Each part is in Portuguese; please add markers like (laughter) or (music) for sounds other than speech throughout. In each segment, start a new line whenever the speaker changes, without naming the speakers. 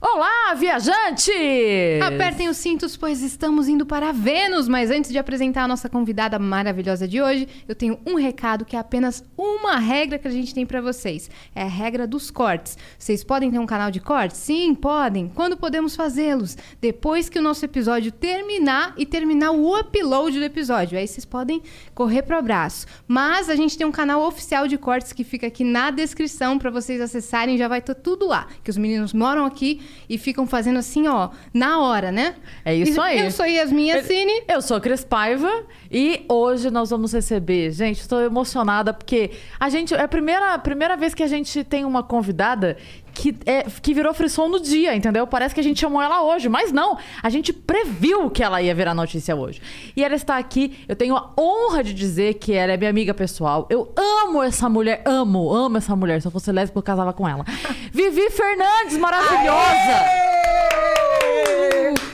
Olá, viajante!
Apertem os cintos, pois estamos indo para Vênus. Mas antes de apresentar a nossa convidada maravilhosa de hoje, eu tenho um recado que é apenas uma regra que a gente tem para vocês. É a regra dos cortes. Vocês podem ter um canal de cortes? Sim, podem. Quando podemos fazê-los? Depois que o nosso episódio terminar e terminar o upload do episódio. Aí vocês podem correr pro abraço. Mas a gente tem um canal oficial de cortes que fica aqui na descrição para vocês acessarem. Já vai estar tudo lá. Que os meninos moram aqui e ficam fazendo assim, ó, na hora, né?
É isso aí. É,
Eu sou Yasmin Assini.
Eu sou Cris Paiva e hoje nós vamos receber. Gente, estou emocionada porque a gente. É a primeira, a primeira vez que a gente tem uma convidada que, é, que virou frisson no dia, entendeu? Parece que a gente chamou ela hoje, mas não. A gente previu que ela ia virar notícia hoje. E ela está aqui. Eu tenho a honra de dizer que ela é minha amiga pessoal. Eu amo essa mulher, amo, amo essa mulher. Se eu fosse lésbica, eu casava com ela. (laughs) Vivi Fernandes, maravilhosa!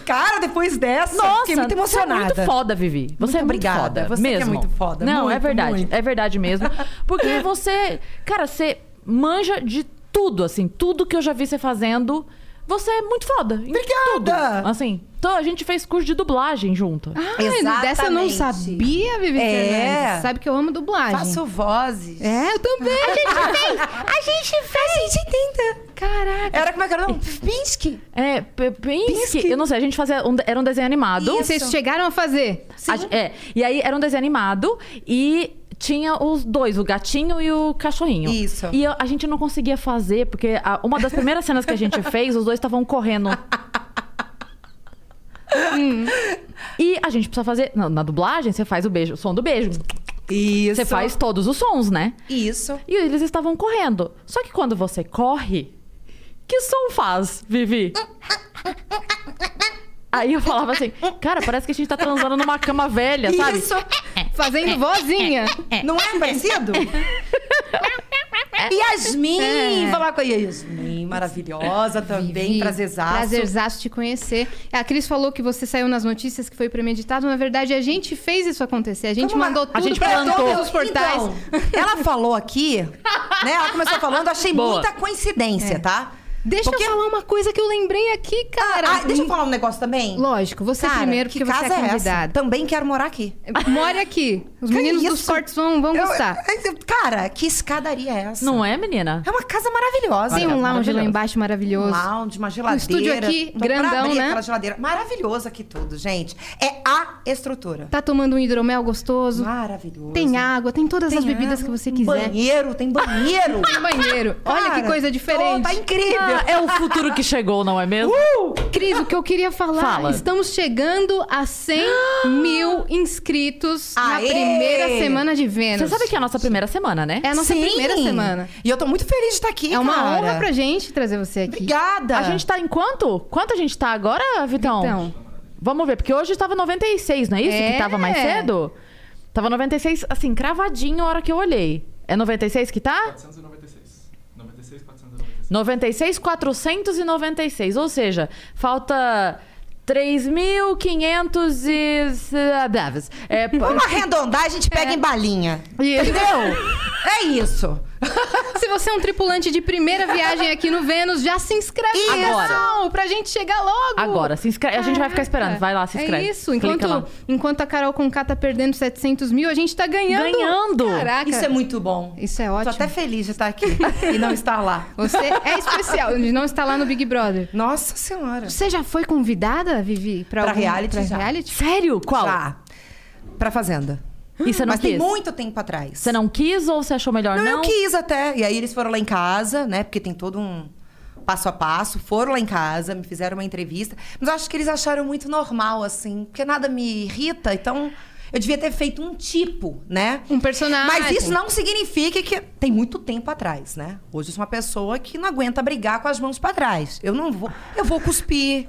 Cara, depois dessa,
Nossa,
fiquei muito
Você
emocionada.
é muito foda, Vivi. Você
Muito
é muito
obrigada.
foda.
Você que é
mesmo.
muito foda.
Não, é
Muito,
verdade.
muito.
É verdade mesmo.
(laughs)
Porque você, cara, você manja de tudo, assim, tudo que eu já vi você fazendo. Você é muito foda. em Tudo.
Obrigada!
Assim, então a gente fez curso de dublagem junto.
Ah, dessa eu não
Exatamente.
sabia, Vivi
É.
Fernandes. Você Sabe que eu amo dublagem.
Faço vozes.
É, eu também. A gente tem. A gente faz. A gente tenta. Caraca.
Era como é que era? Não, Pinsky.
É, pe- pense
Pinsky.
que. Eu não sei, a gente fazia. um- era um desenho animado.
E vocês chegaram a fazer?
A- é. E aí era um desenho animado e tinha os dois, o gatinho e o cachorrinho.
Isso.
E eu- a gente não conseguia fazer, porque a- uma das primeiras cenas que a
(laughs)
gente fez, os dois estavam correndo. Hum. E a gente precisa fazer. Na, na dublagem, você faz o beijo, o som do beijo.
Isso.
Você faz todos os sons, né?
Isso.
E eles estavam correndo. Só que quando você corre, que som faz, Vivi? Aí eu falava assim, cara, parece que a gente tá transando numa cama velha, sabe?
Isso.
É. Fazendo vozinha.
Não é parecido? Yasmin! Falar com a Yasmin, maravilhosa também,
Vivi,
prazerzaço.
Prazerzaço te conhecer. A Cris falou que você saiu nas notícias que foi premeditado. Na verdade, a gente fez isso acontecer. A gente
Vamos lá.
mandou
A
tudo
gente
pra
plantou.
todos os portais.
Então, (laughs) ela falou aqui, né? Ela começou falando, achei
Boa.
muita coincidência, tá?
Deixa
Porque-
eu falar uma coisa que eu lembrei aqui, cara.
Ah, deixa eu falar um negócio também.
Lógico, você
Cara,
primeiro,
que
porque você
casa
é
essa?
convidada.
Também quero morar aqui.
More aqui. Os
Que
meninos
isso?
dos cortes vão, vão
Eu-
gostar.
Cara, que escadaria é essa?
Não é, menina?
É uma casa maravilhosa.
Tem um lounge lá
maravilhoso.
embaixo
Um
maravilhoso.
lounge, uma geladeira.
estúdio aqui,
Tô pra
grandão,
abrir
né?
aquela geladeira. Maravilhoso aqui tudo, gente. É a estrutura.
Tá tomando um hidromel gostoso.
Maravilhoso.
Tem água, tem todas
Tem
as bebidas
água,
que você
tem
quiser.
Banheiro, tem banheiro.
Tem banheiro. (laughs) Olha que
Cara,
coisa
tô-
diferente.
tá incrível. Uh,
Ah, é o futuro que chegou, não é mesmo?
Cris, o que eu queria falar,
Fala.
estamos chegando a 100 mil inscritos na
Aê!
primeira semana de Vênus.
Você sabe que é a nossa primeira semana, né?
É a nossa
Sim.
primeira semana.
E eu tô muito feliz de estar aqui,
É uma
cara.
honra pra gente trazer você aqui.
Obrigada.
A gente tá em quanto? Quanto a gente tá agora, Vitão?
Vitão.
Vamos ver, porque hoje tava 96, não é isso?
É.
Que tava mais cedo? Tava 96, assim, cravadinho a hora que eu olhei. É 96 que tá?
496. 96, 496.
96, 496. Ou seja, falta 3.500 e... blá, blá.
(laughs)
É, p-
Vamos arredondar, a gente
É.
pega em balinha. Entendeu? é isso.
Se você é um tripulante de primeira viagem aqui no Vênus, já se inscreve
Isso.
pessoal, pra gente chegar logo.
Agora, se inscreve. A gente vai ficar esperando.
Caraca.
Vai lá, se inscreve.
É isso.
Clica
Enquanto,
lá.
enquanto a Carol Conká tá perdendo 700 mil, a gente tá ganhando.
Ganhando.
Caraca.
Isso é muito bom.
Isso é
Tô
ótimo.
até feliz de estar (laughs) aqui e não estar lá.
Você é especial. Ele não está lá no Big Brother.
Nossa Senhora.
Você já foi convidada, Vivi? Pra,
Pra
algum-
reality,
pra
já.
reality?
Sério? Qual?
Já. Pra Fazenda.
E você não
Mas
quis?
tem muito tempo atrás.
Você não quis ou você achou melhor não?
Não, eu quis até. E aí eles foram lá em casa, né? Porque tem todo um passo a passo. Foram lá em casa, me fizeram uma entrevista. Mas eu acho que eles acharam muito normal, assim. Porque nada me irrita, então... Eu devia ter feito um tipo, né?
Um personagem.
Mas isso não significa que... Tem muito tempo atrás, né? Hoje eu sou uma pessoa que não aguenta brigar com as mãos pra trás. Eu não vou... Eu vou cuspir.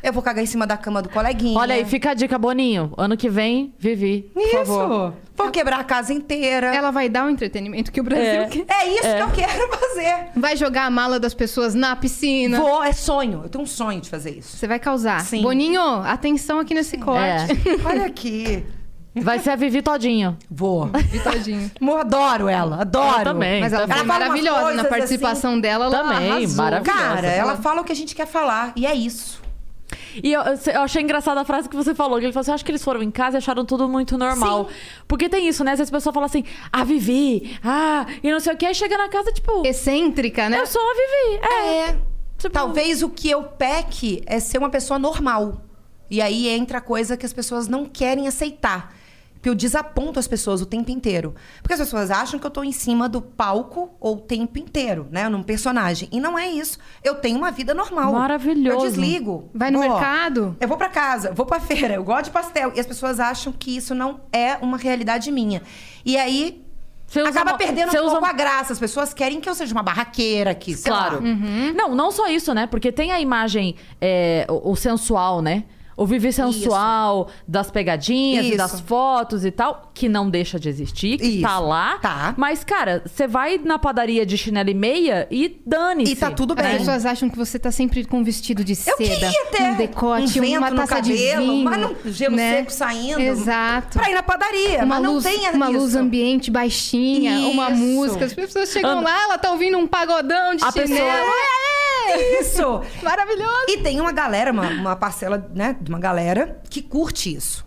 Eu vou cagar em cima da cama do coleguinha.
Olha aí, fica a dica, Boninho. Ano que vem, Vivi. por
Isso!
favor.
Vou quebrar a casa inteira.
Ela vai dar o entretenimento que o Brasil
É.
quer.
É isso que eu quero fazer.
Vai jogar a mala das pessoas na piscina.
Vou, é sonho. Eu tenho um
(laughs)
sonho de fazer isso.
Você vai causar. (laughs)
Sim.
Boninho, atenção aqui nesse corte.
É.
Olha aqui.
Vai ser a Vivi todinho.
Vou.
Vitadinho.
Amor, Adoro ela, adoro.
Eu também.
Mas ela
Também.
foi
Ela fala umas
maravilhosa na
coisas, assim.
participação dela. Ela
Também,
arrasou.
maravilhosa.
Cara, ela
Ela-
fala o que a gente quer falar. E é isso.
E eu, eu- eu achei engraçada a frase que você falou. Que ele falou assim, acho que eles foram em casa e acharam tudo muito normal. Porque tem isso, né? Às vezes a pessoa fala assim, ah, Vivi, ah, e não sei o que. Aí chega na casa, tipo,
Excêntrica, né?
eu sou a Vivi. É, tipo,
Talvez o que eu peque é ser uma pessoa normal. E aí entra a coisa que as pessoas não querem aceitar. Porque eu desaponto as pessoas o tempo inteiro. Porque as pessoas acham que eu tô em cima do palco ou o tempo inteiro, né? Num personagem. E não é isso. Eu tenho uma vida normal.
Maravilhoso.
Eu desligo.
Vai no
Vou, ó,
mercado?
Eu vou pra casa, vou pra (laughs) feira, eu gosto de pastel. E as pessoas acham que isso não é uma realidade minha. E aí.
Você usa
acaba
uma-
perdendo um
você usa
pouco
uma-
a graça. As pessoas querem que eu seja uma barraqueira aqui, sei lá. Uhum.
Claro. Não, não só isso, né? Porque tem a imagem, é, o, o sensual, né? O viver sensual, das pegadinhas e
Isso.
das fotos e tal, que não deixa de existir, que
Isso.
tá lá.
Tá.
Mas, cara, você vai na padaria de chinelo e meia e dane-se.
E tá tudo
As
bem.
pessoas acham que você tá sempre com um vestido de seda,
Eu queria ter
um decote,
um vento
uma
no
taça
cabelo,
de vinho,
mas não- gelo
né?
seco saindo.
Exato.
Pra ir na padaria,
Uma
mas não
luz,
tem
uma
isso.
luz ambiente baixinha, uma
Isso.
música. As pessoas chegam
Ana-
lá, ela tá ouvindo um pagodão de
A
chinelo.
pessoa-
É, Isso!
(laughs) Maravilhoso.
E tem uma galera, uma, uma parcela, né, de uma galera que curte isso.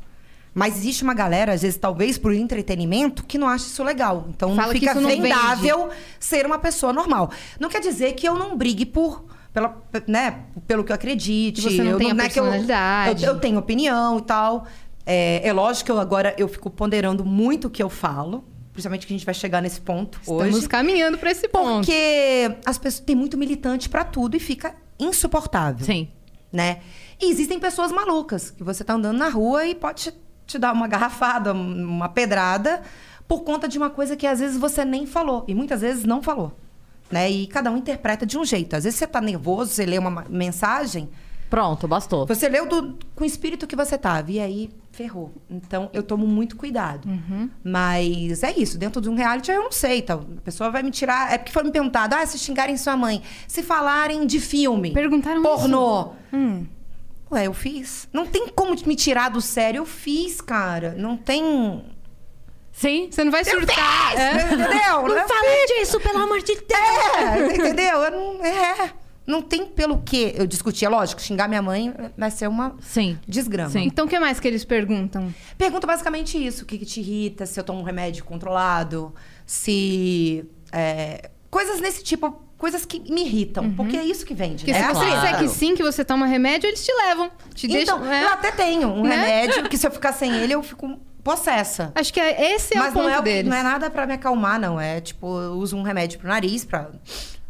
Mas existe uma galera, às vezes, talvez por entretenimento, que não acha isso legal. Então
Fala que
fica
isso não vende.
vendável ser uma pessoa normal. Não quer dizer que eu não brigue por. Pela, pe- né, pelo que eu acredite.
Que você não
eu
tenha
é que eu-
personalidade.
eu- eu tenho opinião e tal. É, é lógico que eu agora eu fico ponderando muito o que eu falo. Principalmente que a gente vai chegar nesse ponto
Estamos
hoje.
caminhando pra esse ponto.
Porque as pessoas têm muito militante pra tudo e fica insuportável
Sim.
né? E existem pessoas malucas que você tá andando na rua e pode te- te dar uma (laughs) garrafada, um- uma pedrada por conta de uma coisa que às vezes você nem falou e muitas vezes não falou, né? E cada um interpreta de um jeito. Às vezes você tá nervoso, você lê uma ma- mensagem,
Pronto, bastou.
você leu do- com o espírito que você tava e aí ferrou. Então eu tomo muito cuidado.
Uhum.
Mas é isso, dentro de um reality eu não sei, tá? A pessoa vai me tirar, é porque foi me perguntado, ah, se xingarem sua mãe, se falarem de filme,
Perguntaram
pornô,
isso. Hum.
Ué, eu fiz. Não tem como me tirar do sério. Eu fiz, cara. Não tem.
Sim.
Você não vai surtar. É?
(laughs) Entendeu? Não
fala disso, pelo amor de Deus!
É, (laughs) entendeu? Eu não, é. Não tem pelo que eu discutir. É lógico, xingar minha mãe vai ser uma
Sim.
desgrama.
Sim.
Então, o que mais que eles perguntam?
Pergunta basicamente isso: o que, que te irrita, se eu tomo um remédio controlado, se. é, coisas nesse tipo, coisas que me irritam. Porque é isso que vende.
Porque
né?
se
A
você
treta.
disser Uhum. que sim, que você toma remédio, eles te levam. Te
Então,
deixam. é.
eu até tenho um
Né?
remédio que se eu ficar sem ele, eu fico possessa.
Acho que é- esse é o
Mas
ponto
não, é, o-
deles.
não é nada pra me acalmar, não. É tipo, eu uso um remédio pro nariz, pra
Ah,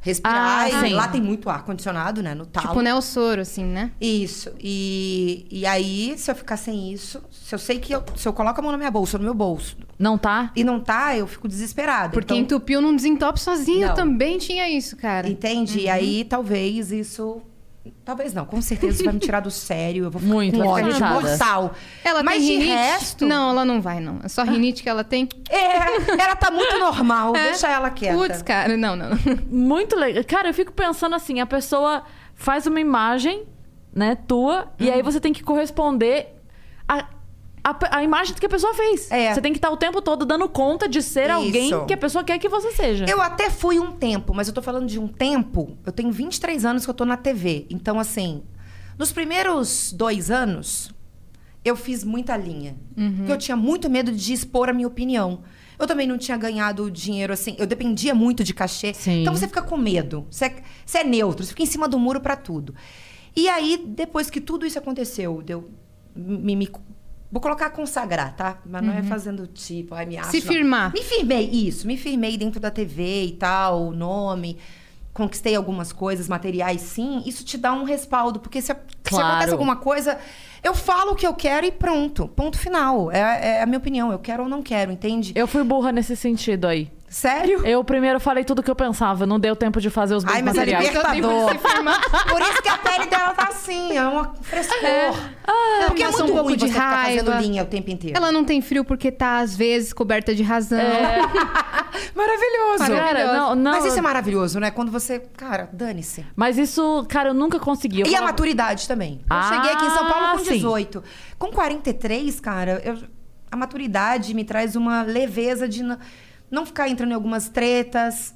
respirar. e
sim.
lá tem muito ar-condicionado, né? No talo.
Tipo, né, o soro, assim, né?
Isso. E, e aí, se eu ficar sem isso, se eu sei que eu- se eu coloco a mão na minha bolsa, no meu bolso,
Não tá?
e não tá, eu fico desesperada.
Porque
então,
entupiu num desentope sozinho. Eu
Não.
também tinha isso, cara.
Entende? E aí, talvez isso. Talvez não, com certeza isso vai me tirar do sério. Eu vou ficar
Muito,
com
vai
ódio
ficar irritada.
mortal.
Ela
Mas
tem
de
rinite?
resto. Ah.
Não, ela não vai, não. É só rinite que ela tem.
É, ela tá muito normal.
É.
Deixa ela quieta.
Putz, cara. Não, não.
Muito legal. Cara, eu fico pensando assim, a pessoa faz uma imagem, né, tua, e
Uhum.
aí você tem que corresponder a, a, pe- a imagem que a pessoa fez.
É.
Você tem que estar o tempo todo dando conta de ser
Isso.
alguém que a pessoa quer que você seja.
Eu até fui um tempo, mas eu tô falando de um tempo. Eu tenho 23 anos que eu tô na TV. Então, assim, nos primeiros dois anos, eu fiz muita linha. Porque eu tinha muito medo de expor a minha opinião. Eu também não tinha ganhado dinheiro assim. Eu dependia muito de cachê.
Sim.
Então você fica com medo. Você é, você é neutro, você fica em cima do muro pra tudo. E aí, depois que tudo isso aconteceu, deu. Me, me- vou colocar consagrar, tá? Mas não é fazendo tipo, ai, me acho.
Se
não.
firmar.
Me firmei, isso. Me firmei dentro da TV e tal, o nome. Conquistei algumas coisas, materiais, sim. Isso te dá um respaldo, porque se, se
Claro.
acontece alguma coisa, eu falo o que eu quero e pronto. Ponto final. É, é a minha opinião. Eu quero ou não quero, entende?
Eu fui burra nesse sentido aí.
Sério?
Eu primeiro falei tudo que eu pensava, não deu tempo de fazer os bons
Ai, mas é
materiais.
liberta-
Então tem que se firmar.
Por isso que a pele dela tá assim, é uma frescor. porque é
passa
muito
um pouco
ruim
de
você ficar
raiva.
fazendo linha o tempo
(laughs)
inteiro.
Ela não tem frio porque tá, às vezes, coberta de razão.
Maravilhoso.
Cara, não, não.
é Mas isso é maravilhoso, né? Quando você... Cara, dane-se.
Mas isso, cara, eu nunca consegui. Eu
E a
falava-
maturidade também. Eu
Ah,
cheguei aqui em São Paulo com
sim.
18. Com 43, cara, eu a maturidade me traz uma leveza de n- não ficar entrando em algumas tretas,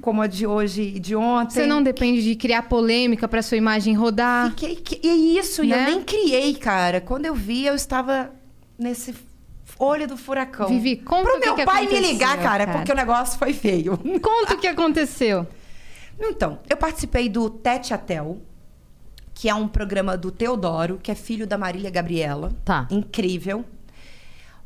como a de hoje e de ontem.
Uhum. Você não depende de criar polêmica pra sua imagem rodar.
Fiquei. que- E é isso, e eu
Né?
nem criei, cara. Quando eu vi, eu estava nesse olho do furacão.
Vivi, conta o
Pro
que
meu
que
pai me
aconteceu,
ligar, cara,
cara.
porque o negócio foi feio.
Conta o que aconteceu.
Então, eu participei do Tete a Tel, que é um programa do Teodoro, que é filho da Marília Gabriela.
Tá.
Incrível.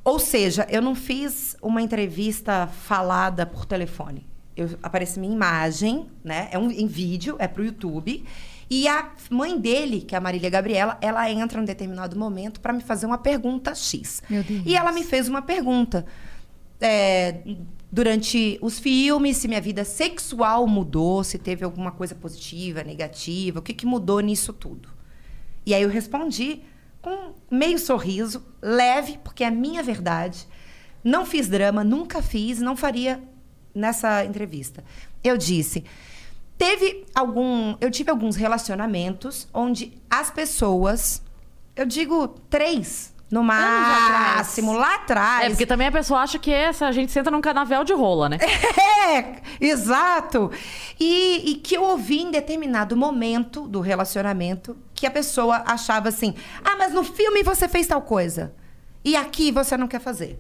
Ou seja, eu não fiz uma entrevista falada por telefone. Eu, aparece minha imagem, né? É um, em vídeo, é pro YouTube. E a mãe dele, que é a Marília Gabriela, ela entra em um determinado momento para me fazer uma pergunta X.
Meu Deus.
E ela me fez uma pergunta. É, durante os filmes, se minha vida sexual mudou, se teve alguma coisa positiva, negativa, o que, que mudou nisso tudo. E aí eu respondi com meio sorriso, leve, porque é a minha verdade. Não fiz drama, nunca fiz, não faria nessa entrevista. Eu disse: teve algum. Eu tive alguns relacionamentos onde as pessoas. Eu digo três, no
atrás.
máximo, lá atrás.
É, porque também a pessoa acha que essa, a gente senta num canavial de rola, né?
(laughs) É, exato. E, e que eu ouvi em determinado momento do relacionamento que a pessoa achava assim: ah, mas no filme você fez tal coisa. E aqui você não quer fazer.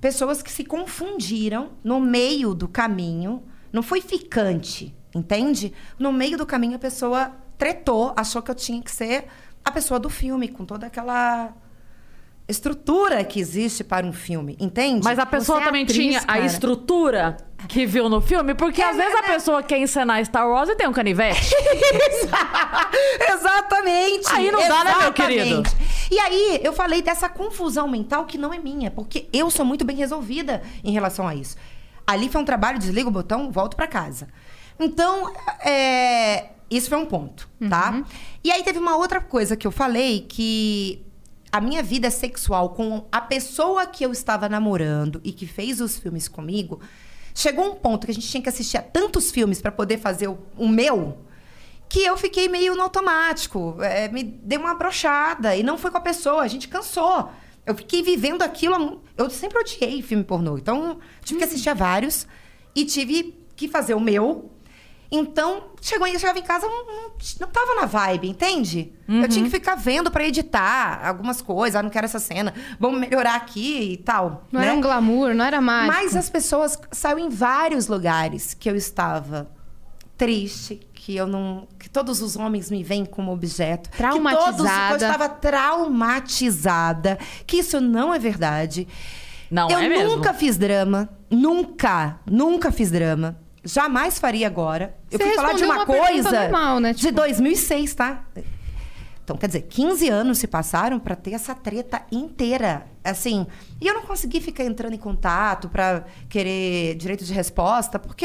Pessoas que se confundiram no meio do caminho. Não foi ficante, entende? No meio do caminho a pessoa tretou, achou que eu tinha que ser a pessoa do filme, com toda aquela estrutura que existe para um filme, entende?
Mas a pessoa
é
também
atriz,
tinha
cara. É
a estrutura que viu no filme, porque às vezes a pessoa quer encenar Star Wars e tem um canivete.
(laughs)
Exatamente.
Aí não dá, né, meu querido?
Exatamente. E aí, eu falei dessa confusão mental que não é minha, porque eu sou muito bem resolvida em relação a isso. Ali foi um trabalho, desligo o botão, volto pra casa. Então, é, isso foi um ponto, tá?
Uhum.
E aí teve uma outra coisa que eu falei que a minha vida sexual com a pessoa que eu estava namorando e que fez os filmes comigo, chegou um ponto que a gente tinha que assistir a tantos filmes pra poder fazer o- o meu, que eu fiquei meio no automático. É, me deu uma brochada. E não foi com a pessoa, a gente cansou. Eu fiquei vivendo aquilo. há mu- Eu sempre odiei filme pornô. Então, tive que
Uhum.
assistir a vários e tive que fazer o meu. Então, chegou, eu chegava em casa, não, não, não tava na vibe, entende? Eu
Uhum.
tinha que ficar vendo pra editar algumas coisas. Ah, não quero essa cena. Vamos melhorar aqui e tal.
Não
né?
era um glamour, não era mágico.
Mas as pessoas saíram em vários lugares que eu estava triste, que eu não, que todos os homens me veem como objeto, que todos que eu
Traumatizada.
estava traumatizada, que isso não é verdade.
Não
eu
é mesmo.
nunca fiz drama, nunca, nunca fiz drama. Jamais faria agora. Eu
Você
fui falar de
respondeu
uma,
uma pergunta
coisa
normal, né?
de
Tipo-
2006, tá? Então, quer dizer, 15 anos se passaram pra ter essa treta inteira. Assim, e eu não consegui ficar entrando em contato pra querer direito de resposta, porque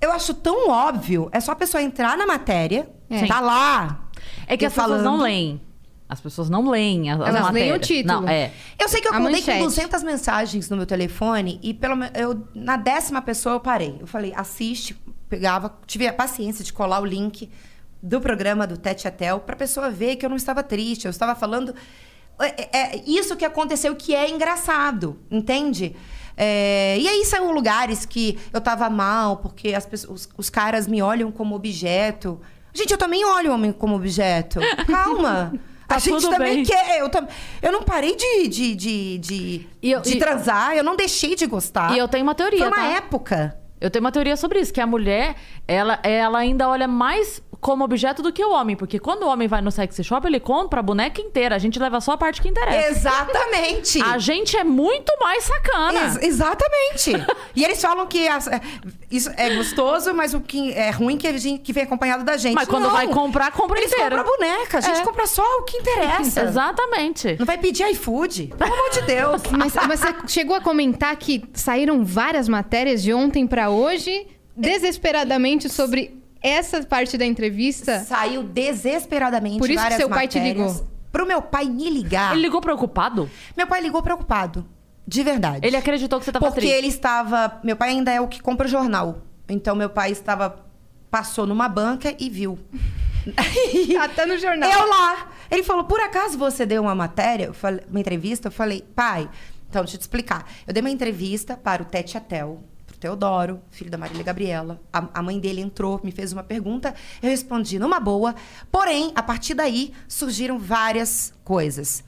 eu acho tão óbvio, é só a pessoa entrar na matéria,
É.
tá lá.
É que
eu
as pessoas não
falando.
leem. As pessoas não leem as, as
Elas leem o
matérias.
título.
Não, é.
Eu sei que eu
A
acordei
manchete.
com 200 mensagens no meu telefone e pelo me- eu na décima pessoa eu parei. Eu falei, assiste, pegava, tive a paciência de colar o link do programa do Tete Atel para pessoa ver que eu não estava triste, eu estava falando é, é, é isso que aconteceu que é engraçado, entende? É, e aí saiu lugares que eu tava mal, porque as pessoas, os, os caras me olham como objeto. Gente, eu também olho o homem
(laughs)
como objeto. Calma.
Tá
a gente
tudo
também
bem.
quer é, eu, tam... eu não parei de, de, de, de,
E eu-
de
e-
transar, eu não deixei de gostar.
E eu tenho uma teoria,
Foi uma
tá?
época.
Eu tenho uma teoria sobre isso, que a mulher, ela, ela ainda olha mais como objeto do que o homem. Porque quando o homem vai no sex shop, ele compra a boneca inteira. A gente leva só a parte que interessa.
Exatamente.
É. A gente é muito mais sacana.
Ex- exatamente. e eles falam que as- é, isso é gostoso, mas o que é ruim que, a gente, que vem acompanhado da gente.
Mas quando
Não.
vai comprar, compra
Eles
inteira.
compram a boneca, a gente
É.
compra só o
(laughs)
que interessa.
Exatamente.
Não vai pedir iFood, pelo amor
(laughs)
de Deus.
Mas, (laughs) mas você chegou a comentar que saíram várias matérias de ontem pra hoje, desesperadamente, sobre essa parte da entrevista.
Saiu desesperadamente
Por isso que
várias
seu pai te
matérias.
ligou.
Pro meu pai me ligar.
Ele ligou preocupado?
Meu pai ligou preocupado. De verdade.
Ele acreditou que você tá tava
Porque
triste.
ele estava. Meu pai ainda é o que compra jornal. Então meu pai estava. Passou numa banca e viu. (laughs)
Tá, tá no jornal.
Eu lá. Ele falou: por acaso você deu uma matéria, Eu falei- uma entrevista? Eu falei, pai, então deixa eu te explicar. Eu dei uma entrevista para o Tete Atel, para o Teodoro, filho da Marília Gabriela. A, a mãe dele entrou, me fez uma pergunta, eu respondi numa boa. Porém, a partir daí surgiram várias coisas.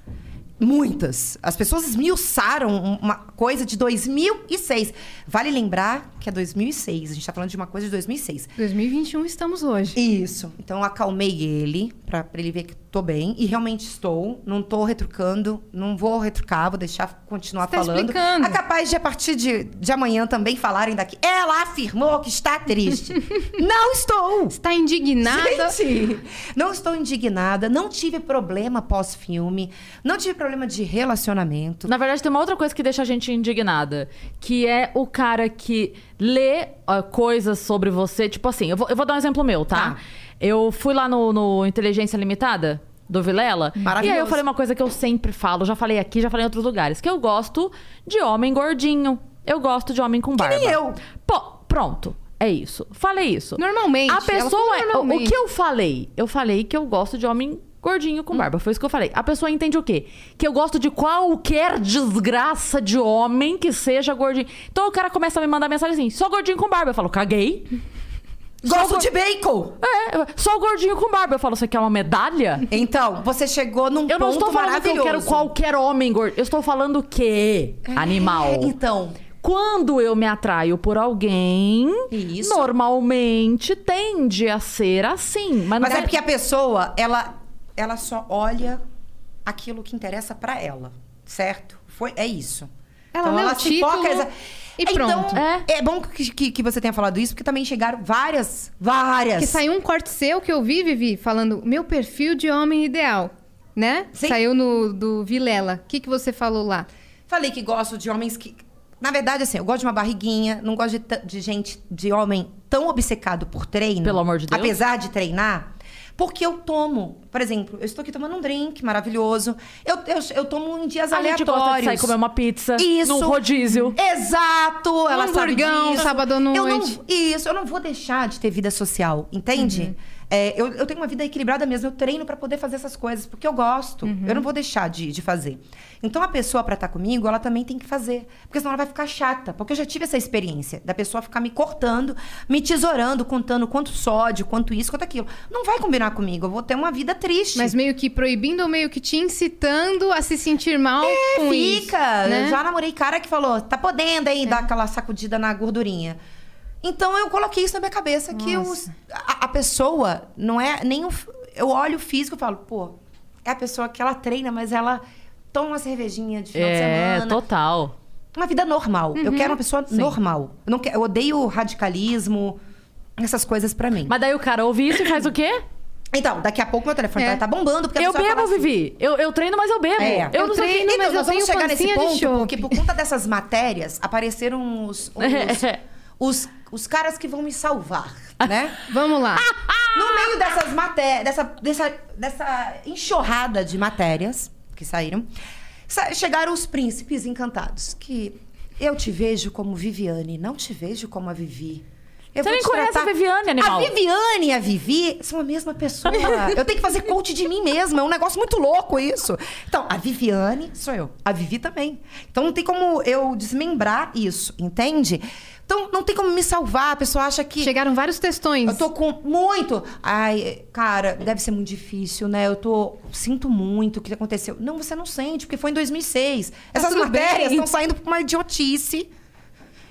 Muitas. As pessoas esmiuçaram um- uma coisa de 2006. Vale lembrar que é 2006. A gente está falando de uma coisa de 2006.
2021 estamos hoje.
Isso. Então eu acalmei ele pra pra ele ver que tô bem e realmente estou, não tô retrucando, não vou retrucar, vou deixar continuar
Você tá
falando.
explicando.
É capaz de a partir de, de amanhã também falarem daqui. Ela afirmou que
(laughs)
está triste. não estou.
Está tá indignada.
Gente, não estou indignada, não tive problema pós-filme, não tive problema de relacionamento.
Na verdade, tem uma outra coisa que deixa a gente indignada. Que é o cara que lê ah, coisas sobre você. Tipo assim, eu vou, eu vou dar um exemplo meu, tá?
Tá.
Eu fui lá no, no Inteligência Limitada do Vilela. E aí eu
Maravilhoso.
falei uma coisa que eu sempre falo. Já falei aqui, já falei em outros lugares. Que eu gosto de homem gordinho. Eu gosto de homem com barba.
nem eu.
Pô, pronto. É isso. Falei isso.
Normalmente,
A
ela falou
pessoa. é- o- O
normalmente.
que eu falei? Eu falei que eu gosto de homem gordinho
Hum.
com barba. Foi isso que eu falei. A pessoa entende o quê? Que eu gosto de qualquer desgraça de homem que seja gordinho. Então o cara começa a me mandar mensagem assim: só gordinho com barba. Eu falo, caguei.
Gosto de bacon.
É, eu- só gordinho com barba. Eu falo, você quer uma medalha?
Então, você chegou num
Eu
ponto
não estou falando que
maravilhoso.
eu quero qualquer homem gordo. Eu estou falando que animal.
É, então,
Quando eu me atraio por alguém,
Isso.
normalmente tende a ser assim. Mas,
Mas
não
é porque a pessoa, ela, ela só olha aquilo que interessa pra ela, certo? Foi, é isso.
Ela lê o título e pronto.
Então, é. bom que, que, que você tenha falado isso, porque também chegaram várias, várias.
Que saiu um corte seu que eu vi, Vivi, falando meu perfil de homem ideal, né?
Sim.
Saiu no do Vilela. O que, que você falou lá?
Falei que gosto de homens que... Na verdade, assim, eu gosto de uma barriguinha, não gosto de, ta- de gente, de homem tão obcecado por treino.
Pelo amor de Deus.
Apesar de treinar, porque eu tomo. Por exemplo, eu estou aqui tomando um drink maravilhoso. Eu, eu, eu tomo em dias
A gente
aleatórios.
gosta de sair comer uma pizza
Isso.
num rodízio.
Exato! ela sabe
Um hamburgão,
disso.
sábado à
Eu não-
noite. Uhum.
isso, eu não vou deixar de ter vida social, entende? É, eu, eu tenho uma vida equilibrada mesmo, eu treino pra poder fazer essas coisas, porque eu gosto.
Uhum.
Eu não vou deixar de, de fazer. Então a pessoa pra estar comigo, ela também tem que fazer. Porque senão ela vai ficar chata. Porque eu já tive essa experiência da pessoa ficar me cortando, me tesourando, contando quanto sódio, quanto isso, quanto aquilo. Não vai combinar comigo, eu vou ter uma vida triste.
Mas meio que proibindo ou meio que te incitando a se sentir mal com isso,
É fica.
né? É.
Eu já namorei cara que falou, tá podendo aí dar aquela sacudida na gordurinha. Então eu coloquei isso na minha cabeça que
Nossa.
os- a, a pessoa não é nem o, f- eu olho o físico e falo, pô, é a pessoa que ela treina, mas ela toma uma cervejinha de final de
É,
semana.
total.
Uma vida normal. Eu
Uhum.
quero uma pessoa normal. Eu, não quero, eu odeio radicalismo, essas coisas pra mim.
Mas daí o cara ouve isso e faz o quê?
Então, daqui a pouco meu telefone
É.
vai tá bombando porque a
eu
pessoa vai
bebo,
falar assim,
Vivi. Eu, eu treino, mas eu bebo.
É.
Eu,
Eu
não sei o quê.
treino, mas
Então,
eu
nós vamos
tenho
chegar nesse
pancinha de
ponto,
chope.
porque por conta dessas matérias, apareceram
(laughs)
os, os, os, os caras que vão me salvar,
(laughs)
né?
Vamos lá.
No meio dessas matérias, dessa, dessa, dessa enxurrada de matérias que saíram, sa- chegaram os príncipes encantados, que eu te vejo como Viviane, não te vejo como a Vivi. Eu
Você
vou
nem
te
conhece a Viviane, animal.
A Viviane e a Vivi são a
(laughs)
mesma pessoa. eu tenho que fazer coach de mim mesma. É um negócio muito louco isso. Então, a Viviane sou eu. A Vivi também. Então, não tem como eu desmembrar isso, entende? Então, não tem como me salvar. A pessoa acha que...
Chegaram vários textões.
Eu tô com muito. Ai, cara, deve ser muito difícil, né? Eu tô. Sinto muito o que aconteceu. Não, você não sente, porque foi em 2006. Essas
tudo
matérias
bem.
estão saindo por uma idiotice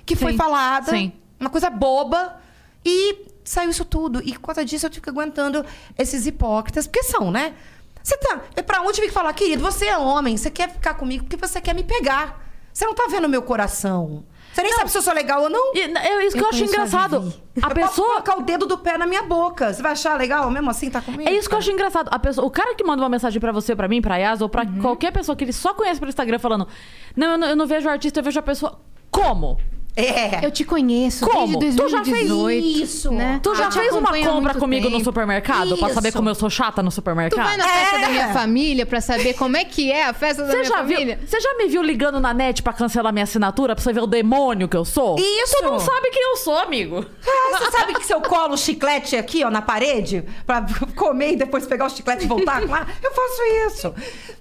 que foi
Sim,
falada.
sim.
Uma coisa boba. E saiu isso tudo. E por conta disso eu fico aguentando esses hipócritas, porque são, né? Você tá. é Pra onde eu vim falar, querido, você é homem, você quer ficar comigo porque você quer me pegar. Você não tá vendo o meu coração. Você nem sabe se eu sou legal ou não.
E, é isso que eu,
Eu
acho
conheço a
engraçado. A
Vivi.
ah, Eu posso
pessoa.
colocar o dedo do pé na minha boca. Você vai achar legal mesmo assim? Tá comigo?
É isso que eu acho engraçado. A pessoa, o cara que manda uma mensagem pra você, pra mim, pra Yas, ou pra
Uhum.
qualquer pessoa que ele só conhece pelo Instagram falando: Não, eu não, eu não vejo o artista, eu vejo a pessoa. Como?
É.
Eu te conheço
Como?
desde
Tu já
2018.
fez
isso?
Né?
Tu já
Eu te
fez uma
acompanho há
compra
muito
comigo no
tempo.
supermercado pra saber
Isso.
como eu sou chata no supermercado?
Tu vai na festa
É.
da minha família pra saber como é que é a festa da
Você
minha
já, viu,
família?
você já me viu ligando na net pra cancelar minha assinatura pra você ver o demônio que eu sou?
Isso.
Tu não sabe quem eu sou, amigo.
Ah, Você sabe que se eu colo o chiclete aqui, ó, na parede, pra (laughs) comer e depois pegar o chiclete e voltar lá? Eu faço isso.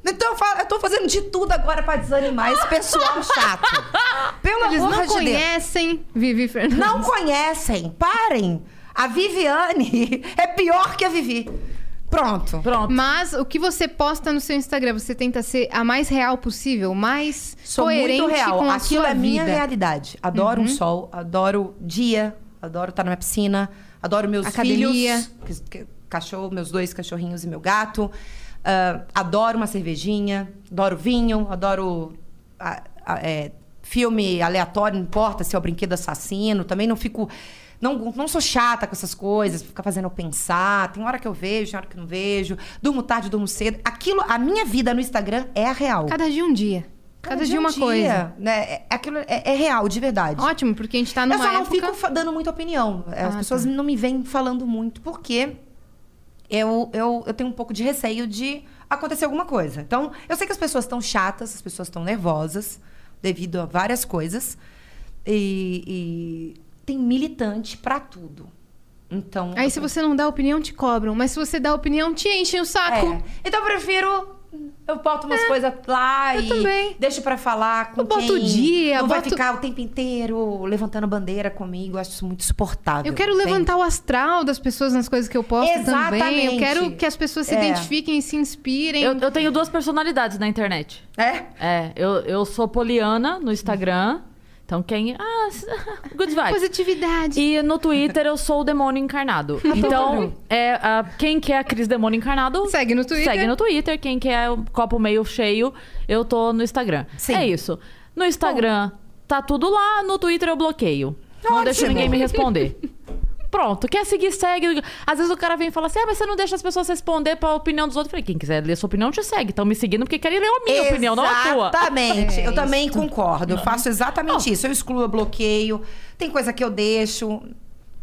Então eu, fa- eu tô fazendo de tudo agora pra desanimar esse pessoal chato. Pelo
Eles
amor
não
de Deus.
conhecem Vivi Fernandes.
Não conhecem. Parem. A Viviane (laughs) é pior que a Vivi. Pronto.
Pronto.
Mas o que você posta no seu Instagram, você tenta ser a mais real possível, mais
Sou
coerente
muito real.
com a
Aquilo
sua
é
vida. Uhum.
minha realidade. Adoro um sol, adoro dia, adoro estar na minha piscina, adoro meus
Academia.
filhos, que- que- cachorro, meus dois cachorrinhos e meu gato. Ah, adoro uma cervejinha, adoro vinho, adoro ah, ah, é, filme aleatório, não importa se é o brinquedo assassino. Também não fico. Não, não sou chata com essas coisas, ficar fazendo eu pensar. Tem hora que eu vejo, tem hora que eu não vejo. Durmo tarde, durmo cedo. Aquilo, a minha vida no Instagram é a real.
Cada dia um dia. Cada, dia,
um
uma coisa.
Né? É- Aquilo é, é real, de verdade.
Ótimo, porque a gente tá
eu
numa
só não
época...
fico fa- dando muita opinião. É, As
Ah,
pessoas
tá.
não me vêm falando muito, porque eu, eu, eu tenho um pouco de receio de acontecer alguma coisa. Então, eu sei que as pessoas estão chatas, as pessoas estão nervosas, devido a várias coisas. E, e tem militante pra tudo. Então.
Aí se você não dá opinião, te cobram. Mas se você dá opinião, te enchem o saco.
É. Então eu prefiro. Eu boto umas coisas lá
É, eu
e
também.
deixo pra falar com
Eu boto
quem
o dia,
não vai
boto-
ficar o tempo inteiro levantando bandeira comigo. Eu acho isso muito suportável.
Eu quero
entende?
levantar o astral das pessoas nas coisas que eu posto também. Eu
Exatamente.
quero que as pessoas se
É.
identifiquem e se inspirem.
Eu, eu tenho duas personalidades na internet.
É?
É, eu, eu sou poliana no Instagram. Então quem. Ah, (laughs) good vibes.
Positividade.
E no Twitter eu sou o demônio (laughs) encarnado. Então, é, a- quem quer a Cris Demônio Encarnado.
Segue no Twitter.
Segue no Twitter. Quem quer o copo meio cheio, eu tô no Instagram.
Sim.
É isso. No Instagram tá tudo lá, no Twitter eu bloqueio. Não
Ótimo.
deixo ninguém me responder. (laughs) Pronto, quer seguir, segue. Às vezes o cara vem e fala assim: ah, mas você não deixa as pessoas responder pra opinião dos outros. Eu falei: quem quiser ler sua opinião, te segue. Estão me seguindo porque querem ler a minha opinião, não a tua.
Exatamente.
É,
eu também concordo. Eu faço exatamente isso. Eu excluo, eu bloqueio. Tem coisa que eu deixo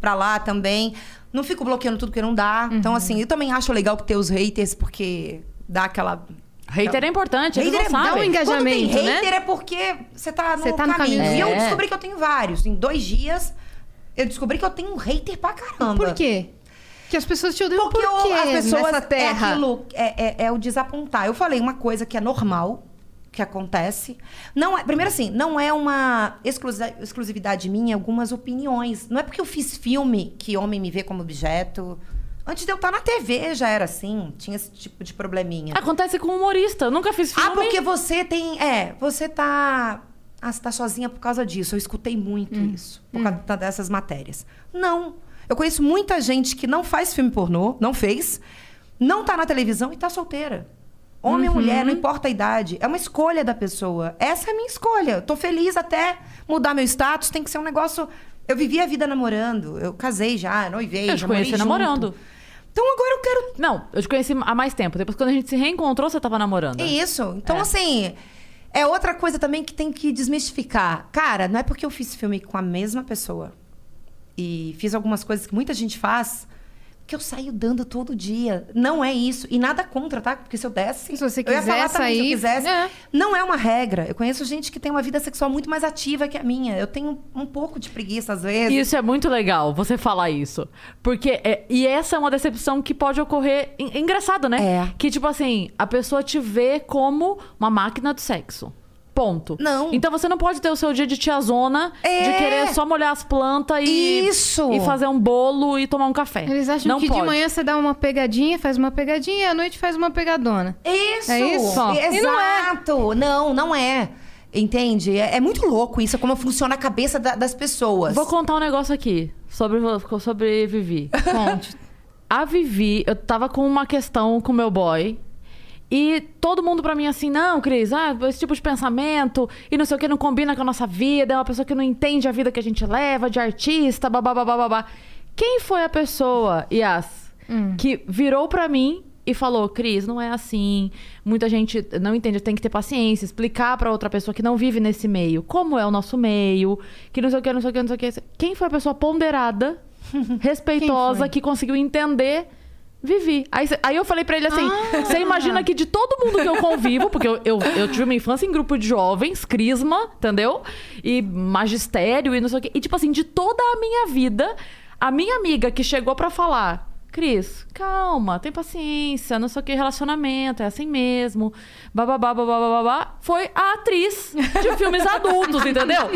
pra lá também. Não fico bloqueando tudo que não dá.
Uhum.
Então, assim, eu também acho legal que ter os haters, porque dá aquela.
Hater é importante, eles não
Hater é-
sabem.
Dá um enga- engajamento,
Quando tem hater
né?
é porque você tá no
Você tá no
caminho.
caminho.
E eu
É.
descobri que eu tenho vários. Em dois dias, eu descobri que eu tenho um hater pra caramba.
Por quê? Que as pessoas te odeiam
Porque
por
eu-
quê
as pessoas...
nessa terra?
É, aquilo, é, é- é o desapontar. Eu falei uma coisa que é normal, que acontece. Não é, primeiro assim, não é uma exclusa- exclusividade minha, é algumas opiniões. Não é porque eu fiz filme que homem me vê como objeto... Antes de eu estar na TV já era assim, tinha esse tipo de probleminha.
Acontece com humorista. Eu nunca fiz filme.
Ah, porque você tem. É, você tá. Ah, você tá sozinha por causa disso. Eu escutei muito
Hum.
isso. Por causa da- dessas matérias. Não. Eu conheço muita gente que não faz filme pornô, não fez, não tá na televisão e tá solteira. Homem
Uhum.
ou mulher, não importa a idade. É uma escolha da pessoa. Essa é a minha escolha. Eu tô feliz até mudar meu status. Tem que ser um negócio. Eu vivi a vida namorando. Eu casei já, noivei.
Eu te
já
conheci
morei junto.
namorando.
Então agora eu quero
Não, eu te conheci há mais tempo. Depois, quando a gente se reencontrou, você tava namorando.
né?
É isso. Então,
É.
assim, é outra coisa também que tem que desmistificar. Cara, não é porque eu fiz filme com a mesma pessoa e fiz algumas coisas que muita gente faz que eu saio dando todo dia. Não é isso. E nada contra, tá? Porque se eu desse.
Se você
eu ia
quiser
falar também, se eu
sair,
quisesse.
é.
Não é uma regra. Eu conheço gente que tem uma vida sexual muito mais ativa que a minha. Eu tenho um pouco de preguiça às vezes.
Isso é muito legal, você falar isso. Porque, é- e essa é uma decepção que pode ocorrer. en- Engraçado, né?
É.
Que, tipo assim, a pessoa te vê como uma máquina do sexo. Ponto.
Não.
Então você não pode ter o seu dia de tiazona,
É.
de querer só molhar as plantas e.
Isso.
E fazer um bolo e tomar um café.
Eles acham
não
que
pode.
de manhã você dá uma pegadinha, faz uma pegadinha e à noite faz uma pegadona.
Isso!
É isso?
Exato!
E não é.
Não, não é. Entende? É, é muito louco isso, é como funciona a cabeça da- das pessoas.
Vou contar um negócio aqui sobre, sobre Vivi.
Conte.
A Vivi, eu tava com uma questão com meu boy. E todo mundo pra mim assim, não, Cris, ah, esse tipo de pensamento e não sei o que não combina com a nossa vida, é uma pessoa que não entende a vida que a gente leva, de artista, babá, babá, babá. Quem foi a pessoa, Yas, que virou pra mim e falou, Cris, não é assim, muita gente não entende, tem que ter paciência, explicar pra outra pessoa que não vive nesse meio, como é o nosso meio, que não sei o que, não sei o que, não sei o que. Quem foi a pessoa ponderada, respeitosa,
foi?
que conseguiu entender. Vivi. Aí, cê- aí eu falei pra ele assim:
Ah.
você imagina que de todo mundo que eu convivo, porque eu, eu, eu tive uma infância em grupo de jovens, crisma, entendeu? E magistério e não sei o quê. E tipo assim, de toda a minha vida, A minha amiga que chegou pra falar, Cris, calma, tem paciência, não sei o que, relacionamento, é assim mesmo, bababá, bababá, babá, foi a atriz de filmes adultos, entendeu?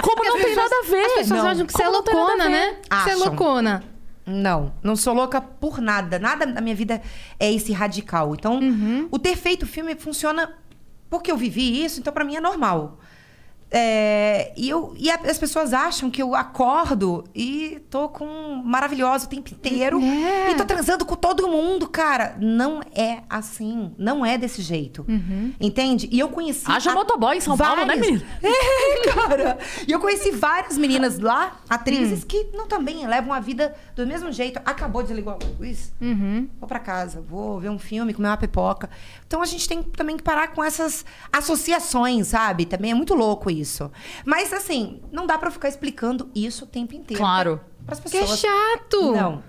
Como não tem nada a ver.
As pessoas
não.
acham que você é
Como não tem nada a
loucona,
ver.
né? Que Você é
Acham.
loucona.
Não, não sou louca por nada. Nada na minha vida é esse radical. Então,
Uhum.
o ter feito filme funciona porque eu vivi isso, então pra mim é normal. É, e eu, e a- as pessoas acham que eu acordo e tô com um maravilhoso o tempo inteiro
É.
e tô transando com todo mundo, cara. Não é assim. Não é desse jeito. Entende? E eu conheci.
Uhum. Haja
a-
motoboy em São Paulo, né, menina?
é, cara. E eu conheci várias meninas lá,
Hum.
atrizes, que não também levam a vida do mesmo jeito. Acabou de ligar a luz. Vou pra casa, vou ver um filme, comer uma pipoca. Então a gente tem também que parar com essas associações, sabe? Também é muito louco isso. Mas assim, não dá pra ficar explicando isso o tempo inteiro.
Claro.
Para as
Que é
pessoas.
chato.
Não.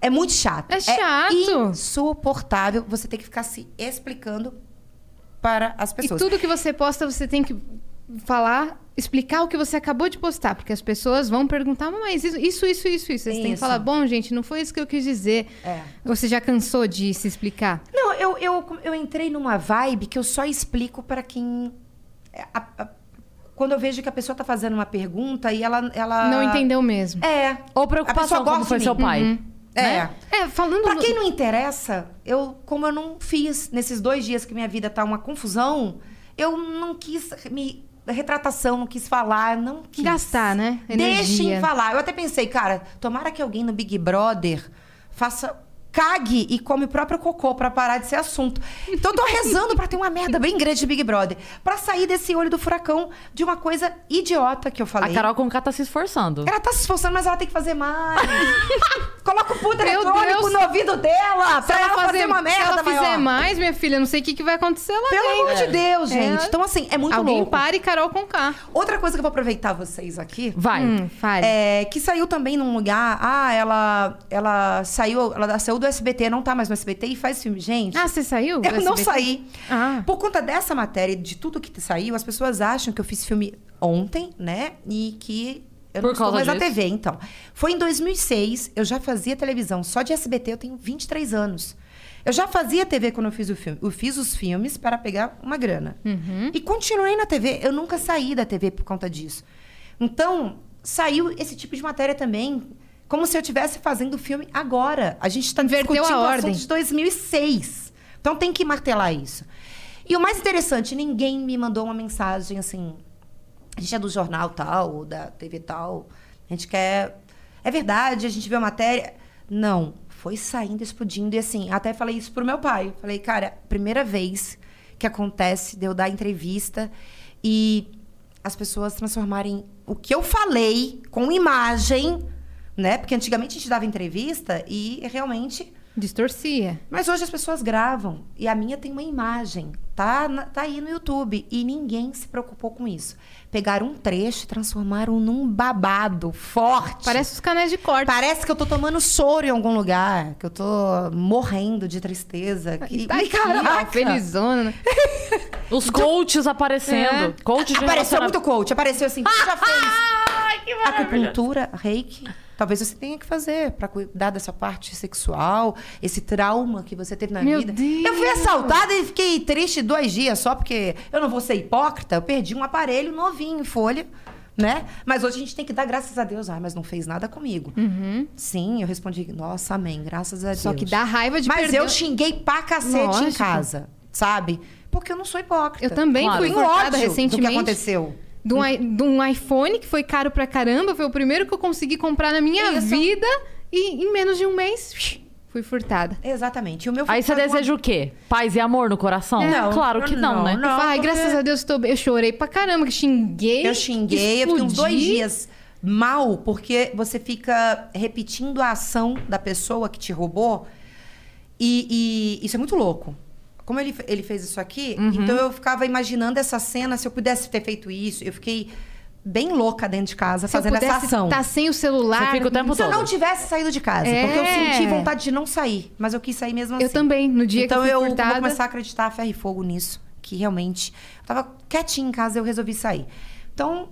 É muito chato.
É chato.
insuportável você ter que ficar se explicando para as
E
pessoas.
tudo que você posta, você tem que falar, explicar o que você acabou de postar, porque as pessoas vão perguntar, mas isso, isso, isso, isso. isso. Vocês têm que
Isso.
falar, bom, gente, não foi isso que eu quis dizer.
É.
Você já cansou de se explicar?
Não, eu, eu, eu entrei numa vibe que eu só explico pra quem. é, a- a- quando eu vejo que a pessoa tá fazendo uma pergunta e ela. ela
Não entendeu mesmo.
Ou
É. A pessoa
preocupação,
gosta
como foi
de
seu
mim.
pai.
É.
né?
É, falando...
Pra quem não interessa, eu, como eu não fiz nesses dois dias que minha vida tá uma confusão, eu não quis me. Retratação, não quis falar, não quis.
Gastar, né? Energia.
Deixem falar. Eu até pensei, cara, tomara que alguém no Big Brother faça. Cague e come o próprio cocô pra parar de ser assunto. Então eu tô rezando pra ter uma merda bem grande de Big Brother. Pra sair desse olho do furacão de uma coisa idiota que eu falei.
A Carol Conká tá se esforçando.
Ela tá se esforçando, mas ela tem que
(laughs)
fazer mais. Coloca o puto
Meu
eletrônico
Deus.
no ouvido dela
Se
pra
ela,
ela fazer, uma merda
se ela
maior.
fizer mais, minha filha, não sei o que, que vai acontecer lá
Pelo
dentro.
amor de Deus,
É.
gente. Então, assim, é muito
Alguém
louco.
pare Carol com K.
Outra coisa que eu vou aproveitar vocês aqui.
Vai.
Hum, fale.
É, que saiu também num lugar. Ah, ela, ela saiu, ela saiu do SBT, não tá mais no SBT e faz filme. Gente,
Ah, você saiu? do
eu não
SBT?
saí.
Ah.
Por conta dessa matéria e de tudo que saiu, as pessoas acham que eu fiz filme ontem, né? E que eu
Por
não estou
causa
mais na
disso.
TV, então. Foi em 2006, eu já fazia televisão. Só de SBT eu tenho 23 anos. Eu já fazia TV quando eu fiz o filme. Eu fiz os filmes para pegar uma grana. E continuei na TV. Eu nunca saí da TV por conta disso. Então, saiu esse tipo de matéria também. Como se eu estivesse fazendo o filme agora. A gente está
Inverteu
discutindo
a
o
ordem.
assunto de 2006. Então tem que martelar isso. E o mais interessante, ninguém me mandou uma mensagem assim. A gente é do jornal tal, ou da TV tal. A gente quer. É verdade, a gente vê a matéria. Não, foi saindo, explodindo. E assim, até falei isso pro meu pai. Falei, cara, primeira vez que acontece de eu dar entrevista e as pessoas transformarem o que eu falei com imagem, né? Porque antigamente a gente dava entrevista e realmente
Distorcia.
mas hoje as pessoas gravam e a minha tem uma imagem, tá, na- tá aí no YouTube e ninguém se preocupou com isso. Pegaram um trecho e transformaram num babado forte.
Parece os canais de corte.
Parece que eu tô tomando soro em algum lugar, que eu tô morrendo de tristeza.
E
Que...
tá
Ih,
aqui, ó,
caraca!
felizona. né?
Os coaches aparecendo.
É.
Coaches de
Apareceu
relacionamento.
muito coach, apareceu assim, "Você já fez
É
acupuntura, reiki. Talvez você tenha que fazer pra cuidar dessa parte sexual, esse trauma que você teve na
Meu
vida.
Deus!
Eu fui assaltada e fiquei triste dois dias só porque eu não vou ser hipócrita. Eu perdi um aparelho novinho em folha, né? Mas hoje a gente tem que dar graças a Deus. Ai, mas não fez nada comigo. Sim, eu respondi, nossa, amém, graças a Deus.
Uhum. Só que dá raiva de
Mas
perder.
eu xinguei pra cacete em
Lógico.
casa, sabe? Porque eu não sou hipócrita.
Eu também
Claro.
fui
Tenho ódio
cortada
do que
recentemente.
aconteceu.
de um, i- de um iPhone que foi caro pra caramba. Foi o primeiro que eu consegui comprar na minha
Isso.
vida. E em menos de um mês, fui furtada.
Exatamente. E o meu
Aí você
foi uma-
deseja o quê? Paz e amor no coração?
Não.
claro que não,
Não,
né?
não.
Ai,
porque-
graças a Deus, tô bem. Eu chorei pra caramba, que xinguei.
Eu xinguei, eu fiquei uns dois
explodi.
dias mal, porque você fica repetindo a ação da pessoa que te roubou. E, e isso é muito louco. Como ele, fe- ele fez isso aqui,
Uhum.
então eu ficava imaginando essa cena, se eu pudesse ter feito isso. Eu fiquei bem louca dentro de casa
Se eu
fazendo essa
pudesse
ação.
tá sem o celular.
Você fica o tempo
Se eu
todo.
não tivesse saído de casa,
É.
porque eu senti vontade de não sair, mas eu quis sair mesmo assim.
Eu também, no dia
então
que eu
eu
fui furtada.
vou começar a acreditar a ferro e fogo nisso. Que realmente. Eu tava quietinha em casa eu resolvi sair. Então,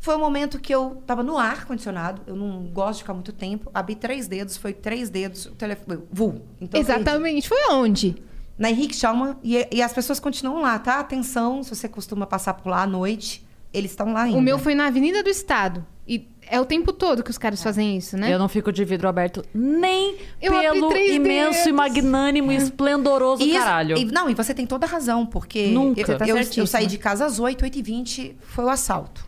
Foi o momento que eu tava no ar condicionado, eu não gosto de ficar muito tempo. Abri três dedos, foi três dedos, o telefone. Vul. Então, eu perdi.
Exatamente. Foi aonde?
Na Henrique Schalman, e, e as pessoas continuam lá, tá? Atenção, se você costuma passar por lá à noite, eles estão lá ainda.
O meu foi na Avenida do Estado. E é o tempo todo que os caras fazem isso, né?
Eu não fico de vidro aberto nem
Eu abri
pelo
três
imenso e
dedos. É.
magnânimo e esplendoroso
E isso-
caralho.
e- não, e você tem toda a razão, porque
Nunca.
eu-
Você tá
eu, eu
certíssima.
saí de casa às 8, 8 e 20 foi o assalto.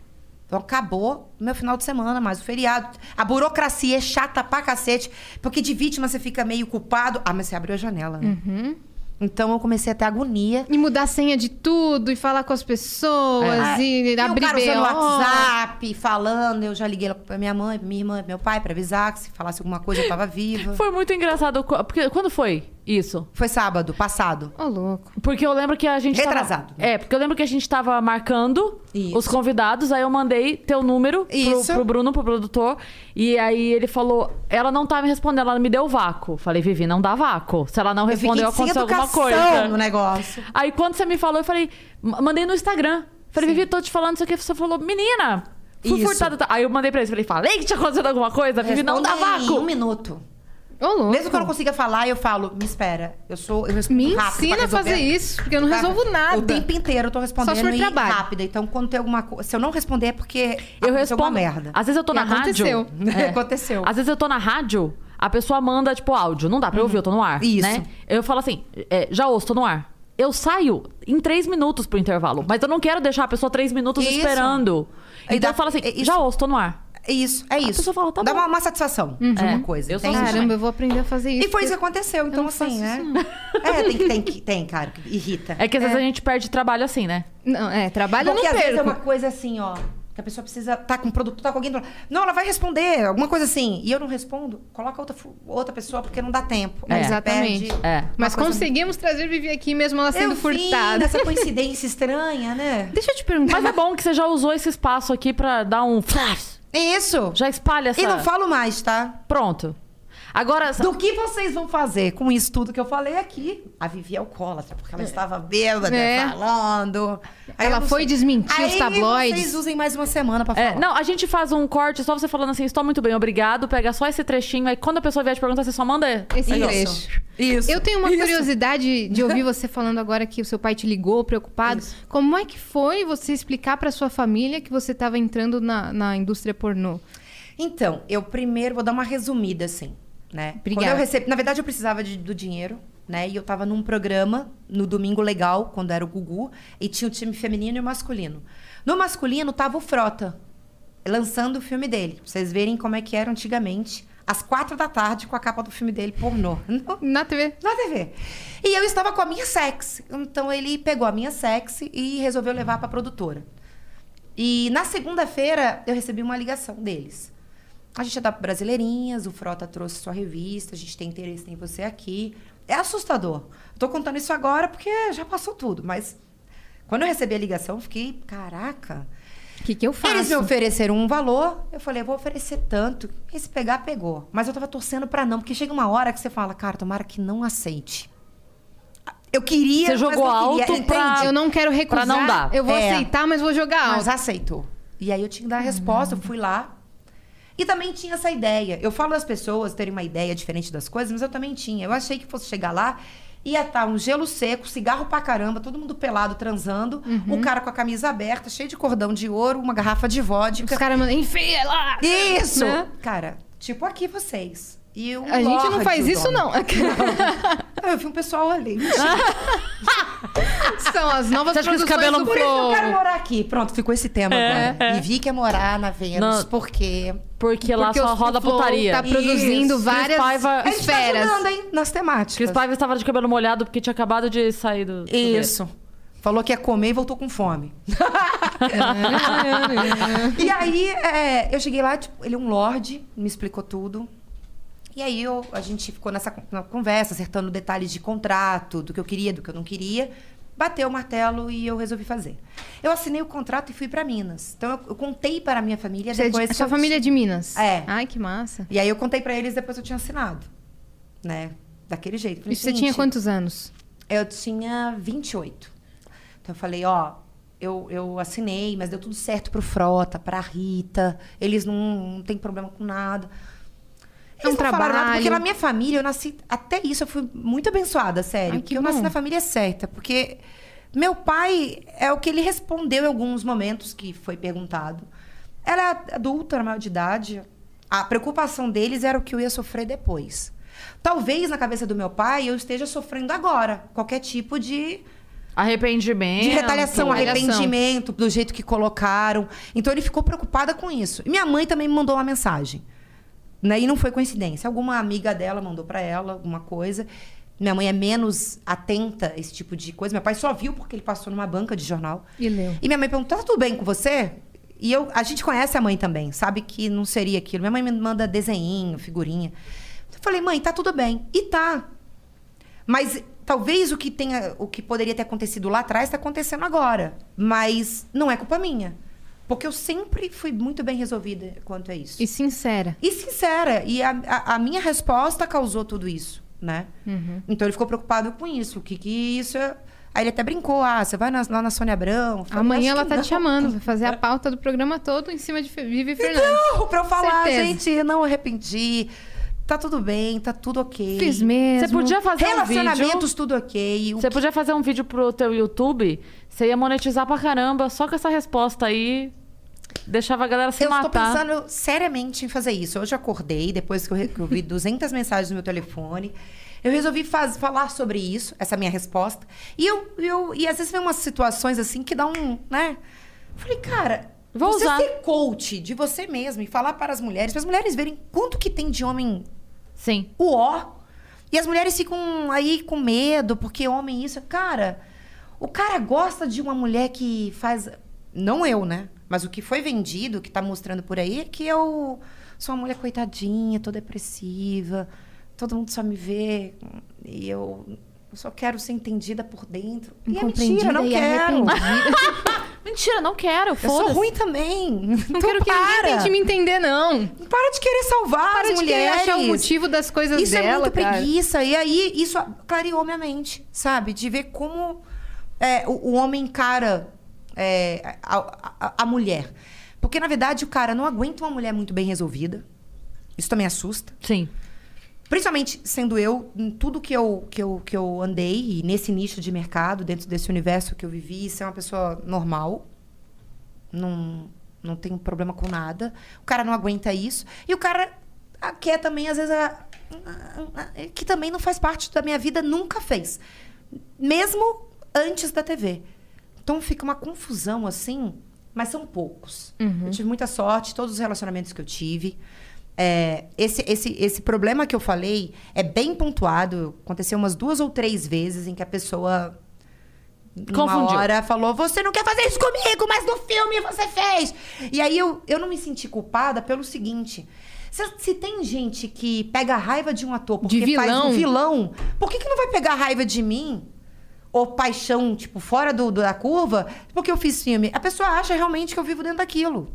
Então acabou meu final de semana, mais o feriado. A burocracia é chata pra cacete, porque de vítima você fica meio culpado. Ah, mas você abriu a janela, né?
Uhum.
Então eu comecei a ter agonia.
E mudar a senha de tudo, e falar com as pessoas,
Ah,
e
e o
abrir
cara usando
BO.
WhatsApp, falando. Eu já liguei lá pra minha mãe, pra minha irmã, pro meu pai, pra avisar que se falasse alguma coisa eu tava viva. Foi,
Foi muito engraçado. co- Porque, quando foi isso?
sábado, passado.
Ô, louco.
Porque eu lembro que a gente. tava-
Retrasado. né?
é, porque eu lembro que a gente tava marcando
Isso.
os convidados, aí eu mandei teu número pro,
Isso.
pro Bruno, pro produtor. E aí ele falou. Ela não tá me respondendo, ela me deu vácuo. Falei, Vivi, não dá vácuo. Se ela não
Eu fiquei
respondeu,
sem
aconteceu alguma
educação né?
coisa.
no negócio.
Aí quando você me falou, eu falei, ma- mandei no Instagram. Falei, Vivi, tô te falando isso aqui. Você falou, menina, fui
Isso.
furtada. tá? Aí eu mandei pra eles, falei, falei que tinha acontecido alguma coisa, Vivi, não dá
Responda em Um
vácuo.
minuto.
Ô, louco.
Mesmo que eu não consiga falar, eu falo, me espera. Eu sou. Eu respondo
Uhum. Me
rápido pra
ensina a
resolver.
fazer isso, porque eu não
Tá?
resolvo nada.
O tempo inteiro eu tô respondendo
Só se for
e
trabalho.
rápida. Então, quando tem alguma coisa. Se eu não responder, é porque
Eu
aconteceu
respondo.
alguma merda.
Às vezes eu tô
E
na
aconteceu.
rádio.
É. Aconteceu.
Às vezes eu tô na rádio, a pessoa manda, tipo, áudio. Não dá pra eu ouvir, eu tô no ar.
Isso.
Né? Eu falo assim, é, já ouço, tô no ar. Eu saio em três minutos pro intervalo, mas eu não quero deixar a pessoa três minutos
Isso.
esperando.
E
Então
dá-
eu falo assim,
é isso.
já ouço, tô no ar.
É isso, é isso.
pessoa fala, tá
Dá
bom.
uma, uma satisfação
Uhum.
alguma
É.
coisa.
Eu sou
entende?
assim.
Caramba, eu vou aprender a fazer isso.
E foi isso que aconteceu, então
não
assim,
faço
né?
isso,
É, tem, que- tem, que- tem, cara, que irrita.
É que às vezes a gente perde trabalho assim, né?
Não, é, trabalho eu não
Porque às vezes é
perco.
uma coisa assim, ó. Que a pessoa precisa tá com o produto, tá com alguém. do lado. Não, ela vai responder, alguma coisa assim. E eu não respondo, coloca outra, fu- outra pessoa, porque não dá tempo. Aí você
É, Exatamente.
perde
É.
uma
Mas
coisa
conseguimos trazer Vivi aqui, mesmo ela Tá sendo
Eu vi
furtada. (laughs)
Essa coincidência estranha, né?
Deixa eu te perguntar.
Mas é bom que você já usou esse espaço aqui pra dar um flash.
É isso.
Já espalha essa.
E não falo mais, tá?
Pronto. Agora. essa-
Do que vocês vão fazer com isso tudo que eu falei aqui? A Vivi é alcoólatra, porque ela estava bêbada,
É.
falando. Aí
Ela
eu não
foi
sei.
desmentir
Aí
os tabloides.
vocês usem mais uma semana pra falar.
É, não, a gente faz um corte só você falando assim, estou muito bem, obrigado. Pega só esse trechinho, aí quando a pessoa vier te perguntar, você só manda.
Esse
Aí, ó.
trecho.
Isso.
Eu tenho uma
Isso.
curiosidade
(laughs)
de ouvir você falando agora que o seu pai te ligou preocupado. Como é que foi você explicar pra sua família que você estava entrando na, na indústria pornô?
Então, eu primeiro vou dar uma resumida, assim, né?
Obrigada.
Quando eu recebi... Na verdade, eu precisava de- do dinheiro, né? E eu tava num programa, no Domingo Legal, quando era o Gugu, e tinha o time feminino e o masculino. No masculino tava o Frota, lançando o filme dele. Pra vocês verem como é que era antigamente. Às quatro da tarde, com a capa do filme dele, pornô. (laughs)
Na TV.
na TV. E eu estava com a minha sexy. Então ele pegou a minha sexy e resolveu levar para produtora. E na segunda-feira eu recebi uma ligação deles. A gente ia dar pro Brasileirinhas, o Frota trouxe sua revista, a gente tem interesse em você aqui. É assustador. Eu tô contando isso agora porque já passou tudo, mas quando eu recebi a ligação, eu fiquei, caraca.
O que, que eu faço?
Eles me ofereceram um valor, eu falei, eu vou oferecer tanto. E se pegar, pegou. Mas eu tava torcendo pra não, porque chega uma hora que você fala, cara, tomara que não aceite. Eu queria.
Você
mas
jogou
não queria,
alto
entende?
pra-
Eu não quero
Pra
recusar.
não dar.
Eu vou
É.
aceitar, mas vou jogar
Mas
alto.
aceitou. E aí eu tinha que dar a resposta, eu fui lá. E também tinha essa ideia. Eu falo das pessoas terem uma ideia diferente das coisas, mas eu também tinha. Eu achei que fosse chegar lá, ia estar um gelo seco, cigarro pra caramba, todo mundo pelado, transando,
Uhum.
o cara com a camisa aberta, cheio de cordão de ouro, uma garrafa de vodka.
Os caras mandam, enfia lá!
Isso!
Né?
Cara, tipo aqui vocês. E o
A gente não
Lorde,
faz
o
isso,
dono.
não.
(laughs)
Eu vi um pessoal ali.
São as novas
Você acha que os
produções
cabelo
do
Por isso que eu
povo.
quero morar aqui. Pronto, ficou esse tema
É,
agora. Vivi quer é morar na Vênus,
Não.
porque...
Porque lá
Porque
só
os-
roda
o Flow
putaria.
Tá produzindo
Isso.
várias
Cris Paiva-
A gente tá
esferas.
ajudando, hein? Nas temáticas.
Cris Paiva estava de cabelo molhado porque tinha acabado de sair do. do
Isso. Falou que ia comer e voltou com fome.
tá (laughs)
e aí, é, eu cheguei lá, tipo, ele é um lorde, me explicou tudo. E aí eu- a gente ficou nessa con- na conversa, acertando detalhes de contrato, do que eu queria, do que eu não queria. Bateu o martelo e eu resolvi fazer. Eu assinei o contrato e fui pra Minas. Então eu, eu contei para a minha família
(laughs) Você é de-
depois. que
sua
eu-
família é de Minas?
É.
Ai, que massa.
E aí eu contei pra eles depois que eu tinha assinado. Né? Daquele jeito. Falei,
E você
"Gente,
tinha quantos anos?
eu tinha 28. Então eu falei, ó, eu eu, eu assinei, mas deu tudo certo pro Frota, pra Rita. Eles não, não têm problema com nada.
É um
Eles não falaram nada, porque
trabalho.
na minha família eu nasci. Até isso eu fui muito abençoada, sério.
Ai, que
porque eu nasci
bom.
na família certa. Porque meu pai é o que ele respondeu em alguns momentos que foi perguntado. Era adulta, era maior de idade. A preocupação deles era o que eu ia sofrer depois. Talvez na cabeça do meu pai eu esteja sofrendo agora qualquer tipo de
Arrependimento.
de retaliação,
retaliação.
arrependimento, do jeito que colocaram. Então ele ficou preocupada com isso. E minha mãe também me mandou uma mensagem. Né? E não foi coincidência. Alguma amiga dela mandou pra ela alguma coisa. Minha mãe é menos atenta a esse tipo de coisa. Meu pai só viu porque ele passou numa banca de jornal.
E leu.
E minha mãe perguntou: tá tudo bem com você? E eu, a gente conhece a mãe também, sabe que não seria aquilo. Minha mãe me manda desenho, figurinha. Eu falei, mãe, tá tudo bem. E tá. Mas talvez o que tenha, o que poderia ter acontecido lá atrás está acontecendo agora. Mas não é culpa minha. Porque eu sempre fui muito bem resolvida quanto a isso.
E sincera.
E sincera. E a, a- a minha resposta causou tudo isso, né?
Uhum.
Então ele ficou preocupado com isso. O que que isso... é- Aí ele até brincou. Ah, você vai na- lá na Sônia Abrão? Eu falei,
Amanhã
"Acho
ela
que
tá
não."
te
(laughs)
chamando, vai fazer a pauta do programa todo em cima de Fe- Vivi Fernandes.
Então, pra eu falar,
Certeza.
gente, eu não arrependi. Tá tudo bem, tá tudo ok.
Fiz mesmo.
Você podia fazer um vídeo.
Relacionamentos, tudo ok. O
Você podia fazer um vídeo pro teu YouTube, você ia monetizar pra caramba, só com essa resposta aí deixava a galera se
eu estou
matar.
pensando seriamente em fazer isso. Hoje eu acordei, depois que eu, re- que
(laughs)
eu vi 200 mensagens no meu telefone. Eu resolvi faz- falar sobre isso, essa é minha resposta. E eu, eu- e às vezes vem umas situações assim que dá um, né? Eu Falei, cara,
Vou
você
usar.
ser coach de você mesmo e falar para as mulheres, para as mulheres verem quanto que tem de homem
Sim.
o ó. E as mulheres ficam aí com medo, porque homem isso. Cara, o cara gosta de uma mulher que faz. Não eu, né? Mas o que foi vendido, o que tá mostrando por aí, é que eu sou uma mulher coitadinha, tô depressiva, todo mundo só me vê. E eu, eu só quero ser entendida por dentro. E é mentira, eu não
e
quero.
arrependida.
Mentira, não quero,
Eu sou
foda-se.
ruim também. Então
Não quero que ninguém tente me entender, não.
Para de querer salvar
Para
as
de querer
mulheres.
achar um o motivo das coisas
Isso
dela,
é muito
cara.
preguiça. E aí, isso clareou minha mente, sabe? De ver como é, o, o homem encara é, a, a- a mulher. Porque, na verdade, o cara não aguenta uma mulher muito bem resolvida. Isso também assusta.
Sim.
Principalmente sendo eu, em tudo que eu, que eu, que eu andei, e nesse nicho de mercado, dentro desse universo que eu vivi, ser uma pessoa normal. Não, não tenho problema com nada. O cara não aguenta isso. E o cara ah, quer também, às vezes, a- a- a- que também não faz parte da minha vida, nunca fez. Mesmo antes da TV. Então fica uma confusão assim, mas são poucos. Eu tive muita sorte, todos os relacionamentos que eu tive. É, esse, esse, esse problema que eu falei é bem pontuado. Aconteceu umas duas ou três vezes em que a pessoa uma
Confundiu.
hora falou: Você não quer fazer isso comigo, mas no filme você fez. E aí eu, eu não me senti culpada pelo seguinte. Se, se tem gente que pega raiva de um ator porque
De
faz
vilão.
um vilão, por que, que não vai pegar raiva de mim? Ou paixão, tipo, fora do, do- da curva, porque eu fiz filme. A pessoa acha realmente que eu vivo dentro daquilo.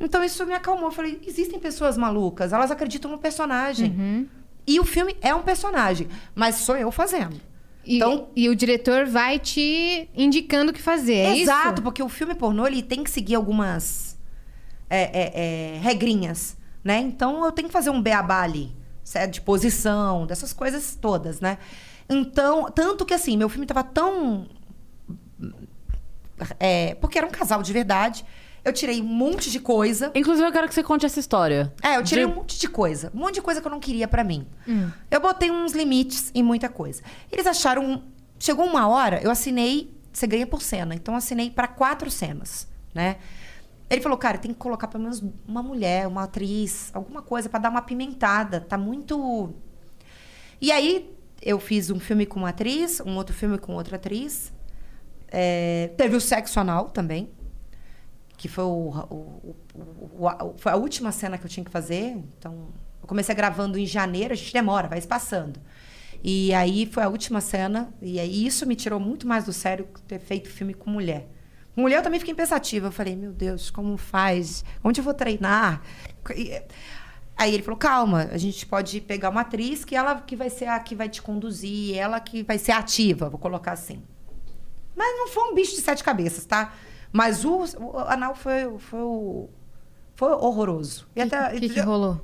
Então isso me acalmou. Eu falei, existem pessoas malucas, elas acreditam no personagem.
Uhum.
E o filme é um personagem, mas sou eu fazendo.
E,
Então-
e o diretor vai te indicando o que fazer, é isso?
Exato, porque o filme pornô ele tem que seguir algumas é, é, é, regrinhas, né? Então eu tenho que fazer um beabá ali, certo? de posição, dessas coisas todas, né? Então, tanto que assim, meu filme tava tão. é, porque era um casal de verdade. Eu tirei um monte de coisa.
Inclusive, eu quero que você conte essa história.
É, eu tirei
De-
um monte de coisa. Um monte de coisa que eu não queria pra mim. Eu botei uns limites em muita coisa. Eles acharam. um, Chegou uma hora, eu assinei. Você ganha por cena. Então, eu assinei pra quatro cenas, né? Ele falou, cara, tem que colocar pelo menos uma mulher, uma atriz, alguma coisa pra dar uma pimentada. Tá muito. E aí, eu fiz um filme com uma atriz, um outro filme com outra atriz. É, teve o sexo anal também que foi, o, o- o- o- a- foi a última cena que eu tinha que fazer. Então, eu comecei gravando em janeiro, a gente demora, vai espaçando. E aí foi a última cena, e aí isso me tirou muito mais do sério que ter feito filme com mulher. Com Mulher eu também fiquei pensativa. Eu falei, meu Deus, como faz? Onde eu vou treinar? E- Aí ele falou, calma, a gente pode pegar uma atriz que ela que vai ser a que vai te conduzir, ela que vai ser ativa, vou colocar assim. Mas não foi um bicho de sete cabeças, tá? Mas o, o anal foi, foi, o- foi horroroso. E
O
até,
que, que rolou?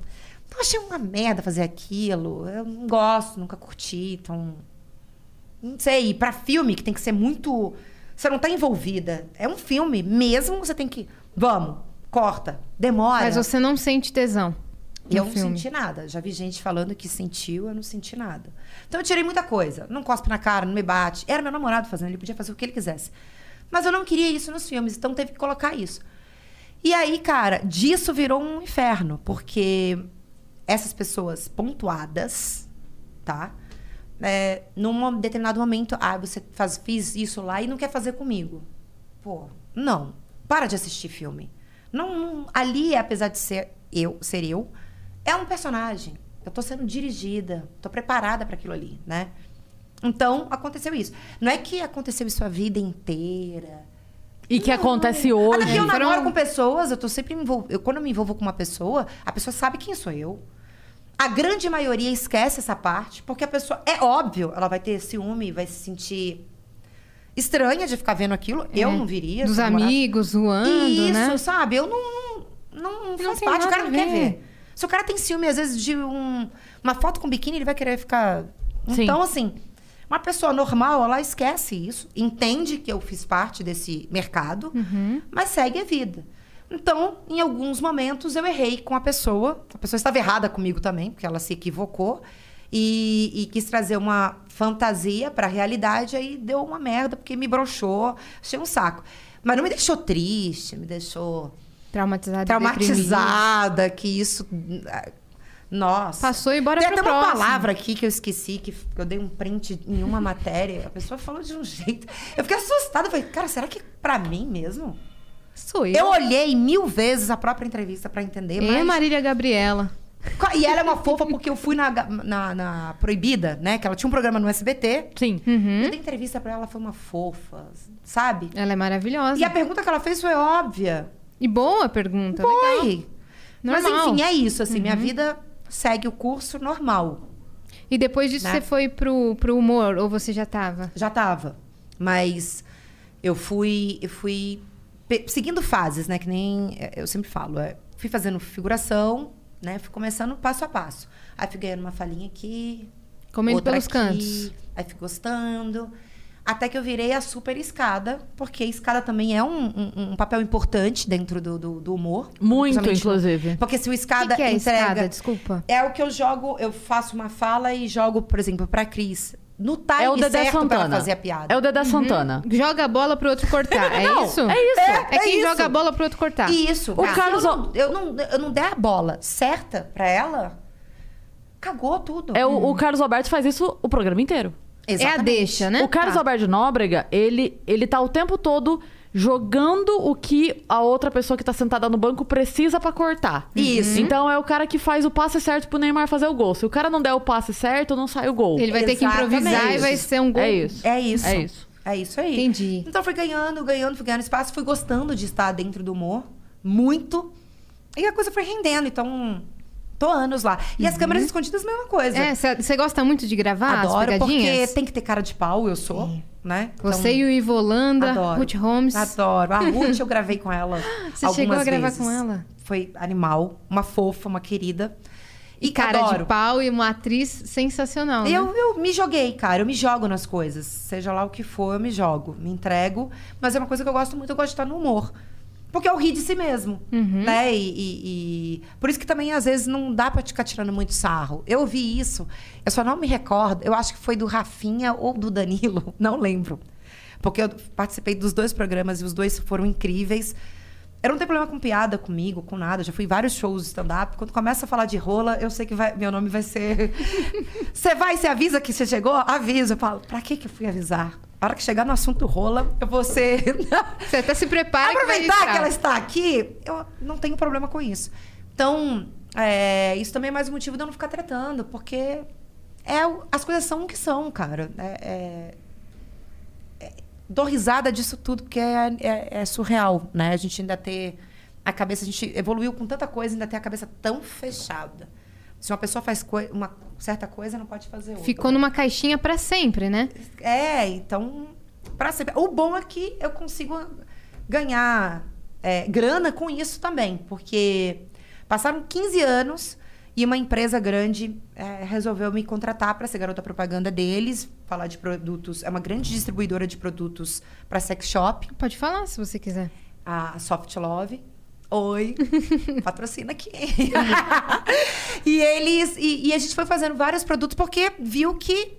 eu achei uma merda fazer aquilo. Eu não gosto, nunca curti, então. Não sei, e pra filme, que tem que ser muito. Você não tá envolvida. É um filme mesmo, você tem que. Vamos, corta, demora.
Mas você não sente tesão.
E eu
no
não
filme.
senti nada. Já vi gente falando que sentiu, eu não senti nada. Então eu tirei muita coisa. Não cospe na cara, não me bate. Era meu namorado fazendo, ele podia fazer o que ele quisesse. Mas eu não queria isso nos filmes, então teve que colocar isso. E aí, cara, disso virou um inferno, porque essas pessoas pontuadas, tá? É, num mo- determinado momento, ah, você faz, fiz isso lá e não quer fazer comigo. Pô, não. Para de assistir filme. Não, não- ali, apesar de ser eu, ser eu, é um personagem. Eu tô sendo dirigida, tô preparada para aquilo ali, né? Então, aconteceu isso. Não é que aconteceu isso a vida inteira.
E que acontece
Até
hoje.
porque eu
Foram-
namoro com pessoas, eu tô sempre me envol... eu, Quando eu me envolvo com uma pessoa, a pessoa sabe quem sou eu. A grande maioria esquece essa parte, porque a pessoa. É óbvio, ela vai ter ciúme, vai se sentir estranha de ficar vendo aquilo. Eu
É.
não viria.
Dos
se eu namorasse.
amigos, zoando,
Isso,
né?
sabe? Eu não. Não, não faz
tem
parte, o
nada
cara
a
não quer
ver.
ver. Se o cara tem ciúme, às vezes, de um- uma foto com biquíni, ele vai querer ficar.
Sim.
Então, assim, uma pessoa normal, ela esquece isso, entende que eu fiz parte desse mercado,
Uhum.
mas segue a vida. Então, em alguns momentos, eu errei com a pessoa. A pessoa estava errada comigo também, porque ela se equivocou. E, e quis trazer uma fantasia para a realidade, aí deu uma merda, porque me broxou, achei um saco. Mas não me deixou triste, me deixou
Traumatizado, deprimido.
traumatizada, que isso. ah, Nossa.
Passou e bora
Tem
pro
até uma
próximo.
palavra aqui que eu esqueci, que f- eu dei um print em uma matéria. A pessoa falou de um (laughs) jeito. Eu fiquei assustada. Eu falei, cara, será que é pra mim mesmo?
Sou eu.
Eu olhei mil vezes a própria entrevista pra entender,
É
mas-
Marília Gabriela.
Qua- E ela é uma fofa porque eu fui na, ga- na, na Proibida, né? Que ela tinha um programa no SBT.
Sim.
Uhum.
Eu dei entrevista pra ela, ela foi uma fofa, sabe?
Ela é maravilhosa.
E a pergunta que ela fez foi óbvia.
E boa a pergunta. né? legal.
Foi. Mas
Normal.
enfim, é isso. Assim, minha vida segue o curso normal.
E depois disso
Né?
você foi pro, pro humor, ou você já tava?
Já tava. Mas eu fui. Eu fui pe- seguindo fases, né? Que nem é, eu sempre falo. é, fui fazendo figuração, né? Fui começando passo a passo. Aí fui ganhando uma falinha aqui.
Comendo
outra
pelos
aqui,
cantos.
Aí fui gostando. Até que eu virei a super escada, porque escada também é um, um- um papel importante dentro do, do- do humor.
Muito,
principalmente no-
inclusive.
Porque se o
O
escada
que, que é
entrega.
escada? Desculpa.
É o que eu jogo, eu faço uma fala e jogo, por exemplo, pra Cris. No time
É o Dedé
certo pra ela
Santana.
fazer a piada.
É o Dedé Santana.
Joga a bola pro outro cortar.
(laughs)
é
Não,
isso?
É isso.
É quem
isso.
joga a bola pro outro cortar.
Isso.
O
Se
Carlos
eu não, eu, não, eu não der a bola certa pra ela, cagou tudo.
É o, o Carlos Alberto faz isso o programa inteiro.
É a deixa, né?
O Carlos
Tá.
Alberto de Nóbrega, ele, ele tá o tempo todo jogando o que a outra pessoa que tá sentada no banco precisa pra cortar.
Isso.
Então é o cara que faz o passe certo pro Neymar fazer o gol. Se o cara não der o passe certo, não sai o gol.
Ele vai ter que improvisar
Exatamente.
e vai ser um gol.
É isso.
É isso.
É isso.
É isso aí.
Entendi.
Então fui ganhando, ganhando, fui ganhando espaço, fui gostando de estar dentro do humor. Muito. E a coisa foi rendendo, então. Tô anos lá. E
Uhum.
as câmeras escondidas, mesma coisa.
É, você gosta muito de gravar
ah,
Adoro,
as
porque
pegadinhas?
tem que ter cara de pau, eu sou, né? Então-
Você e o Ivo Holanda,
Adoro.
Ruth Holmes.
Adoro. A Ruth eu gravei com ela.
(laughs) Você
algumas
chegou a gravar
vezes.
com ela?
Foi animal, uma fofa, uma querida.
E cara
adoro.
de pau e uma atriz sensacional. né?
Eu, eu me joguei, cara. Eu me jogo nas coisas. Seja lá o que for, eu me jogo. Me entrego. Mas é uma coisa que eu gosto muito. Eu gosto de estar no humor. Porque eu ri de si mesmo,
Uhum.
né? E, e- e- Por isso que também, às vezes, não dá pra te ficar tirando muito sarro. Eu vi isso. Eu só não me recordo. Eu acho que foi do Rafinha ou do Danilo. (laughs) Não lembro. Porque eu participei dos dois programas e os dois foram incríveis. Eu não tenho problema com piada comigo, com nada. Eu já fui em vários shows de stand-up. Quando começa a falar de rola, eu sei que vai- meu nome vai ser. Você vai, você avisa que você chegou? Avisa. Eu falo, pra que, que eu fui avisar? A hora que chegar no assunto rola, eu vou ser. (laughs)
Você até se prepara
Aproveitar
que,
que,
vai
ela
estar.
está aqui, eu não tenho problema com isso. Então, é, isso também é mais um motivo de eu não ficar tretando, porque é, o- as coisas são o que são, cara. É, é- é- dou risada disso tudo, porque é, é- é surreal, né? A gente ainda ter a cabeça, a gente evoluiu com tanta coisa, ainda ter a cabeça tão fechada. Se uma pessoa faz coi- uma certa coisa, não pode fazer outra.
Ficou numa caixinha pra sempre, né?
É, então, pra sempre. O bom é que eu consigo ganhar é, grana com isso também. Porque passaram 15 anos e uma empresa grande é, resolveu me contratar para ser garota propaganda deles, falar de produtos. É uma grande distribuidora de produtos para sex shop,
Pode falar se você quiser.
a Soft Love.
(laughs)
Oi, patrocina aqui. (laughs) e eles. E, e a gente foi fazendo vários produtos porque viu que,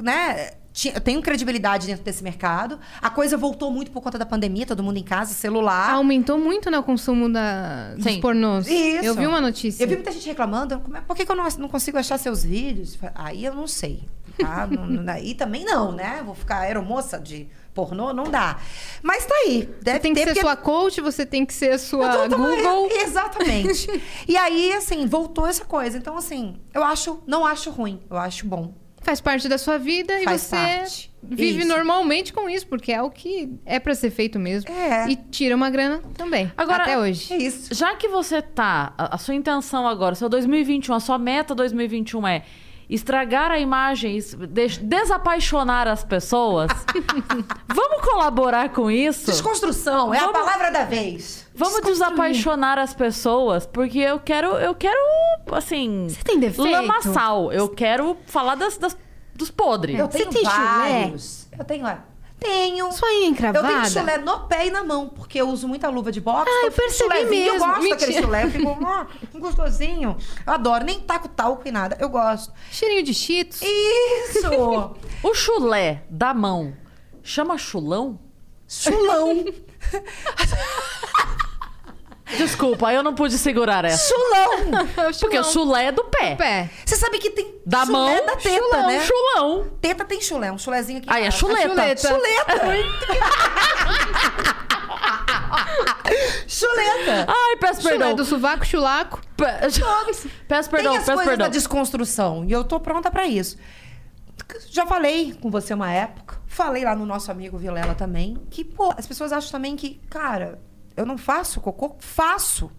né? ti- Eu tenho credibilidade dentro desse mercado. A coisa voltou muito por conta da pandemia, todo mundo em casa, celular.
Aumentou muito né, o consumo da... dos
Sim.
pornôs.
Isso.
Eu vi uma notícia.
Eu vi muita gente reclamando, como é- por que, que eu não, não consigo achar seus vídeos? Aí eu não sei. Tá? (laughs) Não- não- aí também não, né? Vou ficar aeromoça de pornô, não dá. Mas tá aí. Deve
Você tem que
ter,
ser
porque-
sua coach, você tem que ser a
Eu
sua
tô- tô-
Google.
Então, é,
(laughs)
Exatamente. e aí, assim, voltou essa coisa. Então, assim, eu acho, não acho ruim, eu acho bom.
Faz parte da sua vida
Faz
e você
parte.
vive
Isso.
normalmente com isso, porque é o que é pra ser feito mesmo.
É.
E tira uma grana também.
Agora-
até hoje.
É isso.
Já que você tá, a a sua intenção agora, seu 2021, a sua meta 2021 é estragar a imagem, es- des- desapaixonar as
(laughs)
pessoas. vamos colaborar com isso?
Desconstrução é a
Vamos-
palavra da vez.
Vamos desapaixonar as pessoas, porque eu quero, eu quero, assim,
Você tem defeito?
lamaçal. Eu quero falar das, das- dos podres.
Eu
Você
tenho
tem chulé?
vários. Eu tenho, é. Tenho.
Sua unha encravada?
Eu tenho chulé no pé e na mão, porque eu uso muita luva de boxe.
Ah,
então
eu
fica um
percebi
chulézinho. Eu
mesmo.
gosto daquele
Mentira.
chulé. Eu fico, "Ah, um gostosinho. Eu adoro. Nem taco talco e nada. Eu gosto.
Cheirinho de cheetos. (laughs)
Isso!
O chulé da mão chama chulão?
Chulão.
Desculpa, eu não pude segurar
(laughs)
essa.
Chulão.
Porque o chulé é do pé.
pé.
Você sabe que tem
Da
chulé
mão,
da teta,
chulão,
né?
chulão.
Teta tem chulé, um chulézinho aqui.
Aí é
embaixo.
chuleta.
chuleta.
Chuleta. chuleta.
(laughs) Ai, peço
Chulé
perdão.
do sovaco, chulaco.
Pe- (laughs) Peço perdão,
Tem as
peço
coisas
perdão.
da desconstrução. E eu tô pronta pra isso. Já falei com você uma época. Falei lá no nosso amigo Vilela também. Que, pô, as pessoas acham também que, cara, eu não faço cocô? Faço.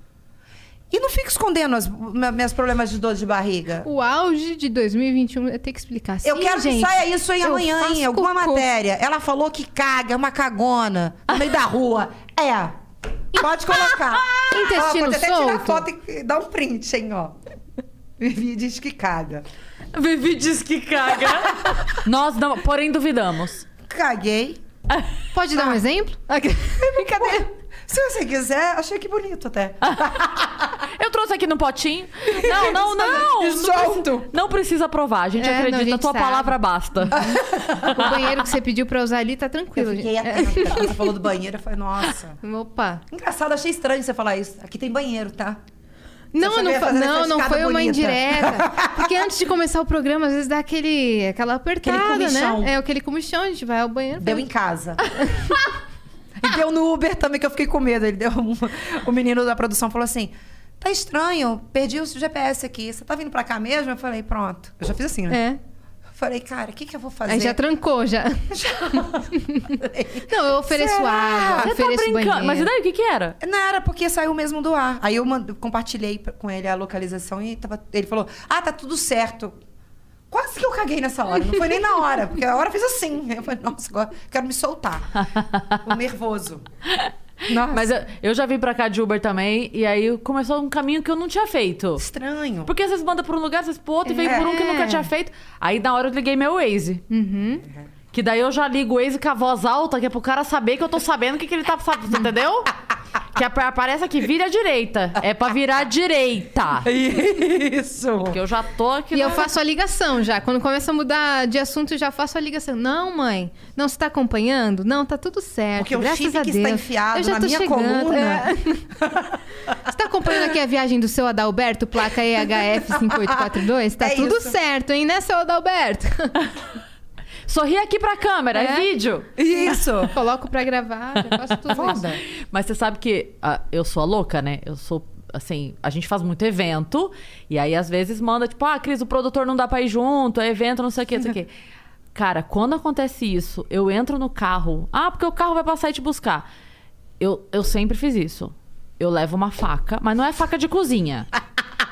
E não fico escondendo as, me- meus problemas de dor de barriga.
O auge de 2021 é ter que explicar.
Eu
Sim,
quero
gente,
que saia isso em
eu
amanhã, em
faço
alguma
cocô.
matéria. Ela falou que caga, é uma cagona, no meio da rua. É.
(laughs)
Pode colocar.
Intestino
ó, pode até tirar
solto.
foto e dar um print, hein, ó. Vivi diz que caga.
Vivi diz que
(laughs)
caga. Nós, não, porém, duvidamos.
Caguei.
Pode dar um
Ah. (laughs)
exemplo?
Brincadeira. Se você quiser, achei que bonito até.
Ah,
Eu trouxe aqui no potinho. Não, não, não.
E solto.
Não precisa provar, a gente
É, não,
acredita.
a gente
a tua
sabe.
palavra
(laughs)
basta.
o banheiro que você pediu pra usar ali tá
Eu
tranquilo.
fiquei
gente.
atenta. Quando você falou do banheiro, eu falei, nossa.
(laughs) Opa.
Engraçado, achei estranho você falar isso. Aqui tem banheiro, tá?
Não, não
achou que eu ia
foi,
fazer essa
não, não
escada
foi uma
bonita? (laughs)
indireta. Porque antes de começar o programa, às vezes dá aquele, aquela apertada,
comichão.
né? É aquele comichão, a gente vai ao banheiro.
Deu em casa. (laughs) e deu no Uber também, que eu fiquei com medo. Ele deu um- O menino da produção falou assim: tá estranho, perdi o GPS aqui. Você tá vindo pra cá mesmo? Eu falei, pronto. Eu já fiz assim, né?
É.
Falei, cara, o que, que eu vou fazer?
Aí já
(laughs)
trancou, já. (laughs) Não, eu ofereço
Será?
água,
Você tá
ofereço
brincando.
um banheiro.
Mas e daí, o que que era?
Não era porque saiu mesmo do ar. Aí eu mand- compartilhei pra- com ele a localização e tava- ele falou: Ah, tá tudo certo. Quase que eu caguei nessa hora. Não foi nem na hora, porque a hora fez assim. Eu falei, nossa, agora quero me soltar. O
(laughs)
nervoso. Nossa,
Mas eu, eu já vim pra cá de Uber também, e aí começou um caminho que eu não tinha feito.
estranho.
Porque vocês mandam por um lugar, vocês pro outro, e vem
É.
por um que eu nunca tinha feito. Aí na hora eu liguei meu Waze.
Uhum.
Que daí eu já ligo o Waze com a voz alta, que é pro cara saber que eu tô sabendo o que, que ele tá sabendo, você entendeu? Que ap- aparece aqui, vira à direita. É pra virar à direita.
(laughs) Isso.
Que eu já tô aqui.
E eu
no-
faço a ligação já. Quando começa a mudar de assunto, eu já faço a ligação. Não, mãe. Não, você tá acompanhando? Não, tá tudo certo.
Porque o
graças
chip
a
que
Deus.
está enfiado
eu já
na
tô
minha
chegando.
coluna.
É. (laughs) Você tá acompanhando aqui a viagem do seu Adalberto, placa EHF5842? Tá
É
tudo
isso.
certo, hein, né, seu Adalberto?
Sorri aqui pra câmera, é,
É.
vídeo.
(laughs) Isso.
(laughs) Coloco pra gravar, já faço tudo
Foda.
isso.
(laughs) Mas você sabe que ah, eu sou a louca, né? Eu sou. Assim, a gente faz muito evento, e aí às vezes manda, tipo, ah, Cris, o produtor não dá pra ir junto, é evento, não sei o quê, não sei o quê. Cara, quando acontece isso, eu entro no carro, ah, porque o carro vai passar e te buscar. Eu, eu sempre fiz isso. Eu levo uma faca, mas não é faca de cozinha.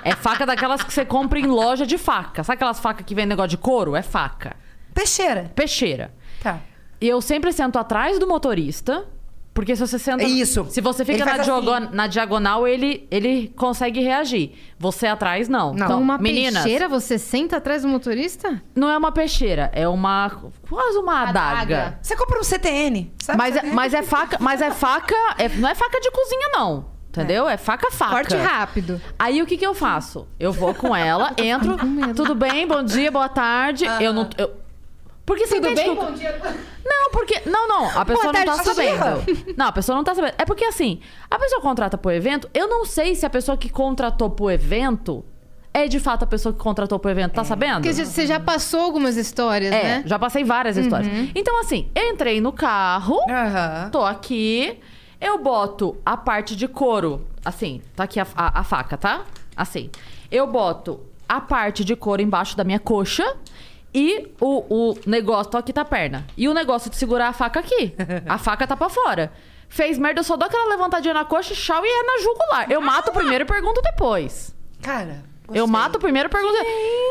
É faca daquelas que você compra em loja de faca. Sabe aquelas facas que vem negócio de couro? É faca.
Peixeira.
Peixeira.
Tá.
E eu sempre sento atrás do motorista Porque se você senta.
É Isso.
Se você fica
Ele
na,
faz
diogo-
assim.
na diagonal, ele, ele consegue reagir. Você atrás, não. Então,
Com uma
meninas,
peixeira, você senta atrás do motorista?
Não é uma peixeira, é uma. Quase uma adaga.
Adaga.
Você compra um CTN, sabe?
Mas, é,
CTN?
mas é faca. Mas é faca. é- não é faca de cozinha, não. Entendeu? É faca, faca.
Corte rápido.
Aí o que, que eu faço? Eu vou com
(laughs)
ela, entro.
com medo.
Tudo bem, bom dia, boa tarde. Eu não. Eu... Porque você entende que eu- Não, porque. Não, não. A pessoa não
Boa
tá
tarde,
sabendo. Não, a pessoa não tá sabendo. É porque assim, a pessoa contrata pro evento. Eu não sei se a pessoa que contratou pro evento é de fato a pessoa que contratou pro evento. Tá
É.
sabendo?
Porque já- você já passou algumas histórias,
É,
né?
já passei várias histórias.
Uhum.
Então, assim, eu entrei no carro,
Aham.
tô aqui, eu boto a parte de couro, assim, tá aqui a, a- a faca, tá? Assim. Eu boto a parte de couro embaixo da minha coxa e o, o negócio, tô aqui tá a perna. E o negócio de segurar a faca
(laughs)
aqui. A faca tá pra fora. Fez merda, eu só dou aquela levantadinha na coxa, chau, e é na jugular. Eu mato primeiro e pergunto depois.
Cara,
Eu
gostei.
mato primeiro e pergunto.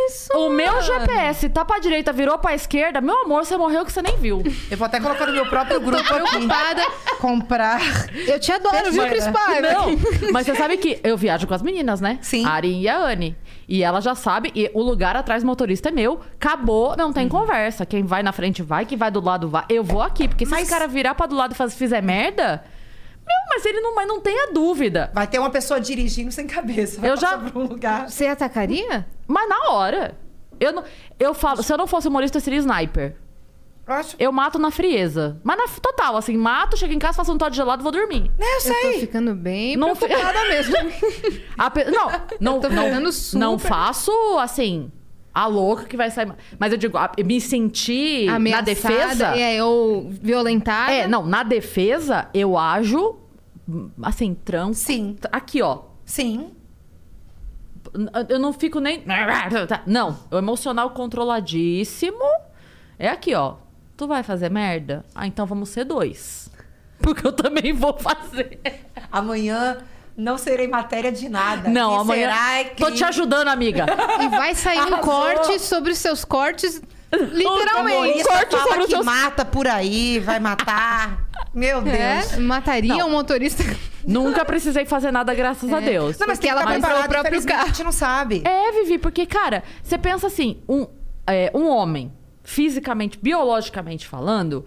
Isso,
O meu
mano.
GPS tá pra direita, virou pra esquerda. Meu amor, você morreu que você nem viu.
Eu vou até colocar no meu próprio grupo aqui.
Preocupada.
Comprar. (laughs)
Eu te adoro, viu,
Mano,
Cris Paiva?
Não, (laughs) mas você sabe que eu viajo com as meninas, né?
Sim.
A Ari e a Anne. E ela já sabe, e o lugar atrás do motorista é meu. Acabou, não
Uhum.
tem conversa. Quem vai na frente vai, quem vai do lado vai. Eu vou aqui, porque se
Mas-
esse cara virar pra do lado e faz- fizer merda. Meu, mas ele não, mas não tem a dúvida.
Vai ter uma pessoa dirigindo sem cabeça. Vai
Eu já-
passar por um lugar.
Você atacaria?
Mas na hora. Eu, não, eu falo, se eu não fosse humorista, eu seria sniper.
Eu acho.
Eu mato na frieza. Mas na total, assim, mato, chego em casa, faço um toque de gelado e vou dormir.
Né, eu
Eu
sei.
tô ficando bem
Não fi-
preocupada mesmo.
(laughs) A pe- Não, não,
tô ficando
não,
super-
não faço assim. A louca que vai sair. Mas eu digo, a- me sentir na
Ameaçada,
defesa. É,
É, ou violentada.
não, na defesa eu ajo hum, assim, trans.
Sim.
Aqui, ó.
Sim.
N- Eu não fico nem. Não, o emocional controladíssimo é aqui, ó. Tu vai fazer merda? Ah, então vamos ser dois. (laughs) Porque eu também vou fazer.
Amanhã não serei matéria de nada.
Não,
Quem
amanhã.
Será é que...
Tô te ajudando, amiga.
E vai sair (laughs) um
Arrasou.
corte sobre os seus cortes,
Literalmente.
literalmente.
Corte
Corte
sobre
fala
os
que
seus-
mata por aí, vai
(laughs)
matar. Meu Deus.
É, mataria
Não.
um motorista. (laughs)
Nunca precisei fazer nada, graças a Deus.
Não, mas
Porque
tem que
ela
tá
comprou o
preparado,
próprio
infelizmente,
carro.
A gente não sabe.
É, Vivi, porque, cara, você pensa assim, um, é, um homem, fisicamente, biologicamente falando,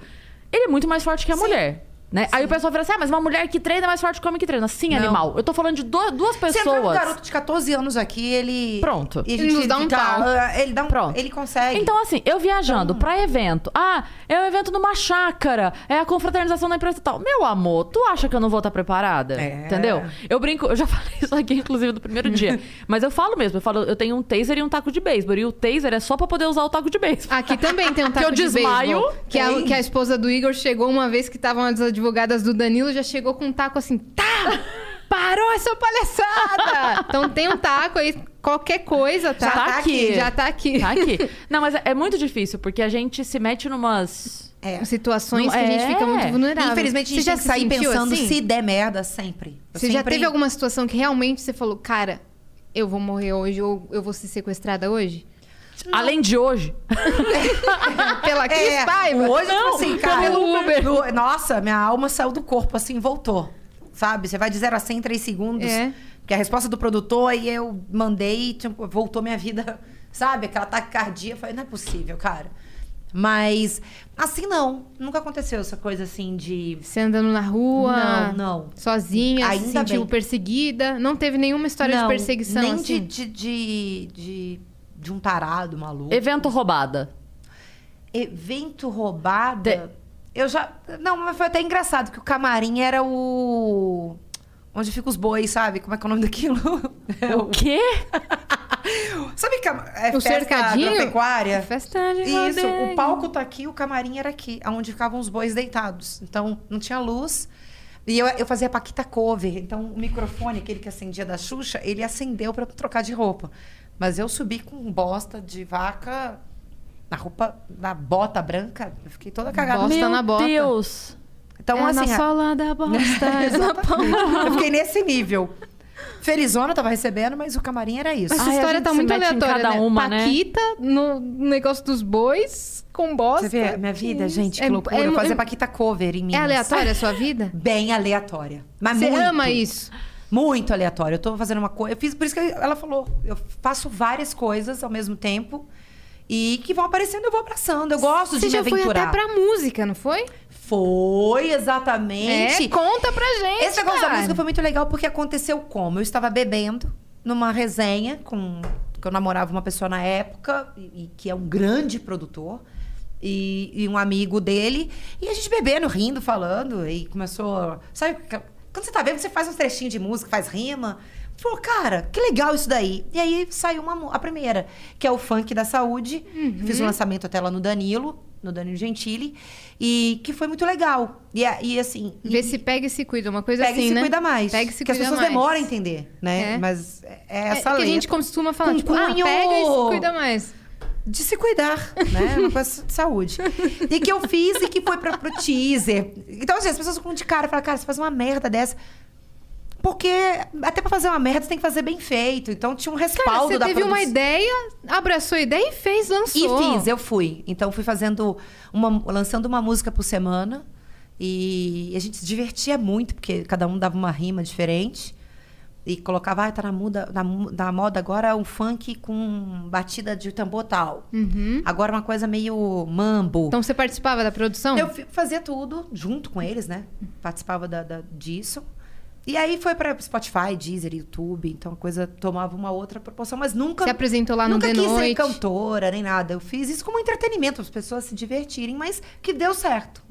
ele é muito mais forte que a mulher. Né? Aí o pessoal fala assim, ah, mas uma mulher que treina é mais forte que o homem que treina. Sim, animal. Eu tô falando de do- duas
Se entrar um
pessoas.
garoto de 14 anos aqui, ele...
Pronto.
E a
Ele
gente
nos dá um
fica-
pau.
Ele dá um...
Pronto.
Ele consegue.
Então, assim, eu viajando pra evento. Ah, é um evento numa chácara. É a confraternização da empresa e tal. Meu amor, tu acha que eu não vou estar preparada?
É.
Entendeu? Eu brinco, eu já (laughs) falei isso aqui, inclusive, do primeiro dia. Mas eu falo mesmo, eu falo, eu tenho um taser e um taco de beisebol. E o taser é só pra poder usar o taco de beisebol.
Aqui também tem um
Que
taco
eu
de
desmaio.
beisebol, Que a,
Tem.
que a esposa do Igor chegou uma vez que estavam as advogadas do Danilo, já chegou com um taco assim, tá! Parou essa palhaçada! então tem um taco aí, qualquer coisa, tá?
Já tá aqui.
Já tá aqui.
Tá aqui. Não, mas é, é muito difícil, porque a gente se mete numas.
É.
Situações que a gente
É.
fica muito vulnerável.
Infelizmente, a
Você
gente
já
tem que
se
sair
sentiu
pensando
assim?
se der merda sempre. Eu
Você já
sempre-
teve alguma situação que realmente você falou, cara, eu vou morrer hoje ou eu vou ser sequestrada hoje? (laughs)
Além de hoje.
Pela Cris
É,
Paiva?
hoje,
Não,
tipo assim,
pelo
cara...
Uber.
no- Nossa, minha alma saiu do corpo, assim, voltou. Sabe? Você vai de 0 a 100 em 3 segundos.
É.
Porque a resposta do produtor, aí eu mandei, tipo, voltou minha vida. (laughs) Sabe? Aquela taquicardia. Eu falei, não é possível, cara. Mas, assim, não. Nunca aconteceu essa coisa, assim, de...
Você andando na rua?
Não, não.
Sozinha, se
Ainda
sentiu
bem.
perseguida? Não teve nenhuma história de
Não,
perseguição
nem
assim?
de, de, de, de, de um tarado maluco.
Evento roubada.
Evento roubada. Eu já. Não, mas foi até engraçado que o camarim era o. Onde ficam os bois, sabe? Como é que é o nome daquilo? (laughs) É o-
Quê?
sabe que é
O
festa
cercadinho?
agropecuária?
É Festa né? de
Isso,
rodeio.
o palco tá aqui, o camarim era aqui, onde ficavam os bois deitados. Então, não tinha luz. E eu, eu fazia Paquita cover. Então, o microfone, aquele que acendia da Xuxa, ele acendeu pra eu trocar de roupa. Mas eu subi com bosta de vaca na roupa, na bota branca. Eu fiquei toda cagada.
Bosta
Meu
na bota.
Deus.
Então,
é
assim,
na
a-
sola da bosta. é na palma.
(laughs) eu fiquei nesse nível. Felizona tava recebendo, mas o camarim era isso.
Mas essa
Ai, a
história
gente
tá
se
muito
mete em
aleatória,
cada
né?
uma, né?
Paquita no negócio dos bois com bosta.
Você vê, minha vida, gente, que
É-
loucura.
é-
Eu fazia
é-
Paquita cover em mim.
É aleatória a sua
(laughs)
vida?
Bem aleatória. Mas
Você
muito.
ama isso?
Muito aleatório. Eu tô fazendo uma coisa. Eu fiz, por isso que ela falou, eu faço várias coisas ao mesmo tempo e que vão aparecendo, eu vou abraçando. Eu gosto
Você
de me
já foi até
aventurar.
pra música, não foi?
Foi,
É,
exatamente.
conta pra gente.
Esse negócio da
cara.
música foi muito legal porque aconteceu como? Eu estava bebendo numa resenha com que eu namorava uma pessoa na época e, e que é um grande produtor e, e um amigo dele e a gente bebendo, rindo, falando e começou, sabe? ca- Quando você tá bebendo, você faz uns trechinhos de música, faz rima. Pô, cara, que legal isso daí. E aí saiu uma, mu- a primeira, que é o Funk da Saúde. Fiz
Uhum.
um lançamento até lá no Danilo, no Danilo Gentili, e que foi muito legal. E, a- e assim. e-
Vê se pega e se cuida, uma coisa
Pega
assim,
e se
né?
cuida mais.
Pega e se
que as
cuida
pessoas
mais.
demoram a entender, né?
É.
Mas é é
É,
essa
que a
lei
gente costuma falar,
Com
tipo, ah,
cunho-
pega e se cuida mais.
de se cuidar, né? Uma coisa
(laughs)
de saúde. E que eu fiz e que foi pra, pro teaser. Então, assim, as pessoas ficam de cara e falam, cara, você faz uma merda dessa. Porque até pra fazer uma merda, você tem que fazer bem feito. Então tinha um
Cara,
respaldo
você
da
teve uma
produção.
ideia, abraçou a ideia e fez,
E
lançou.
fiz, eu fui. Então fui fazendo uma, lançando uma música por semana e a gente se divertia muito porque cada um dava uma rima diferente e colocava, ah, tá na, muda, na, mu- na moda agora um funk com batida de tambor tal. Agora uma coisa meio mambo.
Uhum. Então você participava da produção?
Eu fi- fazia tudo junto com eles, né? Participava da, da- disso. E aí foi para Spotify, Deezer, YouTube, então a coisa tomava uma outra proporção, mas nunca
Se apresentou lá no
Nunca
The
quis ser
Noite.
cantora nem nada. Eu fiz isso como entretenimento, as pessoas se divertirem, mas que deu certo.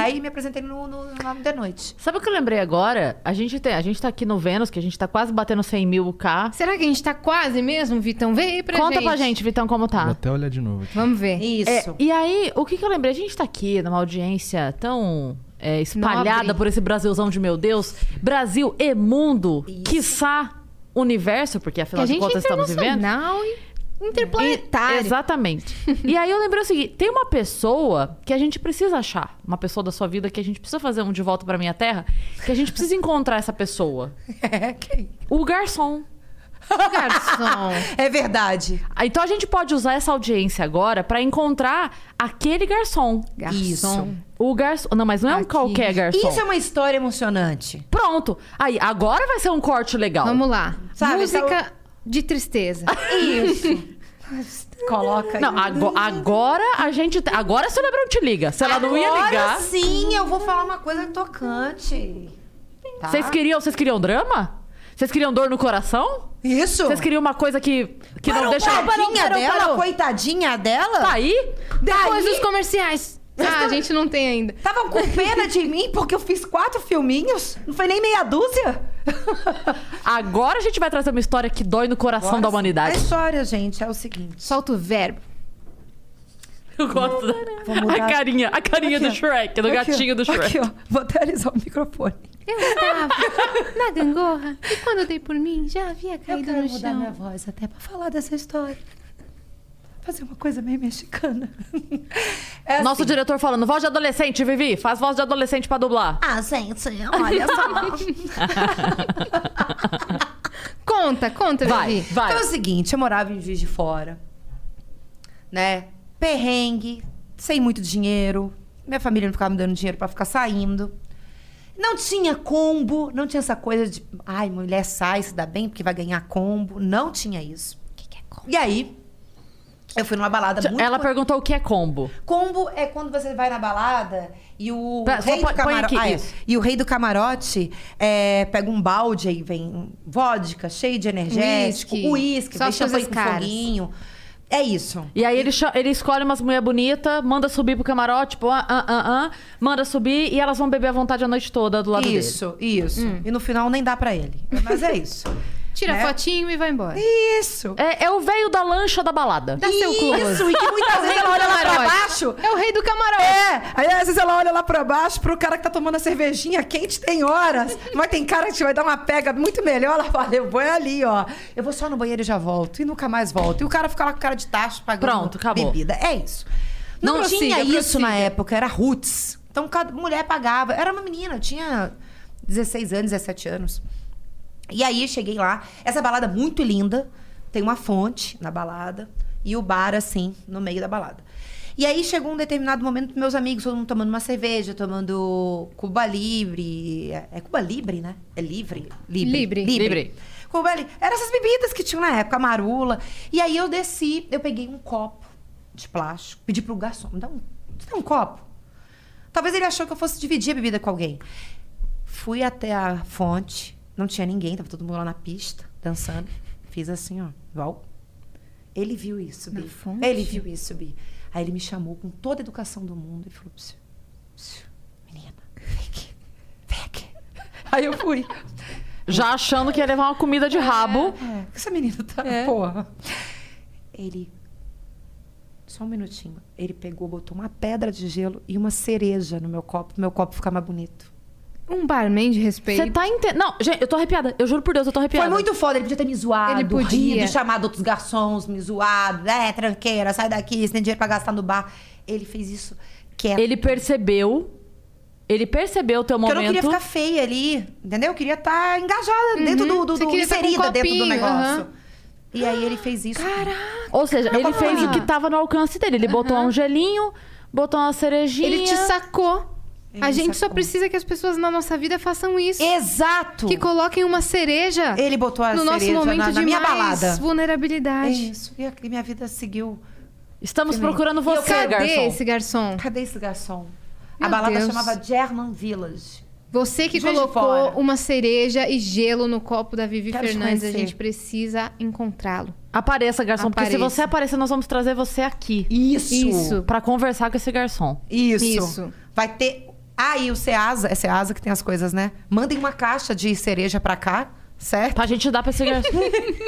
Aí me apresentei no, no, lá no The Noite.
Sabe o que eu lembrei agora? A gente, tem, a gente tá aqui no Vênus, que a gente tá quase batendo 100 mil K.
Será que a gente tá quase mesmo, Vitão? Vê aí pra
Conta
gente.
pra gente, Vitão, como
Vou
tá. É,
até olhar de novo aqui.
Vamos ver.
Isso.
E aí, o que, que eu lembrei? A gente tá aqui numa audiência tão é, espalhada
Nobre.
por esse Brasilzão de meu Deus. Brasil e mundo, quiçá universo, porque
Que
afinal
a
de
gente é
contas estamos vivendo.
internacional e interplanetário. (laughs)
(laughs)
Exatamente. e aí eu lembrei o seguinte: tem uma pessoa que a gente precisa achar, uma pessoa da sua vida que a gente precisa fazer um de volta pra minha terra, que a gente precisa encontrar essa pessoa.
É, (laughs) que-
O garçom.
Garçom.
é verdade.
Ah, Então a gente pode usar essa audiência agora pra encontrar aquele garçom.
Garçom.
O garçom. Não, mas não é um
Aqui.
qualquer garçom.
Isso é uma história emocionante.
Pronto. Aí, agora vai ser um corte legal.
Vamos lá.
Sabe, então-
Música de
(laughs)
tristeza.
Isso. Coloca aí.
Não, ago- agora a gente. tá, Agora a Celebrão te liga. Se ela não ia ligar.
Agora sim, eu vou falar uma coisa tocante. Tá?
Vocês queriam, vocês queriam drama? Vocês queriam dor no coração?
Isso.
Vocês queriam uma coisa que, que não deixa.
Coitadinha
Parou,
dela,
parou.
coitadinha um dela.
Tá aí?
Depois
Daí-
dos comerciais. Ah, a gente não tem ainda.
Estavam com pena de mim porque eu fiz quatro filminhos. Não foi nem meia dúzia.
Agora a gente vai trazer uma história que dói no coração da
A
humanidade.
história, gente, é o seguinte.
Solta o verbo.
Eu gosto da...
Vou mudar.
A carinha, a carinha
Aqui,
do
ó.
Shrek, do
Aqui, ó.
gatinho do Shrek.
Aqui, ó. Vou até alisar o microfone.
Eu estava na gangorra e quando eu dei por mim, já havia caído no chão.
voz até pra falar dessa história. Fazer uma coisa meio mexicana. (laughs) É
Nosso
assim.
diretor falando, voz de adolescente, Vivi, faz voz de adolescente pra dublar.
Ah, gente, olha só.
Conta, conta,
vai,
Vivi.
vai.
Então é o seguinte, eu morava em Juiz de Fora, né? Perrengue, sem muito dinheiro. Minha família não ficava me dando dinheiro pra ficar saindo. Não tinha combo, não tinha essa coisa de, ai, mulher sai, se dá bem porque vai ganhar combo. Não tinha isso.
O que, que é conta?
E aí, eu fui numa balada assim, muito
Ela perguntou o que é combo.
Combo é quando você vai na balada e o
Pera, só
rei
põe-
do
põe
camarote.
aqui,
é.
isso.
E o rei do camarote é, pega um balde aí, vem vodka, cheio de energético,
Whisky.
uísque,
Só
vem
as
champanhe
coisas
com
caras.
foguinho. É isso.
E aí ele, cha- ele escolhe umas mulher bonita, manda subir pro camarote, tipo, ah, ah, ah, ah, manda subir e elas vão beber à vontade a noite toda do lado dele. Hum.
isso, isso. E no final nem dá pra ele. Mas é
(laughs)
isso.
Tira
né?
fotinho e vai embora.
Isso.
É, é o veio da lancha da balada.
Dá seu close.
Isso, e
(laughs)
que muitas vezes ela olha lá pra
Camarote.
baixo.
É o rei do camarote.
É, aí às vezes ela olha lá pra baixo pro cara que tá tomando a cervejinha quente, tem horas. Mas tem cara que vai dar uma pega muito melhor. Ela fala, eu vou ali, ó. Eu vou só no banheiro e já volto. E nunca mais volto. E o cara fica lá com cara de tacho pagando
Pronto, acabou.
bebida. É isso. Não,
Não
tinha
prossiga,
isso
prossiga.
na época, era roots. Então cada mulher pagava. Era uma menina, eu tinha 16 anos, 17 anos. E aí cheguei lá, essa balada é muito linda, tem uma fonte na balada e o bar assim no meio da balada. E aí chegou um determinado momento meus amigos, todo mundo tomando uma cerveja, tomando Cuba Libre, é é Cuba Libre, né? É livre, livre,
Libre.
Libre.
Cuba Libre. Eram essas bebidas que tinham na época, a marula. E aí eu desci, eu peguei um copo de plástico, pedi pro garçom, me dá um, me dá um copo. Talvez ele achou que eu fosse dividir a bebida com alguém. Fui até a fonte, não tinha ninguém, tava todo mundo lá na pista, dançando. Fiz assim, ó, igual. Ele viu isso,
Na
Bi.
fonte?
Ele viu isso, Bi. Aí ele me chamou com toda a educação do mundo e falou: psiu, psiu, menina, vem aqui, vem aqui. (laughs) Aí eu fui.
Já achando que ia levar uma comida de rabo.
É, que essa menina tá,
É.
porra. Ele. Só um minutinho. Ele pegou, botou uma pedra de gelo e uma cereja no meu copo, pro meu copo ficar mais bonito.
Um barman de respeito.
Você tá entendendo. Não, gente, eu tô arrepiada. Eu juro por Deus, eu tô arrepiada.
Foi muito foda, ele podia ter me zoado,
Ele podia.
rido, chamado outros garçons, me zoado. É, tranqueira, sai daqui, você tem dinheiro pra gastar no bar. Ele fez isso quieto.
Ele percebeu. Ele percebeu o teu
Porque
momento.
eu não queria ficar feia ali, entendeu? Eu queria estar engajada dentro do, do,
Uhum. você
do
queria tá com um
inserida dentro do
copinho,
negócio.
aham.
E aí ele fez isso.
Caraca!
Ou seja, ele fez o que tava no alcance dele. Ele botou um gelinho, botou uma cerejinha.
Ele te sacou.
Ele
a
me
gente só
sacou.
precisa que as pessoas na nossa vida façam isso.
Exato!
Que coloquem uma cereja
Ele botou a
no nosso
cereja
momento
na,
de
na minha
mais
balada. É
vulnerabilidade.
isso. E aqui minha vida seguiu.
Estamos
Sim.
procurando você,
Cadê
garçom.
esse garçom?
Cadê esse garçom?
Meu
a balada
Deus.
chamava German Village.
Você que
Juiz de
colocou
Fora.
uma cereja e gelo no copo da Vivi
Quero te
Fernandes, a
conhecer.
gente precisa encontrá-lo.
Apareça, garçom, porque se
Apareça.
você aparecer, nós vamos trazer você aqui.
Isso.
Isso.
Pra conversar com esse garçom.
Isso.
Isso.
Vai ter. Aí o Ceasa, é Ceasa que tem as coisas, né? Mandem uma caixa de cereja pra cá, certo?
Pra gente dar pra esse
(laughs)
garçom. (laughs)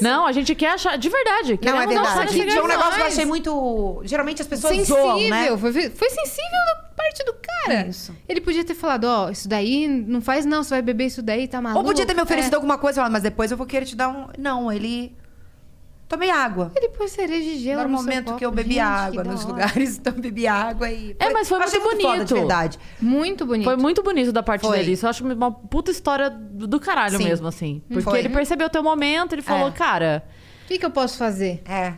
Não, a gente quer achar. De verdade.
Não,
queremos
é
achar
verdade.
esse
Gente, é um
garçom.
negócio que eu
nós.
achei muito. Geralmente as pessoas zoam, né?
Sensível, foi, foi sensível da parte do cara.
Isso.
Ele podia ter falado, ó, isso daí não faz não, você vai beber isso daí, tá maluco.
Ou podia ter me oferecido
É.
alguma coisa, mas depois eu vou querer te dar um. Não, ele. Tomei água.
É. Ele pôs cereja e gelo
Era o
no seu
momento que eu
copo.
bebi
Gente,
água
que da
nos
hora.
lugares, (laughs) então eu bebi água e.
É, mas foi
Eu achei
muito
foda, de
bonito.
verdade.
Muito bonito.
Foi muito bonito da parte
Foi.
dele. Isso eu acho uma puta história do caralho
Sim. Hum.
mesmo, assim. Porque
Foi.
ele percebeu o teu momento, ele falou,
É.
cara.
O que, que eu posso fazer?
É.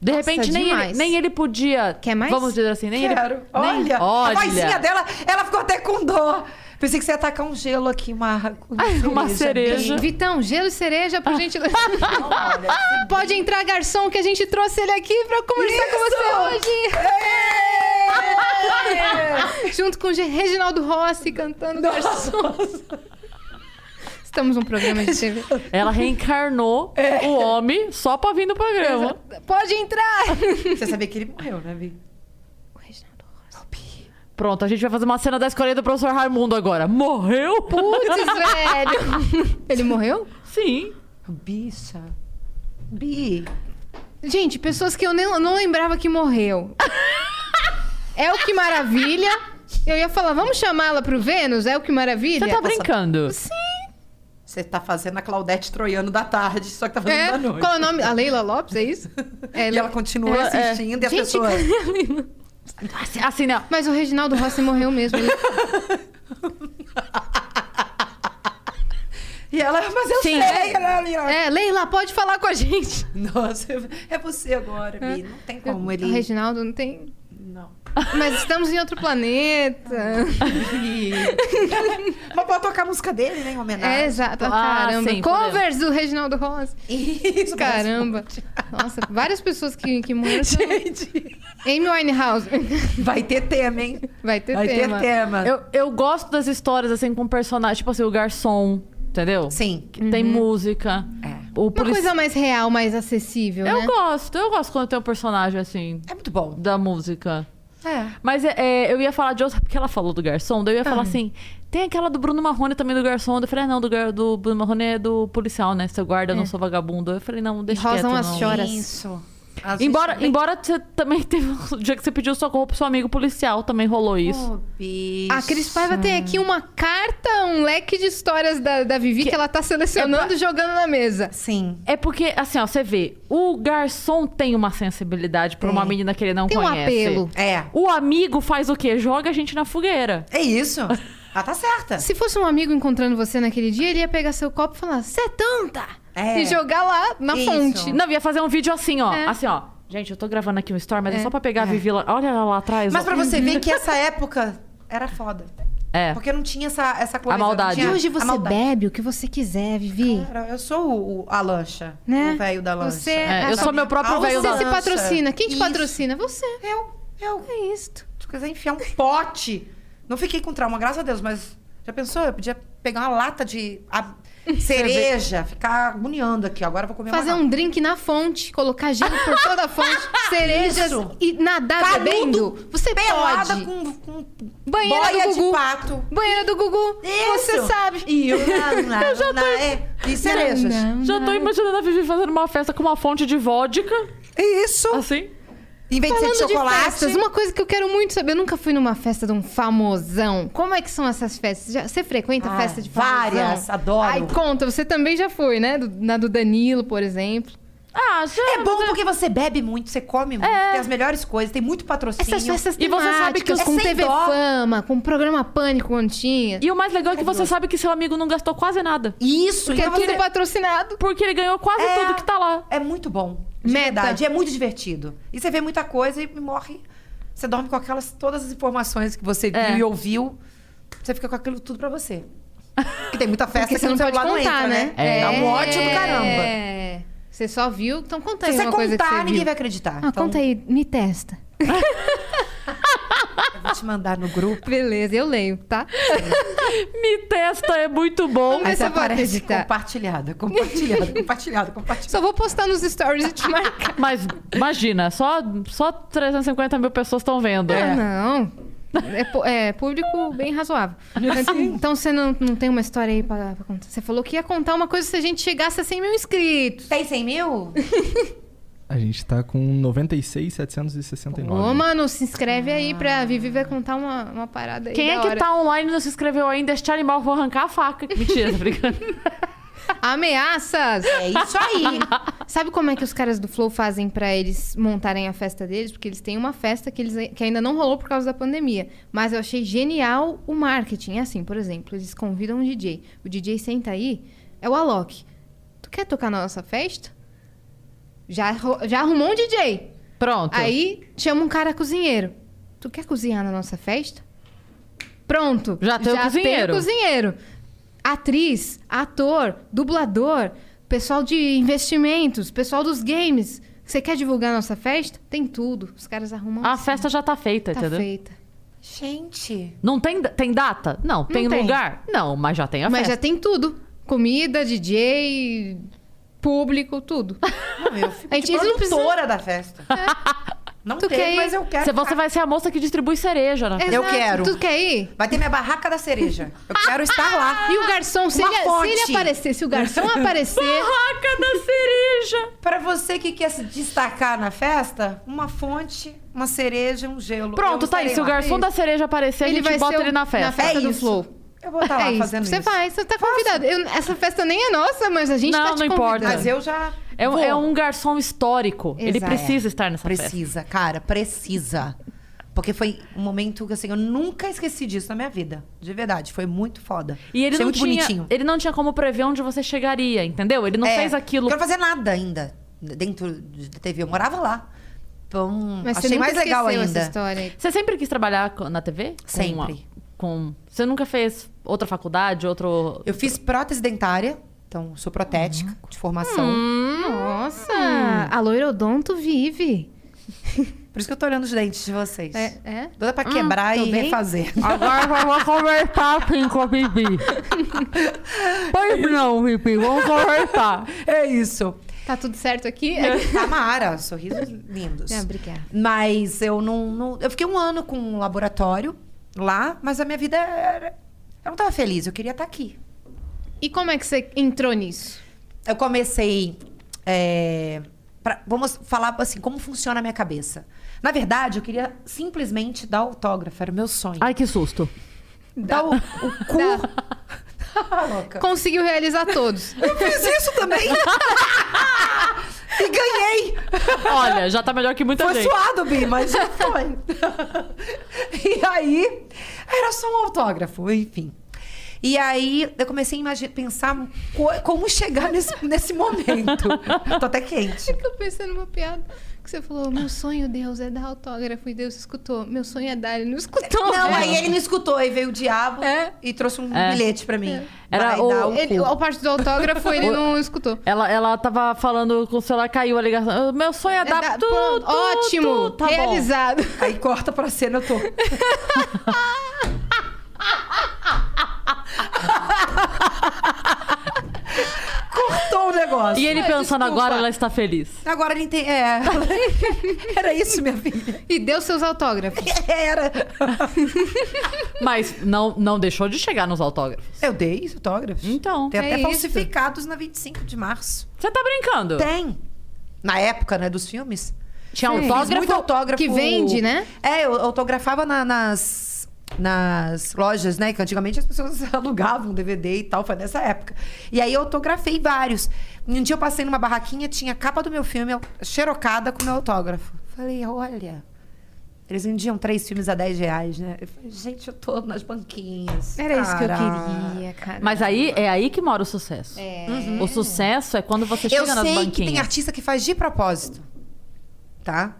De
Nossa,
repente, nem ele,
demais.
nem ele podia.
Quer mais?
Vamos dizer assim, nem
Quero.
ele. nem-
Olha,
olha.
a vozinha dela, ela ficou até com dor. Pensei que você ia tacar um gelo aqui, uma, (laughs)
Uma cereja.
bem-
Vitão, gelo e cereja
Ah.
pra gente...
(laughs)
Pode entrar, garçom, que a gente trouxe ele aqui pra conversar com
Isso!
você hoje. (laughs) Junto com o Ge- Reginaldo Rossi cantando garçons. Estamos num programa de TV.
Ela
(laughs)
reencarnou
É.
o homem só pra vir no programa.
Pode entrar!
Você sabia que ele morreu, né, Vi?
O Reginaldo Rossi.
Pronto, a gente vai fazer uma cena da escolha do professor Raimundo agora. Morreu?
(laughs)
Putz, velho! Ele morreu?
Sim.
Bicha. Bi.
Gente, pessoas que eu nem, não lembrava que morreu. É o que maravilha. Eu ia falar, vamos chamá-la pro Vênus? É o que maravilha?
Você tá brincando?
Você tá fazendo a Claudete Troiano da tarde, só que tá fazendo
É,
da noite.
qual é o nome? A Leila Lopes, é isso? É,
E
Le-
ela continua
Ela- é.
assistindo e as
Gente,
pessoas.
Assim, assim, não.
Mas o Reginaldo Rossi morreu mesmo. né?
(laughs)
Ele-
E ela, mas eu
Sim.
sei. ela- ela-
É, Leila, pode falar com a gente.
Nossa, é você agora, Bi. Não tem como
O
ele.
Reginaldo não tem...
Não.
Mas estamos em
(laughs)
outro planeta.
Mas pode tocar a música dele, né, em homenagem.
É, exato.
Ah,
Caramba.
sim,
Covers do Reginaldo Rossi.
Isso,
Caramba. Nossa, várias pessoas que, que
(laughs)
morreram. são-
Gente,
Amy Winehouse.
vai ter tema, hein?
Vai ter
Vai
tema.
ter tema.
Eu, eu gosto das histórias, assim, com personagens, tipo assim, o garçom, entendeu?
Sim.
Que tem música.
É.
O
Uhum. Uma
polici-
coisa mais real, mais acessível,
Eu
né?
gosto, eu gosto quando tem um personagem, assim,
É muito bom.
da música.
É.
Mas é, é, eu ia falar de outra, porque ela falou do garçom, daí eu ia
Ah.
falar assim: tem aquela do Bruno Marrone também do garçom. Daí Eu falei: ah, não, do, gar- do Bruno Marrone é do policial, né? Seu guarda, eu
É.
não sou vagabundo. Eu falei: não, deixa
Rosam
quieto,
as
não.
choras.
Isso.
Embora, embora você também (laughs) teve um dia que você pediu socorro pro seu amigo policial, também rolou isso. É.
A Cris Ah, Paiva tem aqui uma carta, um leque de histórias da, da Vivi que, ela tá selecionando e jogando na mesa.
Sim.
É porque, assim, ó, você vê, o garçom tem uma sensibilidade pra uma
Tem.
menina que ele não
Tem um
conhece.
apelo.
É.
O amigo faz o quê? Joga a gente na fogueira.
É isso. Ela tá certa.
Se fosse um amigo encontrando você naquele dia, ele ia pegar seu copo e falar, você é tanta!
É.
E jogar lá na
Isso.
fonte.
Não, ia fazer um vídeo assim, ó.
É.
Assim, ó. Gente, eu tô gravando aqui um story, mas é,
É.
só pra pegar a Vivi lá. Olha ela lá atrás.
Mas
ó.
pra você ver que essa época era foda.
É.
Porque não tinha essa, essa coisa.
A maldade.
não
E
tinha
É hoje
a
você
maldade.
bebe o que você quiser, Vivi.
Cara, eu sou o, o- a lancha.
Né?
O velho da lancha.
Você
É, eu
Ah,
sou meu próprio
Ah,
velho
Você
da...
se
Nossa.
patrocina. Quem te
é. Isso.
patrocina? Você.
Eu, eu.
É isto.
Se eu quiser enfiar um pote. Não fiquei com trauma, graças a Deus, mas já pensou? Eu podia pegar uma lata de
(laughs)
a- cereja, ficar agoniando aqui. Agora eu vou comer
Fazer
uma
um drink na fonte, colocar gelo por toda a fonte, cerejas
(laughs) Isso.
e nadar
Canudo
bebendo. Você
pelada
pode.
com, com
Banheira
boia
do
de
Gugu.
pato.
Banheira do Gugu. Você
Isso.
sabe. (laughs)
E eu,
Eu já tô-
é, e cerejas.
Não, não,
Já
não.
tô imaginando a Vivi fazendo uma festa com uma fonte de vodka,
Isso.
assim.
Em vez de
É
ser
Falando
de
de,
chocolate.
festas, uma coisa que eu quero muito saber. Eu nunca fui numa festa de um famosão. Como é que são essas festas? Já- você frequenta
Ah,
festa de famosão?
várias, adoro.
Ai, conta. Você também já foi, né? Do- na do Danilo, por exemplo.
Ah, já...
É bom porque você bebe muito, você come muito, tem as melhores coisas, tem muito patrocínio.
É. Essas festas
E você sabe que
temáticas,
os-
com
é sem
TV
dó.
Fama, com programa Pânico, quando tinha.
E o mais legal é que você sabe que seu amigo não gastou quase nada.
Isso,
Porque é
então
tudo
você...
patrocinado.
Porque ele ganhou quase
É.
tudo que tá lá.
É muito bom. De
Meta.
verdade, é muito divertido. E você vê muita coisa e morre. Você dorme com aquelas todas as informações que você
É.
viu e ouviu. Você fica com aquilo tudo pra você. Porque tem muita festa
Porque
que
você
no
não pode
celular
contar,
não
né?
entra, né? Dá um ódio do caramba.
É. Você só viu, então conta aí
Se você
uma coisa que
contar,
você
ninguém
viu.
vai acreditar.
Ah,
então,
conta aí, me testa.
eu vou te mandar no grupo.
Beleza, eu leio, tá?
Me testa, é muito bom.
Mas
Aí você
eu vou
aparece
acreditar.
compartilhada,
(laughs)
compartilhada, compartilhada, compartilhada.
Só vou postar nos stories (laughs) e te marcar.
Mas imagina, só, só 350 mil pessoas estão vendo.
Ah, não. É, pu- é público bem razoável. Então você não, não tem uma história aí pra, pra contar? Você falou que ia contar uma coisa se a gente chegasse a 100 mil inscritos.
Tem 100 mil?
A gente tá com 96,769.
Ô, mano, se inscreve aí pra Vivi vai contar uma, uma parada aí.
Quem
da
é que
hora.
tá online e não se inscreveu ainda? Este animal, eu vou arrancar a (laughs) faca. Mentira, tô brincando.
Ameaças!
É isso aí.
(laughs) Sabe como é que os caras do Flow fazem pra eles montarem a festa deles? Porque eles têm uma festa que, eles, que ainda não rolou por causa da pandemia. Mas eu achei genial o marketing. É assim, por exemplo, eles convidam um DJ. O DJ senta aí, é o Alok. Tu quer tocar na nossa festa? Já, arru- já arrumou um DJ.
Pronto.
Aí chama um cara cozinheiro. Tu quer cozinhar na nossa festa? Pronto.
Já tem o cozinheiro.
Tem o cozinheiro. Atriz, ator, dublador, pessoal de investimentos, pessoal dos games. Você quer divulgar a nossa festa? Tem tudo. Os caras arrumam.
a
assim.
festa já tá feita,
tá
entendeu?
feita.
Gente.
Não tem, tem data? Não. tem
tem.
lugar? Não, mas já tem a
Mas já
festa.
tem tudo. Comida, DJ,
(laughs)
público, tudo.
Não, eu fico
A
a
gente-
gente
eles não precisam-
produtora
(laughs)
da festa. Não
É. Tu
tem,
quer ir?
mas eu quero.
Se você
ficar.
vai ser a moça que distribui cereja, né?
Exato.
quero.
Tu quer ir?
Vai ter minha barraca da cereja. Eu quero
Tá
estar
(laughs)
lá.
E o garçom, se
Uma
ele, se ele
fonte.
aparecer, se o
(laughs)
garçom aparecer,
Barraca da cereja!
Pra você que quer se destacar na festa, uma fonte, uma cereja, um gelo.
Pronto,
Eu
tá aí.
estarei
Se o
lá.
garçom da cereja aparecer,
Ele
Então a gente
vai
bota
ser o-
ele na festa.
na festa
é
do
isso.
Flow.
Eu vou estar lá
é isso.
fazendo
você
isso.
vai, você tá convidado. Eu- essa festa nem é nossa, mas a gente
Não,
tá te
não importa.
convidando.
Mas eu já.
É, um-
vou.
é um garçom histórico. Ele
Exato.
precisa estar nessa festa.
Ah, é. Precisa, cara, precisa. Porque foi um momento que assim, eu nunca esqueci disso na minha vida. De verdade, foi muito foda.
E ele não,
Achei é muito
tinha,
bonitinho.
ele não tinha como prever onde você chegaria, entendeu? Ele não
É,
fez aquilo.
Não quero fazer nada ainda dentro de TV. Eu morava lá. Então,
Mas você
achei
nunca
mais legal
esqueceu essa
ainda.
história. aí.
Você sempre quis trabalhar co- na TV? Com
Sempre.
uma- com... Você nunca fez outra faculdade, outro.
Eu fiz prótese dentária, então sou protética
Uhum.
de formação.
Hum.
Nossa, a loirodonto vive.
Por isso que eu tô olhando os dentes de vocês.
É, é.
Toda
Ah,
pra quebrar
tô
e
bem.
(laughs)
refazer.
Agora vamos conversar assim com a
(laughs)
Bibi. Pois não, Bibi, vamos conversar.
É isso.
Tá tudo certo aqui?
É.
Tamara, sorrisos lindos.
Não, obrigada.
Mas eu não, não- Eu fiquei um ano com um laboratório lá, mas a minha vida era. Eu não tava feliz, eu queria estar aqui.
E como é que você entrou nisso?
eu comecei. é, pra- vamos falar assim, como funciona a minha cabeça. Na verdade, eu queria simplesmente dar autógrafo, era o meu sonho.
Ai, que susto.
dar o, o cu. Ah,
(laughs)
louca. (laughs)
Conseguiu realizar todos.
Eu fiz isso também. (laughs) E ganhei!
Olha, já tá melhor que muita
Foi
gente.
suado, Bi,
(laughs)
mas já foi. e aí, era só um autógrafo, enfim. E aí, eu comecei a imagi- pensar co- como chegar nesse, (laughs) nesse momento. Tô até quente.
Tô pensando numa piada que você falou: meu sonho, Deus, é dar autógrafo. E Deus escutou. Meu sonho é dar. Ele não escutou.
Não,
É.
aí ele não escutou, aí veio o diabo
É.
e trouxe um
É.
bilhete pra mim.
Era
Vai
o-
dar um
Ele,
cu.
a parte do autógrafo ele não escutou.
Ela, ela tava falando com o celular, caiu a ligação. "Ah, Meu sonho é dar
É da-
tudo.
pronto, ótimo!
tudo." Tá bom.
realizado.
(laughs) Aí corta pra cena, eu tô. Cortou o negócio.
E ele
Ai,
pensando
desculpa.
agora, ela está feliz.
Agora ele tem.
(laughs)
É. Era isso, minha filha.
E deu seus autógrafos.
(laughs)
Era.
Mas não, não deixou de chegar nos autógrafos.
Eu dei os autógrafos.
Então.
Tem
É
até
isso.
falsificados na 25 de março.
Você tá brincando?
Tem. Na época, né, dos filmes.
Tinha
Sim.
Fiz
autógrafo.
muito autógrafo.
que vende, né?
É, eu autografava na- nas, nas lojas, né? Que antigamente as pessoas (laughs) alugavam um DVD e tal, foi nessa época. E aí eu autografei vários. Um dia eu passei numa barraquinha, tinha a capa do meu filme, eu- xerocada com meu autógrafo. Falei, olha. Eles vendiam três filmes a 10 reais, né? Eu falei, gente, eu tô nas banquinhas.
Era isso que eu
cara."
queria, cara.
Mas aí é aí que mora o sucesso.
É.
O sucesso é quando você chega
Eu
nas
sei que tem
banquinhas.
artista que faz de propósito. Tá?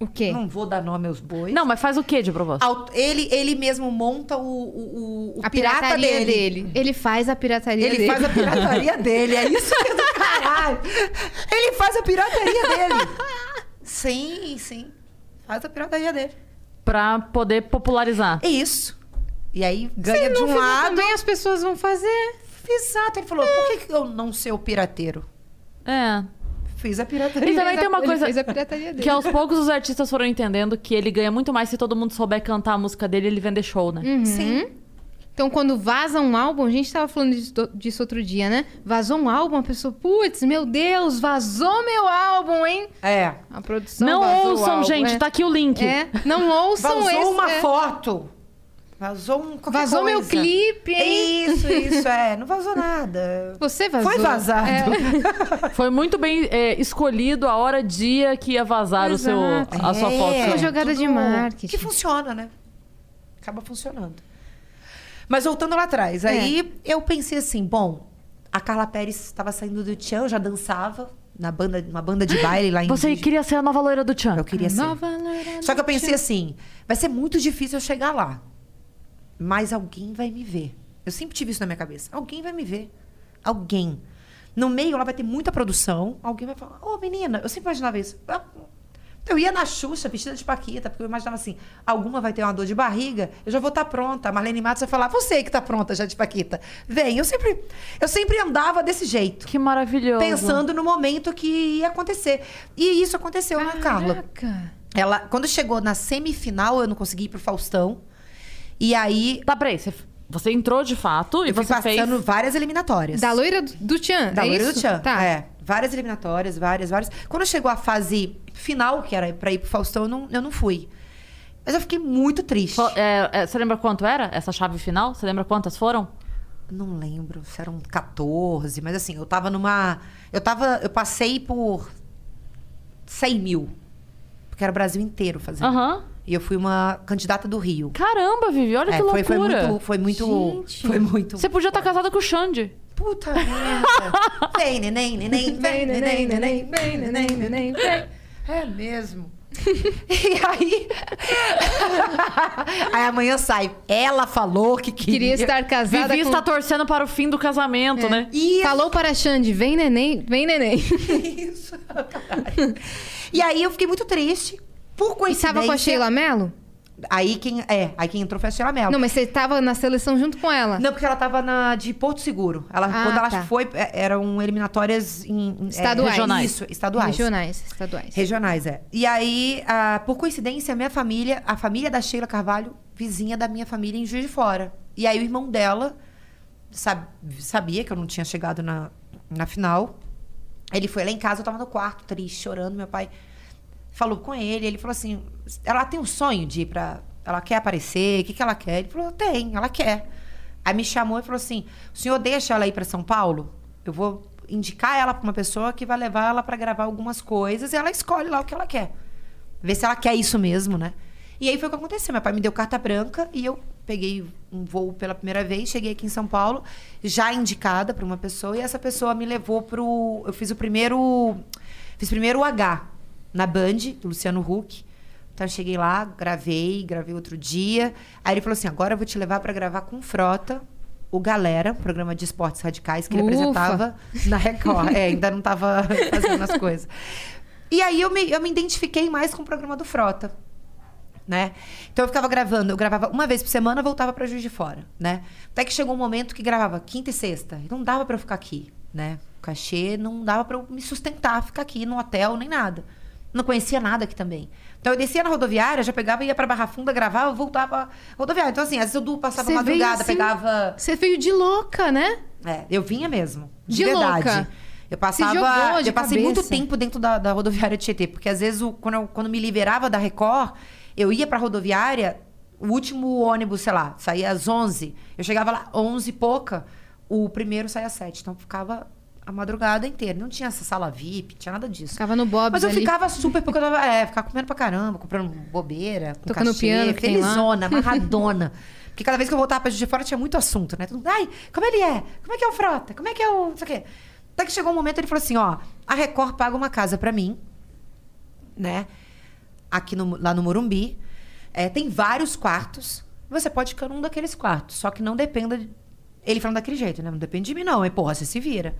é
O quê?
Não vou dar nome aos bois.
Não, mas faz o quê de propósito?
Aut- Ele, ele mesmo monta o, o, o- o
a
pirata
pirataria
dele.
dele. Ele faz a pirataria
Ele
dele.
faz a
(laughs)
pirataria dele. É isso que é do caralho. Ele faz a pirataria dele. Sim, sim. Faz a pirataria dele.
Pra poder popularizar.
É isso. E aí
Se
ganha
não
de um
fizer
lado.
também as pessoas vão fazer.
Exato. Ele falou: por que que eu não ser o pirateiro?
É.
Fiz a
E
pirataria.
também tem uma
Ele
coisa.
fez a pirataria dele.
Que é aos poucos os artistas foram entendendo que ele ganha muito mais se todo mundo souber cantar a música dele e ele vender show, né?
Uhum. Sim.
Então, quando vaza um álbum, a gente tava falando disso, disso outro dia, né? Vazou um álbum, a pessoa, putz, meu Deus, vazou meu álbum, hein?
É.
A produção.
não
vazou o
ouçam,
álbum,
gente,
é.
tá aqui o link.
É, não ouçam
Vazou
esse.
uma
é.
foto. Vazou um. qualquer
Vazou meu
coisa.
clipe, hein?
Isso, isso, é. Não vazou nada.
(laughs) Você vazou. É.
Foi vazado. (laughs)
Foi muito bem é, escolhido a hora, dia que ia vazar o seu,
Exato.
a sua
É,
foto.
Uma jogada de marketing.
Que funciona, né? Acaba funcionando. Mas voltando lá atrás, aí eu pensei assim, bom, a Carla Pérez estava saindo do Tchan, já dançava na banda, uma banda de baile lá em
Você
Virgínia.
queria ser a nova loira do Tchan.
É. Eu queria ser.
Nova Loira
Só que eu
do
pensei
Tchan.
assim, vai ser muito difícil eu chegar lá. Mas alguém vai me ver. Eu sempre tive isso na minha cabeça. Alguém vai me ver. Alguém. No meio lá vai ter muita produção. Alguém vai falar, ô menina, eu sempre imaginava isso. Eu ia na Xuxa, vestida de Paquita, porque eu imaginava assim, alguma vai ter uma dor de barriga, eu já vou estar pronta. A Marlene Matos vai falar, você que está pronta já de Paquita. Vem, eu sempre, eu sempre andava desse jeito.
Que maravilhoso.
Pensando no momento que ia acontecer. E isso aconteceu na Carla.
Caraca.
Ela, quando chegou na semifinal, eu não consegui ir pro Faustão. E aí,
Tá, peraí, você, você entrou de fato e
eu fui
você fez.
passando várias eliminatórias.
Da loira do- do Tchan.
Da
é
loira
isso?
do Tchan.
Tá.
É, várias eliminatórias, várias, várias. Quando chegou a fase final, que era pra ir pro Faustão, eu não, eu não fui. Mas eu fiquei muito triste.
Fo- é, é, você lembra quanto era essa chave final? Você lembra quantas foram?
Não lembro se eram 14, mas assim, eu tava numa. Eu tava. Eu passei por 100 mil. Porque era o Brasil inteiro fazendo.
Aham.
E eu fui uma candidata do Rio.
Caramba, Vivi, olha que
É, foi,
loucura.
foi muito. Foi muito.
Gente. tá-
Foi muito.
Você podia estar casada com o Xande.
Puta merda. Vem, neném, neném, vem, neném, neném, vem, neném, neném. É mesmo. (laughs) e aí. (laughs) aí amanhã sai. Ela falou que
Queria
queria.
estar casada
Vivi
com...
tá
está torcendo para o fim do casamento,
É.
né?
Isso.
Falou para a Xande, vem neném, vem neném.
Isso. Caralho. e aí eu fiquei muito triste. Por
E
coincidência.
tava com a Sheila Mello?
Aí quem. É, aí quem entrou foi a Sheila Mello.
Não, mas você tava na seleção junto com ela.
Não, porque ela tava na, de Porto Seguro. Ela,
Ah,
quando ela
tá.
foi, é, eram eliminatórias em, em- é,
Estaduais.
regionais. Isso, estaduais.
Regionais, estaduais.
Regionais, é. E aí, ah, por coincidência, a minha família, a família da Sheila Carvalho, vizinha da minha família em Juiz de Fora. E aí o irmão dela sab- sabia que eu não tinha chegado na, na final. Ele foi lá em casa, eu tava no quarto, triste, chorando. Meu pai falou com ele, ele falou assim: ela tem um sonho de ir pra. Ela quer aparecer, o que, que ela quer? Ele falou: tem, ela quer. Aí me chamou e falou assim: o senhor deixa ela ir pra São Paulo? Eu vou indicar ela pra uma pessoa que vai levar ela pra gravar algumas coisas e ela escolhe lá o que ela quer. Ver se ela quer isso mesmo, né? E aí foi o que aconteceu. Meu pai me deu carta branca e eu peguei um voo pela primeira vez, cheguei aqui em São Paulo, já indicada pra uma pessoa, e essa pessoa me levou pro. Eu fiz o primeiro. Fiz primeiro o H na Band, do Luciano Huck. Então eu cheguei lá, gravei, gravei outro dia. Aí ele falou assim: agora eu vou te levar pra gravar com frota. O Galera, um programa de esportes radicais que ele
Ufa!
apresentava na Record. É, ainda não tava
(laughs)
fazendo as coisas. E aí eu me, eu me identifiquei mais com o programa do Frota né? Então eu ficava gravando, eu gravava uma vez por semana, voltava para Juiz de Fora, né? Até que chegou um momento que gravava quinta e sexta, e não dava para eu ficar aqui, né? O cachê não dava para eu me sustentar, ficar aqui no hotel nem nada. Não conhecia nada aqui também. Então eu descia na rodoviária, já pegava, ia para Barra Funda, gravava, voltava rodoviária. Então assim, às vezes eu du- passava
Você veio
madrugada,
assim-
pegava
Você veio de louca, né?
é, eu vinha mesmo. De,
De
verdade.
louca.
Eu
jogou
passava.
de
eu passei
cabeça.
muito tempo dentro da, da rodoviária de Tietê, porque às vezes, o- quando, eu, quando me liberava da Record, eu ia pra rodoviária, o último ônibus, sei lá, saía às 11. Eu chegava lá 11 e pouca, o primeiro saía às 7. Então ficava a madrugada inteira. Não tinha essa sala VIP, tinha nada disso.
Ficava no Bob's
Mas eu
ali.
ficava super, porque eu tava, é, ficava comendo pra caramba, comprando bobeira, com
Tocando
cachê,
piano que tem lá. (laughs)
felizona, amarradona. Porque cada vez que eu voltava pra Juiz de Fora tinha muito assunto, né? Todo mundo, ai, como ele é? Como é que é o Frota? Como é que é o... não sei o quê. Até que chegou um momento, ele falou assim, ó, a Record paga uma casa pra mim, né? Aqui no- lá no Morumbi. É, tem vários quartos. Você pode ficar num daqueles quartos, só que não dependa. de- Ele falando daquele jeito, né? Não depende de mim, não. É, porra, você se vira.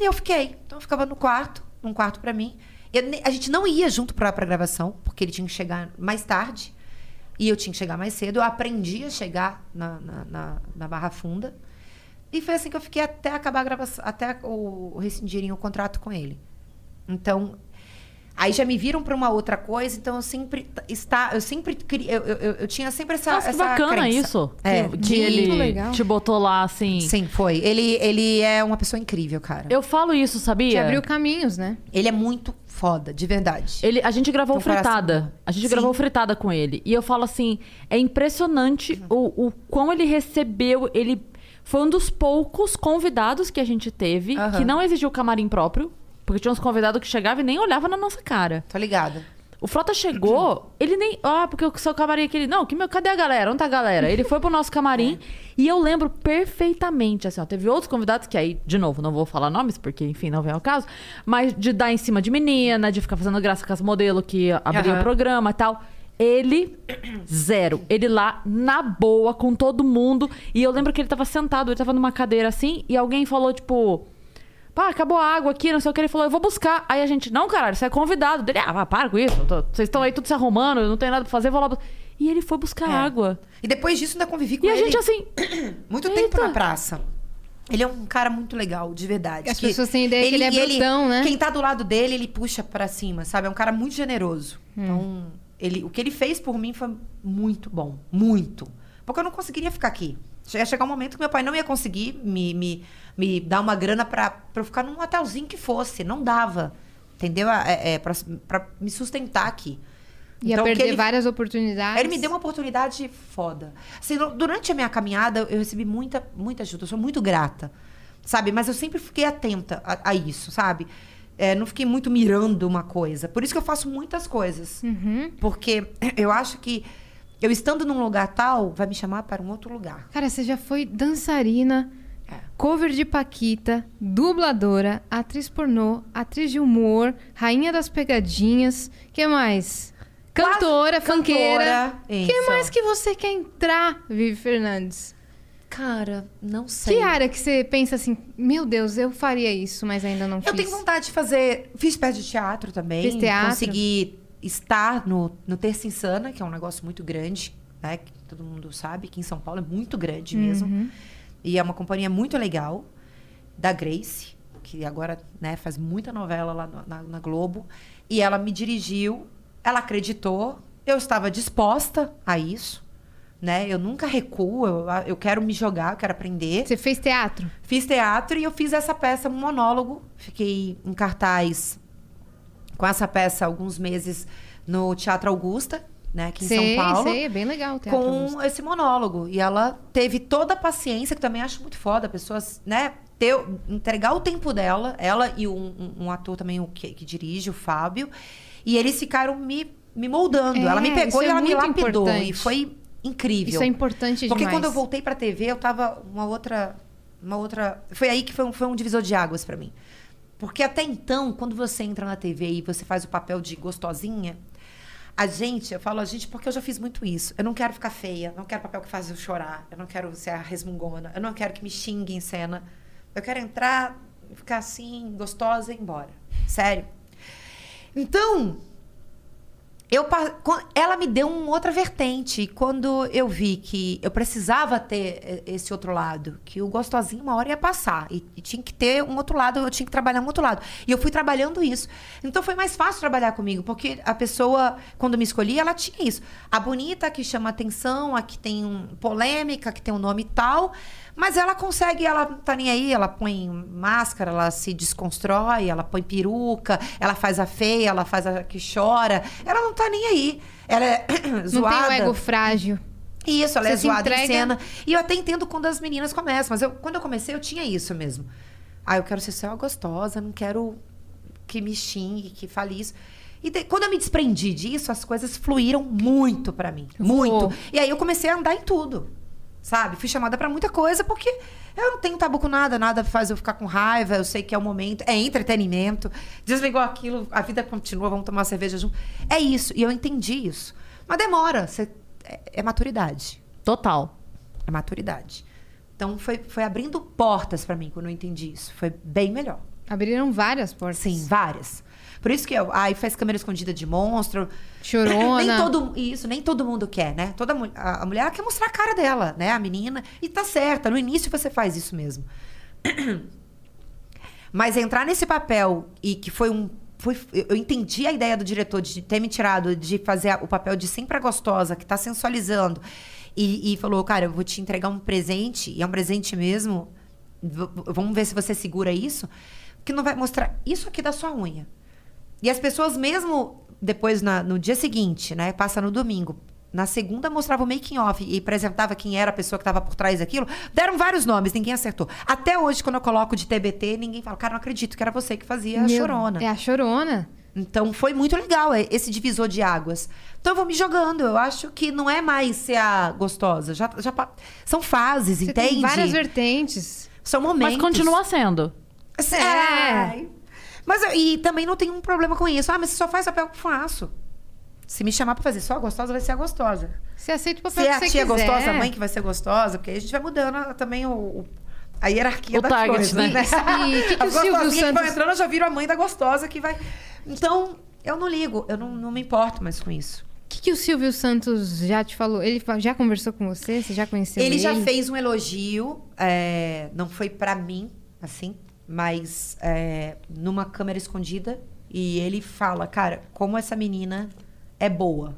E eu fiquei. Então eu ficava no quarto, num quarto pra mim. Eu ne- a gente não ia junto pra, pra gravação, porque ele tinha que chegar mais tarde. E eu tinha que chegar mais cedo. Eu aprendi a chegar na, na, na- na Barra Funda. E foi assim que eu fiquei até acabar a gravação, até o, rescindirem o contrato com ele. Então, aí já me viram pra uma outra coisa, então eu sempre t- está, eu sempre cri- eu, eu, eu, eu tinha sempre essa
Nossa, que
essa
bacana
crença.
isso.
É.
que
muito
ele
legal.
te botou lá assim.
Sim, foi. Ele ele é uma pessoa incrível, cara.
Eu falo isso,
Te
sabia?
abriu caminhos, né?
Ele é muito foda, de verdade.
Ele, a gente gravou
Tem um coração
fritada.
bom.
A gente
Sim.
gravou fritada com ele. E eu falo assim: é impressionante o, o quão ele recebeu. Ele foi um dos poucos convidados que a gente teve
Aham.
que não exigiu camarim próprio. Porque tinha uns convidados que chegavam e nem olhavam na nossa cara.
Tô ligada.
O Frota chegou, ele nem. Ah, porque o seu camarim é aquele. Não, que meu, cadê a galera? Onde tá a galera? Ele foi pro nosso camarim e eu lembro perfeitamente, assim, ó. Teve outros convidados que aí, de novo, não vou falar nomes, porque, enfim, não vem ao caso, mas de dar em cima de menina, de ficar fazendo graça com as modelo que abriu o
Aham.
programa e tal. Ele, zero. Ele lá, na boa, com todo mundo. E eu lembro que ele tava sentado, ele tava numa cadeira assim, e alguém falou, tipo. Pá, acabou a água aqui, não sei o que. Ele falou, eu vou buscar. Aí a gente, não, caralho, você é convidado. Dele, ah, vá, para com isso. eu tô- Vocês estão aí tudo se arrumando, eu não tenho nada pra fazer, vou lá. bu-". E ele foi buscar água.
E depois disso ainda convivi É. com
E a
ele.
gente assim.
Muito
Eita.
tempo na praça. Ele é um cara muito legal, de verdade.
As pessoas têm ideia que ele é
e
brutão, né?
Quem tá do lado dele, ele puxa pra cima, sabe? É um cara muito generoso.
Hum.
Então, ele, o que ele fez por mim foi muito bom. Muito. Porque eu não conseguiria ficar aqui. Che- Ia chegar um momento que meu pai não ia conseguir me, me, me dar uma grana pra, pra eu ficar num hotelzinho que fosse. Não dava. Entendeu? É, é, pra, pra me sustentar aqui.
Ia
Então, o que
perder
ele
várias oportunidades.
Aí Ele me deu uma oportunidade foda. Assim, no- durante a minha caminhada, eu recebi muita, muita ajuda. Eu sou muito grata, sabe? Mas eu sempre fiquei atenta a, a isso, sabe? É, não fiquei muito mirando uma coisa. Por isso que eu faço muitas coisas.
Uhum.
Porque (clears throat) eu acho que eu estando num lugar tal, vai me chamar para um outro lugar.
Cara, você já foi dançarina,
É.
cover de Paquita, dubladora, atriz pornô, atriz de humor, rainha das pegadinhas, que mais? Cantora,
Quase-
funkeira.
cantora,
que
isso.
mais que você quer entrar, Vivi Fernandes?
(laughs) Cara, não sei.
Que área que você pensa assim, meu Deus, eu faria isso, mas ainda não
Eu
fiz.
tenho vontade de fazer. Fiz peça de teatro também.
Fiz teatro.
Consegui estar no, no Terça Insana, que é um negócio muito grande, né? Que todo mundo sabe que em São Paulo é muito grande
Uhum.
mesmo. E é uma companhia muito legal, da Grace, que agora né, faz muita novela lá no- na, na Globo. E ela me dirigiu, ela acreditou, eu estava disposta a isso. Né? Eu nunca recuo, eu, eu quero me jogar, eu quero aprender.
Você fez teatro?
Fiz teatro e eu fiz essa peça, um monólogo. Fiquei em cartaz com essa peça alguns meses no Teatro Augusta, né, aqui em
sei,
São Paulo.
sei, é bem legal o teatro.
Com
Augusto.
esse monólogo. E ela teve toda a paciência, que também acho muito foda, pessoas, né? ter, entregar o tempo dela, ela e um, um- um ator também o que, que dirige, o Fábio, e eles ficaram me, me moldando.
É,
ela me
isso
pegou
é
e ela me
muito
lapidou.
importante.
E foi incrível.
Isso é importante
Porque
demais.
quando eu voltei pra TV, eu tava uma outra. Uma outra. Foi aí que foi um, foi um divisor de águas pra mim. Porque até então, quando você entra na TV e você faz o papel de gostosinha, a gente, eu falo a gente porque eu já fiz muito isso. Eu não quero ficar feia, não quero papel que faz eu chorar, eu não quero ser a resmungona, eu não quero que me xingue em cena. Eu quero entrar, ficar assim, gostosa e ir embora. Sério. Então, eu, pa- co- ela me deu uma outra vertente. E quando eu vi que eu precisava ter eh, esse outro lado, que o gostosinho uma hora ia passar. E, e tinha que ter um outro lado, eu tinha que trabalhar um outro lado. E eu fui trabalhando isso. Então foi mais fácil trabalhar comigo, porque a pessoa, quando me escolhia, ela tinha isso. A bonita que chama atenção, a que tem um, polêmica, que tem um nome tal. Mas ela consegue, ela não tá nem aí, ela põe máscara, ela se desconstrói, ela põe peruca, ela faz a feia, ela faz a que chora. Ela não tá nem aí. Ela é (clears throat)
Não
zoada.
tem o ego frágil.
Isso, ela
Você
é
se
zoada
entrega.
em cena. E eu até entendo quando as meninas começam, mas eu, quando eu comecei, eu tinha isso mesmo. Ah, eu quero ser só gostosa, não quero que me xingue, que fale isso. E de- quando eu me desprendi disso, as coisas fluíram muito pra mim. Muito. E aí eu comecei a andar em tudo. Sabe? Fui chamada pra muita coisa porque eu não tenho tabu com nada, nada faz eu ficar com raiva, eu sei que é o momento, é entretenimento. Desligou aquilo, a vida continua, vamos tomar uma cerveja junto. É isso, e eu entendi isso. Mas demora, você- é- é maturidade.
Total.
É maturidade. Então foi, foi abrindo portas pra mim quando eu entendi isso. Foi bem melhor.
Abriram várias portas.
Sim, várias. Por isso que eu, aí faz câmera escondida de monstro.
Chorona.
(laughs) Nem todo, isso, nem todo mundo quer, né? Toda mu- a, a mulher ela quer mostrar a cara dela, né? A menina. E tá certa, no início você faz isso mesmo. (clears throat) Mas entrar nesse papel e que foi um. foi- eu eu entendi a ideia do diretor de ter me tirado de fazer a- o papel de sempre a gostosa, que tá sensualizando. E, e falou, cara, eu vou te entregar um presente, e é um presente mesmo. v- v- vamos ver se você segura isso. Que não vai mostrar isso aqui é da sua unha. E as pessoas, mesmo depois na- no dia seguinte, né? Passa no domingo. Na segunda mostrava o making off e apresentava quem era a pessoa que estava por trás daquilo. Deram vários nomes, ninguém acertou. Até hoje, quando eu coloco de TBT, ninguém fala, cara, não acredito que era você que fazia a
Meu-
chorona.
É a chorona.
Então foi muito legal é, esse divisor de águas. Então eu vou me jogando. Eu acho que não é mais ser a gostosa. Já, já pa- são fases,
Você
entende?
tem várias vertentes.
São momentos.
Mas continua sendo.
Assim,
É.
ai. Mas eu- e também não tem um problema com isso. Ah, mas você só faz papel que eu faço. Se me chamar pra fazer só a gostosa, vai ser a gostosa.
Você aceita o
Se
papel
é
que
a
você
tia
quiser.
gostosa, a mãe que vai ser gostosa, porque aí a gente vai mudando a- também o, o- a hierarquia
O
da
target,
coisa,
né?
E
(laughs)
o que que
As
o Silvio
gostosinhas que vão
Santos-
entrando, eu já viro a mãe da gostosa que vai. Então, eu não ligo, eu não, não me importo mais com isso.
O que, que o Silvio Santos já te falou? Ele fa- já conversou com você? Você já conheceu ele?
Ele já fez um elogio, é, não foi pra mim, assim, mas é, numa câmera escondida. E ele fala, cara, como essa menina é boa.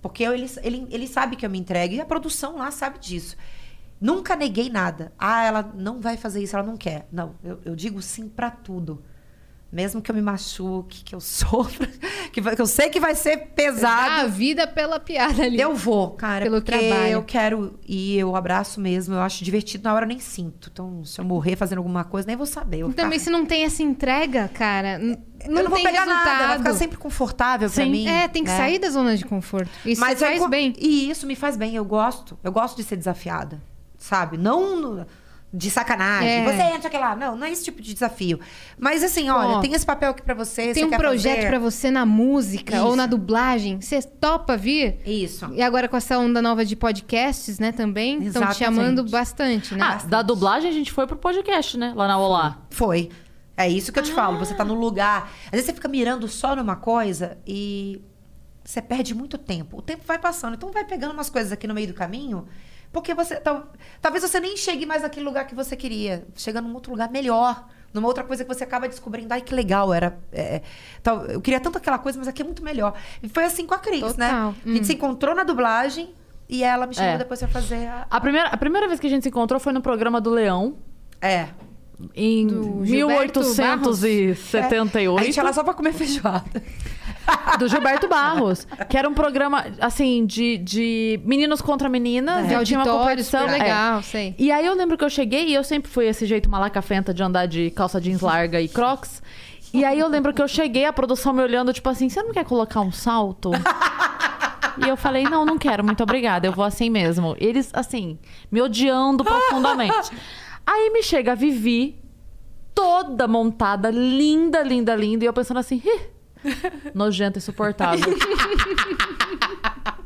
Porque eu- ele, ele, ele sabe que eu me entrego e a produção lá sabe disso. Nunca neguei nada. Ah, ela não vai fazer isso, ela não quer. Não, eu, eu digo sim pra tudo. Mesmo que eu me machuque, que eu (laughs) sofra, que, vai- que eu sei que vai ser
Dá
pesado.
a vida pela piada ali.
Eu vou, cara,
Pelo
porque
trabalho.
eu quero ir, eu abraço mesmo, eu acho divertido, na hora eu nem sinto. Então, se eu morrer fazendo alguma coisa, nem vou saber. Eu
E
vou
Também
ficar-
se não tem essa entrega, cara, n-
Eu
não,
não vou
tem
pegar
resultado.
nada, vai ficar sempre confortável pra
Sim.
mim.
É, tem que
né?
sair da zona de conforto. Isso
Mas eu
faz
go-
bem.
E isso me faz bem, eu gosto. Eu gosto de ser desafiada, sabe? Não no- de sacanagem.
É.
Você entra aqui lá. Não, não é esse tipo de desafio. Mas assim, olha,
Ó,
tem esse papel aqui pra você.
Tem
você
um
quer
projeto
fazer.
pra você na música ou
Isso.
na dublagem. Você topa vir?
Isso.
E agora com essa onda nova de podcasts, né, também? Estão te
Exatamente.
chamando bastante, né?
Ah, da dublagem a gente foi pro podcast, né? Lá na Olá.
Foi. É isso que eu te falo. Você tá no lugar. Às vezes você fica mirando só numa coisa e você perde muito tempo. O tempo vai passando. Então vai pegando umas coisas aqui no meio do caminho. Porque você. tal- talvez você nem chegue mais naquele lugar que você queria. Chega num outro lugar melhor. Numa outra coisa que você acaba descobrindo. Ai, que legal. Era. é, tal- eu queria tanto aquela coisa, mas aqui é muito melhor. E foi assim com a Cris, né? A
Total.
gente
Hum.
se encontrou na dublagem e ela me chamou
É.
depois pra fazer a.
A primeira, a primeira vez que a gente se encontrou foi no programa do Leão,
É.
em
Do Gilberto É. Barros?
1878.
A gente ia lá só pra comer feijoada.
(laughs) Do Gilberto Barros. Que era um programa, assim, de, de meninos contra meninas.
De
e É. tinha uma
auditório, super
competição. é.
legal, sei.
E aí eu lembro que eu cheguei e eu sempre fui esse jeito malacafenta de andar de calça jeans larga e crocs. E aí eu lembro que eu cheguei, a produção me olhando, tipo assim, você não quer colocar um salto? E eu falei, não, não quero, muito obrigada, eu vou assim mesmo. Eles, assim, me odiando profundamente. Aí me chega a Vivi, toda montada, linda, linda, linda, e eu pensando assim, "Ih,
(laughs)
nojenta, insuportável.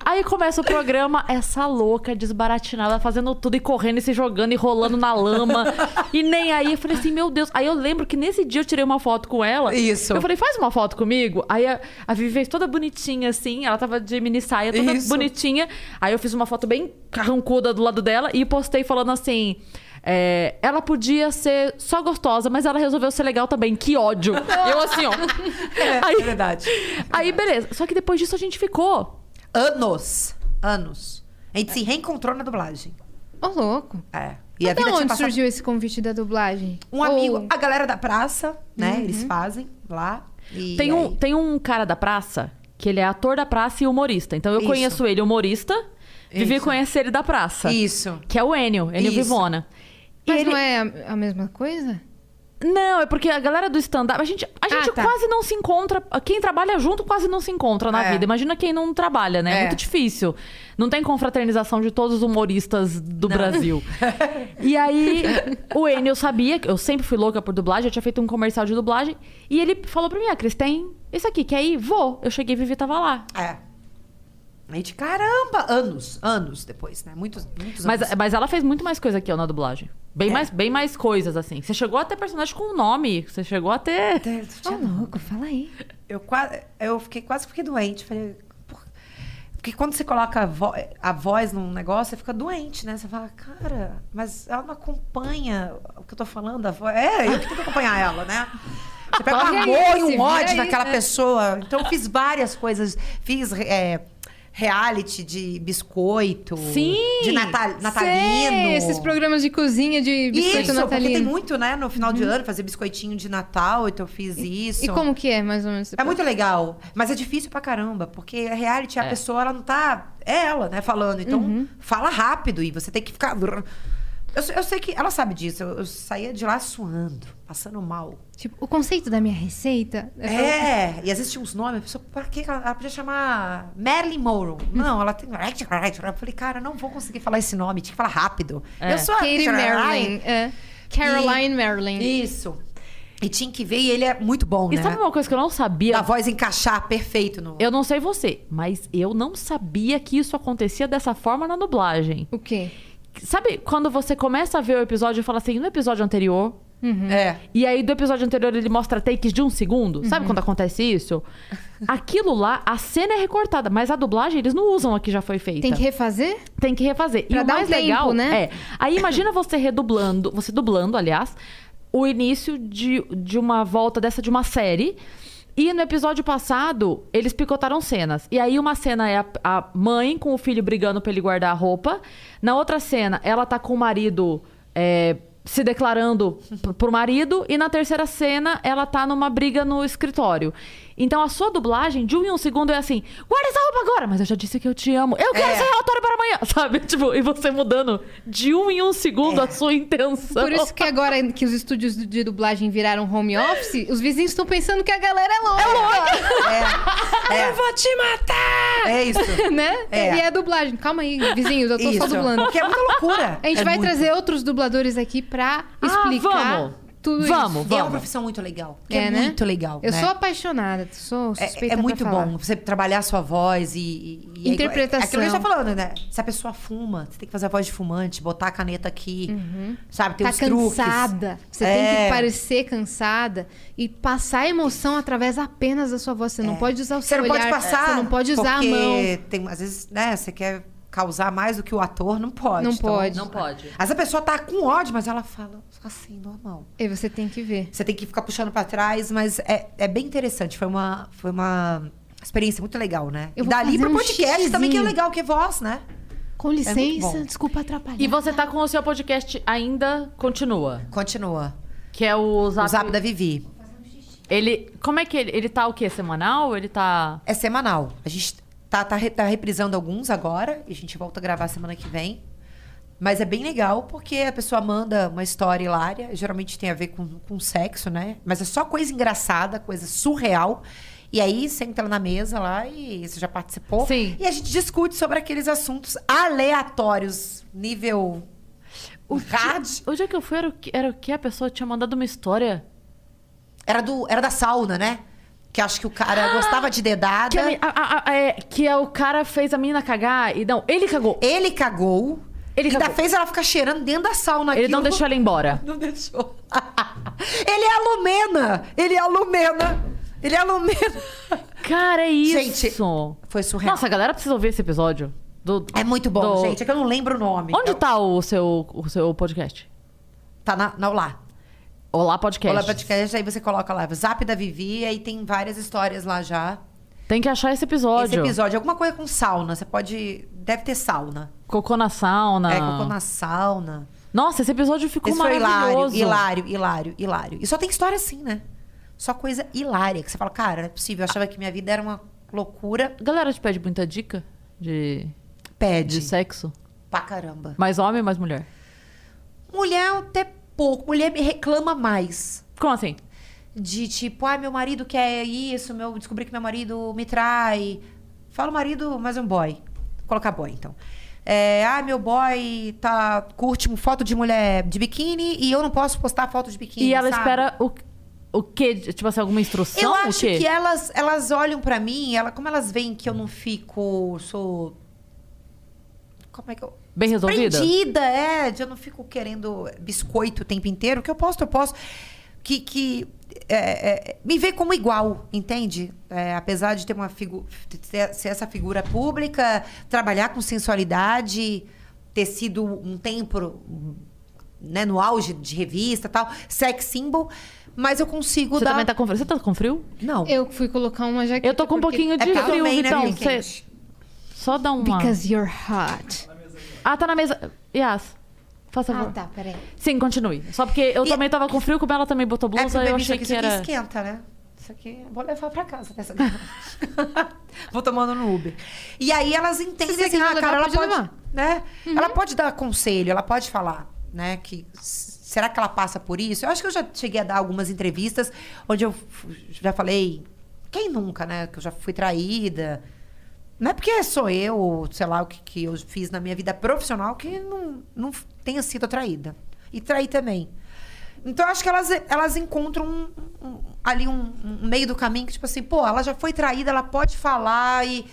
Aí começa o programa, essa louca desbaratinada, fazendo tudo e correndo e se jogando e rolando na lama. E nem aí. Eu falei assim, meu Deus. Aí eu lembro que nesse dia eu tirei uma foto com ela.
Isso.
Eu falei, faz uma foto comigo. Aí a, a Vivi fez toda bonitinha assim, ela tava de mini saia, toda
Isso.
bonitinha. Aí eu fiz uma foto bem carrancuda do lado dela e postei falando assim. é, ela podia ser só gostosa, mas ela resolveu ser legal também. Que
(laughs)
ódio! Eu assim, ó.
É,
Aí-
é verdade.
Aí, beleza. Só que depois disso a gente ficou.
Anos. Anos. A gente se reencontrou na dublagem.
Ô, louco.
É.
E
a vida
onde
tinha passado-
surgiu esse convite da dublagem?
Um amigo,
Ou-
a galera da praça, né? Eles fazem lá. E
Tem um,
aí-
tem um cara da praça, que ele é ator da praça e humorista. Então eu
Isso.
conheço ele humorista, Vivi
Isso.
conhece ele da praça.
Isso.
Que é o Enio, Enio
Isso.
Vivona. E
Mas
ele-
não é a- a mesma coisa?
Não, é porque a galera do stand-up, a gente, a gente
tá.
quase não se encontra. Quem trabalha junto quase não se encontra na
É.
vida. Imagina quem não trabalha, né? É
É.
muito difícil. Não tem confraternização de todos os humoristas do Brasil. e aí, o Enio sabia, que eu sempre fui louca por dublagem, eu tinha feito um comercial de dublagem. E ele falou pra mim, ah, Cris, tem isso aqui, quer ir? Vou. Eu cheguei e Vivi tava lá.
É. A gente, caramba, anos, anos depois, né? Muitos, muitos
Mas, é
anos.
mas ela fez muito mais coisa que eu na dublagem. Bem, mais, bem mais coisas, assim. Você chegou a ter personagem com um nome. Você chegou a ter...
Ô, louco, fala aí.
Eu, quase, eu fiquei, quase fiquei doente. Falei, por- Porque quando você coloca a, vo- a voz num negócio, você fica doente, né? Você fala, cara, mas ela não acompanha o que eu tô falando. A voz... É, eu que tenho que acompanhar ela, né? Você pega um
Olha
amor
aí,
e
se
um
vira
ódio
aí,
naquela
né?
pessoa. Então, eu fiz várias coisas. Fiz é, reality de biscoito.
Sim!
De natal... Ah, natalino.
Sei, esses programas de cozinha de biscoito
isso, porque tem
natalino. Uhum.
muito, né? No final de ano, fazer biscoitinho de Natal. Então, eu fiz isso.
E como que é, mais ou menos?
É muito legal, mas é difícil pra caramba, porque a reality, a
É.
pessoa, ela não tá. É ela, né, falando. Então, fala rápido e você tem que ficar. Eu, eu sei que ela sabe disso. Eu, eu saía de lá suando, passando mal.
Tipo, o conceito da minha receita... pra-
É, e às vezes tinha uns nomes, a pessoa, pra que ela, ela podia chamar Marilyn Monroe? Não, ela tem. Eu falei, cara, eu não vou conseguir falar esse nome, tinha que falar rápido.
É.
Eu sou a
Katie Marilyn. é. Caroline Marilyn.
Isso. E tinha que ver, e ele é muito bom,
E
né?
sabe uma coisa que eu não sabia?
Da voz encaixar perfeito no.
Eu não sei você, mas eu não sabia que isso acontecia dessa forma na dublagem.
O quê?
Sabe quando você começa a ver o episódio e fala assim, no episódio anterior.
É.
E aí, do episódio anterior, ele mostra takes de um segundo. Sabe quando acontece isso? Aquilo lá, a cena é recortada, mas a dublagem eles não usam a que já foi feita.
Tem que refazer?
Tem que refazer. e
Pra
o
dar um
mais
tempo,
legal,
né?
É. Aí imagina você redublando, você dublando, aliás, o início de, de uma volta dessa de uma série. E no episódio passado, eles picotaram cenas. E aí uma cena é a, a mãe com o filho brigando pra ele guardar a roupa. Na outra cena, ela tá com o marido é, se declarando p- pro marido. E na terceira cena, ela tá numa briga no escritório. Então a sua dublagem, de um em um segundo, é assim: guarda essa roupa agora! Mas eu já disse que eu te amo. Eu quero
É.
essa relatório para amanhã, (laughs) sabe? Tipo, e você mudando de um em um segundo
É.
a sua intenção.
Por isso que agora que os estúdios de dublagem viraram home office, os vizinhos estão pensando que a galera é louca. É louca! (laughs)
É. Eu vou te matar! É isso.
Né?
É.
E é dublagem. Calma aí, vizinhos, eu tô só
Isso.
dublando.
Porque é muita loucura.
A gente
É
vai
muito.
trazer outros dubladores aqui pra
Ah,
explicar
vamos.
tudo
Vamos.
isso.
E é uma profissão muito legal. que É,
né?
muito legal.
Eu
né?
sou apaixonada, sou suspeita
É- é,
pra
muito
falar.
bom você trabalhar a sua voz e. e- e-
Interpretação.
É aquilo que a gente tá falando, né? Se a pessoa fuma, você tem que fazer a voz de fumante, botar a caneta aqui. Sabe? Tem
Tá
uns truques.
cansada. Você tem que
É.
parecer cansada e passar a emoção através apenas da sua voz. Você não pode usar o
É. Você
seu
não pode
olhar,
passar.
Você não pode usar
porque
a mão.
Tem, às vezes, né? Você quer causar mais do que o ator, não pode.
Não
então-
(laughs)
pode.
Não pode.
Às vezes a pessoa tá com ódio, mas ela fala assim, normal.
E você tem que ver.
Você tem que ficar puxando pra trás, mas é, é bem interessante. Foi uma, foi uma experiência muito legal, né?
Eu
e
vou
dali
fazer
pro
um
podcast também, que é
xixizinho.
legal, que é voz, né?
Com
muito
licença,
bom.
desculpa atrapalhar.
E você tá com o seu podcast ainda continua,
Continua.
Tá
que é o
O
Zap,
zap da Vivi.
Ele. Como é que ele. Ele tá o quê? Semanal? Ele tá.
É semanal. A gente tá, tá, re- tá reprisando alguns agora e a gente volta a gravar semana que vem. Mas é bem legal porque a pessoa manda uma história hilária, geralmente tem a ver com, com sexo, né? Mas é só coisa engraçada, coisa surreal. E aí você entra na mesa lá e você já participou.
Sim.
E a gente discute sobre aqueles assuntos aleatórios, nível hard.
O dia é que eu fui era o que, era o que a pessoa tinha mandado uma história.
Era, do, era da sauna, né? Que acho que o cara gostava de dedada.
Ah, Que, a me- a- a- a- é, que é, o cara fez a menina cagar e não, ele cagou.
Ele cagou.
Ele
ainda
cagou.
fez ela ficar cheirando dentro da sauna.
Ele não
É aquilo.
deixou ela embora.
(laughs) Não deixou. ele é alumena. Ele é alumena. Ele é alumena.
Cara, é isso.
Gente, (laughs) foi surreal.
Nossa, a galera precisa ouvir esse episódio. do-
É muito bom,
do-
gente. É que eu não lembro o nome.
Onde tá o seu, o seu podcast?
Tá na, na Olá.
Olá Podcast.
Olá Podcast, aí você coloca lá. Zap da Vivi, aí tem várias histórias lá já.
Tem que achar esse episódio.
Esse episódio, alguma coisa com sauna. Você pode... Deve ter sauna.
Cocô na sauna.
É, cocô na sauna.
Nossa, esse episódio ficou
Esse foi hilário,
maravilhoso.
hilário, hilário, hilário. E só tem história assim, né? Só coisa hilária, que você fala, cara, não é possível. Eu achava que minha vida era uma loucura.
A galera te pede muita dica de,
Pede.
de sexo.
Pra caramba.
Mais homem, mais mulher.
Mulher é até pouco. Mulher me reclama mais.
Como assim?
De tipo, ai, meu marido quer isso, meu descobri que meu marido me trai. Fala marido, mas é um boy. Vou colocar boy, então. É, ai, meu boy tá, curte foto de mulher de biquíni e eu não posso postar foto de biquíni.
e ela
sabe?
espera o, o quê? Tipo assim, alguma instrução?
Eu
o
acho
quê?
que é elas, elas olham pra mim, ela, como elas veem que eu não fico. Sou. Como é que eu.
Bem resolvida?
Prendida, é. de Eu não fico querendo biscoito o tempo inteiro. O que eu posso, eu posso. Que. que é, é, me vê como igual, entende? É, apesar de ter uma figu de ter- ser essa figura pública, trabalhar com sensualidade, ter sido um tempo né, no auge de revista e tal, sex symbol, mas eu consigo
Você
dar.
também tá com frio? Você tá com frio?
Não.
Eu fui colocar uma jaqueta.
Eu tô com um
porque-
pouquinho
É
de
porque eu
frio,
tomei, né,
então.
vinho
Você
quente.
só dá uma.
Because you're hot.
Ah, tá na mesa. Yas, faça favor.
Ah, tá, peraí.
Sim, continue. Só porque eu
E-
também tava com frio, como ela também botou
É porque
blusa, eu
bebi isso
achei
aqui,
que
isso aqui
era.
esquenta, né? Isso aqui, vou levar pra casa dessa (laughs) Vou tomando no Uber. E aí elas entendem
Se você
assim, ah,
levar,
cara, ela
pode
pode,
levar.
né? Ela pode dar conselho, ela pode falar, né, que s- será que ela passa por isso? Eu acho que eu já cheguei a dar algumas entrevistas onde eu f- já falei, quem nunca, né, que eu já fui traída. Não é porque sou eu, ou sei lá, o que, que eu fiz na minha vida profissional que não, não f- tenha sido traída. E trair também. Então, eu acho que elas, elas encontram um- um- ali um, um meio do caminho que, tipo assim, pô, ela já foi traída, ela pode falar e.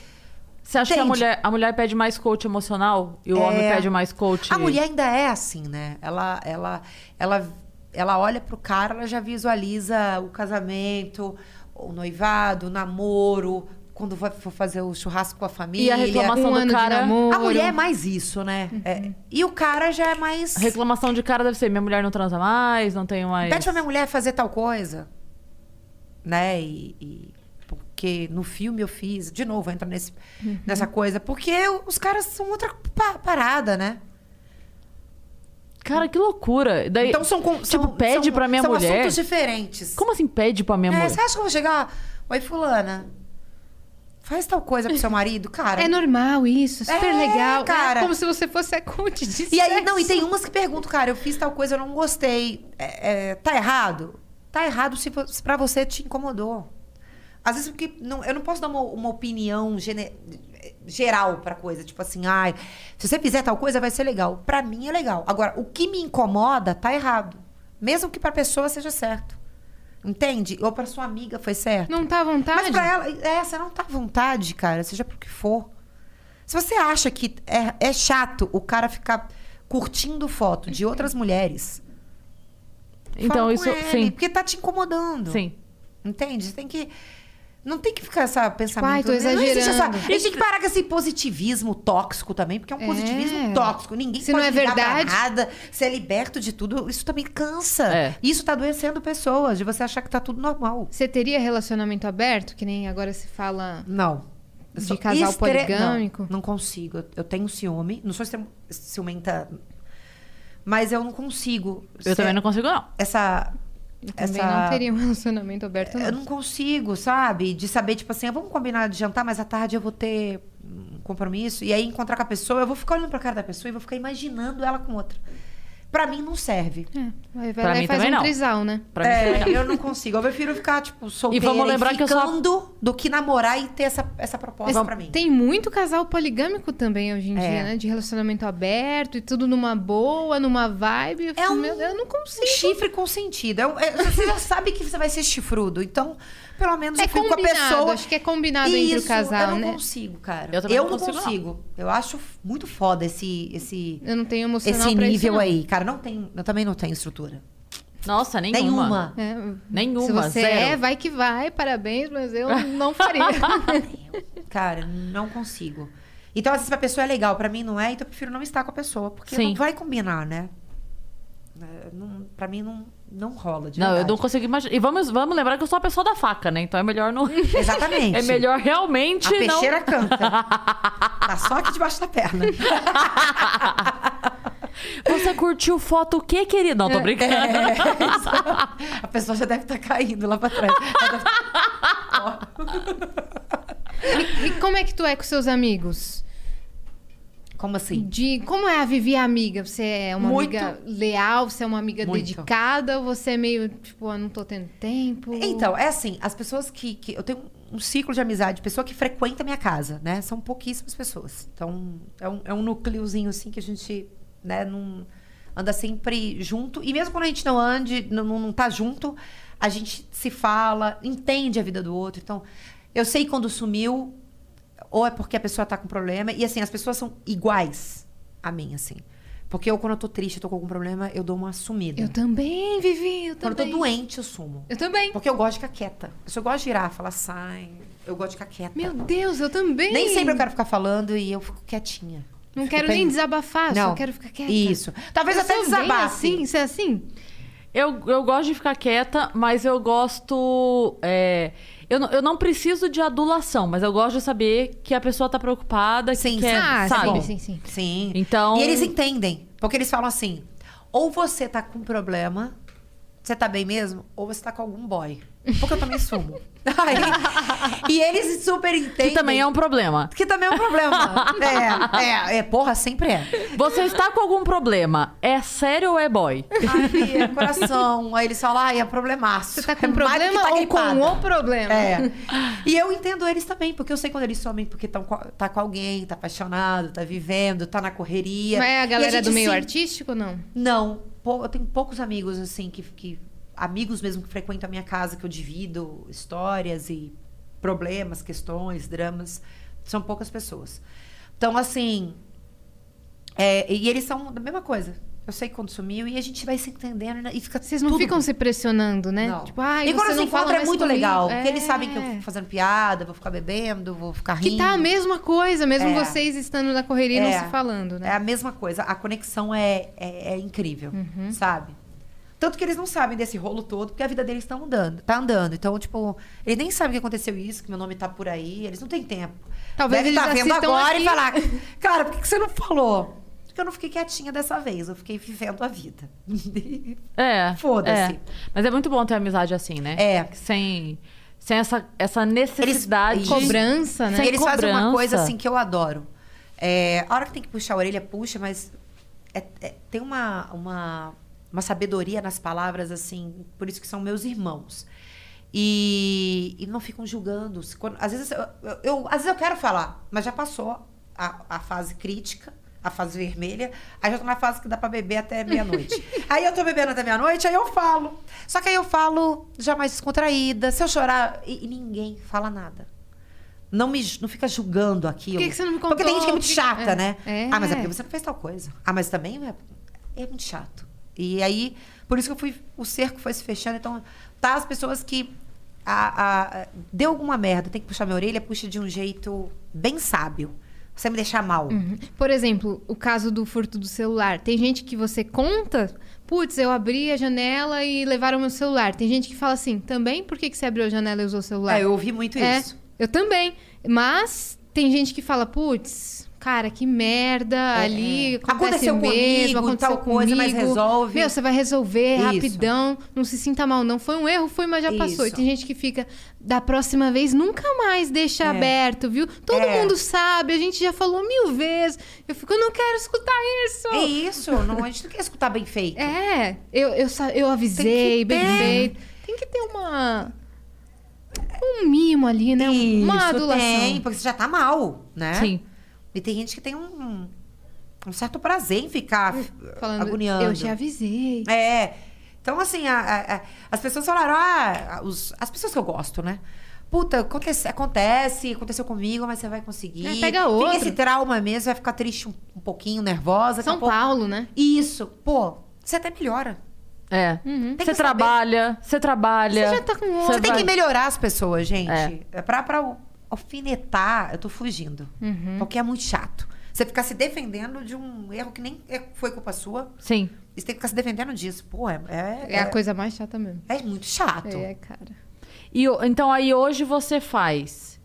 Você acha que a
Entende?
mulher, a mulher pede mais coach emocional e o
É.
homem pede mais coach.
A mulher ainda é assim, né? Ela, ela, ela, ela olha pro cara, ela já visualiza o casamento, o noivado, o namoro, quando vai- for fazer o churrasco com a
E
família.
a reclamação do
Um
Uhum.
ano de
cara.
namoro.
A mulher é mais isso, né? É, e o cara já é mais.
a reclamação de cara deve ser: minha mulher não transa mais, não tenho mais.
Pede pra minha mulher fazer tal coisa. Né? E, e- porque no filme eu fiz, de novo, entra nesse,
Uhum.
nessa coisa. Porque os caras são outra pa- parada, né?
Cara, que loucura. Daí,
Então são. com-
tipo,
são-
pede
são-
pra minha
são
mulher.
assuntos diferentes.
Como assim pede pra minha
É,
mulher?
Você acha que eu vou chegar. Oi, Fulana. Faz tal coisa pro seu marido, cara.
É normal isso, super
É,
legal.
cara.
É como se você fosse a coach de
E aí,
sexo.
não, e tem umas que perguntam, cara, eu fiz tal coisa, eu não gostei. É, é, tá errado? Tá errado se, fo- se pra você te incomodou. Às vezes, porque não- eu não posso dar uma, uma opinião gene- geral pra coisa. Tipo assim, ai, se você fizer tal coisa, vai ser legal. Pra mim é legal. Agora, o que me incomoda, tá errado. Mesmo que pra pessoa seja certo. Entende? Ou pra sua amiga foi certo.
Não tá à vontade?
Mas pra ela, é, você não tá à vontade, cara, seja pro que for. Se você acha que é, é chato o cara ficar curtindo foto de outras mulheres, fala
então,
com
isso.
ele,
Sim.
porque tá te incomodando.
Sim.
Entende? Você tem que. Não tem que ficar essa pensamento.
Tipo, ai, tô
né? Não existe essa-
exagerando.
A gente tem que parar com esse positivismo tóxico também, porque é um
É.
positivismo tóxico. Ninguém
Se
pode
não é
ligar pra
verdade.
nada. Você é liberto de tudo. Isso também cansa.
É.
Isso tá adoecendo pessoas, de você achar que tá tudo normal.
Você teria relacionamento aberto, que nem agora se fala.
Não. Eu
De
sou
casal
estre-
poligâmico?
Não, não consigo. Eu- Eu tenho ciúme. Não sou cium- ciumenta. Mas eu não consigo.
Eu
ser
também não consigo, não.
Essa.
Também
essa-
não teria um relacionamento aberto,
Eu
não.
não consigo, sabe? De saber, tipo assim, ah, vamos combinar de jantar, mas à tarde eu vou ter um compromisso. E aí encontrar com a pessoa, eu vou ficar olhando pra cara da pessoa e vou ficar imaginando ela com outra. Pra mim não serve.
É, vai, vai
Pra
lá
mim
e faz
também
um
não.
trisal, né?
Pra mim
É,
também não.
eu não consigo. Eu prefiro ficar, tipo, solteira e,
vamos lembrar que eu sou a-
ficando do que namorar e ter essa, essa proposta
Mas
pra mim.
Tem muito casal poligâmico também hoje em
É.
dia, né? De relacionamento aberto e tudo numa boa, numa vibe. Eu,
É
fico,
um-
meu Deus, eu não
Um
consigo.
chifre com sentido. É um- é- você já sabe que você vai ser chifrudo. Então, pelo menos
É
eu fico com a
combinado,
pessoa.
acho que é combinado
E
entre o
isso,
casal,
Eu não
né?
consigo, cara.
Eu também não
não
consigo, não.
Eu acho muito foda esse, esse,
Eu não tenho emocional
esse
pra isso,
nível
não.
aí. Cara, não tem, eu também não tenho estrutura.
Nossa, nenhuma.
Nenhuma.
É,
Nenhuma,
Se você
zero.
é, vai que vai, parabéns, mas eu não
(laughs)
faria.
Cara, não consigo. Então, às vezes, pra pessoa é legal, pra mim não é, então eu prefiro não estar com a pessoa, porque
Sim.
não vai combinar, né? É, Não, pra mim não, não rola, de
Não, eu
verdade.
não consigo imaginar. E vamos, vamos lembrar que eu sou a pessoa da faca, né? Então é melhor
(laughs)
não. (laughs)
Exatamente.
É melhor realmente
A
não.
peixeira (laughs) canta. Tá só aqui debaixo da perna.
Você curtiu foto o quê, querido? Não,
É.
tô brincando.
(laughs) A pessoa já deve estar caindo lá pra trás. Ela deve-
e, e como é que tu é com seus amigos?
Como assim?
De como é a Vivi amiga? Você é uma
Muito.
amiga leal? Você é uma amiga
Muito.
dedicada? Ou você é meio tipo, ah, não tô tendo tempo?
Então, é assim, as pessoas que, que- Eu tenho um ciclo de amizade, de pessoa que frequenta a minha casa, né? São pouquíssimas pessoas. Então, é um, é um núcleozinho, assim, que a gente, né, não anda sempre junto. E mesmo quando a gente não ande, não, não não tá junto, a gente se fala, entende a vida do outro. Então, eu sei quando sumiu, ou é porque a pessoa tá com problema. E assim, as pessoas são iguais a mim, assim. Porque eu, quando eu tô triste, eu tô com algum problema, eu dou uma sumida.
Eu também, Vivi, eu
quando eu
também.
tô doente, eu sumo.
Eu também.
Porque eu gosto de ficar quieta. Eu só gosto de girar, falar sai. Eu gosto de ficar quieta.
Meu Deus, eu também.
Nem sempre eu quero ficar falando e eu fico quietinha.
Não
Fico
quero
bem-
nem desabafar, só
Não.
quero ficar quieta.
Isso. Talvez
Eu
até
sou bem
desabafe.
assim, você é assim?
Eu, eu gosto de ficar quieta, mas eu gosto. é, eu, não- eu não preciso de adulação, mas eu gosto de saber que a pessoa tá preocupada, que
Sim,
quer,
ah,
sabe?
sim, sim.
Sim.
Então-
E eles entendem. Porque eles falam assim: ou você tá com problema, você tá bem mesmo, ou você tá com algum boy. Porque eu também sumo. (laughs) Aí- e eles super entendem.
Que também é um problema.
Que também é
(laughs)
um problema. é, é, é, porra, sempre é.
Você está com algum problema? É sério ou é boy?
Ai, é coração. Aí eles falam, ai, é problemaço.
Você tá com
É (laughs) mais do que
problema
tá
ou
gripada.
com o problema?
É. E eu entendo eles também, porque eu sei quando eles somem porque tão, co- tá com alguém, tá apaixonado, tá vivendo, tá na correria.
Mas é a
E
galera
gente
do meio
se-
artístico, não?
Não. Pou- Eu tenho poucos amigos, assim, que, que- Amigos mesmo que frequentam a minha casa, que eu divido histórias e problemas, questões, dramas. São poucas pessoas. Então, assim. é, e eles são da mesma coisa. Eu sei quando sumiu e a gente vai se entendendo né, e fica
Vocês não
tudo
ficam se pressionando, né?
Não.
Tipo, ai,
e quando
você
se
não fala
encontra é
mais
muito
comigo.
legal.
É.
Porque eles sabem que eu fico fazendo piada, vou ficar bebendo, vou ficar rindo.
Que tá a mesma coisa, mesmo
É.
vocês estando na correria e
É.
não se falando,
É
né?
a mesma coisa. A conexão é, é, é incrível,
Uhum.
sabe? Tanto que eles não sabem desse rolo todo, porque a vida deles tá andando. Tá andando. Então, tipo, eles nem sabem que aconteceu isso, que meu nome tá por aí. Eles não têm tempo.
Talvez
Deve
eles
tá vendo
assistam
agora
aqui.
e falar...
(laughs)
Cara, por que, que você não falou? Porque eu não fiquei quietinha dessa vez. Eu fiquei vivendo a vida. (laughs)
É.
Foda-se.
é. Mas é muito bom ter amizade assim, né?
É.
Sem, sem essa, essa necessidade.
Eles-
de-
Cobrança, né?
Sem
Eles fazem uma
cobrança.
coisa assim que eu adoro. É, a hora que tem que puxar a orelha, puxa, mas é- é- tem uma, uma, uma sabedoria nas palavras, assim, por isso que são meus irmãos. E, e não ficam julgando. Se quando- às, vezes eu, eu- eu- às vezes eu quero falar, mas já passou a, a fase crítica, a fase vermelha, aí já tô na fase que dá pra beber
(laughs)
até meia-noite. aí eu tô bebendo até meia-noite, aí eu falo. Só que aí eu falo já mais descontraída, se eu chorar, e- e ninguém fala nada não me ju- não fica julgando aquilo.
Por que que você não me
Porque tem gente que é
contou?
muito
Por que-
chata,
é.
né?
É.
Ah, mas é porque você não fez tal coisa. Ah, mas também é, é muito chato. E aí, por isso que eu fui. O cerco foi se fechando. Então, tá as pessoas que. a- a- deu alguma merda, tem que puxar minha orelha, puxa de um jeito bem sábio. Sem me deixar mal.
Por exemplo, o caso do furto do celular. Tem gente que você conta, putz, eu abri a janela e levaram meu celular. Tem gente que fala assim, também? Por que, que você abriu a janela e usou o celular?
É, eu ouvi É, muito
É,
isso.
eu também. Mas tem gente que fala, putz, cara, que merda ali. Acontece
É, Aconteceu
mesmo,
comigo,
aconteceu
tal coisa, mas
comigo.
resolve.
Meu, você vai resolver
Isso.
rapidão. Não se sinta mal, não. Foi um erro, foi, mas já passou. E
Isso.
tem gente que fica, da próxima vez, nunca mais deixa aberto, viu? Todo
É.
mundo sabe, a gente já falou mil vezes. Eu fico, eu não quero escutar isso.
É isso, não, a gente não quer escutar bem feito.
É, eu, eu, sa- eu avisei,
Tem que
bem
ter.
feito. Tem que ter uma. Um mimo ali, né? Um- uma
Isso,
adulação.
Tem, porque você já tá mal, né?
Sim.
E tem gente que tem um, um certo prazer em ficar
Falando,
agoniando.
eu te avisei.
É. Então, assim, a- a- a- as pessoas falaram, ah, os- as pessoas que eu gosto, né? Puta, acontece, acontece, aconteceu comigo, mas você vai conseguir.
É, pega
Fica
outro.
esse trauma mesmo, você vai ficar triste um, um pouquinho, nervosa. daqui a
São
pouco-
Paulo, né?
Isso. Pô, você até melhora.
É.
Uhum.
Hum, Tem
Você
que saber.
trabalha, você trabalha.
Você já tá com
você
outro.
Você tem
vai-
que melhorar as pessoas, gente. É. Pra, pra alfinetar, eu tô fugindo.
Uhum.
Porque é muito chato. Você ficar se defendendo de um erro que nem é- foi culpa sua.
Sim.
E você tem que ficar se defendendo disso. Pô, é, é,
É a coisa mais chata mesmo.
é muito chato.
É, cara.
E, o- então aí hoje você faz.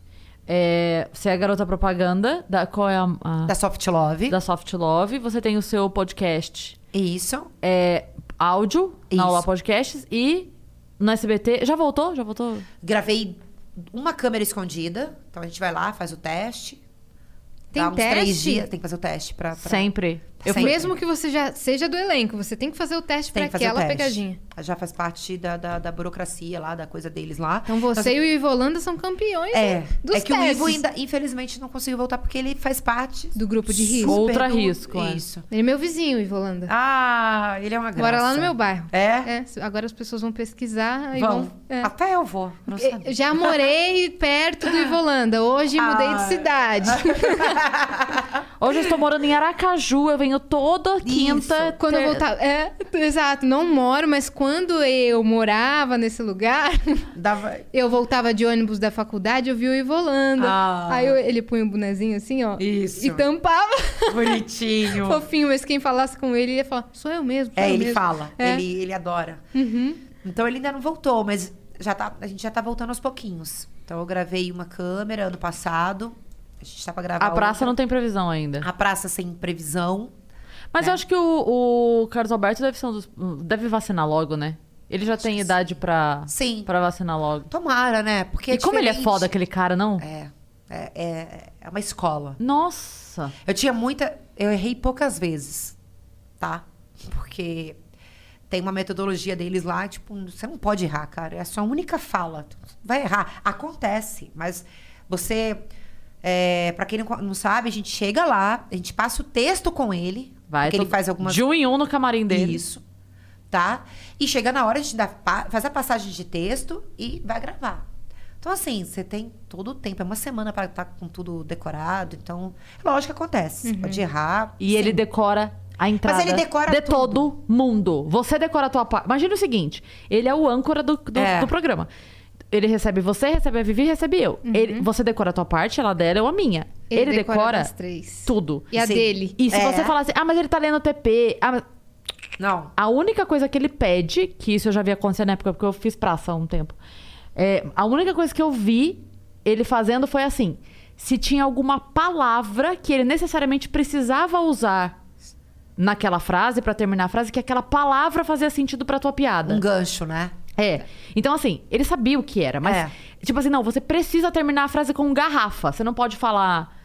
é, você é garota propaganda. Da, qual é a. a-
Da soft love.
da Soft Love. Você tem o seu podcast
Isso.
é, áudio,
Isso.
na Olá Podcasts, e no SBT. Já voltou? Já voltou?
Gravei uma câmera escondida. Então a gente vai lá, faz o teste.
Tem
dá uns
teste?
três dias. Tem que fazer o teste pra. pra...
Sempre. Eu
Sempre.
Mesmo que você já seja do elenco, você tem que fazer o teste
Tem
pra
que fazer o
aquela
teste.
pegadinha.
Já faz parte da, da, da burocracia lá, da coisa deles lá.
Então você e o Ivo Holanda são campeões né,
É,
dos
é que o
testes.
Ivo ainda, infelizmente, não conseguiu voltar porque ele faz parte
Do grupo de risco.
Ou- Ultra
do-
risco, é.
Isso.
Ele é meu vizinho, Ivo Holanda.
Ah, ele é uma graça.
Mora lá no meu bairro. É,
É?
agora as pessoas vão pesquisar e
Vão.
vão. é.
Até eu vou. Não
Eu
sabia.
Já morei perto do Ivolanda. Hoje
(laughs)
mudei de
Ah. (laughs)
cidade.
Hoje eu estou morando em Aracaju, eu venho toda quinta.
Quando eu
ter-
voltava. É, exato, não moro, mas quando eu morava nesse lugar,
Dava...
eu voltava de ônibus da faculdade, eu vi o Ivolanda.
Ah.
Aí eu- ele punha um bonezinho assim, ó.
Isso.
E tampava. (laughs)
Bonitinho.
Fofinho, mas quem falasse com ele ia falar: sou eu mesmo. sou
é,
eu
ele
mesmo."
fala.
É.
Ele, ele adora.
Uhum.
Então ele ainda não voltou, mas já tá, a gente já tá voltando aos pouquinhos. Então eu gravei uma câmera ano passado. A gente tá Ah, pra gravar.
A praça
outra.
não tem previsão ainda.
A praça sem previsão.
Mas
tá.
eu acho que o, o Carlos Alberto deve, ser um dos- deve vacinar logo, né? Ele já tem idade pra,
Sim.
pra vacinar logo.
Tomara, né? Porque é
e como ele é
diferente.
foda, aquele cara, não?
É. É, é, é uma escola.
Nossa!
Eu tinha muita. Eu errei poucas vezes, tá? Porque tem uma metodologia deles lá, tipo, você não pode errar, cara. É a sua única fala. Vai errar. Acontece, mas você. É, para quem não, co- não sabe, a gente chega lá, a gente passa o texto com ele,
Vai,
porque
tô-
ele faz algumas
De um em um no camarim dele.
isso. Tá? E chega na hora, a gente dá, pa- faz a passagem de texto e vai gravar. Então, assim, você tem todo o tempo. É uma semana para estar com tudo decorado. Então, lógico que acontece. Você Pode errar.
E ele decora a entrada
ele decora
de
tudo.
todo mundo. Você decora a tua parte. Imagina o seguinte: ele é o âncora do, do,
É.
do programa. Ele recebe você, recebe a Vivi, recebe eu.
Uhum.
Ele- você decora a tua parte, ela dela, eu a minha. Ele, decora,
das três.
tudo.
E a
Sim.
dele.
E se
É.
você falar assim, ah, mas ele tá lendo o TP. ah, mas-
Não.
A única coisa que ele pede, que isso eu já vi acontecer na época, porque eu fiz praça há um tempo. é, a única coisa que eu vi ele fazendo foi assim: se tinha alguma palavra que ele necessariamente precisava usar naquela frase pra terminar a frase, que aquela palavra fazia sentido pra tua piada.
Um gancho, né?
É. Então, assim, ele sabia o que era, mas.
É.
Tipo assim, não, você precisa terminar a frase com garrafa. Você não pode falar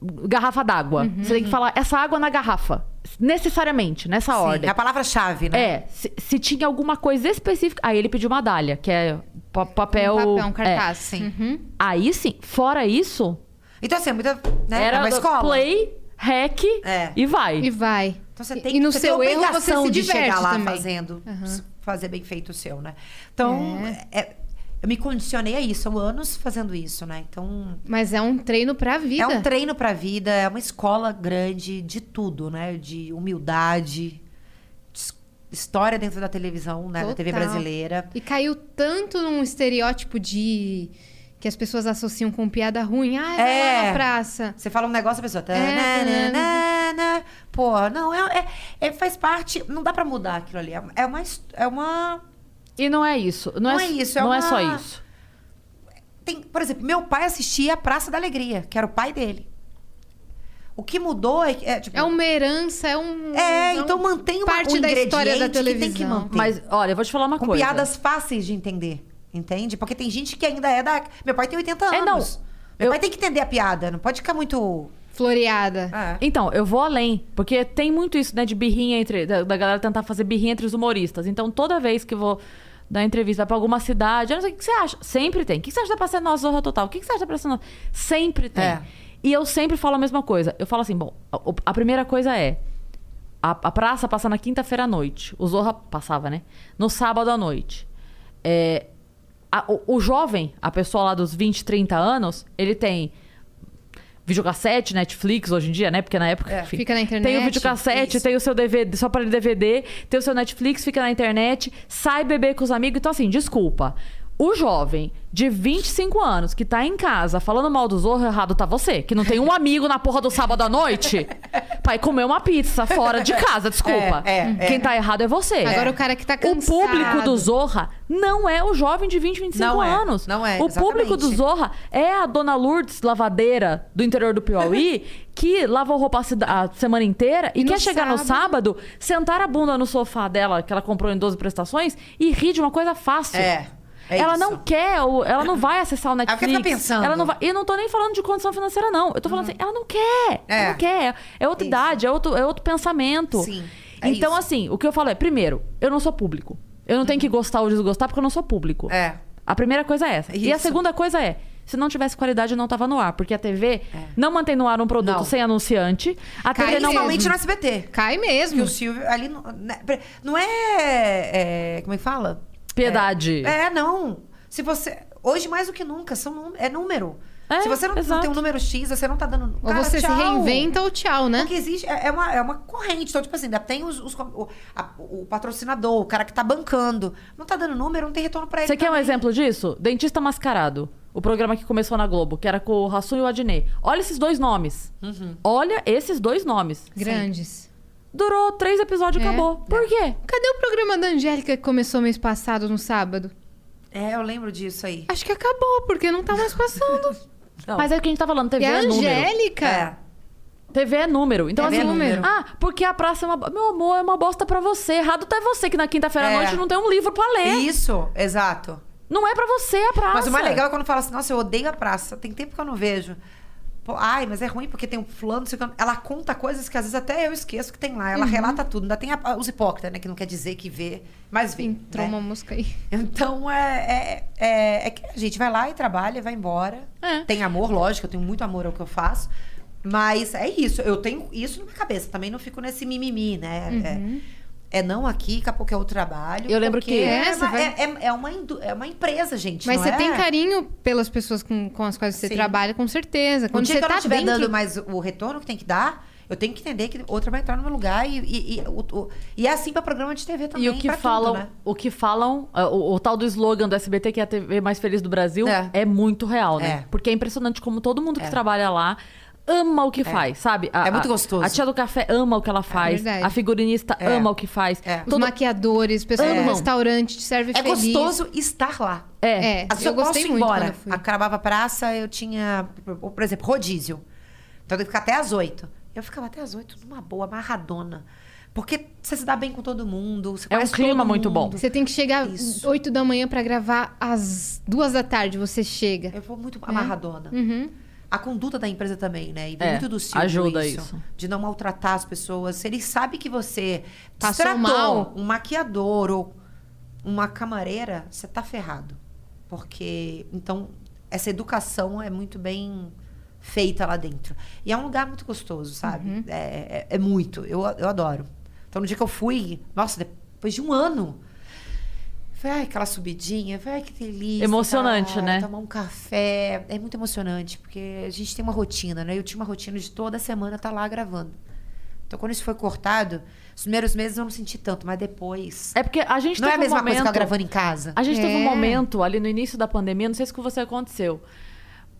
garrafa d'água.
Uhum,
Você tem que falar essa água na garrafa. Necessariamente, nessa
Sim,
ordem.
é a palavra-chave, né?
É, se, se tinha alguma coisa específica. Aí ele pediu uma dália, que é pa- papel.
Um papel, um
é.
cartaz.
sim.
Uhum.
Aí sim, fora isso,
Então, assim, é muita. Né?
era
é uma
do-
escola.
play, hack
É.
e vai.
E vai.
Então você
E-
tem
e no
você
seu
tem a
erro você
obrigação
se
de
diverte
chegar lá
também.
fazendo,
Aham.
fazer bem feito o seu, né? Então, é- eu me condicionei a isso, há anos fazendo isso, né? Então,
Mas é um treino pra vida.
É um treino pra vida, é uma escola grande de tudo, né? De humildade, de his- história dentro da televisão, né? Da TV
Total.
brasileira.
E caiu tanto num estereótipo de. que as pessoas associam com piada ruim. Ah, vai lá na
É.
praça.
Você fala um negócio, a pessoa. tá,
É,
né, né,
né,
né, né. Pô, não, é, é- é- faz parte. Não dá pra mudar aquilo ali. É é uma. his- É uma
E não é isso. Não, é, isso, é, não é
uma-
só isso.
tem- por exemplo, meu pai assistia a Praça da Alegria, que era o pai dele. O O que mudou é, que- é tipo.
É uma herança, é um.
É,
um-
então mantém uma
parte
um
da história da
ingrediente que tem que
televisão.
manter.
Mas, olha, eu vou te falar uma
com
coisa.
piadas fáceis de entender. Entende? Porque tem gente que ainda é da. Meu pai tem 80 anos.
É, não.
Meu
Eu-
pai tem que entender a piada, não pode ficar muito.
Floreada.
Ah,
Então, eu vou além, porque tem muito isso, né, de birrinha entre. Da, da galera tentar fazer birrinha entre os humoristas. Então, toda vez que eu vou dar entrevista, vai pra alguma cidade, eu não sei o que, que você acha. Sempre tem. O que que você acha da Praça Nossa Zorra Total? O que que você acha da Praça Nossa? Sempre tem.
É.
E eu sempre falo a mesma coisa. Eu falo assim, bom, a, a primeira coisa é. A, a praça passa na quinta-feira à noite. O Zorra passava, né? No sábado à noite. É, a- o, o jovem, a pessoa lá dos 20, 30 anos, ele tem videocassete, Netflix hoje em dia, né? Porque na época. enfim,
É, fica na internet,
Tem o videocassete,
isso.
tem o seu DVD, só para DVD, tem o seu Netflix, fica na internet, sai beber com os amigos. Então, assim, desculpa. O jovem de 25 anos que tá em casa falando mal do Zorro, errado tá você, que não tem um amigo na porra do sábado à noite pra ir comer uma pizza fora de casa, desculpa.
É, é, é.
Quem tá errado é você.
Agora o cara que tá
O
cansado.
público do Zorra não é o jovem de 20, 25
Não é,
anos.
não é,
O
exatamente.
público do Zorra é a dona Lourdes lavadeira do interior do
(laughs)
Piauí que lava roupa a, cida- a semana inteira e,
E no
quer chegar no sábado, sentar a bunda no sofá dela, que ela comprou em 12 prestações, e rir de uma coisa fácil.
É, é
ela
isso. É
não quer, o- ela não vai acessar o
que
Netflix.
fica pensando. Uhum.
Ela não vai, e não tô nem falando de condição financeira, não. Eu tô falando assim, ela não quer.
É.
Ela não quer. É outra
Isso.
idade, é outro, é outro pensamento.
Sim, é
então,
isso.
assim, o que eu falo é, primeiro, eu não sou público. Eu não tenho que gostar ou desgostar porque eu não sou público.
É.
A primeira coisa é essa. E a
Isso.
segunda coisa é, se não tivesse qualidade, eu não tava no ar. Porque a TV não mantém no ar um produto
Não.
sem anunciante. A
Cai
TV não...
Principalmente no SBT.
Cai
Que
mesmo.
o Silvio ali não, né, pre- não é, é, Como é que fala?
Piedade.
É, é, não. Se você. Hoje, mais do que nunca, são, num- é número.
É,
Se você não, não
exato.
tem um número X, você não tá dando.
Ou
Cara,
você
tchau.
se reinventa ou tchau, né?
Porque existe, é é uma, é uma corrente. Então, tipo assim, ainda tem os, os- o, a- o patrocinador, o cara que tá bancando. Não tá dando número, não tem retorno pra ele.
Você quer um
também.
exemplo disso? Dentista Mascarado. O programa que começou na Globo, que era com o Rassum e o Adnet. Olha esses dois nomes. Olha esses dois nomes.
Grandes.
Durou três episódios e
É.
acabou. Por quê?
Cadê o programa da Angélica que começou mês passado, no sábado?
É, eu lembro disso aí.
Acho que acabou, porque não tá mais
(laughs)
passando.
Não.
Mas é o que a gente tá falando, TV
e
é,
a
número.
Angélica?
É.
TV é número. Então,
TV é
assim,
número.
ah, porque a praça é uma. bo- Meu amor, é uma bosta pra você. Errado tá é você, que na quinta-feira à
É.
noite não tem um livro pra ler.
Isso, exato.
Não é pra você a praça.
Mas o mais legal é quando fala assim, nossa, eu odeio a praça. Tem tempo que eu não vejo. Pô, ai, mas é ruim porque tem um fulano, não sei o que. Ela conta coisas que às vezes até eu esqueço que tem lá.
Uhum.
Ela relata tudo. Ainda tem a- os hipócritas, né? Que não quer dizer que vê, mas vê.
Entrou
né?
uma música aí.
Então é, é, é, é que a gente vai lá e trabalha, vai embora.
É.
Tem amor, lógico, eu tenho muito amor ao que eu faço. Mas é isso, eu tenho isso na minha cabeça. Também não fico nesse mimimi, né?
Uhum.
É, é não aqui, daqui a pouco é outro trabalho.
Eu lembro
porque
que-
É,
É,
você
uma,
vai-
é, é- é uma, indu- é uma empresa, gente.
Mas
não
você
é?
tem carinho pelas pessoas com, com as quais você
Sim.
trabalha, com certeza.
Um
Quando
dia
você
que eu não
tá
estiver
bem.
dando
que-
mais o retorno que tem que dar, eu tenho que entender que outra vai entrar no meu lugar. E, e, e, o- o- e é assim pra programa de TV também.
E o que
pra tudo,
falam,
né?
o que falam, ah, o, o tal do slogan do SBT, que é a TV mais feliz do Brasil, é,
É.
muito real, né?
É.
Porque é impressionante como todo mundo que trabalha lá ama o que faz, sabe? A-
É muito
a-
gostoso.
A tia do café ama o que ela faz.
verdade.
a figurinista
É.
ama o que faz.
É.
Os
Todo-
maquiadores, pessoal do
Amam.
restaurante, te serve
É
feliz.
gostoso estar lá.
É.
É.
Assim,
eu
eu,
gostei
posso ir
muito
embora.
quando eu fui.
Acabava a praça, eu tinha, por por exemplo, rodízio. Então eu tenho que ficar até às oito. Eu ficava até às oito numa boa, amarradona. Porque você se dá bem com todo mundo. Você
É um
conhece
clima
todo
muito bom.
mundo.
Você tem que chegar às
Isso.
8 da manhã pra gravar às duas da tarde, você chega.
Eu vou muito
É.
amarradona.
Uhum.
A conduta da empresa também, né? E vem
É,
muito do Silvio
ajuda isso.
De não maltratar as pessoas. Se ele sabe que você
Passou
tratou
mal.
um maquiador ou uma camareira, você tá ferrado. Porque, então, essa educação é muito bem feita lá dentro. E é um lugar muito gostoso, sabe?
Uhum.
É, é- é muito. Eu, eu adoro. Então, no dia que eu fui, nossa, depois de um ano... Vai aquela subidinha, vai que delícia.
Emocionante,
cara,
né?
Tomar um café. É muito emocionante, porque a gente tem uma rotina, né? Eu tinha uma rotina de toda semana estar lá gravando. Então, quando isso foi cortado, os primeiros meses eu não senti tanto, mas depois.
É porque a gente
não é
teve
a mesma
um momento...
coisa que eu gravando em casa.
A gente teve um
É.
momento ali no início da pandemia, não sei se com você aconteceu,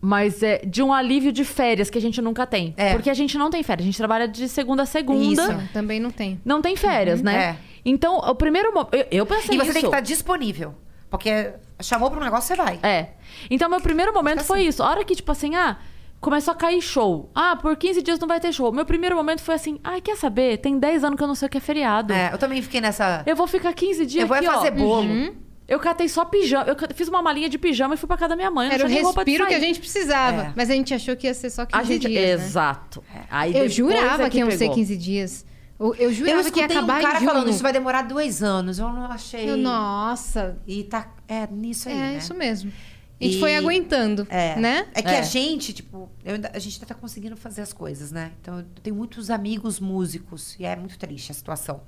mas é de um alívio de férias que a gente nunca tem.
É.
Porque a gente não tem férias, a gente trabalha de segunda a segunda.
Isso.
Não, também não tem.
Não tem férias, né?
É.
Então, o primeiro momento. Eu, eu pensei
e você
isso.
tem que tá estar disponível. Porque chamou para um negócio, você vai.
É. Então, meu primeiro momento foi isso. A hora que, tipo assim, ah, Começou a cair show. Ah, por 15 dias não vai ter show. Meu primeiro momento foi assim: ai, quer saber? Tem 10 anos que eu não sei o que é feriado.
É, eu também fiquei nessa.
Eu vou ficar 15 dias
Eu vou é
aqui, ó. Uhum.
fazer bolo.
Eu catei só pijama. Eu ca- fiz uma malinha de pijama e fui pra casa da minha mãe. Eu não
Era o
tinha nem roupa de
respiro que a
sair.
gente precisava.
É.
Mas a gente achou que ia ser só 15
A gente-
dias. né?
Exato. Aí
Eu
depois
jurava
é
que iam ser
pegou.
15 dias. Eu, eu
Eu
jurava que
escutei
ia acabar
um cara
em junho.
falando isso vai demorar dois anos. Eu não achei.
Eu, Nossa,
E tá. É nisso aí.
é
né?
isso mesmo. A gente
E-
foi aguentando,
É.
né?
É que
É.
a gente, tipo, eu ainda- a gente ainda tá conseguindo fazer as coisas, né? Então eu tenho muitos amigos músicos e é muito triste a situação.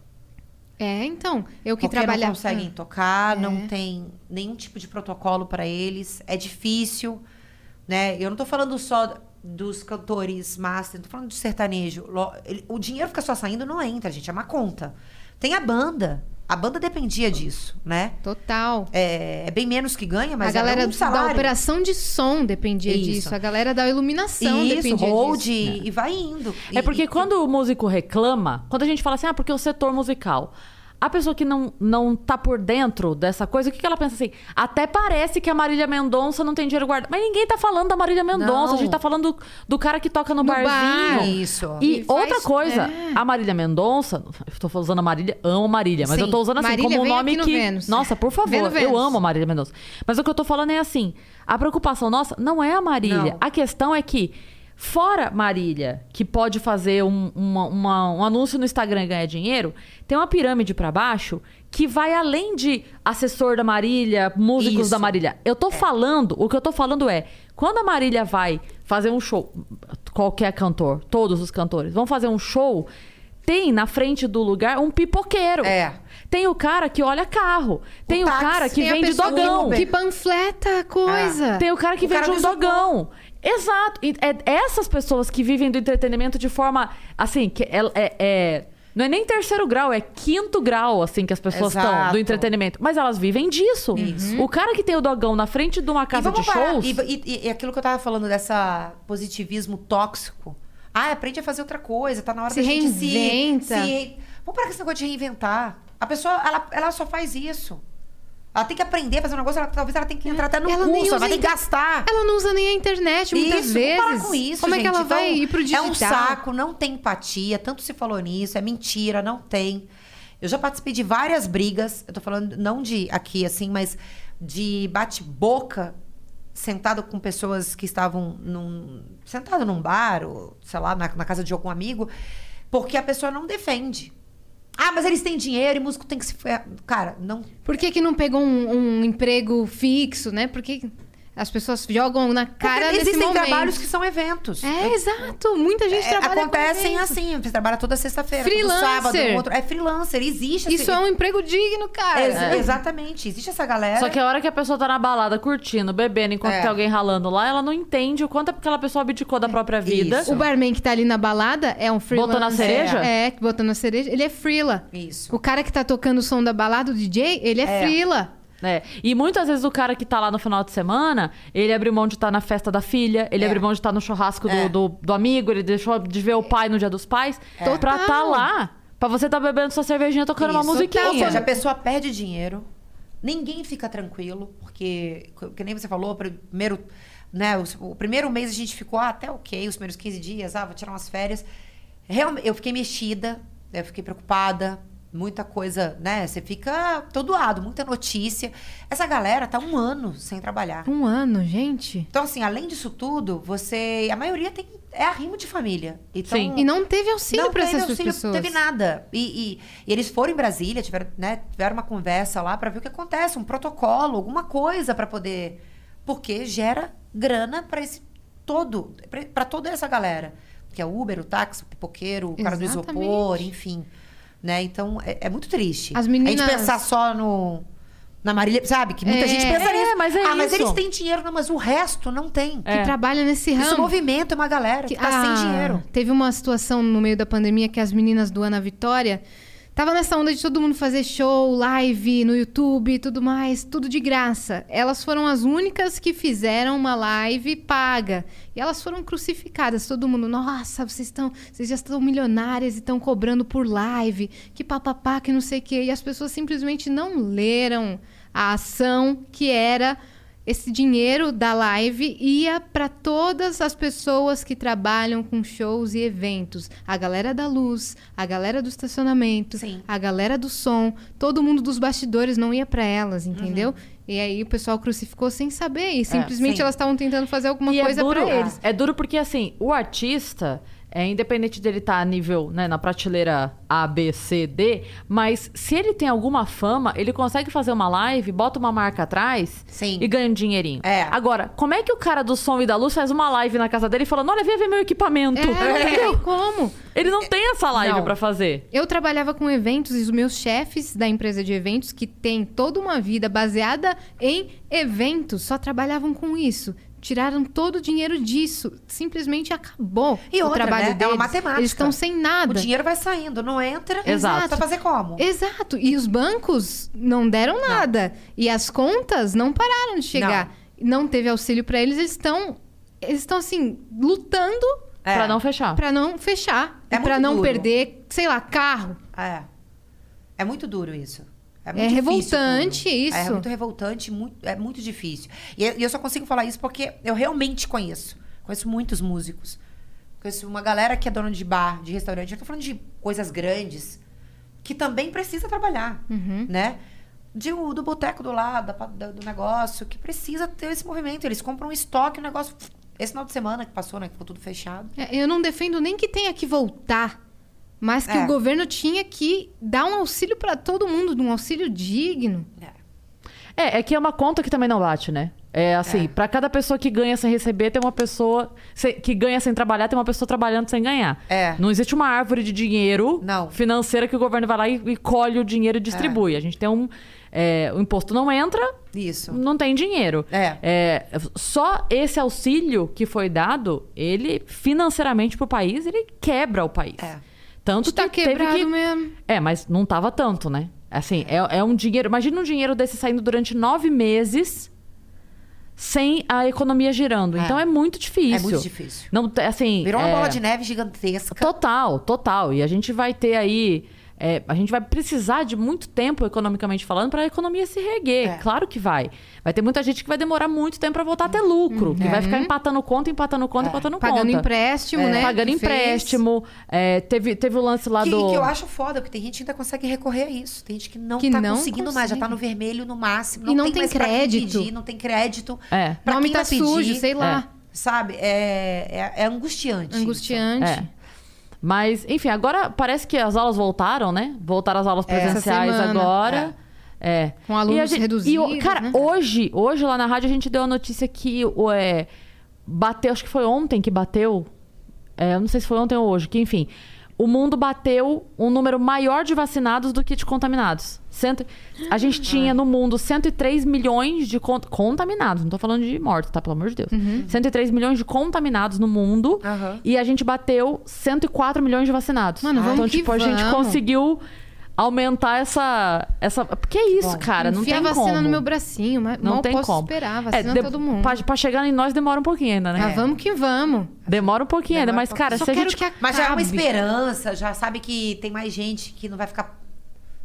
É, então, eu que
Porque
trabalhava...
não conseguem tocar,
É.
não tem nenhum tipo de protocolo pra eles, é difícil, né? Eu não tô falando só dos cantores master, não tô falando de sertanejo. Lo- ele- O dinheiro fica só saindo, não entra, gente, é uma conta. Tem a banda, a banda dependia disso, né?
Total.
É, é bem menos que ganha, mas
a galera
era um
da
salário.
operação de som dependia
Isso.
disso. A galera da iluminação
Isso,
dependia
hold
disso.
e vai indo.
É
E-
porque
e-
quando o músico reclama, quando a gente fala assim, ah, porque o setor musical. A pessoa que não, não tá por dentro dessa coisa, o que, que ela pensa assim? Até parece que a Marília Mendonça não tem dinheiro guardado. Mas ninguém tá falando da Marília Mendonça,
Não.
a gente tá falando do, do cara que toca no,
No bar.
barzinho.
Isso.
Ah, E,
E faz-
outra coisa,
é.
a Marília Mendonça, eu tô usando a Marília, amo Marília, mas
Sim.
eu tô usando assim
Marília,
como um
vem
nome
aqui no
que.
Vênus.
Nossa, por favor,
Vem no
eu
Vênus.
amo a Marília Mendonça. Mas o que eu tô falando é assim: a preocupação nossa não é a Marília.
Não.
A questão é que, fora Marília, que pode fazer um, uma- uma- um anúncio no Instagram e ganhar dinheiro, tem uma pirâmide pra baixo que vai além de assessor da Marília, músicos
Isso.
da Marília. Eu
É.
tô falando, o que eu tô falando é, quando a Marília vai fazer um show, qualquer cantor, todos os cantores, vão fazer um show, tem na frente do lugar um pipoqueiro.
É.
Tem o cara que olha carro. Tem o,
táxi,
cara que
Tem a
vende
pessoa
dogão.
que panfleta a coisa.
Ah.
Tem o cara que
É. O
vende
cara
um
do isopor.
dogão. Exato. E é essas pessoas que vivem do entretenimento de forma, assim, que é... é- é- não é nem terceiro grau, é quinto grau, assim, que as pessoas
Exato. Uhum.
estão do entretenimento. Mas elas vivem disso. O cara que tem o dogão na frente de uma casa
E
de
vamos parar-
shows...
E, e- e aquilo que eu tava falando dessa positivismo tóxico. Ah, aprende a fazer outra coisa, tá na hora
Se
da gente
reinventa.
se... se... Vamos parar com esse negócio de reinventar. A pessoa, ela, ela só faz isso. Ela tem que aprender a fazer um negócio, ela- talvez ela tenha que entrar até no
Ela nem
curso, ela
usa
vai ter que
inter-
gastar.
Ela não usa nem a internet muitas
isso,
vezes.
Vamos parar com isso,
Como é que
gente.
ela vai
Então,
ir pro digital?
É um saco, não tem empatia, tanto se falou nisso, é mentira, não tem. Eu já participei de várias brigas, eu tô falando não de aqui, assim, mas de bate-boca, sentado com pessoas que estavam num, sentado num bar, ou sei lá, na, na casa de algum amigo, porque a pessoa não defende. Ah, mas eles têm dinheiro e músico tem que se. fe- Cara, não
Por que, que não pegou um, um emprego fixo, né? Por que as pessoas jogam na cara
Porque
desse
existem
momento?
trabalhos que são eventos.
É, exato. Muita gente
É,
trabalha com
acontecem
isso.
assim, você trabalha toda sexta-feira, todo
Freelancer.
sábado, um outro. É freelancer, existe
Isso é um emprego digno, cara.
assim,
É. né?
Ex- Exatamente, existe essa galera.
Só que a hora que a pessoa tá na balada curtindo, bebendo, enquanto
É.
tem alguém ralando lá, ela não entende o quanto é porque aquela pessoa abdicou da própria vida.
Isso.
O barman que tá ali na balada é um freelancer.
Botou na cereja?
É, que botou na cereja. Ele é freela.
Isso.
O cara que tá tocando o som da balada, o DJ, ele é,
É.
freela.
né? E muitas vezes o cara que tá lá no final de semana, ele abre mão de estar na festa da filha, ele
É.
abre mão de estar no churrasco do,
É.
do, do amigo, ele deixou de ver o pai no dia dos pais,
É.
pra
Total.
estar lá. Pra você tá bebendo sua cervejinha, tocando
é
uma
Isso.
musiquinha.
Ou seja, a pessoa perde dinheiro, ninguém fica tranquilo, porque, co- que nem você falou, primeiro, né, o, o primeiro mês a gente ficou ah, até ok, os primeiros 15 dias, ah, vou tirar umas férias. Realmente, eu fiquei mexida, eu fiquei preocupada, muita coisa, né? Você fica todo doado, muita notícia. Essa galera tá um ano sem trabalhar.
Um ano, gente.
Então, assim, além disso tudo, você. A maioria tem. É arrimo de família. Então,
Sim.
E não teve auxílio
não
pra
teve
essas
auxílio,
pessoas.
Não teve nada. E, e- e eles foram em Brasília, tiveram, né, tiveram uma conversa lá pra ver o que acontece, um protocolo, alguma coisa pra poder. Porque gera grana pra esse todo, pra- pra toda essa galera. Que é o Uber, o táxi, o pipoqueiro, o cara do isopor,
Exatamente.
enfim. Né? Então, é, é muito triste.
As
A
meninas-
gente pensar só no. Na Marília, sabe? Que muita
É.
gente pensa
É,
nisso.
mas é
ah, mas
isso.
eles têm dinheiro, não, mas o resto não tem.
Que
É.
trabalha nesse
Isso
ramo.
movimenta uma galera que,
Que-
tá
Ah,
sem dinheiro.
Teve uma situação no meio da pandemia que as meninas do Ana Vitória tava nessa onda de todo mundo fazer show, live no YouTube e tudo mais, tudo de graça. Elas foram as únicas que fizeram uma live paga. E elas foram crucificadas, todo mundo, nossa, vocês estão, vocês já estão milionárias e estão cobrando por live, que papapá, que não sei o quê. E as pessoas simplesmente não leram a ação que era esse dinheiro da live ia para todas as pessoas que trabalham com shows e eventos. A galera da luz, a galera do estacionamento,
Sim.
a galera do som, todo mundo dos bastidores não ia para
Uhum.
elas, entendeu? E aí o pessoal crucificou sem saber e simplesmente
sim.
elas estavam tentando fazer alguma
É, E
coisa
é
pra
duro,
para eles.
É duro porque, assim, o artista, é independente dele estar a nível, né, na prateleira A, B, C, D, mas se ele tem alguma fama, ele consegue fazer uma live, bota uma marca atrás
Sim.
e ganha um dinheirinho.
É.
Agora, como é que o cara do som e da luz faz uma live na casa dele falando, olha, vem ver meu equipamento?
É, não tem como?
(laughs) Ele não tem essa live
Não.
pra fazer.
Eu trabalhava com eventos e os meus chefes da empresa de eventos, que tem toda uma vida baseada em eventos, só trabalhavam com isso. Tiraram todo o dinheiro disso. Simplesmente acabou
E
o
outra,
trabalho
né? É
deles.
uma matemática.
Eles estão sem
O
nada.
dinheiro vai saindo, não entra.
Exato.
Pra fazer como?
Exato. E os bancos não deram nada. E as contas não pararam de chegar. Não, teve auxílio para eles. Eles estão, eles estão assim, lutando
É.
Pra não fechar.
para não fechar.
É
e para
muito
não
duro.
perder, sei lá, carro.
É. É muito duro isso.
É
difícil
revoltante
tudo. É
isso.
muito revoltante, muito, é muito difícil. E eu, e eu só consigo falar isso porque eu realmente conheço. Conheço muitos músicos. Conheço uma galera que é dona de bar, de restaurante. Eu tô falando de coisas grandes que também precisa trabalhar,
Uhum.
né? De, o- do boteco do lado, da pa- da- do negócio, que precisa ter esse movimento. Eles compram um estoque, um negócio... Esse final de semana que passou, né? Que ficou tudo fechado.
É, Eu não defendo nem que tenha que voltar, mas que
É.
o governo tinha que dar um auxílio para todo mundo, um auxílio digno.
É.
É, é que é uma conta que também não bate, né? É assim,
É.
pra cada pessoa que ganha sem receber, tem uma pessoa se- que ganha sem trabalhar, tem uma pessoa trabalhando sem ganhar.
É.
Não existe uma árvore de dinheiro
Não.
financeira que o governo vai lá e, e colhe o dinheiro e distribui. A gente tem um. é, o imposto não entra,
Isso.
não tem dinheiro.
É.
só esse auxílio que foi dado, ele financeiramente pro país, ele quebra o país.
É. né?
Tanto
Está
que teve
tá quebrado
que
mesmo.
é, mas não tava tanto, né? Assim, é, é um dinheiro. Imagina um dinheiro desse saindo durante nove meses sem a economia girando.
É.
Então é muito difícil.
É muito difícil.
Não, te- assim,
Virou uma
é,
bola de neve gigantesca.
Total, total. E a gente vai ter aí. é, a gente vai precisar de muito tempo, economicamente falando, para a economia se reguer.
É.
Claro que vai. Vai ter muita gente que vai demorar muito tempo para voltar a ter lucro. Que vai ficar empatando conta, empatando conta, empatando
Pagando
conta. É.
empréstimo, né?
Pagando
que fez.
empréstimo. É, teve, teve o lance lá
Que,
do.
que eu acho foda, porque tem gente que ainda consegue recorrer a isso. Tem gente que não
Que
tá
não
conseguindo mais, já
consegue.
tá no vermelho no máximo.
E
Não
não
tem,
tem
mais pra quem
crédito.
pedir, não tem crédito.
É.
O
Pra
nome
quem
tá
vai pedir,
sujo, sei lá.
Sabe? É, é, é angustiante.
Angustiante.
É. Mas, enfim, agora parece que as aulas voltaram, né? Voltaram as aulas
essa
presenciais
semana,
agora. É.
Com alunos
E a gente-
reduzidos,
E, o- cara,
né?
hoje, hoje lá na rádio a gente deu a notícia que o, é, bateu, acho que foi ontem que bateu. É, eu não sei se foi ontem ou hoje, que enfim. O mundo bateu um número maior de vacinados do que de contaminados. Cento... A gente
Ah.
tinha no mundo 103 milhões de con- contaminados. Não tô falando de mortos, tá? Pelo amor de Deus.
Uhum.
103 milhões de contaminados no mundo.
Aham.
E a gente bateu 104 milhões de vacinados.
Mano, vamos
então,
que
tipo, a gente
vamos.
conseguiu aumentar essa. essa... Porque é isso,
Bom,
cara. Não
Enfia
tem
a vacina
como.
no meu bracinho, mas
Não
mal
tem
posso
como.
esperar.
É,
Vacina
de-
todo mundo.
Pra, pra chegar em nós demora um pouquinho ainda, né?
Mas vamos que vamos.
Demora um pouquinho ainda,
Demora
mas,
um
cara,
Só
se a
quero
gente.
que acabe.
Mas já é uma esperança, já sabe que tem mais gente que não vai ficar.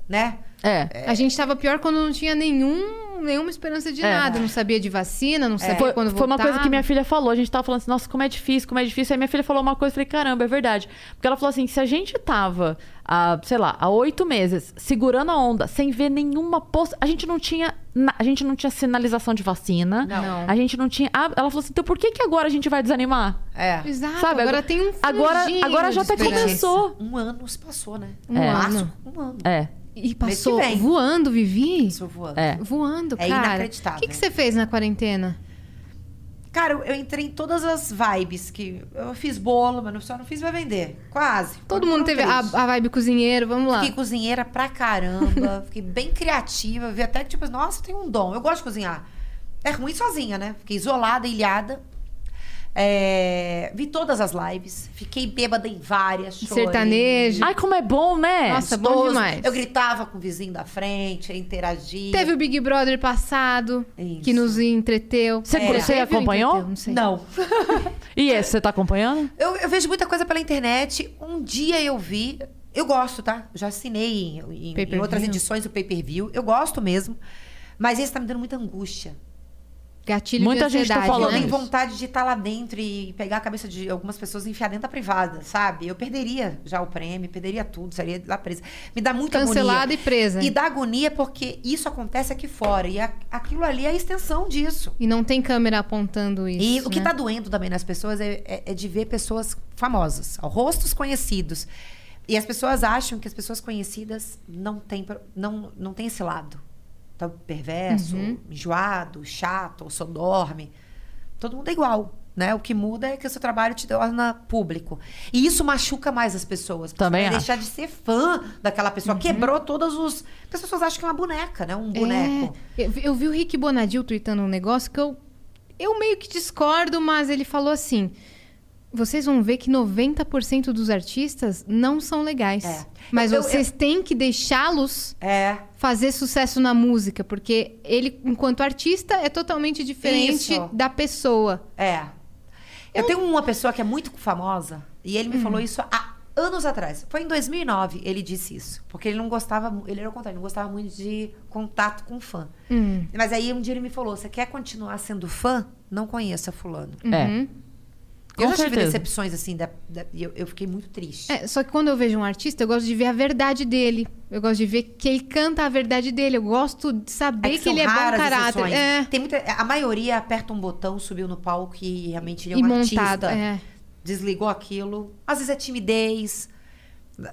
Né?
É.
A gente tava pior quando não tinha nenhum, nenhuma esperança de
É.
nada. Não sabia de vacina, não sabia
Foi,
É, quando
foi
voltava.
uma coisa que minha filha falou. A gente tava falando assim, nossa, como é difícil, como é difícil. Aí minha filha falou uma coisa, eu falei, caramba, é verdade. Porque ela falou assim: se a gente tava, há, sei lá, há oito meses segurando a onda, sem ver nenhuma poss... A gente não tinha. na- A gente não tinha sinalização de vacina.
Não.
A gente não tinha. Ah, ela falou assim, então por que, que agora a gente vai desanimar?
É.
Exato,
Sabe,
agora
agora-
tem um
agora-
franjinho
agora já
de
tá
esperança.
começou.
Um ano se passou, né?
Um
Em
ano.
Março, um ano.
É,
E passou
vem.
voando, Vivi?
Isso voando.
é.
Voando,
É
cara.
inacreditável.
O que, que você fez na quarentena?
Cara, eu- eu entrei em todas as vibes que. Eu fiz bolo, mas não- só não fiz pra vender. Quase.
Todo
Foram
mundo teve a,
três.
a vibe cozinheiro, vamos lá.
Fiquei cozinheira pra caramba, (laughs) fiquei bem criativa, vi até que, tipo, nossa, tem um dom, eu gosto de cozinhar. É ruim sozinha, né? Fiquei isolada, ilhada. É, vi todas as lives, fiquei bêbada em várias, chorei.
Sertanejo.
Ai, como é bom, né?
Nossa, bom
Gostoso.
demais.
Eu gritava com o vizinho da frente, interagia.
Teve o Big Brother passado,
Isso. É.
que nos entreteu.
Você-
Teve
você
ou
acompanhou?
entreteu? Não sei.
Não.
E esse, você tá acompanhando?
Eu, eu vejo muita coisa pela internet. Um dia eu vi. Eu gosto, tá? Já assinei em, em-
Pay per
em outras
view.
edições do pay per view. Eu gosto mesmo. Mas esse tá me dando muita angústia.
gatilho
Muita
de
gente tá
ansiedade,
falando
né?
Tem
isso.
vontade de estar lá dentro e pegar a cabeça de algumas pessoas e enfiar dentro da privada, sabe? Eu perderia já o prêmio, perderia tudo, seria lá presa. Me dá muita
Cancelada
agonia.
e presa.
E
E,
dá agonia porque isso acontece aqui fora. E a- aquilo ali é a extensão disso.
não tem câmera apontando isso.
E o que
né?
tá doendo também nas pessoas é, é- é de ver pessoas famosas, ó, rostos conhecidos. E as pessoas acham que as pessoas conhecidas não têm pro- não, não tem esse lado. Tá perverso, enjoado, chato, ou só dorme. Todo mundo é igual. Né? O que muda é que o seu trabalho te torna público. E isso machuca mais as pessoas. porque
Também
você vai
acho.
deixar de ser fã daquela pessoa. Quebrou todos os. As pessoas acham que é uma boneca, né? Um boneco.
É, eu, vi- eu vi o Rick Bonadil tweetando um negócio que eu, eu meio que discordo, mas ele falou assim: vocês vão ver que 90% dos artistas não são legais.
É.
Mas
Eu- eu-
vocês têm que deixá-los
É.
fazer sucesso na música, porque ele, enquanto artista, é totalmente diferente
Isso.
da pessoa.
É. Eu tenho uma pessoa que é muito famosa e ele me
Hum.
falou isso há anos atrás. Foi em 2009 ele disse isso, porque ele não gostava, mu- ele era o contrário, ele não gostava muito de contato com fã.
Hum.
Mas aí um dia ele me falou: "Você quer continuar sendo fã? Não conheça fulano".
Uhum.
É. Com
eu já tive
certeza.
decepções assim da, da- e eu, eu fiquei muito triste.
É, só que quando eu vejo um artista, eu gosto de ver a verdade dele. Eu gosto de ver que ele canta a verdade dele. Eu gosto de saber
É
que,
são
ele é bom
raras as
caráter.
exceções.
É.
Tem muita, a maioria aperta um botão, subiu no palco e realmente ele é um
e montado.
artista.
é.
desligou aquilo. Às vezes é timidez,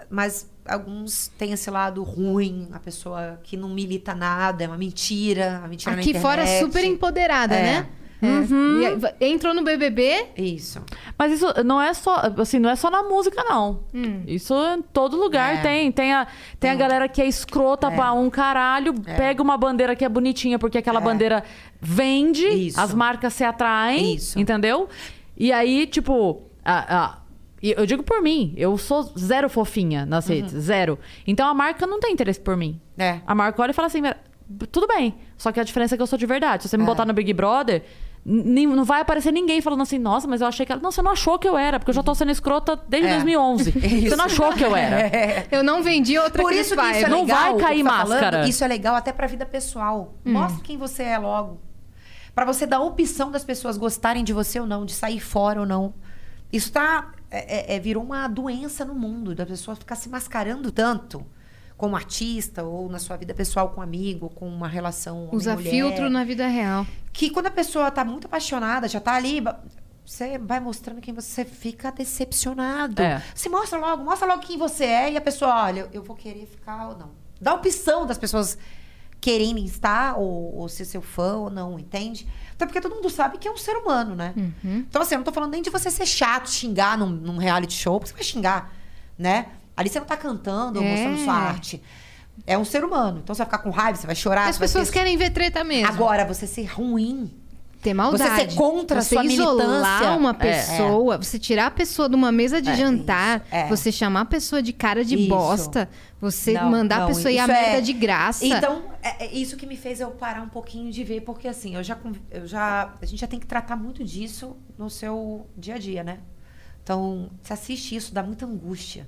mas alguns têm esse lado ruim, a pessoa que não milita nada, é uma mentira, a mentira na
Aqui fora
internet.
super empoderada,
É.
né? É. E aí, va- Entrou no BBB,
Isso.
Mas isso não é só, assim, não é só na música, não. Isso em todo lugar
Hum. É. Hum.
tem. Tem a, tem a galera que é escrota pra um caralho, pega uma bandeira que é bonitinha, porque aquela bandeira vende,
Isso.
as marcas se atraem,
Isso.
entendeu? E aí, tipo, a- a- e eu digo por mim, eu sou zero fofinha nas redes, zero. Então a marca não tem interesse por mim.
Uhum. É.
A marca olha e fala assim, "Mira, tudo bem, só que a diferença é que eu sou de verdade. Se você me botar no Big Brother, nem- não vai aparecer ninguém falando assim, nossa, mas eu achei que ela... Não, você não achou que eu era, porque eu já tô sendo escrota desde
É.
2011. Você
(laughs) Isso. É.
não achou que eu
(laughs)
era.
eu não vendi outra
Por
Cris
isso que isso é
Paiva.
Não
legal.
vai
o que
cair
eu tô falando,
máscara.
isso é legal até pra vida pessoal. Mostra quem você é logo. Pra você dar a opção das pessoas gostarem de você ou não, de sair fora ou não. Isso tá. é- é- é- virou uma doença no mundo, da pessoa ficar se mascarando tanto como artista, ou na sua vida pessoal com um amigo, com uma relação.
Usa
homem-mulher.
filtro na vida real.
Que quando a pessoa tá muito apaixonada, já tá ali. ba- Você vai mostrando quem você fica decepcionado.
É.
Se mostra logo, mostra logo quem você é e a pessoa, olha, eu- eu vou querer ficar ou não. Dá opção das pessoas quererem estar ou, ou ser seu fã ou não, entende? Até porque todo mundo sabe que é um ser humano, né?
Uhum.
Então, assim, eu não tô falando nem de você ser chato, xingar num, num reality show, porque você vai xingar, né? Ali você não tá cantando ou
É.
mostrando sua arte. É um ser humano. Então você vai ficar com raiva, você vai chorar.
As
você vai
pessoas
ter-
querem ver treta mesmo.
Ah, Agora, você ser ruim
Ter maldade.
Você ser contra a
Você
sua
isolar
militância.
uma
É.
pessoa, você tirar a pessoa de uma mesa de
É,
jantar,
isso, é.
você chamar a pessoa de cara de
Isso.
bosta, você
Não,
mandar a
não,
pessoa ir à
isso é-
merda de graça.
Então, é, é isso que me fez eu parar um pouquinho de ver, porque assim, eu já, conv- eu já. A gente já tem que tratar muito disso no seu dia a dia, né? Então, você assiste isso, dá muita angústia.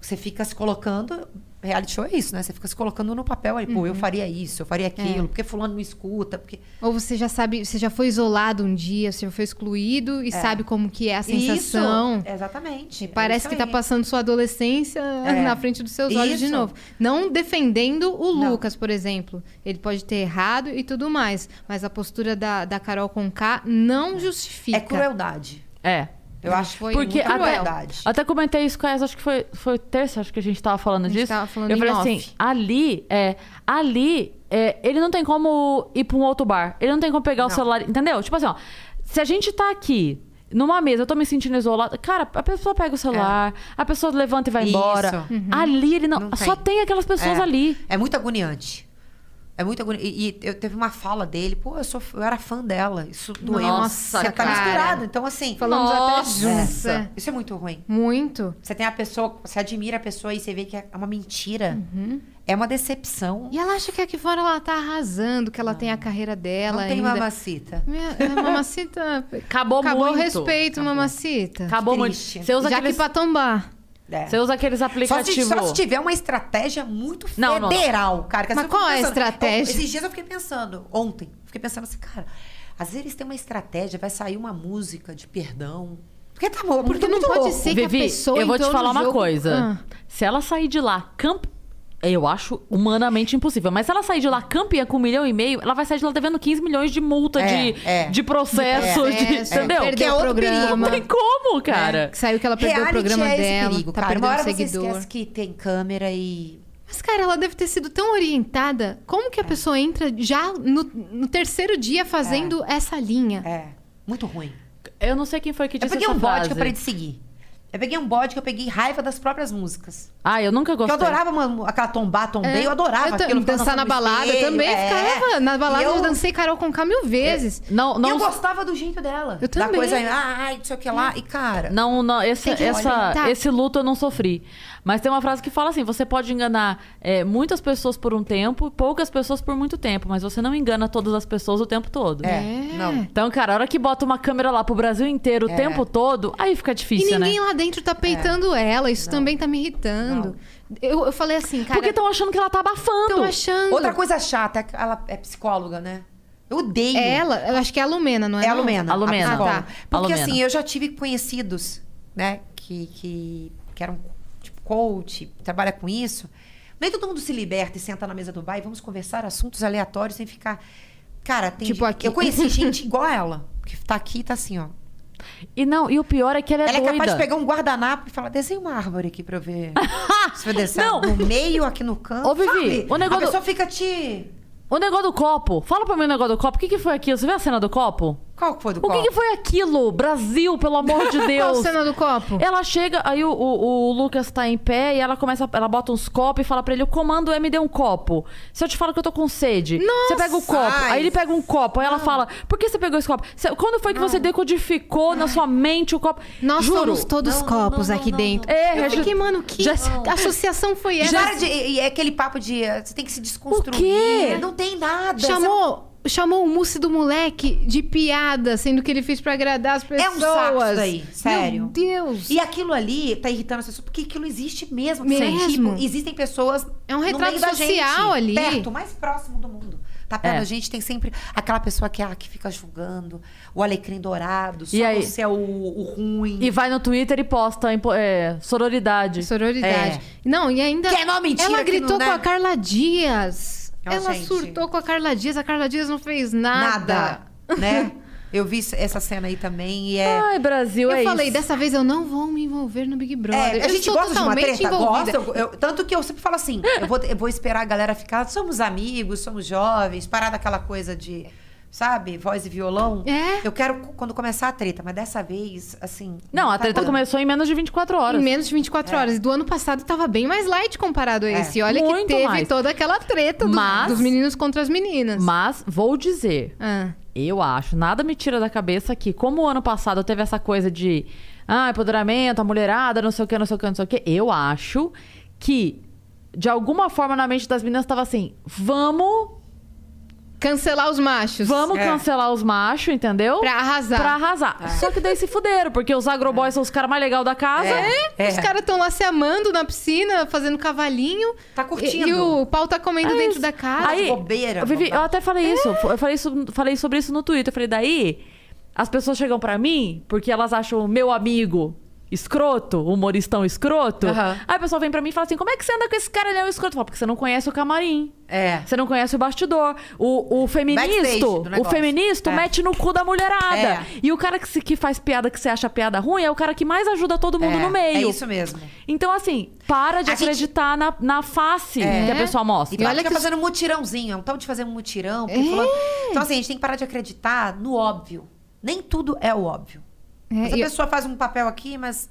Você fica se colocando. Reality show é isso, né? Você fica se colocando no papel aí,
Uhum.
pô, eu faria isso, eu
É.
faria aquilo, porque fulano não escuta, porque.
Ou você já sabe, você já foi isolado um dia, você já foi excluído e sabe como que é a sensação.
Isso, exatamente. é
Parece
isso
que tá
aí.
passando sua adolescência
É.
na frente dos seus olhos de
Isso.
novo. Não defendendo o
Não.
Lucas, por exemplo. Ele pode ter errado e tudo mais. Mas a postura da, da Carol Conká não justifica.
É crueldade.
É.
Eu acho
Foi
Porque
muito
até-
cruel.
crueldade.
Até comentei isso com essa, acho que foi, foi terça, acho que a gente tava falando
A gente
disso.
tava falando
eu
em
falei
off.
assim, ali, é, ali, é, ele não tem como ir pra um outro bar. Ele não tem como pegar o
Não.
celular, entendeu? Tipo assim, ó, se a gente tá aqui numa mesa, eu tô me sentindo isolada, cara, a pessoa
É.
pega o celular, a pessoa levanta e vai
Isso.
embora.
Uhum.
Ali ele não,
Não
só
tem.
tem aquelas pessoas
É.
ali.
É muito agoniante. É muito agoniante. E, e eu teve uma fala dele, pô, eu, sou, f- eu era fã dela. Isso doeu.
Nossa,
Você tá
cara.
misturado. Então, assim.
Falamos
Nossa.
até juntos.
Nossa, Isso é muito ruim.
Muito.
Você tem a pessoa, você admira a pessoa e você vê que é uma mentira. É uma decepção.
Uhum. E ela acha que aqui fora ela tá arrasando, que ela tem a carreira dela
não tem
ainda.
mamacita.
Minha- é, mamacita...
(laughs) Acabou,
Acabou o
muito.
respeito, mamacita.
Acabou muito.
Triste.
Você usa,
Já
aqueles,
que pra tombar.
É.
você usa aqueles
Só se,
aplicativos.
só se tiver uma estratégia muito
Não, não, não.
federal, cara. que
Mas
eu fico
qual é a
pensando-
estratégia?
Eu- esses dias eu fiquei pensando, ontem, fiquei pensando assim, cara, Às vezes eles têm uma estratégia, vai sair uma música de perdão. Porque tá bom, porque
Porque
é
não
muito
pode
louco.
ser que a
Vivi,
pessoa
eu vou te
entrou no
falar uma
jogo-
coisa.
Ah.
Se ela sair de lá camp... Eu acho humanamente impossível. Mas se ela sair de lá campeã com um milhão e meio, ela vai sair de lá devendo 15 milhões de multa,
É,
de,
é.
de processo,
É,
de,
é,
(laughs) entendeu?
perdeu
Que é
o
outro perigo,
programa.
Não tem como,
É,
cara.
que saiu que ela perdeu
Reality
o programa
é esse
dela,
perigo,
tá
cara. Uma
perdendo
hora
seguidor.
você esquece que tem câmera e...
Mas, cara, ela deve ter sido tão orientada. Como
É.
que a pessoa entra já no, no terceiro dia fazendo essa linha?
É, muito ruim.
Eu não sei quem
É
foi que
Eu
disse
peguei
essa
um bode
frase.
que eu parei de seguir. Eu peguei um bode que eu peguei raiva das próprias músicas.
Ah, eu nunca
Porque
gostei.
eu adorava uma- aquela tombar, tombei, É. eu adorava
ta-
aquilo. ficava
É. Dançar na
dançando no
balada
espelho,
também.
é.
Ficava na balada,
E
eu...
eu- É.
dancei Carol Conká mil vezes.
Não,
E
não,
eu gostava do jeito dela.
Eu
da
também.
coisa, ai, não sei o que lá. E, cara,
não, não, esse,
Tem que tá.
essa-
orientar.
esse luto eu não sofri. Mas tem uma frase que fala assim: você pode enganar é, muitas pessoas por um tempo, poucas pessoas por muito tempo, mas você não engana todas as pessoas o tempo todo.
É,
É.
não.
Então, cara, a hora que bota uma câmera lá pro Brasil inteiro o
É.
tempo todo, aí fica
E
difícil,
ninguém
né?
lá dentro tá peitando ela. Isso também tá me irritando. Eu, eu falei assim, cara.
Porque estão achando que ela tá abafando.
Estão achando.
Outra coisa chata, é que ela é psicóloga, né? Eu odeio.
É ela, eu acho que é a Lumena, não é?
É a
não?
Lumena.
A Lumena.
psicóloga.
Ah, tá.
Porque
A Lumena.
assim, eu já tive conhecidos, né, que, que, que eram tipo coach, trabalha com isso. Nem todo mundo se liberta e senta na mesa do bar e vamos conversar assuntos aleatórios sem ficar. Cara, tem.
Tipo
gente-
aqui. (laughs)
Eu conheci gente igual a ela, que tá aqui e tá assim, ó.
E não, e o pior é que ela é
ela
doida.
é capaz de pegar um guardanapo e falar: desenha uma árvore aqui pra
(laughs)
eu ver. se vai descer
Não.
no meio, aqui no canto.
Ô, Vivi,
sabe?
o negócio
A
do-
pessoa fica te.
O negócio do copo. Fala pra mim o negócio do copo. O que, que foi aquilo? Você viu a cena do copo?
Qual que foi do
O que, que foi aquilo? Brasil, pelo amor de
Qual
Deus.
a cena do copo?
É.
Ela chega, aí o, o- o Lucas tá em pé e ela começa, ela bota uns copos e fala pra ele: o comando é me dê um copo. Se eu te falo que eu tô com sede, você pega o copo.
Ai.
Aí ele pega um copo, aí ela fala: por que você pegou esse copo? Você- Quando foi que você decodificou na sua mente o copo?
Nós
Juro.
somos todos
Não, não,
copos
não,
aqui
não,
dentro.
não. É,
eu
eu
fiquei, mano, que Ah.
já-
associação foi
E
essa?
para de- e- e é aquele papo de eh, você tem que se desconstruir.
quê?
Não tem nada.
Chamou, chamou o mousse do moleque de piada, sendo que ele fez pra agradar as pessoas.
É um saco isso daí, sério.
Meu Deus.
E aquilo ali tá irritando as pessoas, porque aquilo existe mesmo.
Mesmo.
Tipo, existem pessoas.
É um
no
retrato
meio da
social
gente,
ali.
Perto, mais próximo do mundo. Tá perto
É.
da gente, tem sempre aquela pessoa que, ah, que fica julgando, o alecrim dourado, só
E aí?
você é o, o ruim.
E vai no Twitter e posta em po- é, sororidade.
Sororidade.
É.
Não, e ainda.
Que é mó mentira
Ela
que
gritou
não, né?
com a Carla Dias.
Não,
ela
gente.
surtou com a Carla Dias. A Carla Dias não fez
nada. Né? Eu vi essa cena aí também e é.
Ai, Brasil,
eu
é
falei,
isso.
dessa vez eu não vou me envolver no Big Brother.
É, a
eu
gente
estou
gosta de uma
totalmente
treta,
envolvida.
gosta. eu- eu- tanto que eu sempre falo assim: eu vou, eu vou esperar a galera ficar. Somos amigos, somos jovens, parar daquela coisa de, sabe, voz e violão.
É.
Eu quero c- quando começar a treta, mas dessa vez, assim.
Não, a
tá
treta
dando.
começou em menos de 24 horas.
Em menos de 24 horas. Do ano passado tava bem mais light comparado a
É,
esse. Olha que
muito
teve
mais.
toda aquela treta do-
Mas-
dos meninos contra as meninas.
Mas vou dizer,
Ah.
eu acho, nada me tira da cabeça que, como o ano passado teve essa coisa de ah, empoderamento, a mulherada, não sei o que, não sei o que, não sei o que, eu acho que, de alguma forma, na mente das meninas tava assim: vamos,
Cancelar os machos.
vamos
É.
cancelar os machos, entendeu?
Pra arrasar.
Pra arrasar. Só que daí se fuderam, porque os agroboys são os caras mais legais da casa.
É.
Os caras estão lá se amando na piscina, fazendo cavalinho.
Tá curtindo.
E, e o pau tá comendo
É
dentro
isso.
da cara.
Aí,
bobeira,
Vivi,
vontade.
eu até falei isso. Eu falei, isso- falei sobre isso no Twitter. Eu falei, daí as pessoas chegam pra mim porque elas acham o meu amigo escroto, o humoristão escroto.
Aham.
Aí a pessoa vem pra mim e fala assim: como é que você anda com esse cara? Ele é um escroto. Eu falo, porque você não conhece o camarim.
É.
Você não conhece o bastidor. O, o
Backstage do
feministo, o
negócio.
feministo
É.
mete no cu da mulherada.
É.
E o cara que, se- que faz piada que você acha piada ruim é o cara que mais ajuda todo mundo
é,
no meio.
É isso mesmo.
Então, assim, para de
A gente-
acreditar na, na face
É.
que a pessoa mostra.
E tem
olha
olha
que-
que fica fazendo mutirãozinho, é um tal de fazer um mutirão. porque fulano- Então, assim, a gente tem que parar de acreditar no óbvio. Nem tudo é o óbvio.
É,
Essa
e-
pessoa faz um papel aqui, mas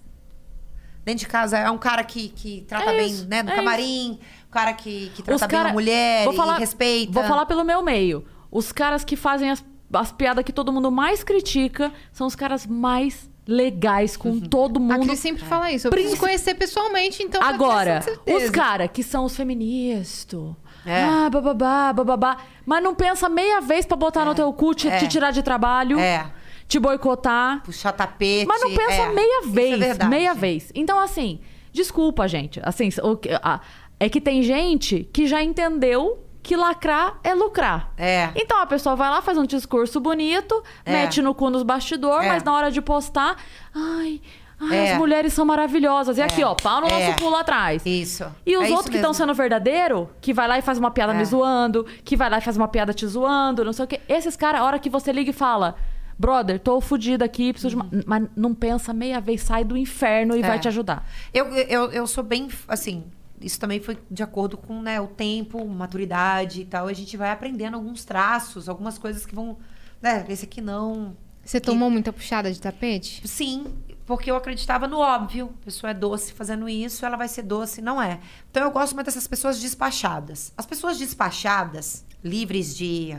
dentro de casa é um cara que, que trata
É
bem,
isso,
né? No
é
camarim, um cara que, que trata bem
cara-
a mulher
vou
e
falar-
respeita.
Vou falar pelo meu meio. Os caras que fazem as, as piadas que todo mundo mais critica são os caras mais legais com
Uhum.
todo
A
mundo.
Cris sempre fala isso. Eu preciso
Príncipe-
conhecer pessoalmente, então. pra ter
Agora,
essa certeza.
os caras que são os feministas.
É.
Ah, bababá, bababá. Mas não pensa meia vez pra botar no teu cu, te,
É.
te tirar de trabalho,
É.
te boicotar.
Puxar tapete.
Mas não pensa
é.
meia
Isso
vez.
é verdade.
meia vez. Então, assim, desculpa, gente. Assim, o que- a- é que tem gente que já entendeu que lacrar é lucrar.
É.
Então a pessoa vai lá, faz um discurso bonito,
É.
mete no cu nos bastidores,
É.
mas na hora de postar, ai, ai,
É.
as mulheres são maravilhosas. E aqui, ó, pau no
É.
nosso cu lá atrás.
Isso.
E os
É
outros
isso
que estão
mesmo.
sendo verdadeiro, que vai lá e faz uma piada
É.
me zoando, que vai lá e faz uma piada te zoando, não sei o quê. Esses caras, a hora que você liga e fala, brother, tô fudido aqui, preciso de uma... Mas não pensa meia vez, sai do inferno e
É.
vai te ajudar.
Eu, eu, eu sou bem, assim, isso também foi de acordo com né, o tempo, maturidade e tal. A gente vai aprendendo alguns traços, algumas coisas que vão... Né, esse aqui não...
Você tomou muita puxada de tapete?
Sim, porque eu acreditava no óbvio. A pessoa é doce fazendo isso, ela vai ser doce, não é. Então eu gosto muito dessas pessoas despachadas. As pessoas despachadas, livres de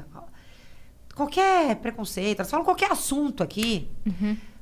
qualquer preconceito, elas falam qualquer assunto aqui,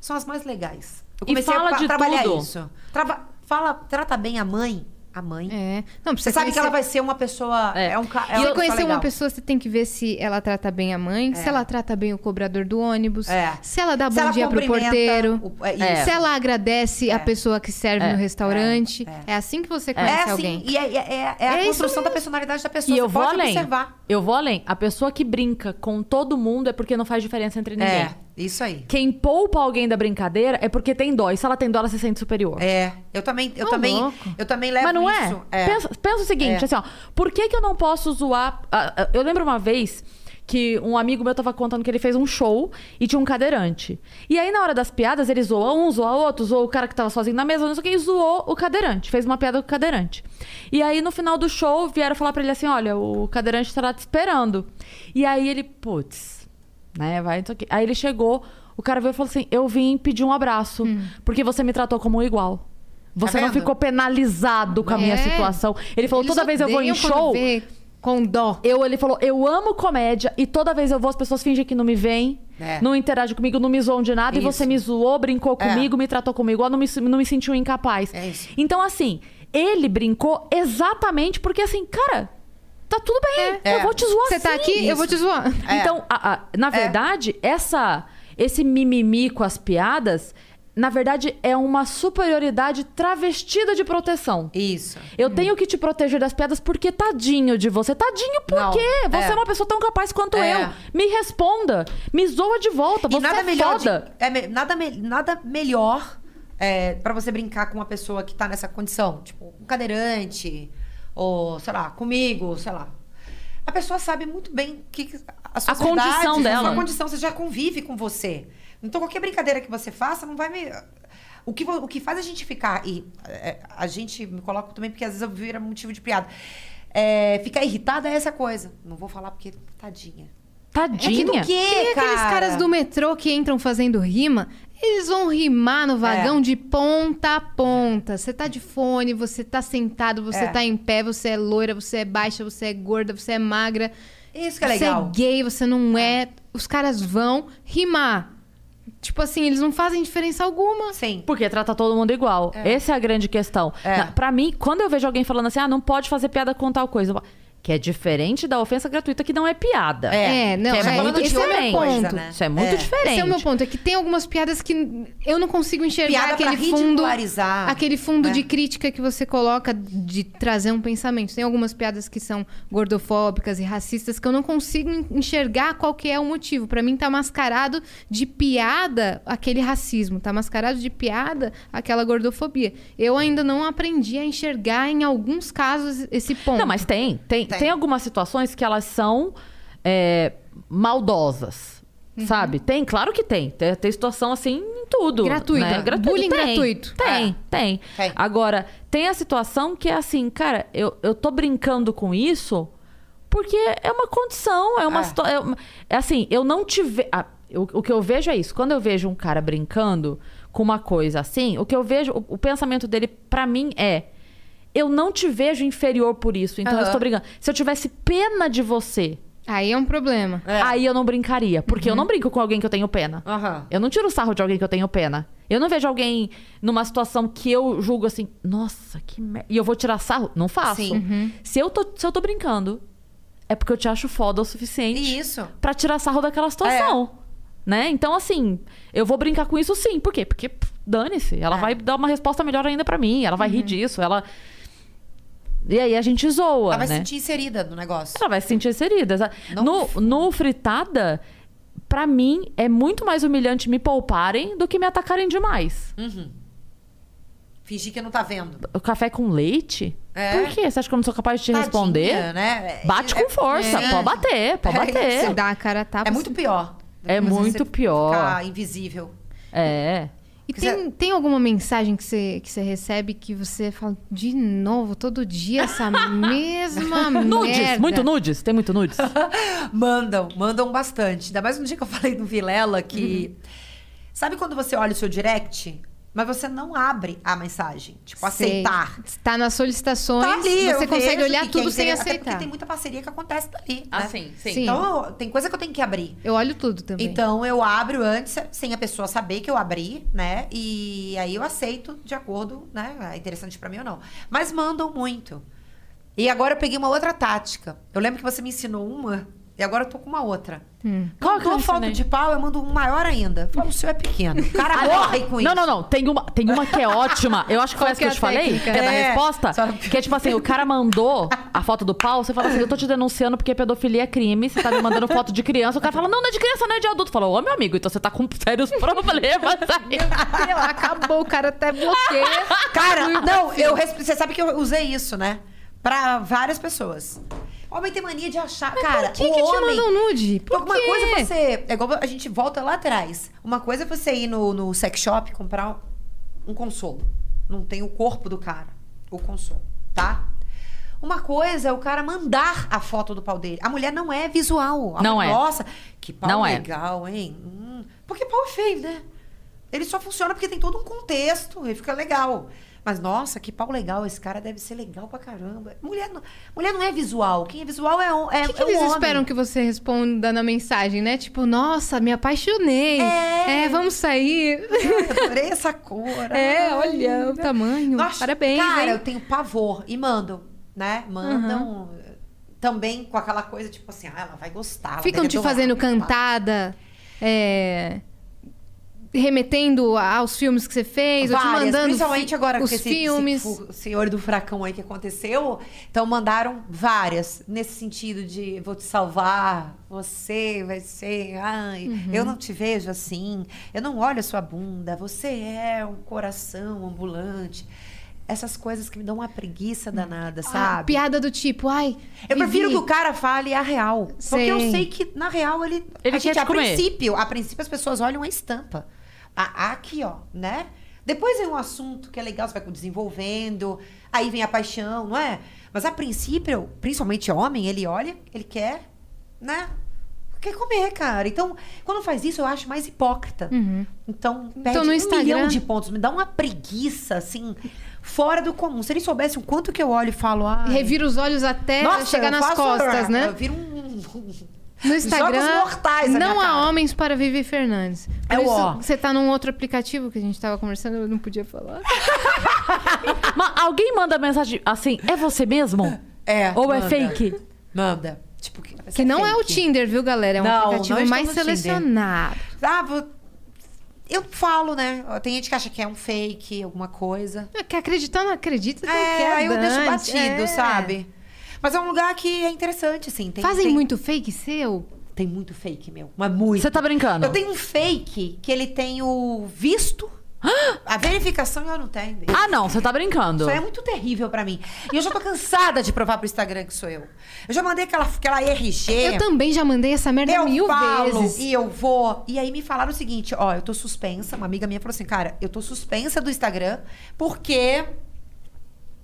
são as mais legais. Eu
Uhum. E
comecei
fala
a pa-
de
trabalhar
tudo.
isso. Traba- fala, trata bem a mãe. A mãe.
É. Não, pra
Você sabe que
conhecer-
ela vai ser uma pessoa.
É.
É, um ca- é
Pra
uma
você conhecer uma
legal.
pessoa, você tem que ver se ela trata bem a mãe, se ela trata bem o cobrador do ônibus,
É.
se ela dá
Se
bom
ela
dia pro
cumprimenta
porteiro,
o- é isso.
se ela agradece a pessoa que serve
É.
no restaurante. É. assim que você conhece
É assim,
alguém.
e é, é- é- é a
É isso
construção da personalidade da pessoa.
E
Você
eu vou
pode
além.
observar.
Eu vou além. A pessoa que brinca com todo mundo é porque não faz diferença entre ninguém.
É, isso aí.
Quem poupa alguém da brincadeira é porque tem dó. E se ela tem dó, ela se sente superior.
É, eu também, eu
Tá
também,
louco.
eu também levo
Mas não
isso.
é? Pensa, pensa o seguinte,
É.
assim, ó. Por que, que eu não posso zoar... ah, ah, Eu lembro uma vez que um amigo meu tava contando que ele fez um show e tinha um cadeirante. E aí, na hora das piadas, ele zoa um, zoa outro, zoa o cara que tava sozinho na mesa, não sei o que, e zoou o cadeirante. Fez uma piada com o cadeirante. E aí, no final do show, vieram falar pra ele assim, olha, o cadeirante estará te esperando. E aí ele, putz, né, vai, não sei o quê. Aí ele chegou, o cara veio e falou assim, eu vim pedir um abraço, porque você me tratou como um igual. Você não
Hum. Tá vendo?
ficou penalizado com a minha
É.
situação. Ele falou,
Eles
toda vez eu vou em
odeiam quando
show,
vê Com dó.
eu, ele falou, eu amo comédia e toda vez eu vou, as pessoas fingem que não me veem,
É.
não interagem comigo, não me zoam de nada e
Isso.
você me zoou, brincou
É.
comigo, me tratou como igual, não me, não me sentiu incapaz.
É isso.
Então, assim, ele brincou exatamente porque, assim, cara, tá tudo bem, eu
É.
vou te zoar
Você tá
sim.
aqui, eu vou te zoar.
É.
Então, a- a- na verdade, essa, esse mimimi com as piadas, na verdade, é uma superioridade travestida de proteção.
Isso.
Eu tenho que te proteger das piadas porque tadinho de você. Tadinho por
Não,
quê? Você é.
é.
uma pessoa tão capaz quanto
É.
eu. Me responda. Me zoa de volta. Você
e nada
é
melhor, de-
foda.
é me- nada, me- nada melhor é, para você brincar com uma pessoa que tá nessa condição, tipo um cadeirante ou sei lá, comigo, sei lá. A pessoa sabe muito bem que que a, sua
condição dela.
A condição você já convive com você. Então qualquer brincadeira que você faça não vai me o que, vo- o que faz a gente ficar e é, a gente me coloco também porque às vezes eu vira motivo de piada. É, ficar irritada é essa coisa. Não vou falar porque tadinha.
Tadinha.
É que do
O quê,
E aqueles
cara?
caras do metrô que entram fazendo rima, eles vão rimar no vagão de ponta a ponta. Você tá de fone, você tá sentado, você
É.
tá em pé, você é loira, você é baixa, você é gorda, você é magra.
Isso que é
você
legal.
é gay, você não é. Os caras vão rimar. Tipo assim, eles não fazem diferença alguma.
Sim.
Porque trata todo mundo igual. Essa é a grande questão.
É.
Na- Pra mim, quando eu vejo alguém falando assim, ah, não pode fazer piada com tal coisa. eu falo, Que é diferente da ofensa gratuita, que não é piada.
É, não,
Que é
é,
muito
esse é o meu
diferente.
ponto.
Coisa, né?
Isso é muito
É.
diferente.
Esse é o meu ponto, é que tem algumas piadas que eu não consigo enxergar
Piada pra
aquele fundo,
ridicularizar,
aquele fundo
né?
de crítica que você coloca de trazer um pensamento. Tem algumas piadas que são gordofóbicas e racistas que eu não consigo enxergar qual que é o motivo. Pra mim tá mascarado de piada aquele racismo, tá mascarado de piada aquela gordofobia. Eu ainda não aprendi a enxergar em alguns casos esse ponto.
Não, mas tem. Tem, tem.
Tem.
algumas situações que elas são é, maldosas.
Uhum.
Sabe? Tem, claro que tem. tem. tem situação assim em tudo.
Gratuita.
Né?
Bullying
tem.
gratuito. Ah.
Tem,
É.
tem,
Tem.
Agora, tem a situação que é assim, cara, eu, eu tô brincando com isso porque é uma condição, é uma
É.
situação. É, uma- é assim, eu não tive. ah, eu- o que eu vejo é isso. Quando eu vejo um cara brincando com uma coisa assim, o que eu vejo, o, o pensamento dele, pra mim, é. Eu não te vejo inferior por isso, então eu
Aham.
estou brincando. Se eu tivesse pena de você,
Aí é um problema.
É. Uhum.
aí eu não brincaria. Porque eu não brinco com alguém que eu tenho pena.
Aham.
Eu não tiro sarro de alguém que eu tenho pena. Eu não vejo alguém numa situação que eu julgo assim, nossa, que merda. E eu vou tirar sarro? Não faço.
Sim.
Se, eu tô, se eu tô brincando, é porque eu te acho foda o
E
suficiente
isso. É.
pra tirar sarro daquela situação. Né? Então, assim, eu vou brincar com isso sim. Por quê? Porque pff, dane-se. Ela
É. Uhum.
vai dar uma resposta melhor ainda pra mim. Ela vai rir disso. Ela.
E aí a gente zoa,
Ela vai
né?
se sentir inserida no negócio.
Ela vai se sentir inserida. sabe?
Não-
No, no fritada, pra mim, é muito mais humilhante me pouparem do que me atacarem demais.
Hum. Fingir que não tá vendo.
O café com leite?
É.
Por quê? Você acha que eu não sou capaz de te responder?
Tadinha, né? É-
Bate com
é-
força,
é.
pode bater, pode
(laughs) É
Você
bater.
dá a cara a tapa.
É muito pior.
É
Mas
muito
você
pior.
Ficar invisível.
É.
E
Quer dizer-
tem, tem alguma mensagem que você, que você recebe que você fala de novo, todo dia, essa mesma merda?
Nudes, muito nudes, tem
(laughs)
muito nudes.
Mandam, mandam bastante. Ainda mais no dia que eu falei no Vilela que.
Uhum.
Sabe quando você olha o seu direct, mas você não abre a mensagem? Tipo,
Sei.
aceitar.
Tá nas solicitações,
Tá ali, eu
você consegue
vejo
olhar
que
tudo
quer
sem
inter- Até
aceitar.
porque tem muita parceria que acontece dali. né?
Ah,
Assim,
sim. Sim.
Então, eu- tem coisa que eu tenho que abrir.
Eu olho tudo também.
Então eu abro antes, sem a pessoa saber que eu abri, né? E aí eu aceito de acordo, né? É interessante pra mim ou não. Mas mandam muito. E agora eu peguei uma outra tática. Eu lembro que você me ensinou uma e agora eu tô com uma outra.
Qual que eu
Mandou foto
ensinei?
de pau, eu mando um maior ainda. Fala, o seu é pequeno. O
(laughs) Ah,
cara morre com isso.
Ah, Não, não, não. Tem uma, tem uma que é ótima. Eu acho que foi
Qual
essa que, eu te
que é a
falei, que
técnica?
é da
É,
resposta.
só-
Que é tipo assim, o cara mandou a foto do pau, você fala assim, eu tô te denunciando porque pedofilia é crime, você tá me mandando foto de criança. O cara fala, não, não é de criança, não é de adulto. Fala, ô meu amigo, então você tá com sérios (laughs) problemas aí.
Sei lá, acabou, o cara até (laughs) bloqueia.
Cara, não, eu resp- você sabe que eu usei isso, né? Pra várias pessoas. Homem tem mania de achar. cara,
Por que,
o
que te
homem...
mandam nude?
Porque
Por
uma
quê?
coisa é você. É igual a gente volta lá atrás. Uma coisa é você ir no, no sex shop comprar um, um consolo. Não tem o corpo do cara. O consolo, tá? Uma coisa é o cara mandar a foto do pau dele. A mulher não é visual. A
Não
mulher,
é.
Nossa, que pau
Não é.
legal, hein? Hum, porque pau é feio, né? Ele só funciona porque tem todo um contexto e fica legal. Mas, nossa, que pau legal. Esse cara deve ser legal pra caramba. Mulher não, mulher não é visual. Quem é visual é, o- é,
O que, que
é o
eles
homem.
esperam que você responda na mensagem, né? Tipo, nossa, me apaixonei. É, vamos sair.
Ai, adorei essa cor.
É,
Ai,
olha o
né?
tamanho.
Nossa,
Parabéns,
Cara,
hein?
eu tenho pavor. E mandam, né? Mandam eh, também com aquela coisa, tipo assim, ah, ela vai gostar. ela
Ficam
deve
te
adorar.
fazendo cantada, é, remetendo a- aos filmes que você fez, ou te
Várias,
mandando
principalmente
fi-
agora com
os
esse,
filmes.
esse fu- senhor do furacão aí que aconteceu. Então mandaram várias nesse sentido de vou te salvar, você vai ser, ai,
Uhum.
eu não te vejo assim, eu não olho a sua bunda, você é um coração ambulante. Essas coisas que me dão uma preguiça danada,
Ah,
sabe?
piada do tipo, ai.
Eu
Vivi,
prefiro que o cara fale a real. Porque eu
Sei.
sei que, na real, ele.
Ele
a
quer
gente,
te
a
comer.
princípio, a princípio, as pessoas olham a estampa. A- aqui, ó, né? Depois vem um assunto que é legal, você vai desenvolvendo. Aí vem a paixão, não é? Mas a princípio, principalmente homem, ele olha, ele quer, né? Quer comer, cara. Então, quando faz isso, eu acho mais hipócrita.
Uhum.
Uhum.
Então, perde
no
um
Instagram-
milhão de pontos. Me dá uma preguiça, assim, fora do comum. Se ele soubesse o quanto que eu olho e falo, ah.
Revira os olhos até chegar
eu
É, nas
faço-
costas, né?
Eu viro um.
No Instagram,
Jogos mortais na
não
minha
há
cara.
homens para Vivi Fernandes. Por
É o
isso,
ó.
Você tá num outro aplicativo que a gente tava conversando, eu não podia falar.
É,
Mas alguém manda mensagem assim, é você mesmo?
É.
Ou é
manda.
fake?
Manda. Tipo, que,
Que não é o Tinder, viu, galera? É um
Não, não
aplicativo
estou
mais
no Tinder.
selecionado.
Ah, vou- eu falo, né? Tem gente que acha que é um fake, alguma coisa.
É, Quer acreditar, não acredita. não
É,
quer,
aí eu deixo
dane-se.
batido,
É.
sabe? Mas é um lugar que é interessante, assim. Tem,
Fazem
tem-
muito fake seu?
Tem muito fake, meu. Mas muito.
Você tá brincando?
Eu tenho um fake que ele tem o
(gasps)
visto, a verificação eu não tenho. dele.
Ah, não, você tá brincando.
Isso é muito terrível pra mim. E eu já tô cansada de provar pro Instagram que sou eu. Eu já mandei aquela, aquela RG.
Eu também já mandei essa merda
É. eu
mil
falo
vezes.
um e eu vou. E aí me falaram o seguinte, ó, eu tô suspensa. Uma amiga minha falou assim, cara, eu tô suspensa do Instagram porque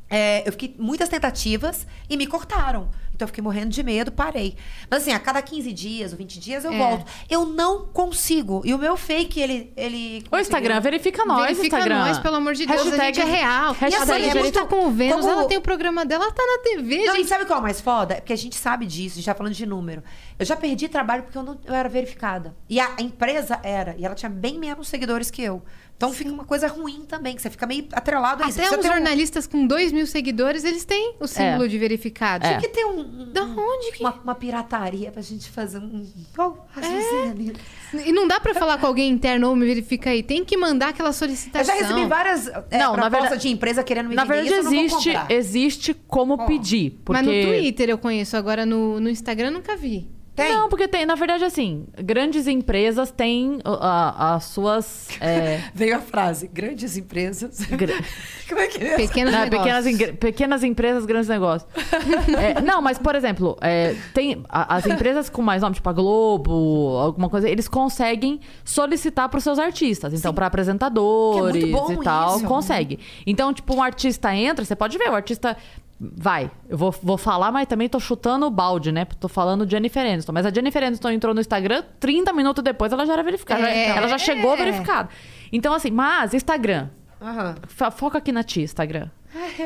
é, eu fiquei muitas tentativas e me cortaram. Então eu fiquei morrendo de medo, parei. Mas assim, a cada 15 dias ou 20 dias eu
É.
volto. Eu não consigo. E o meu fake, ele... ele
Ô, Instagram, verifica
É
nós,
assim, Verifica
Instagram.
nós, pelo amor de Deus, a gente é real. E a
hashtag
Sônia
verifica-
tá com o Vênus,
Como-
ela tem o programa dela, ela tá na TV,
Não, e
gente.
sabe qual é o mais foda? É porque a gente sabe disso, a gente tá falando de número. Eu já perdi trabalho porque eu não eu era verificada. E a, a empresa era, e ela tinha bem menos seguidores que eu. Então fica uma coisa ruim também, que você fica meio atrelado a isso.
Até
Precisa
uns
ter um-
jornalistas com 2 mil seguidores, eles têm o símbolo de verificado.
Tinha que ter um, um-
Da onde que...
uma, uma pirataria pra gente fazer um. Oh, é.
E não dá pra falar com alguém interno ou me verifica aí. Tem que mandar aquela solicitação.
Eu já recebi várias é,
Não, na
propostas
verdade-
de empresa querendo me
Na
vender
verdade,
isso, eu não vou
existe,
comprar.
existe como pedir. Porque...
Mas no Twitter eu conheço, agora no, no Instagram eu nunca vi.
Tem?
Não, porque tem, na verdade, assim, grandes empresas têm uh, a- as suas. é,
(laughs) Veio a frase, grandes empresas.
Gra-
Como é que é?
Pequenos
né,
negócios.
pequenas, engre- pequenas empresas, grandes
(laughs)
negócios. É, não, mas, por exemplo, é, tem a- as empresas com mais nome, tipo a Globo, alguma coisa, eles conseguem solicitar para os seus artistas. Então, para
é
apresentadores
Que é muito bom
e tal,
isso.
consegue. Então, tipo, um artista entra, você pode ver, o artista. Vai, eu vou, vou falar, mas também tô chutando o balde, né? Tô falando Jennifer Aniston. Mas a Jennifer Aniston entrou no Instagram, 30 minutos depois ela já era verificada.
É.
Ela já chegou verificada. Então, assim, mas Instagram,
Aham.
Fa- Foca aqui na tia, Instagram.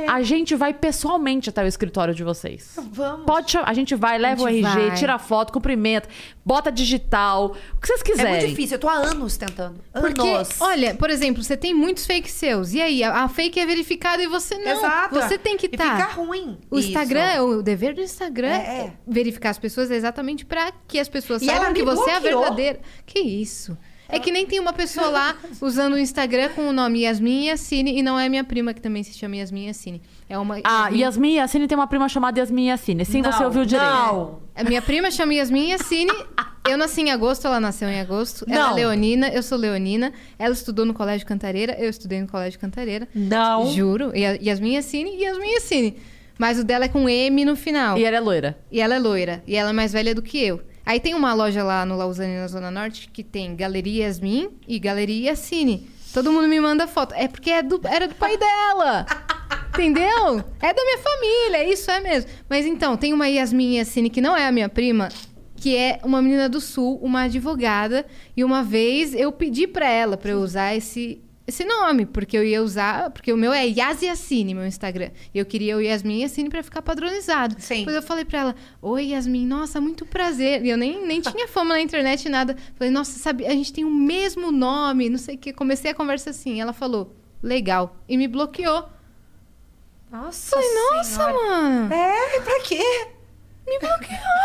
A gente vai pessoalmente até o escritório de vocês.
É. Vamos.
Pode chamar. A gente vai, leva o
gente
RG,
vai.
tira foto, cumprimenta, bota digital, o que vocês
É
quiserem.
muito difícil, eu tô há anos tentando. Anos.
Porque, olha, por exemplo, você tem muitos fakes seus. E aí, a, a fake é verificada e você não.
Exato.
Você tem que
E
estar.
fica ruim.
O Instagram,
isso.
é o dever do Instagram
É,
é,
é.
verificar as pessoas é exatamente pra que as pessoas
E ela
saibam
me
que você é a
bloqueou.
verdadeira. Que isso? É que nem tem uma pessoa
(laughs)
lá usando o Instagram com o nome Yasmin Yassine e não é minha prima que também se chama Yasmin Yassine. É uma
Ah, Yasmin Yassine tem uma prima chamada Yasmin Yassine. Sim, Assim você ouviu direito.
Não.
A minha prima chama Yasmin Yassine. Eu nasci em agosto, ela nasceu em agosto. Ela é
Não.
leonina, eu sou leonina. Ela estudou no Colégio Cantareira, eu estudei no Colégio Cantareira.
Não.
Juro. E a- Yasmin Yassine e Yasmin Yassine. Mas o dela é com M no final.
E ela é loira.
E ela é loira. E ela é mais velha do que eu. Aí tem uma loja lá no Lausanne, na Zona Norte, que tem Galeria Yasmin e Galeria Yassine. Todo mundo me manda foto. É porque é do- era do pai dela. Entendeu? É da minha família, isso é mesmo. Mas então, tem uma Yasmin Yassine que não é a minha prima, que é uma menina do Sul, uma advogada. E uma vez eu pedi pra ela pra eu usar esse, esse nome, porque eu ia usar... Porque o meu é Yas Yassine, meu Instagram. E eu queria o Yasmin Yassine pra ficar padronizado.
Sim.
Depois eu falei pra ela, oi Yasmin, nossa, muito prazer. E eu nem, nem tinha (laughs) fama na internet, nada. Falei, nossa, sabe, a gente tem o mesmo nome, não sei o quê. Comecei a conversa assim. Ela falou, legal. E me bloqueou.
Nossa,
Falei, nossa,
senhora.
mano.
É, pra quê?
Sentida!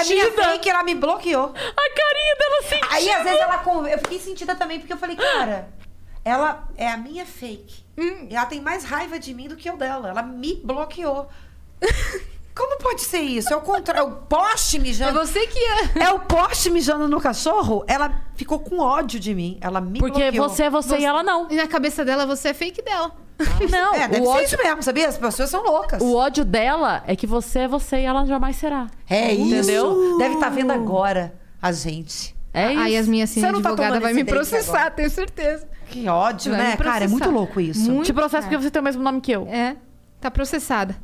A minha fake, ela me bloqueou.
A carinha dela sentida!
Aí, às vezes, ela... con- Eu fiquei sentida também, porque eu falei, cara... Ela é a minha fake.
Hum.
E Ela tem mais raiva de mim do que eu dela. Ela me bloqueou. (laughs) Como pode ser isso? É o contrário. O poste
É
mijando...
você que é.
É o poste mijando no cachorro? Ela ficou com ódio de mim. Ela me
Porque
bloqueou.
você é você, e ela não.
E na cabeça dela, você é fake dela.
Não,
(laughs) É, deve
o,
ser
ódio,
isso mesmo, sabia? As pessoas são loucas.
o ódio dela é que você é você e ela jamais será.
É isso.
Entendeu?
Deve estar vendo agora a gente.
É isso.
Aí as minhas assim,
Você não tá
advogada
tomando
vai
esse
me
date
processar,
agora.
tenho certeza.
Que ódio,
Vai me
né? Cara, é
processar.
muito louco isso.
Muito.
Te processo
cara.
porque você tem o mesmo nome que eu.
É, tá (laughs) processada.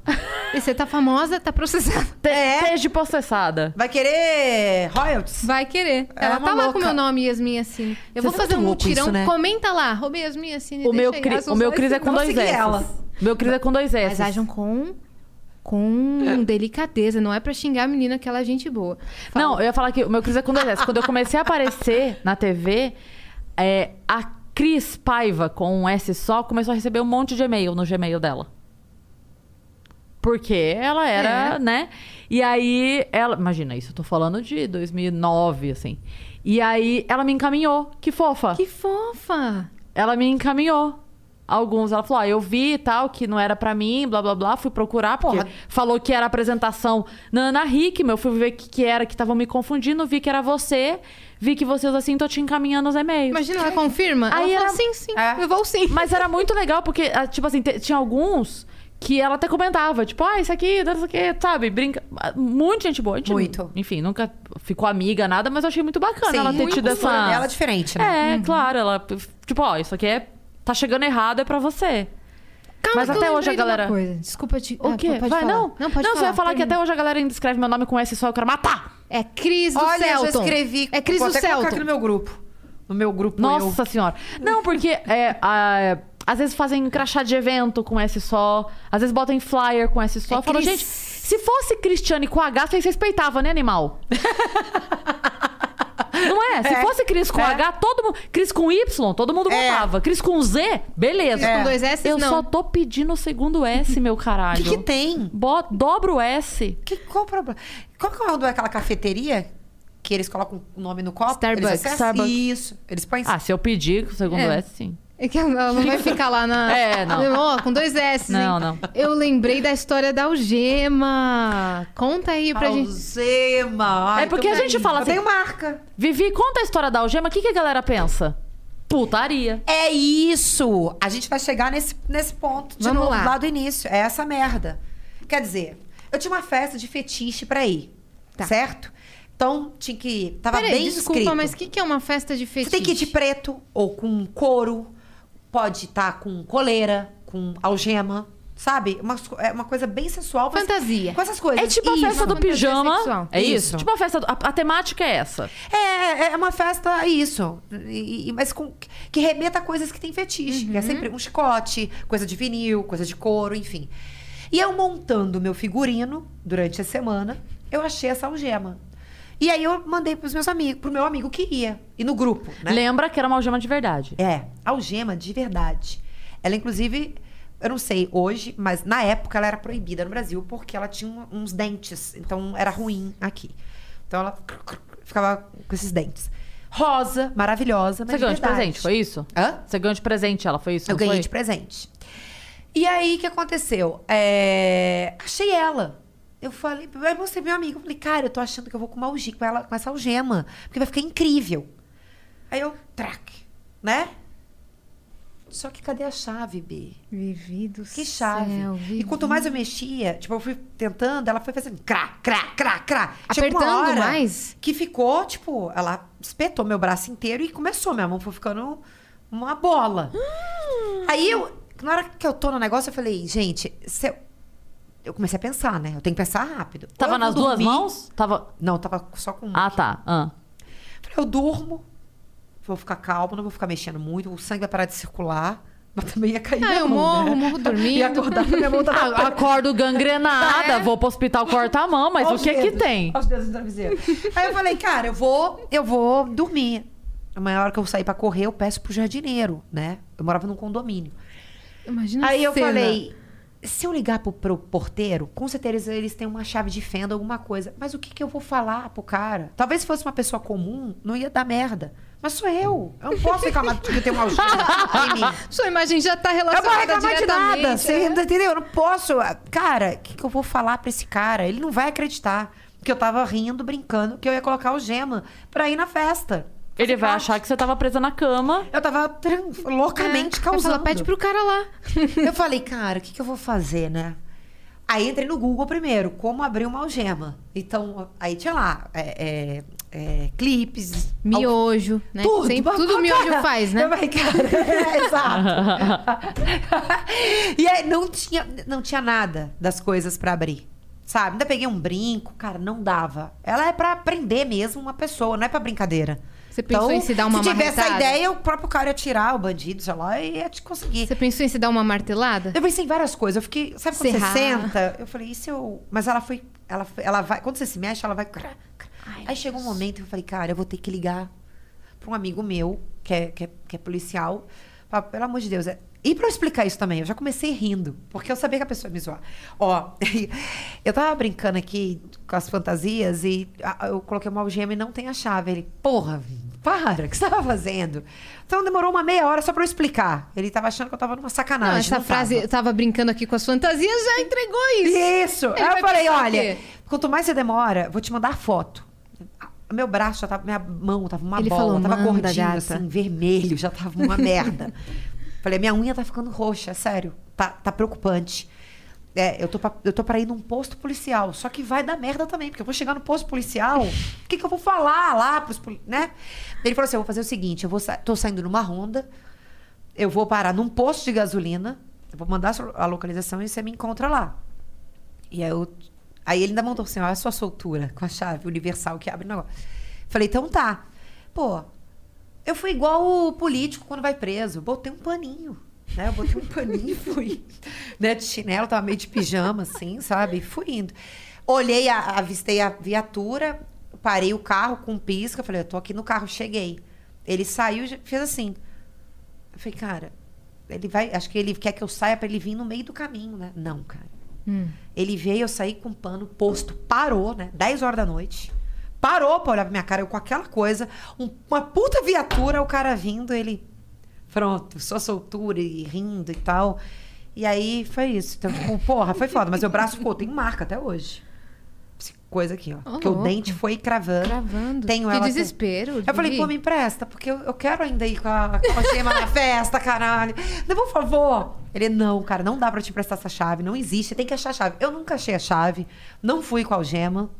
e você tá famosa, tá processada.
Te-
É.
Seja processada.
Vai querer royalties?
Vai querer.
É
Ela
uma
tá lá com
louca.
o meu nome, Yasmin Assine. Eu
Você
vou
é
fazer um
muito louco
mutirão.
isso, né?
Comenta lá. Roubei Yasmin Assine.
O meu,
deixa aí,
cri...
as
o meu
usões
Cris é
e
com
vou
dois
seguir
S.
ela.
O meu Cris é com dois S.
Mas um ajam com, com delicadeza. Não é pra xingar a menina que ela é gente boa.
Não, eu ia falar que o meu Cris é com dois S. Quando eu comecei a aparecer (laughs) na TV, é, a Cris Paiva, com um S só, começou a receber um monte de e-mail no Gmail dela. Porque ela era,
É.
né? E aí, ela... Imagina isso, eu tô falando de 2009, assim. E aí, ela me encaminhou. Que fofa.
Que fofa!
Ela me encaminhou. Alguns, ela falou, ah, eu vi e tal, que não era pra mim, blá blá blá, fui procurar, porque
Porra.
falou que era apresentação na Ana Hickman, eu fui ver o que, que era, que estavam me confundindo, vi que era você, vi que vocês assim, tô te encaminhando os e-mails. Mas...
Imagina, ela confirma?
Aí
ela
ela-
fala, sim, sim,
É.
eu vou sim.
era muito legal, porque, ah, tipo assim, te- tinha alguns que ela até comentava, tipo, ah, isso aqui, não sei o que, sabe, brinca. Ah, Muita gente boa. A gente,
Muito.
Enfim, nunca ficou amiga, nada, mas eu achei muito bacana ela ter
muito
tido essa...
fã. Ela é diferente, né?
É,
Uhum.
claro, ela. Tipo, ó, isso aqui é. Tá chegando errado, é pra você.
Calma
Mas
que eu
até hoje a
lembrei de uma
galera-
coisa. Desculpa te.
O
Ah,
quê?
pode
Vai,
falar.
não?
Não, pode
Não, você vai falar que
termina.
até hoje a galera ainda escreve meu nome com S só, eu quero matar!
É Cris do
Olha, eu
Celton.
já escrevi.
É Cris
Vou
do
até colocar aqui no
Celton.
meu grupo. No meu grupo.
Nossa senhora. Não, porque é, a- às vezes fazem crachá de evento com S só, às vezes botam em flyer com S só.
É
eu falo,
Cris.
gente,
(laughs)
se fosse Cristiane com H, vocês respeitavam, né, animal? Não
é, se fosse Cris com
É.
H, todo mundo. Cris com Y, todo mundo
É.
votava. Cris com Z, beleza.
Com dois S,
Eu
não.
só tô pedindo o segundo
(laughs)
S, meu
O
caralho.
que, que tem?
Bo- dobra o S.
Que, qual o problema? Qual que é o nome daquela cafeteria que eles colocam o nome no copo?
Starbucks.
Eles acessam?
Starbucks.
Isso. Eles põem
Ah, se eu pedir o segundo
É.
S, sim.
É que ela
(laughs)
não vai ficar lá na.
É, não.
Ó, com dois S. hein?
Não, não.
Eu lembrei da história da algema. Conta aí
Ah,
pra gente.
Alzema. Ai,
é porque
tô
a gente
bem.
fala
Eu
assim,
tenho marca.
Vivi, conta a história da algema, o que, que a galera pensa? Putaria.
É isso! A gente vai chegar nesse, nesse ponto de
Vamos
novo,
lá.
lá. do início. É essa merda. Quer dizer, eu tinha uma festa de fetiche pra ir,
Tá.
certo? Então, tinha que ir. Tava
Peraí,
bem
desculpa,
descrito.
mas o que, que é uma festa de
Você
fetiche?
tem que tipo, ir de preto, ou com couro, pode estar com coleira, com algema, sabe? Uma, co- é uma coisa bem sensual. mas
Fantasia.
Com essas coisas.
É tipo a
Isso.
festa do
fantasia
pijama.
sexual.
É isso.
Isso.
Tipo a festa. do- A, a temática é essa.
É, é uma festa, isso. E- e- mas com, que remeta a coisas que tem fetiche. Que é sempre um chicote, coisa de vinil, coisa de couro, enfim. E eu montando meu figurino durante a semana, eu achei essa algema. E aí eu mandei pros meus amigos, pro meu amigo que ia. E no grupo, né?
Lembra que era uma algema de verdade.
É, algema de verdade. Ela, inclusive, eu não sei hoje, mas na época ela era proibida no Brasil porque ela tinha um- uns dentes. Então era ruim aqui. Então ela ficava com esses dentes. Rosa, maravilhosa, mas
Você ganhou de
verdade.
presente, foi isso?
Hã?
Você ganhou de presente ela, foi isso?
Eu
não
ganhei
foi?
de presente. E aí, o que aconteceu? É, Achei ela. Eu falei, eu mostrei pro meu amigo, eu falei, cara, eu tô achando que eu vou com uma algi- com ela, com essa algema, porque vai ficar incrível. Aí eu, trac, né? Só que cadê a chave, B?
Vivi do
Que chave.
céu, Vivi.
e quanto mais eu mexia, tipo, eu fui tentando, ela foi fazendo crá, crá, crá, crá. Chegou uma
Apertando
hora
mais?
Que ficou, tipo, ela espetou meu braço inteiro e começou, minha mão foi ficando uma bola.
Ah!
Aí eu, na hora que eu tô no negócio, eu falei, gente, se eu... eu comecei a pensar, né? Eu tenho que pensar rápido. Ou
Tava
eu vou
nas duas
dormir-
mãos? Tava.
Não, tava só com uma.
Ah, tá. Ah.
Falei, eu durmo, vou ficar calmo, não vou ficar mexendo muito, o sangue vai parar de circular, mas também ia cair
Ah,
minha
eu
mão, né?
morro, morro dormindo.
(laughs) E acordar com a minha mão tava
Ah, Acordo gangrenada,
É.
vou pro hospital cortar a mão, mas
Olha
o
os
que que
dedos,
tem?
olha os dedos do travesseiro. Aí eu falei, cara, eu vou, eu vou dormir. Amanhã, na hora que eu sair pra correr, eu peço pro jardineiro, né? Eu morava num condomínio.
Imagina a
Aí eu
cena.
falei, se eu ligar pro, pro porteiro, com certeza eles têm uma chave de fenda, alguma coisa. Mas o que, que eu vou falar pro cara? Talvez se fosse uma pessoa comum, não ia dar merda. Mas sou eu. Eu não posso reclamar que eu tenho um uma algema em mim.
Sua imagem já tá
Eu não vou
relacionada
reclamar de
diretamente.
nada. Você
É.
entendeu? Eu não posso. ah, Cara, o que, que eu vou falar pra esse cara? Ele não vai acreditar que eu tava rindo, brincando, que eu ia colocar o gema pra ir na festa.
Ele vai achar que você tava presa na cama.
Eu tava tran- loucamente
É. Vai
causando.
falar, pede pro cara lá.
Eu falei, cara, o que, que eu vou fazer, né? Aí entrei no Google primeiro, como abrir uma algema. Então, aí tinha lá, é, é, é, clipes. ao-
Miojo, né?
Tudo,
Sempre,
mas
tudo
qual
miojo
cara?
faz, né?
Eu falei, cara, (laughs) é, exato.
(laughs)
e aí não tinha, não tinha nada das coisas pra abrir. Sabe? Ainda peguei um brinco, cara, não dava. Ela é pra prender mesmo uma pessoa, não é pra brincadeira. Então,
Você pensou em se dar uma
Se tivesse a
marretada?
ideia, o próprio cara ia tirar o bandido, sei lá, e ia te conseguir.
Você pensou em se dar uma martelada?
Eu pensei em várias coisas. Eu fiquei. Sabe quando
Serrar.
você senta? Eu falei, e se eu. Mas ela foi. Ela, foi- ela vai. Quando você se mexe, ela vai. crá, crá. Aí chegou um momento que eu falei, cara, eu vou ter que ligar pra um amigo meu, que é, que é, que é policial. Falar, Pelo amor de Deus. é- E pra eu explicar isso também, eu já comecei rindo, porque eu sabia que a pessoa ia me zoar. Ó, (laughs) eu tava brincando aqui com as fantasias e a- eu coloquei uma algema e não tem a chave. Ele, porra, para, o que você tava fazendo? Então demorou uma meia hora só pra eu explicar. Ele tava achando que eu tava numa
Não,
sacanagem.
essa
"Ah, não
frase,
tava.
eu tava brincando aqui com as fantasias, já entregou isso.
Isso!
Ele
Aí
vai
eu falei,
pensar o
olha,
quê?
quanto mais você demora, vou te mandar foto. Ah, Meu braço já tava, minha mão tava uma
Ele
bola,
falou,
tava
"Manda,
gordinho,
gata."
assim, vermelho, já tava uma merda. (laughs) Falei, minha unha tá ficando roxa, é sério, tá, tá preocupante. É, eu tô, pra, eu tô pra ir num posto policial, só que vai dar merda também, porque eu vou chegar no posto policial, o que que eu vou falar lá pros, poli- né? Ele falou assim, eu vou fazer o seguinte, eu vou sa- tô saindo numa ronda, eu vou parar num posto de gasolina, eu vou mandar a sua- a localização e você me encontra lá. E aí, eu, aí ele ainda montou assim, olha a sua soltura com a chave universal que abre o negócio. Falei, então tá. Pô, eu fui igual o político quando vai preso. Botei um paninho, né? Eu botei um paninho e fui. (laughs) Né? De chinelo, tava meio de pijama, assim, sabe? E Fui indo. Olhei, a, avistei a viatura, parei o carro com um pisca, falei, eu tô aqui no carro, cheguei. Ele saiu e já fez assim. Eu falei, cara, ele vai. Acho que ele quer que eu saia pra ele vir no meio do caminho, né? Não, cara.
Hum.
Ele veio, eu saí com um pano posto, parou, né? 10 horas da noite. Parou pra olhar pra minha cara, eu com aquela coisa, um- uma puta viatura, o cara vindo, ele. Pronto, só soltura e rindo e tal. E aí foi isso.
(laughs)
Então, tipo, porra, foi foda, mas meu braço ficou, tem marca até hoje. Esse Coisa aqui, ó.
Ô,
que o
louco.
dente foi cravando.
Gravando.
Tenho
que
ela até-
desespero.
Eu falei,
Vivi.
pô, me empresta, porque eu, eu quero ainda ir com a, com a gema na festa, caralho. Não, por favor. Ele, não, cara, não dá pra te emprestar essa chave, não existe, tem que achar a chave. Eu nunca achei a chave, não fui com a algema.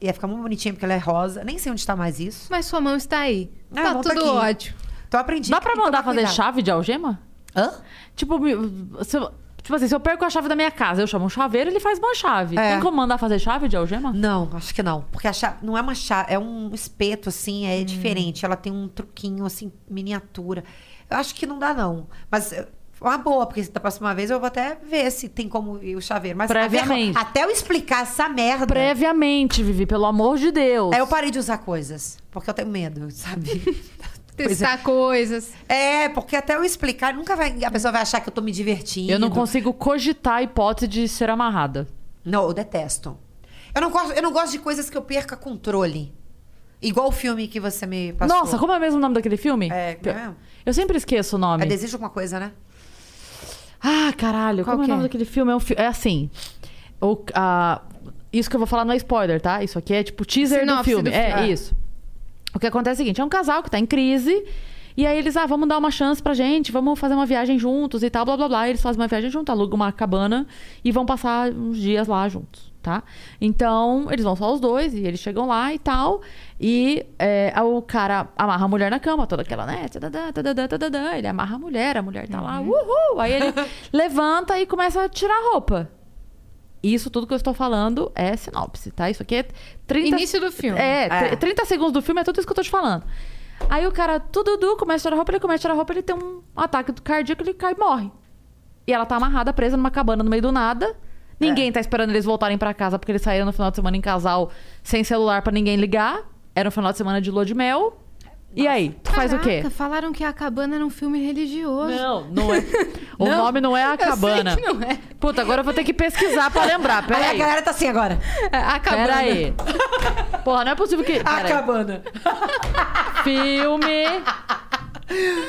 Ia ficar muito bonitinha porque ela é rosa, nem sei onde tá mais isso.
Mas sua mão está aí.
Ah,
tá
não, tá
tudo
aqui.
ótimo.
Então eu aprendi.
Dá
que
pra
tem que
mandar
tomar
fazer
cuidado.
chave de algema?
Hã?
Tipo, me- se eu- tipo assim, se eu perco a chave da minha casa, eu chamo um chaveiro, ele faz uma chave.
É.
Tem como mandar fazer chave de algema?
Não, acho que não. Porque a chave não é uma chave, é um espeto, assim,
Hum.
é diferente. Ela tem um truquinho, assim, miniatura. Eu acho que não dá, não. Mas é uma boa, porque da próxima vez eu vou até ver se tem como ir o chaveiro. Mas a vergo-
Previamente.
até eu explicar essa merda.
Previamente, Vivi, pelo amor de Deus.
Aí eu parei de usar coisas. Porque eu tenho medo, sabe?
(laughs)
Testar coisas.
é, porque até eu explicar, nunca vai. A pessoa vai achar que eu tô me divertindo.
Eu não consigo cogitar a hipótese de ser amarrada.
Não, eu detesto. Eu não gosto, eu não gosto de coisas que eu perca controle. Igual o filme que você me passou.
Nossa, como é mesmo o nome daquele filme?
É, como é?
Eu sempre esqueço o nome.
É desejo alguma coisa, né?
Ah, caralho,
Qual
como é o
que
nome
é?
daquele filme? É, um fi- é assim. o- a- isso que eu vou falar não é spoiler, tá? Isso aqui é tipo teaser do
Sinopse
filme.
do
É,
filme.
isso. O que acontece é o seguinte: é um casal que tá em crise. E aí eles, ah, vamos dar uma chance pra gente, vamos fazer uma viagem juntos e tal, blá blá blá. Eles fazem uma viagem juntos, alugam uma cabana e vão passar uns dias lá juntos, tá? Então, eles vão só os dois e eles chegam lá e tal. E é, o cara amarra a mulher na cama, toda aquela, né? tadadã, tadadã, tadadã. Ele amarra a mulher, a mulher tá lá,
Uhum.
uhul! Aí
(laughs)
ele levanta e começa a tirar a roupa. Isso tudo que eu estou falando é sinopse, tá? Isso aqui é 30
Início do filme.
É,
É.
tr- 30 segundos do filme é tudo isso que eu tô te falando. Aí o cara, tudo du, começa a tirar a roupa, ele começa a tirar a roupa, ele tem um ataque do cardíaco, ele cai e morre. E ela tá amarrada, presa numa cabana no meio do nada. Ninguém
É.
tá esperando eles voltarem pra casa, porque eles saíram no final de semana em casal, sem celular pra ninguém ligar. Era um final de semana de lua de mel. E aí, tu faz o quê?
Caraca, Falaram que a cabana era um filme religioso.
Não, não é. (laughs) O
Não.
nome não é a
Eu sei
cabana.
que não é.
Puta, agora eu vou ter que pesquisar pra lembrar. Pera
Aí a
aí.
galera tá assim agora.
A
né?
cabana.
Pera aí. Porra, não é possível que.
A
Pera aí.
cabana.
Filme.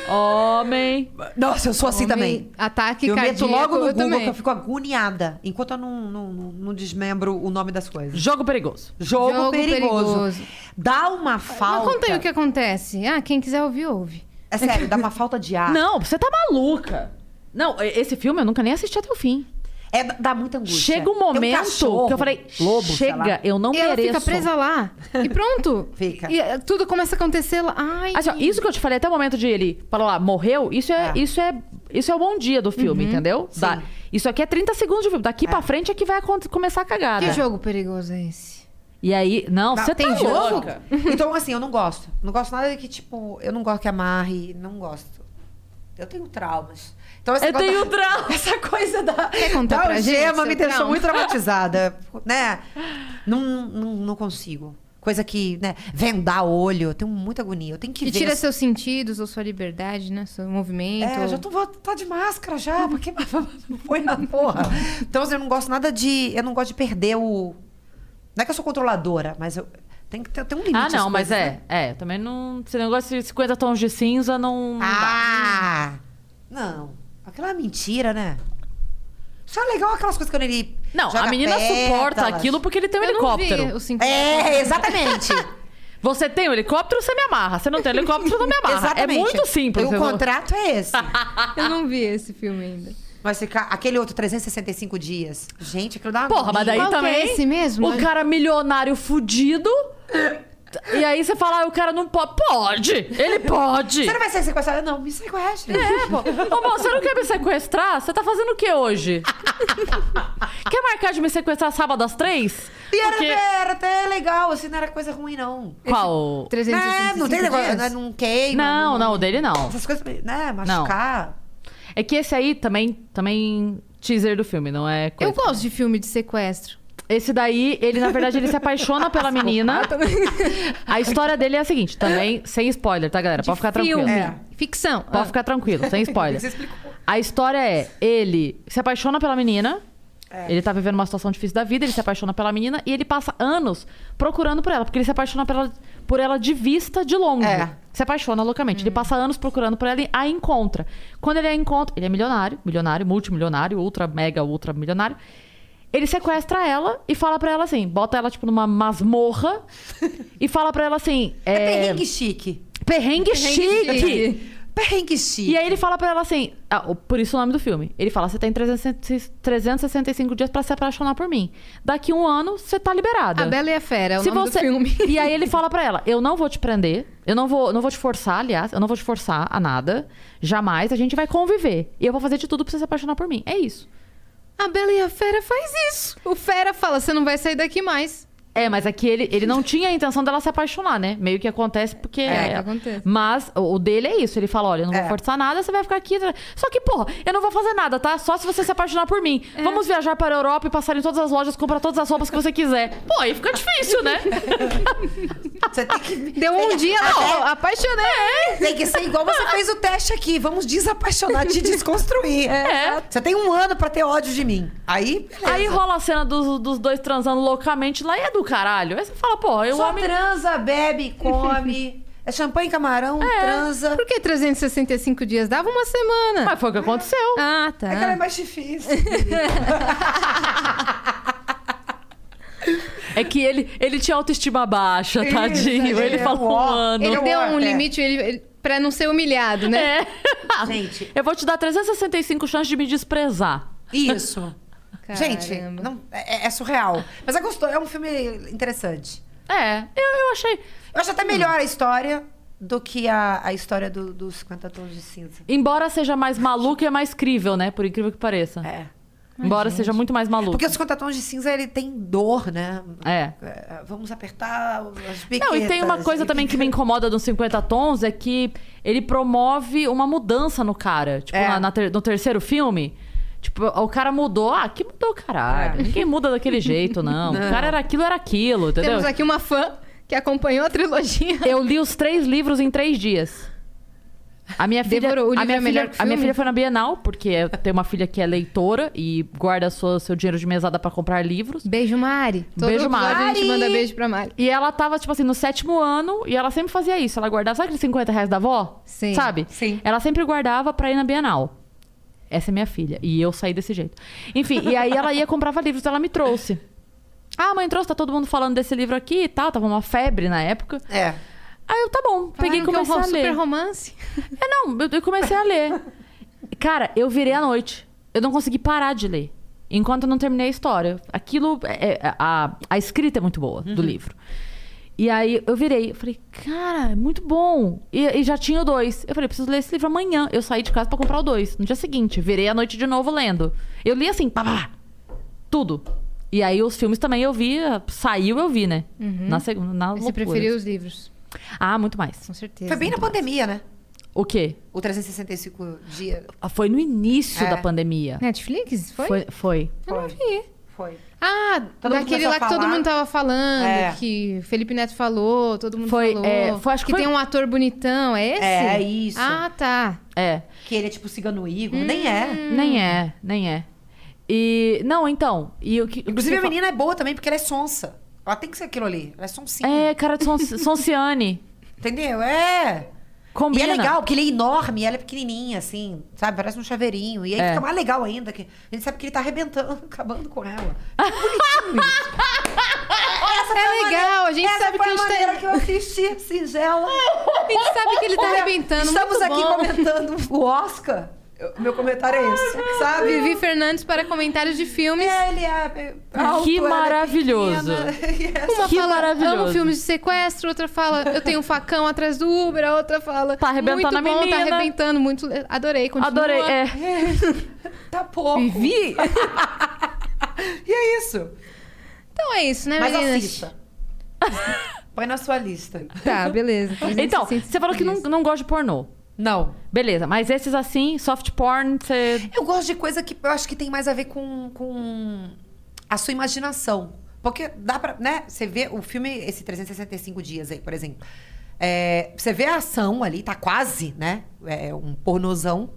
Homem.
Nossa, eu sou assim também.
Ataque
eu
cardíaco.
meto logo no
eu
Google
também.
que eu fico agoniada. Enquanto eu não, não, não- não desmembro o nome das coisas.
Jogo perigoso.
Jogo,
Jogo
perigoso.
perigoso.
Dá uma falta.
Mas conta aí o que acontece. Ah, quem quiser ouvir, ouve.
É sério, dá uma falta de ar.
Não, você tá maluca. Não, e- esse filme eu nunca nem assisti até o fim.
É, dá muita angústia.
Chega um
Tem
momento
cachorro,
que eu falei,
lobo, sei
chega,
lá.
eu não
E ela
mereço.
fica presa (laughs) lá. E pronto.
Fica.
E eh, tudo começa a acontecer lá. Ai.
Assim, ó, isso que eu te falei até o momento de ele falar lá, morreu, isso é,
É. Uhum.
isso é isso é o bom dia do filme, entendeu? Dá- isso aqui é 30 segundos de filme. Daqui pra frente é que vai acon- começar a cagada.
Que jogo perigoso é esse?
E aí, não,
Não,
você
tem
tá
jogo?
louca.
Então, assim, eu não gosto. Não gosto nada que, tipo, eu não gosto que amarre, não gosto. Eu tenho traumas. Então, esse
Eu
negócio
tenho um
da-
traumas.
(laughs) Essa coisa da,
contar
da
pra gente
algema
seu
Ah, me deixou
então.
trauma?
(laughs)
muito traumatizada. né? Não, não, não consigo. Coisa que, né? Vendar olho, eu tenho muita agonia. Eu tenho que
Que
ver.
tira seus sentidos ou sua liberdade, né? Seu movimento.
É, eu já tô, vou tá de máscara já, porque (laughs) foi na porra. Então, assim, eu não gosto nada de. Eu não gosto de perder o. Não é que eu sou controladora, mas eu. Tem que ter, tem um limite.
Ah,
às
não, mas
coisas,
é.
né?
É, também não. Esse negócio de 50 tons de cinza não. não
Ah! Não. Aquela é mentira, né? Isso é legal aquelas coisas quando ele.
dá. Não,
joga
a menina suporta
pétalas.
aquilo porque ele tem um
Eu não vi
helicóptero.
os cinco- (laughs)
É, exatamente.
(laughs) Você tem um helicóptero, você me amarra. Você não tem helicóptero, não me
(laughs)
amarra.
exatamente.
É muito simples.
O
eu-
contrato
(laughs)
é esse.
Eu não vi esse filme ainda.
Mas ficar aquele outro 365 dias. Gente, aquilo dá uma
Porra, mas daí
Qual que é
também.
esse mesmo?
O cara milionário fudido. E aí você fala, ah, o cara não pode. Pode! Ele pode!
Você não vai ser sequestrada? Não, me sequestra. (laughs)
É, pô. Ô, amor, você não quer me sequestrar? Você tá fazendo o que hoje? quer marcar de me sequestrar sábado às três?
E era,
Porque-
era até legal, assim, não era coisa ruim, não.
Qual?
365
Né? Não tem negócio,
dias?
né? não queima.
Não, não, o dele não.
Essas coisas, né? Machucar.
É que esse aí também, também teaser do filme, não é
Eu
coisa.
gosto de filme de sequestro.
Esse daí, ele, na verdade, ele se apaixona pela menina. (laughs) A história dele é a seguinte, também, sem spoiler, tá, galera? Pode ficar tranquilo.
Filme.
É.
Ficção.
Pode ficar tranquilo, sem spoiler.
(laughs) Você explicou.
A história é: ele se apaixona pela menina.
É.
Ele tá vivendo uma situação difícil da vida, ele se apaixona pela menina e ele passa anos procurando por ela, porque ele se apaixona por ela, por ela de vista de longe.
É. Uhum.
Se apaixona loucamente. Ele passa anos procurando por ela e a encontra. Quando ele a encontra, ele é milionário, milionário, multimilionário, ultra, mega, ultra milionário. Ele sequestra ela e fala pra ela assim, bota ela tipo numa masmorra
(laughs)
e fala pra ela assim,
É,
é,
perrengue chique.
perrengue,
Perrengue
chique.
chique.
Perrengue chique.
E aí ele fala pra ela assim, ah, o- por isso o nome do filme. Ele fala, você tá tem 300 365 dias pra se apaixonar por mim. Daqui um ano, você tá liberada.
A Bela e a Fera é o
Se
nome
você-
do filme.
(laughs) E aí ele fala pra ela, eu não vou te prender, eu não vou, não vou te forçar, aliás, eu não vou te forçar a nada, jamais, a gente vai conviver. E eu vou fazer de tudo pra você se apaixonar por mim. É isso.
A Bela e a Fera faz isso. O Fera fala, você não vai sair daqui mais.
É, mas aqui ele, ele não tinha a intenção dela se apaixonar, né? Meio que acontece porque.
É, que acontece.
Mas o o dele é isso. Ele fala: olha, eu não vou
É.
forçar nada, você vai ficar aqui. Só que, porra, eu não vou fazer nada, tá? Só se você se apaixonar por mim. Vamos viajar para a Europa e passar em todas as lojas, comprar todas as roupas que você quiser. Pô, aí fica difícil, né?
Você tem que,
Deu um dia, não, apaixonei.
tem que ser igual você fez o teste aqui. Vamos desapaixonar, te desconstruir.
É.
Você tem um ano pra ter ódio de mim. Aí, beleza.
Aí rola a cena dos, dos dois transando loucamente lá e é do caralho. Aí você fala, porra, eu
Só
homem.
transa, bebe, come. (laughs) É champanhe, camarão, transa.
Por que 365 dias? Dava uma semana.
Mas foi o que aconteceu.
Ah,
É que ela é
tá.
mais difícil.
É que ele, ele tinha autoestima baixa,
Isso,
tadinho.
ele
ele
é
falou
um
um
ó.
ano.
Ele
Eu
deu
acho,
um
é.
limite ele, ele- pra não ser humilhado, né?
É.
(laughs) Gente.
Eu vou te dar 365 chances de me desprezar.
(laughs) Isso.
É.
Gente,
Caramba.
não, é, é surreal. Mas é gostoso, é um filme interessante.
É, eu, eu achei.
Eu acho até melhor a história do que a, a história do- dos 50 tons de cinza.
Embora seja mais maluco, é mais crível, né? Por incrível que pareça.
É.
Embora seja muito mais maluco.
Porque os 50 tons de cinza, ele tem dor, né?
É.
É, Vamos apertar as biquetas.
Não, e tem uma coisa também que me incomoda dos 50 tons é que ele promove uma mudança no cara. Tipo,
É.
na- na ter- no terceiro filme. Tipo, o cara mudou. Ah, que mudou, caralho.
É.
Ninguém muda daquele jeito,
(laughs)
não. O cara era aquilo, era aquilo, entendeu?
Temos aqui uma fã que acompanhou a trilogia.
Eu li os três livros em três dias. A minha filha,
Devorou. O livro
a minha
é melhor
filha-
que o
a minha
filme?
filha foi na Bienal, porque eu tenho uma filha que é leitora e guarda sua- seu dinheiro de mesada pra comprar livros.
Beijo, Mari. Todo
Beijo,
episódio A gente
Mari.
manda beijo pra Mari.
E ela tava, tipo assim, no sétimo ano e ela sempre fazia isso. Ela guardava, sabe aqueles 50 reais da avó?
Sim,
Sabe?
sim.
Ela sempre guardava pra ir na Bienal. Essa é minha filha. E eu saí desse jeito. Enfim, e aí ela ia comprava livros, ela me trouxe. Ah, mãe, trouxe, tá todo mundo falando desse livro aqui e tal. Tava uma febre na época.
(laughs) É.
Aí eu, tá bom, peguei e
Falaram que é
comecei
um
a ler.
super romance.
É, não, eu- eu comecei a ler. Cara, eu virei à noite. Eu não consegui parar de ler. Enquanto eu não terminei a história. Aquilo. é- é- a, a escrita é muito boa
Uhum.
do livro. E aí eu virei. Eu falei, cara, é muito bom. E, e já tinha o dois. Eu falei, preciso ler esse livro amanhã. Eu saí de casa pra comprar o dois. No dia seguinte, virei à noite de novo lendo. Eu li assim, pá, pá, pá, tudo. E aí os filmes também eu vi. Saiu, eu vi, né? Na segunda. Na
Uhum. Você
loucura.
preferiu os livros,
Ah, muito mais.
com certeza.
Foi bem na pandemia, né?
O quê?
O 365 dias.
Ah, Foi no início
É.
da pandemia.
Netflix? Foi?
Foi? Foi.
Eu não
Foi.
vi.
Foi.
Ah,
Todo mundo
daquele
começou
lá
a
que todo
falar.
mundo tava falando,
É.
que Felipe Neto falou, todo mundo
Foi,
falou.
é, foi- acho que foi-
tem um ator bonitão, é esse?
É, é isso.
Ah, tá.
É.
Que ele é tipo cigano Igor. Nem é.
Nem é, nem é. E. Não, então. E o que,
Inclusive,
o
a
que
menina é boa também, porque ela é sonsa. Ela tem que ser aquilo ali. Ela é sonsinha.
É, cara
(laughs)
de Son- Sonciane.
Entendeu? É.
Combina.
E é legal, porque ele é enorme, e ela é pequenininha, assim, sabe? Parece um chaveirinho. E aí
É.
fica mais legal ainda, que a gente sabe que ele tá arrebentando, (laughs) acabando com ela.
É legal, a gente
Essa
sabe que
foi
a
a
gente
maneira
tá...
que eu
(laughs)
assisti, singela.
A gente sabe que ele tá
Olha,
arrebentando,
Estamos
muito
aqui
bom.
comentando o Oscar. Eu- meu comentário é esse, sabe?
Ah, Vivi Fernandes para comentários de filmes.
Ele é alto,
Que
ela é
maravilhoso.
pequena. (laughs) E é
Uma
Que
fala,
maravilhoso.
amo filmes de sequestro, outra fala, eu tenho um facão atrás do Uber, a outra fala,
Tá arrebentando
muito
a
bom, tá
menina.
arrebentando, muito... Adorei, continua.
Adorei. É.
(laughs) Tá pouco.
Vivi?
(laughs) E é isso.
Então é isso, né,
Mas
meninas?
assista. Põe na sua lista.
Tá, beleza.
Então, você falou que não, não gosta de pornô.
Não.
Beleza, mas esses assim, soft porn, você.
Eu gosto de coisa que eu acho que tem mais a ver com, com a sua imaginação.
Porque dá pra, né? Você vê o filme, esse 365 dias aí, por exemplo. É, você vê a ação ali, tá quase, né? É um pornozão.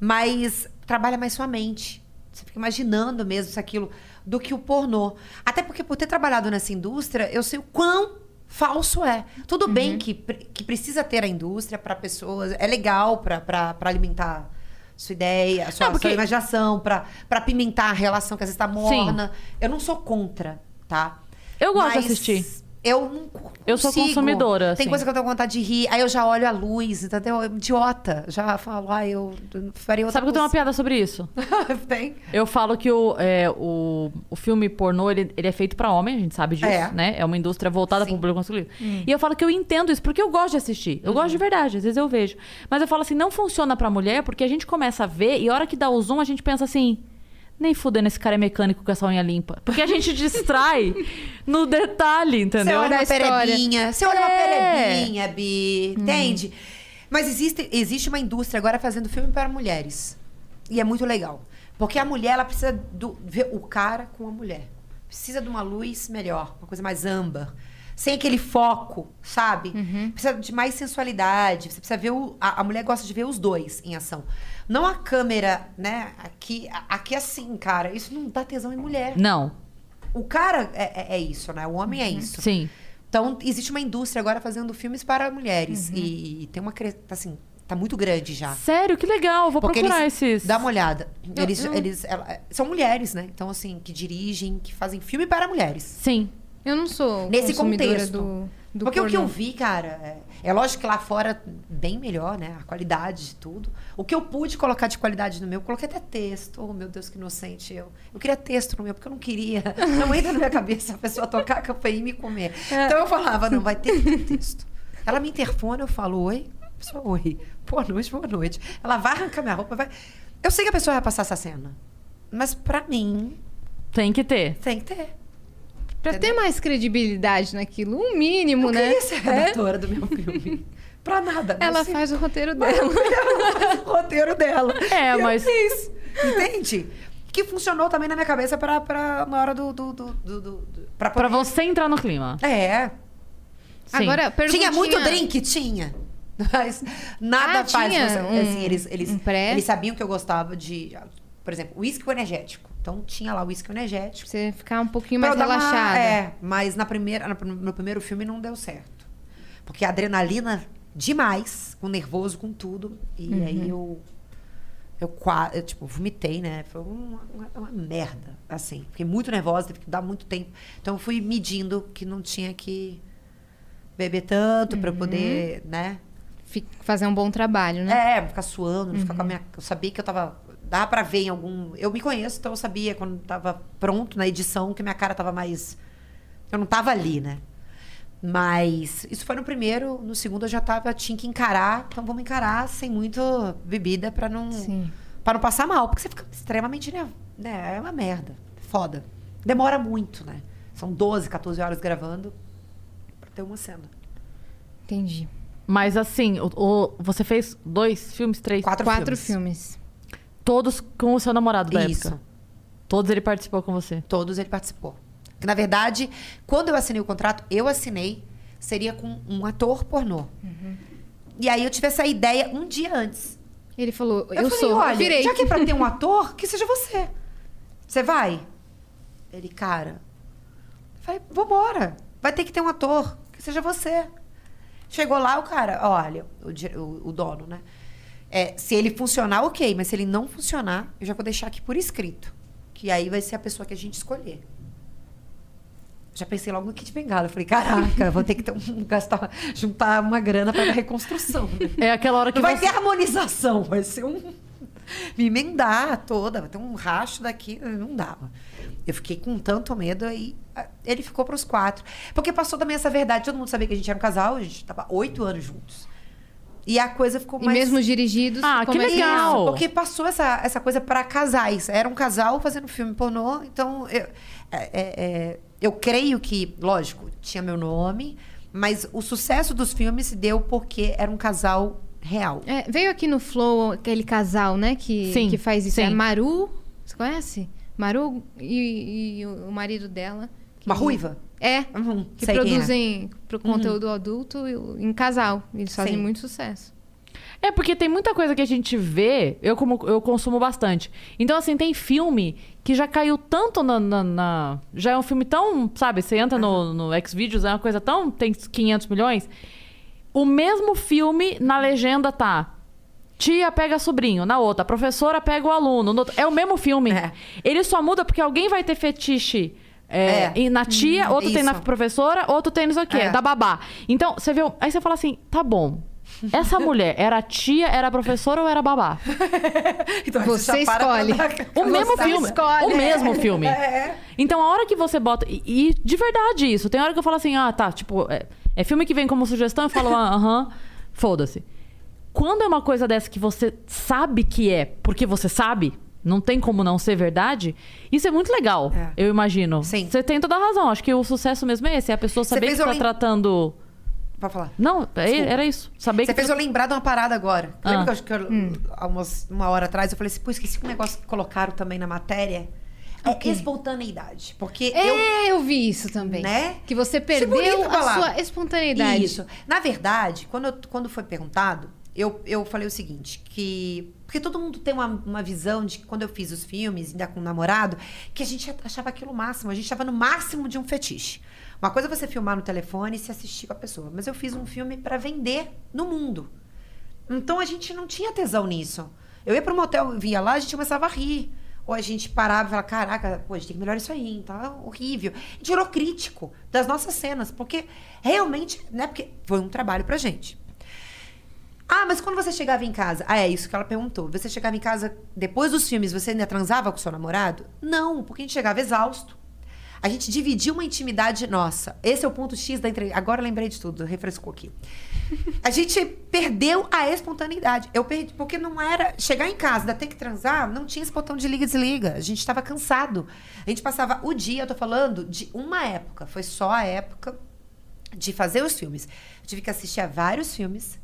Mas trabalha mais sua mente. Você fica imaginando mesmo isso, aquilo, do que o pornô. Até porque por ter trabalhado nessa indústria, eu sei o quão falso é. Tudo bem que, pre- que precisa ter a indústria para pessoas. É legal para alimentar sua ideia, sua, sua imaginação, para pimentar a relação que às vezes tá morna. Eu não sou contra, tá?
Eu gosto de
Mas
assistir.
Eu não co-
Eu sou
consigo.
consumidora,
Tem
assim.
coisa que eu tenho vontade de rir, aí eu já olho a luz, entendeu? Eu, idiota. Já falo, ai, eu faria outra
Sabe que eu tenho uma piada sobre isso?
coisa. (laughs) Tem.
Eu falo que o, é, o, o filme pornô, ele, ele é feito pra homem, a gente sabe disso,
É. Hum.
né? É uma indústria voltada pro público masculino. E eu falo que eu entendo isso, porque eu gosto de assistir. Eu
Uhum.
gosto de verdade, às vezes eu vejo. Mas eu falo assim, não funciona pra mulher, porque a gente começa a ver e a hora que dá o zoom, a gente pensa assim... Nem fudendo esse cara é mecânico com essa unha limpa. Porque a gente (laughs) distrai no detalhe,
Você
entendeu?
olha
Da
uma
história.
perebinha. Você olha uma
É.
perebinha, Bi. Entende? Mas existe, existe uma indústria agora fazendo filme para mulheres. E é muito legal. Porque a mulher, ela precisa do, ver o cara com a mulher. Precisa de uma luz melhor, uma coisa mais âmbar. Sem aquele foco, sabe? Precisa de mais sensualidade. Você precisa ver o, a, a mulher gosta de ver os dois em ação. Não a câmera, né? Aqui, a- aqui assim, cara. Isso não dá tesão em mulher.
Não,
O cara é, é- é isso, né? O homem é isso.
sim.
Então, existe uma indústria agora fazendo filmes para mulheres. E, e tem uma. cre- Assim, tá muito grande já.
Sério, que legal. Vou
Porque
procurar
eles,
esses.
Dá uma olhada. Eles,
eu-
eles ela- são mulheres, né? Então, assim, que dirigem, que fazem filme para mulheres.
Sim.
Eu não sou
Nesse
consumidora
contexto.
do, do
Porque o que eu
pornô.
vi, cara, é, é lógico que lá fora bem melhor, né? A qualidade de tudo. O que eu pude colocar de qualidade no meu, eu coloquei até texto. Oh, meu Deus, que inocente eu. Eu queria texto no meu, porque eu não queria.
(laughs)
Não entra na minha cabeça a pessoa tocar a campainha e me comer.
É.
Então eu falava, não, vai ter que ter texto. Ela me interfona, eu falo, oi, A pessoa, oi. Boa noite, boa noite. Ela vai arrancar minha roupa, vai. Eu sei que a pessoa vai passar essa cena. Mas pra mim,
Tem que ter.
tem que ter.
Pra ter mais credibilidade naquilo, um mínimo,
Eu
né?
queria ser é a redatora do meu filme. Pra nada. não
Ela
sei
faz o roteiro
mas
dela.
ela faz (laughs) o roteiro dela.
É,
E eu
mas-
fiz, entende? Que funcionou também na minha cabeça pra, pra, na hora do. do, do, do, do- do- pra
Pra
poder-
você entrar no clima.
É.
Sim.
Agora, perguntinha...
Tinha muito drink? Tinha. (laughs) Mas nada
Ah,
faz.
tinha
você-
um-
assim, eles, eles,
um pré?
eles sabiam que eu gostava de. Por exemplo, uísque com energético. Então tinha lá o uísque com energético.
Você ficar um pouquinho
Pra
mais
eu dar uma-
relaxada.
é, mas na primeira, na- no primeiro filme não deu certo. Porque a adrenalina demais, com nervoso, com tudo. E
Uhum.
aí eu. Eu, qua- eu, tipo, vomitei, né? Foi uma, uma- uma merda, assim. Fiquei muito nervosa, teve que dar muito tempo. Então eu fui medindo que não tinha que beber tanto
Uhum.
pra eu poder, né?
Fi- Fazer um bom trabalho, né? Uhum.
É, ficar suando, não ficar com a minha. Eu sabia que eu tava. Dava pra ver em algum. Eu me conheço, então eu sabia quando tava pronto na edição que minha cara tava mais. Eu não tava ali, né? Mas isso foi no primeiro, no segundo eu já tava, tinha que encarar, então vamos encarar sem muito bebida pra não
Sim.
para não passar mal, porque você fica extremamente nervoso, né? É uma merda, foda. Demora muito, né? São 12, 14 horas gravando pra ter uma cena.
Entendi.
Mas assim, o- o- você fez dois filmes, três?
Quatro,
Quatro
filmes.
filmes.
Todos com o seu namorado da
Isso.
época? Todos ele participou com você?
Todos ele participou. Que, na verdade, quando eu assinei o contrato, eu assinei, seria com um ator pornô. E aí eu tive essa ideia um dia antes.
Ele falou, eu,
Eu, falei,
sou,
olha,
eu virei. tipo
já que é pra ter um ator, que seja você. Você vai? Ele, cara... Eu falei, vambora. Vai ter que ter um ator, que seja você. Chegou lá, o cara, olha, o, dire- o- o dono, né? É, se ele funcionar, ok, mas se ele não funcionar, eu já vou deixar aqui por escrito. Que aí vai ser a pessoa que a gente escolher. Já pensei logo no kit bengala. Eu falei, caraca, vou ter que ter um- (laughs) gastar, juntar uma grana para reconstrução. né?
É aquela hora que
Não vai
você...
ter harmonização, vai ser um. Me emendar toda, vai ter um racho daqui, não dava. Eu fiquei com tanto medo aí. ah, Ele ficou pros quatro. Porque passou também essa verdade. Todo mundo sabia que a gente era um casal, a gente tava oito anos juntos. E a coisa ficou
E
mais.
mesmo dirigidos...
Ah, que
ficou mais-
legal.
Isso, porque passou essa, essa coisa para casais. Era um casal fazendo filme pornô, então eu, é- é- é, eu creio que, lógico, tinha meu nome, mas o sucesso dos filmes se deu porque era um casal real.
É, veio aqui no Flow aquele casal, né? Que,
Sim,
que faz isso.
sim.
É Maru. Você conhece? Maru e, e o o marido dela.
Uma ruiva?
É,
Uhum,
que
sei quem é.
produzem pro
Uhum.
conteúdo adulto e- em casal. Eles fazem
Sim.
muito sucesso.
É porque tem muita coisa que a gente vê, eu como eu consumo bastante. Então, assim, tem filme que já caiu tanto na. na- na- já é um filme tão. Sabe, você entra no, no Xvideos, é uma coisa tão. tem 500 milhões. O mesmo filme na legenda tá. Tia pega sobrinho, na outra. Professora pega o aluno. no outro. É o mesmo filme.
É.
Ele só muda porque alguém vai ter fetiche. é,
É.
em- Na tia, outro tem na
isso.
professora, outro tem não sei o quê,
É.
da babá. Então, você vê. o- Aí você fala assim: tá bom.
(laughs)
Essa mulher era tia, era professora ou era babá?
Então, aí
Você
já para pra
escolhe.
dar-
O mesmo
Você
filme.
escolhe.
O mesmo filme.
É.
Então, a hora que você bota. E, e de verdade isso. Tem hora que eu falo assim: ah, tá. Tipo, é, é filme que vem como sugestão, eu
(laughs)
falo, ah, aham, foda-se. Quando é uma coisa dessa que você sabe que é, porque você sabe, não tem como não ser verdade, isso é muito legal,
É.
eu imagino.
Sim.
Você tem toda a razão. Acho que o sucesso mesmo é esse. É a pessoa
Você
saber que
fez um eu
tá
lem-
tratando.
Pra falar.
Não, é-
Desculpa.
era isso. Saber
Você
que.
fez eu lembrar de uma parada agora. Lembra
Ah.
que eu acho que eu,
Hum.
há umas- uma hora atrás eu falei assim, pô, esqueci que negócio que colocaram também na matéria. É espontaneidade. Porque eu.
É, eu vi isso também.
Né?
Que você
bonita
perdeu
a
a
palavra.
sua espontaneidade.
Isso. Na verdade, quando, eu- quando foi perguntado, eu, eu falei o seguinte: que. Porque todo mundo tem uma, uma visão de que quando eu fiz os filmes, ainda com o namorado, que a gente achava aquilo o máximo, a gente estava no máximo de um fetiche. Uma coisa é você filmar no telefone e se assistir com a pessoa. Mas eu fiz um filme para vender no mundo. Então a gente não tinha tesão nisso. Eu ia para um motel, vinha lá, a gente começava a rir. Ou a gente parava e falava, caraca, pô, a gente tem que melhorar isso aí, tá horrível. A gente virou crítico das nossas cenas, porque realmente, né, porque foi um trabalho pra gente. Ah, mas quando você chegava em casa? Ah, é isso que ela perguntou. Você chegava em casa depois dos filmes, você ainda transava com seu namorado? Não, porque a gente chegava exausto. A gente dividia uma intimidade nossa. Esse é o ponto X da entrevista. Agora eu lembrei de tudo, refrescou aqui. A gente perdeu a espontaneidade. Eu perdi, porque não era. Chegar em casa, ainda ter que transar, não tinha esse botão de liga e desliga. A gente estava cansado. A gente passava o dia, eu tô falando, de uma época. Foi só a época de fazer os filmes. Eu tive que assistir a vários filmes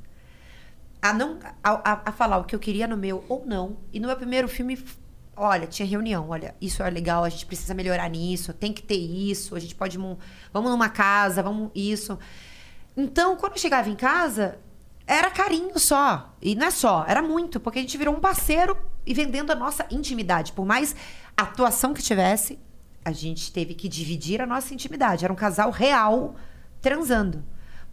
a não a, a- a falar o que eu queria no meu ou não. E no meu primeiro filme, f- olha, tinha reunião, olha, isso é legal, a gente precisa melhorar nisso, tem que ter isso, a gente pode mun- vamos numa casa, vamos isso. Então, quando eu chegava em casa, era carinho só. E não é só, era muito, porque a gente virou um parceiro e vendendo a nossa intimidade, por mais atuação que tivesse, a gente teve que dividir a nossa intimidade. Era um casal real transando,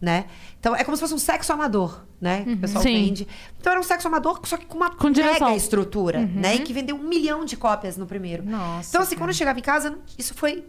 né? Então é como se fosse um sexo amador, né? Que o pessoal
Sim.
vende. Então era um sexo amador, só que com uma
Com direção.
mega estrutura, né? E que vendeu um milhão de cópias no primeiro.
Uhum. Nossa,
então, assim,
cara.
quando eu chegava em casa, não- isso foi.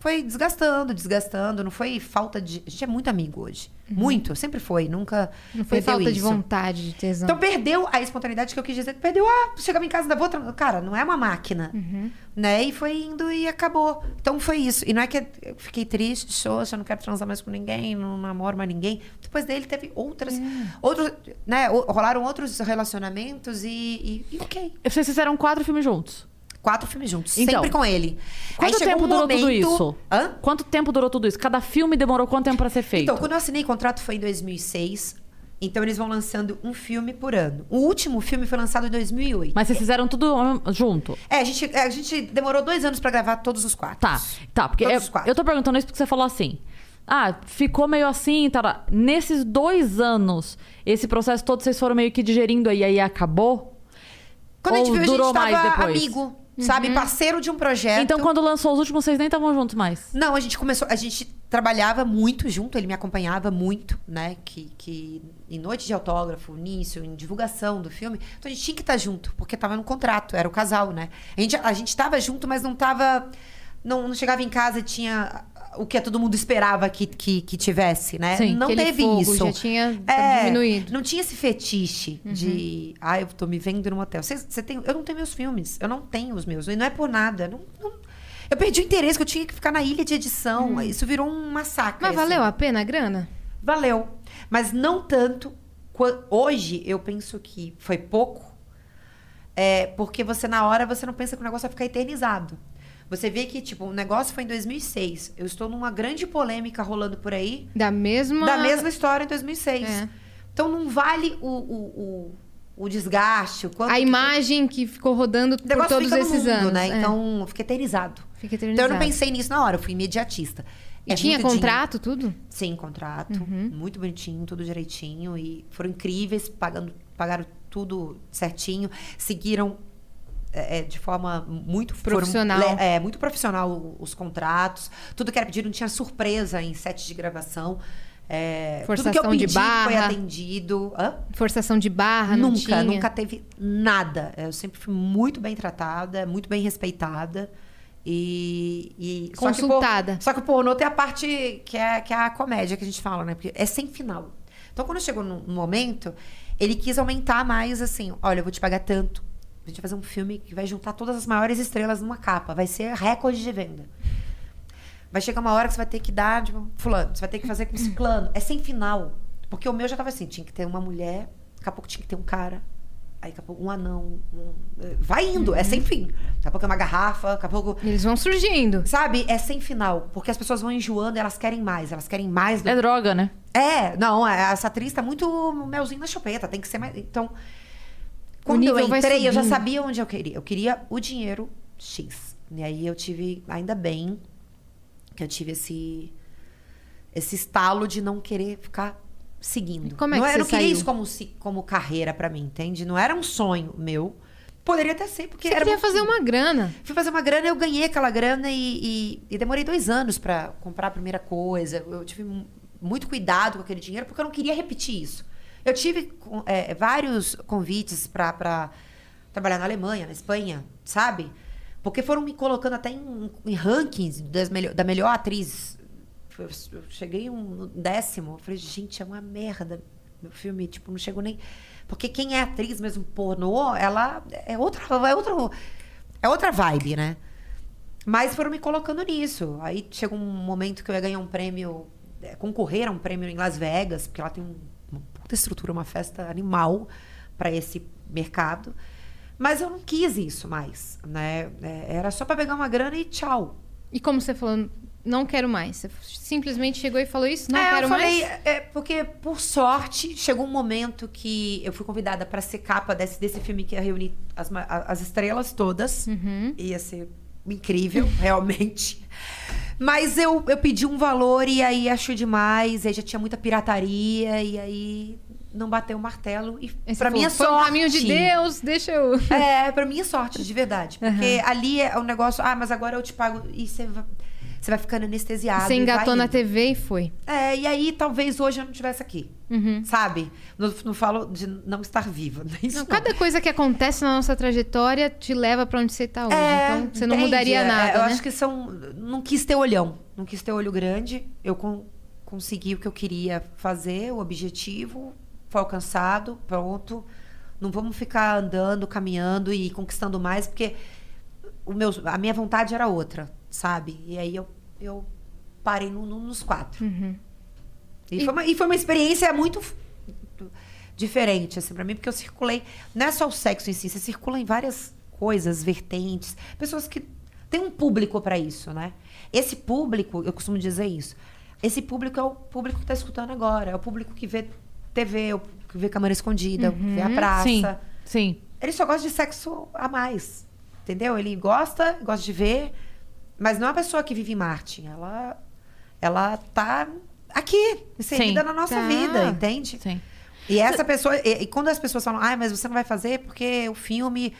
Foi desgastando, desgastando. Não foi falta de. A gente é muito amigo hoje. Muito, sempre foi. Nunca.
Uhum. Não foi
perdeu
falta de
isso.
vontade, de tesão.
Então perdeu a espontaneidade que eu quis dizer. Perdeu, ah, chegava em casa da outra. Cara, não é uma máquina.
Uhum.
Né? E foi indo e acabou. Então foi isso. E não é que eu fiquei triste, xoxa, não quero transar mais com ninguém, não namoro mais ninguém. Depois dele teve outras.
É.
Outros, né? o- Rolaram outros relacionamentos e, e, e ok.
Vocês fizeram quatro filmes juntos.
Quatro filmes juntos,
Então,
sempre com ele.
Quanto
chegou
tempo
um
durou tudo
momento-
isso?
Hã?
Quanto tempo durou tudo isso? Cada filme demorou quanto tempo pra ser feito?
Então, quando eu assinei o contrato foi em 2006. Então eles vão lançando um filme por ano. O último filme foi lançado em 2008.
Mas vocês fizeram tudo hum, junto?
É, a gente, é, a gente demorou dois anos pra gravar todos os quatro.
Tá, tá. Porque
Todos
eu,
os quatro.
eu tô perguntando isso porque você falou assim. Ah, ficou meio assim, tá? Nesses dois anos, esse processo todo vocês foram meio que digerindo aí, aí acabou?
Quando a gente
Ou
viu, a
durou
gente tava
mais depois? Uhum.
amigo, sabe? Parceiro de um projeto.
Então, quando lançou os últimos, vocês nem estavam juntos mais.
Não, a gente começou... A gente trabalhava muito junto, ele me acompanhava muito, né? Que, que em noite de autógrafo, nisso, em divulgação do filme. Então, a gente tinha que estar junto, porque tava no contrato, era o casal, né? A gente, a gente tava junto, mas não tava... Não, não chegava em casa e tinha o que todo mundo esperava que, que, que tivesse, né?
Sim,
não
aquele
teve
fogo
isso.
já tinha
É,
Tá diminuído. Uhum.
Não tinha esse fetiche de, ah, eu tô me vendo no motel. Cês- cê tem, eu não tenho meus filmes, eu não tenho os meus, e não é por nada. não- não- eu perdi o interesse que eu tinha que ficar na ilha de edição. Isso virou um massacre.
Uhum. Mas
assim.
valeu a pena a grana?
Valeu. Mas não tanto. qua- Hoje eu penso que foi pouco. É, porque você, na hora, você não pensa que o negócio vai ficar eternizado. Você vê que, tipo, o negócio foi em 2006. Eu estou numa grande polêmica rolando por aí
Da mesma.
da mesma história em 2006.
É.
Então não vale o, o, o, o desgaste, o quanto.
A imagem que ficou rodando
O
por
negócio
todos
fica no
esses
mundo,
anos.
né?
é.
Então fica eternizado.
Fica
Então eu
eternizado.
não pensei nisso na hora, eu fui imediatista.
E
É
tinha
muito dinheiro.
contrato, tudo?
Sim, contrato.
Uhum.
Muito bonitinho, tudo direitinho. E foram incríveis, pagando, pagaram tudo certinho. Seguiram é, é, de forma muito... foram
Profissional.
le- é, muito profissional o- os contratos. Tudo que era pedido, não tinha surpresa em sete de gravação. É, tudo que eu
Forçação de
pedi foi
barra.
atendido. Hã?
Forçação de barra, não
nunca,
tinha?
nunca teve nada. Eu sempre fui muito bem tratada, muito bem respeitada. E. e- só que o por-
Consultada.
Só que o pornô tem a parte que é, que é a comédia que a gente fala, né? Porque é sem final. Então, quando chegou num num momento, ele quis aumentar mais, assim: olha, eu vou te pagar tanto. A gente vai fazer um filme que vai juntar todas as maiores estrelas numa capa. Vai ser recorde de venda. Vai chegar uma hora que você vai ter que dar, tipo, fulano, você vai ter que fazer com ciclano. É sem final. Porque o meu já tava assim, tinha que ter uma mulher, daqui a pouco tinha que ter um cara, aí daqui a pouco um anão. um- Vai indo, é sem fim. Daqui a pouco é uma garrafa, daqui a pouco.
Eles vão surgindo.
Sabe? É sem final. Porque as pessoas vão enjoando, elas querem mais, elas querem mais do
É droga, né?
é, não, é- essa atriz tá muito melzinho na chupeta, tem que ser mais. Então, quando eu
nível vai
entrei, eu já
subindo.
sabia onde eu queria. Eu queria o dinheiro X. E aí eu tive, ainda bem, que eu tive esse, esse estalo de não querer ficar seguindo.
E como é
não,
que
eu
você
não queria
saiu?
isso como, se- como carreira pra mim, entende? Não era um sonho meu. Poderia até ser, porque
Você
era
queria
muito-
fazer uma grana.
Fui fazer uma grana, eu ganhei aquela grana e, e- e demorei dois anos pra comprar a primeira coisa. Eu tive mu- muito cuidado com aquele dinheiro porque eu não queria repetir isso. Eu tive com- é, vários convites pra- pra trabalhar na Alemanha, na Espanha, sabe? Porque foram me colocando até em, em rankings das melho- da melhor atriz. Eu eu cheguei um décimo, eu falei, gente, é uma merda. Meu filme, tipo, não chegou nem. Porque quem é atriz mesmo pornô, ela é outra. É outro, é outra vibe, né? Mas foram me colocando nisso. Aí chegou um momento que eu ia ganhar um prêmio, eh, concorrer a um prêmio em Las Vegas, porque lá tem um- uma puta estrutura, uma festa animal para esse mercado. Mas eu não quis isso mais, né? Eh, Era só para pegar uma grana e tchau.
E como você falou, não quero mais. Você simplesmente chegou e falou isso, não
é,
quero
eu falei,
mais.
é, porque por sorte chegou um momento que eu fui convidada para ser capa desse, desse filme que ia reunir as, ma- a- as estrelas todas.
Uhum.
Ia ser incrível, (laughs) realmente. Mas eu, eu pedi um valor e aí achou demais, aí já tinha muita pirataria e aí não bateu o martelo e
Aí você
para
falou,
minha
foi
sorte.
um caminho de Deus, deixa eu...
É, pra minha sorte, de verdade. Porque ali é um negócio, ah, mas agora eu te pago. E você vai, você vai ficando anestesiado.
Você
e vai
engatou na
indo.
TV e foi.
É, e aí talvez hoje eu não estivesse aqui. Sabe? Não, não falo de não estar viva. (laughs) Não, é isso,
Uhum. Não,
não.
cada coisa que acontece na nossa trajetória te leva pra onde você tá hoje.
É,
então, você não
entende?
mudaria
É,
nada,
Eu
né?
acho que são. Não quis ter olhão. Não quis ter olho grande. Eu con- consegui o que eu queria fazer, o objetivo foi alcançado, pronto. Não vamos ficar andando, caminhando e conquistando mais, porque o meu, a minha vontade era outra, sabe? E aí eu, eu parei no- no- nos quatro. E, Foi uma, e foi uma experiência muito f- diferente, assim, pra mim, porque eu circulei. Não é só o sexo em si, você circula em várias coisas, vertentes. Pessoas que. Tem um público pra isso, né? Esse público, eu costumo dizer isso. Esse público é o público que tá escutando agora. É o público que vê TV, é o público que vê câmera escondida, o que vê a praça.
Uhum. Sim, sim.
Ele só gosta de sexo a mais. Entendeu? Ele gosta, gosta de ver, mas não é uma pessoa que vive em Marte. Ela, ela tá aqui, inserida
Sim.
na nossa
Tá.
vida, entende?
Sim.
E essa pessoa, e, e quando as pessoas falam, ai, mas você não vai fazer porque o filme.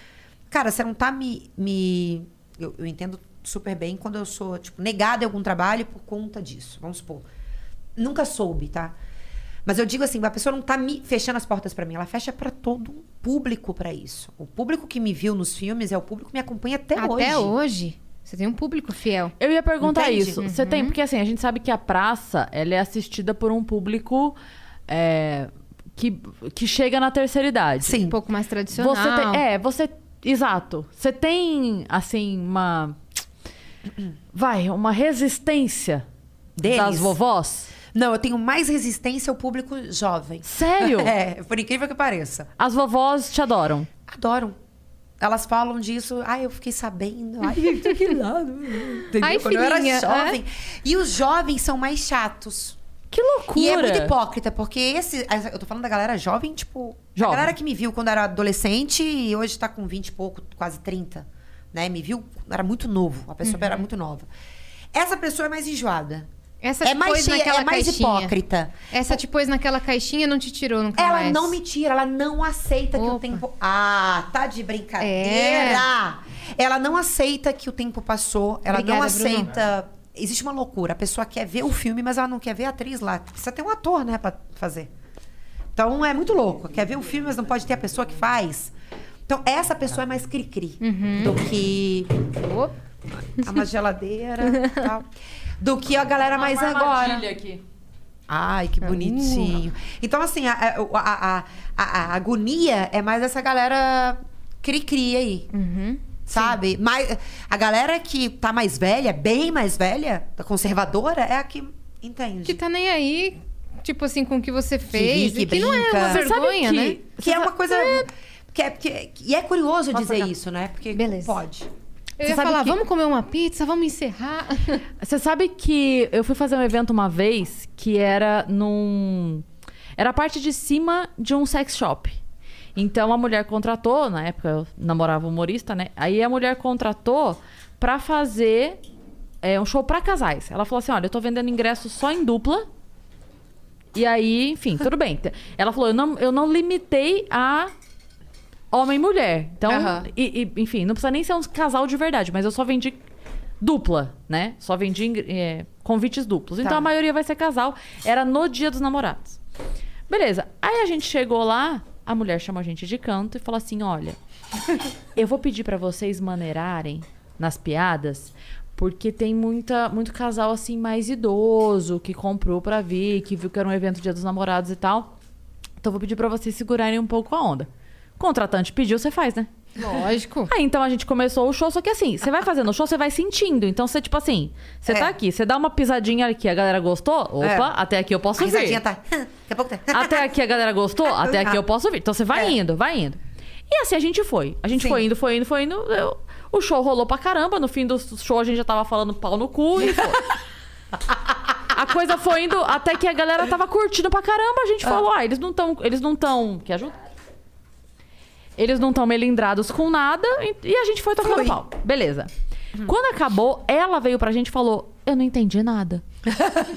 Cara, você não tá me. me... Eu, eu entendo super bem quando eu sou, tipo, negada em algum trabalho por conta disso. Vamos supor. Nunca soube, tá? Mas eu digo assim, a pessoa não tá me fechando as portas pra mim, ela fecha pra todo um público pra isso. O público que me viu nos filmes é o público que me acompanha até, hoje.
Até hoje. Você tem um público fiel.
Eu ia perguntar
Entende?
isso. Você tem, porque assim, a gente sabe que a praça, ela é assistida por um público é, que, que chega na terceira idade.
Sim.
Um pouco mais tradicional.
Você tem, é, você. Exato. Você tem, assim, uma. Vai, uma resistência
Deles?
das vovós?
Não, eu tenho mais resistência ao público jovem.
Sério?
(laughs) É, por incrível que pareça.
As vovós te adoram.
adoram. Elas falam disso, ai, eu fiquei sabendo, ai, é. eu (laughs) tô aqui lá. né?" Entendeu?
Ai,
Quando eu
filhinha,
era jovem. E os jovens são mais chatos.
Que loucura!
E é muito hipócrita, porque esse. Eu tô falando da galera jovem, tipo.
Jovem.
A galera que me viu quando era adolescente e hoje tá com 20 e pouco, quase 30. né? Me viu, era muito novo. A pessoa era muito nova. Essa pessoa é mais enjoada.
Essa
é
te
mais,
pôs
cheia-
naquela
é mais
caixinha.
hipócrita.
Essa te pôs naquela caixinha não te tirou nunca
Ela
mais.
não me tira, ela não aceita que o
Opa. É.
tempo. Ah, tá de brincadeira! Ela não aceita que o tempo passou, ela não
Obrigada, Bruno.
aceita. Existe uma loucura. A pessoa quer ver o filme, mas ela não quer ver a atriz lá. Precisa ter um ator, né, pra fazer. Então é muito louco. Quer ver o filme, mas não pode ter a pessoa que faz. Então, essa pessoa é mais cri-cri
Uhum.
do que
Opa.
a
(laughs)
uma geladeira e tal. Do que a galera mais agora.
aqui.
Ai, que bonitinho. Então, assim, a, a, a, a- a- a agonia é mais essa galera cri-cri aí.
Uhum.
Sabe? Mas a galera que tá mais velha, bem mais velha, tá conservadora, é a que entende.
Que
Que,
tá nem aí, tipo assim, com o que você fez.
ri,
e
que
que não é uma
brinca.
Você sabe
vergonha,
que-
né?
é uma coisa. Que é, que- e é curioso dizer isso, né? Porque
Beleza.
pode.
Eu
Você
ia
sabe
falar,
que-
vamos comer uma pizza, vamos encerrar. (laughs)
Você sabe que eu fui fazer um evento uma vez que era num. Era a parte de cima de um sex shop. Então a mulher contratou, na época eu namorava um humorista, né? Aí a mulher contratou pra fazer é, um show pra casais. Ela falou assim: olha, eu tô vendendo ingresso só em dupla. E aí, enfim, tudo bem. Ela falou: eu não, eu não limitei a homem e mulher. Então,
Aham.
e- e, enfim, não precisa nem ser um casal de verdade, mas eu só vendi dupla, né? Só vendi ingre- é, convites duplos. Então
Tá.
a maioria vai ser casal. Era no dia dos namorados. Beleza. Aí a gente chegou lá, a mulher chamou a gente de canto e falou assim: olha, eu vou pedir pra vocês maneirarem nas piadas, porque tem muita, muito casal assim mais idoso que comprou pra vir, que viu que era um evento Dia dos Namorados e tal. Então eu vou pedir pra vocês segurarem um pouco a onda. Contratante pediu, você faz, né?
Lógico.
Aí então a gente começou o show, só que assim, você vai fazendo o show, você vai sentindo. Então você, tipo assim, você
É.
tá aqui, você dá uma pisadinha aqui, a galera gostou? Opa,
É.
até aqui eu posso
A risadinha
vir.
tá. (laughs) Daqui a pouco tá.
Até aqui a galera
(laughs)
gostou? Até aqui eu posso vir. Então você vai
É.
indo, vai indo. E assim a gente foi. A gente
Sim.
foi indo, foi indo, foi indo. eu- O show rolou pra caramba. No fim do show a gente já tava falando pau no cu e foi. A coisa foi indo até que a galera tava curtindo pra caramba. A gente falou, ah, eles não tão. Eles não tão. Quer ajuda? Eles não tão melindrados com nada. E e a gente foi tocando
Foi.
pau. Beleza.
Uhum.
Quando acabou, ela veio pra gente e falou: Eu não entendi nada.
(laughs)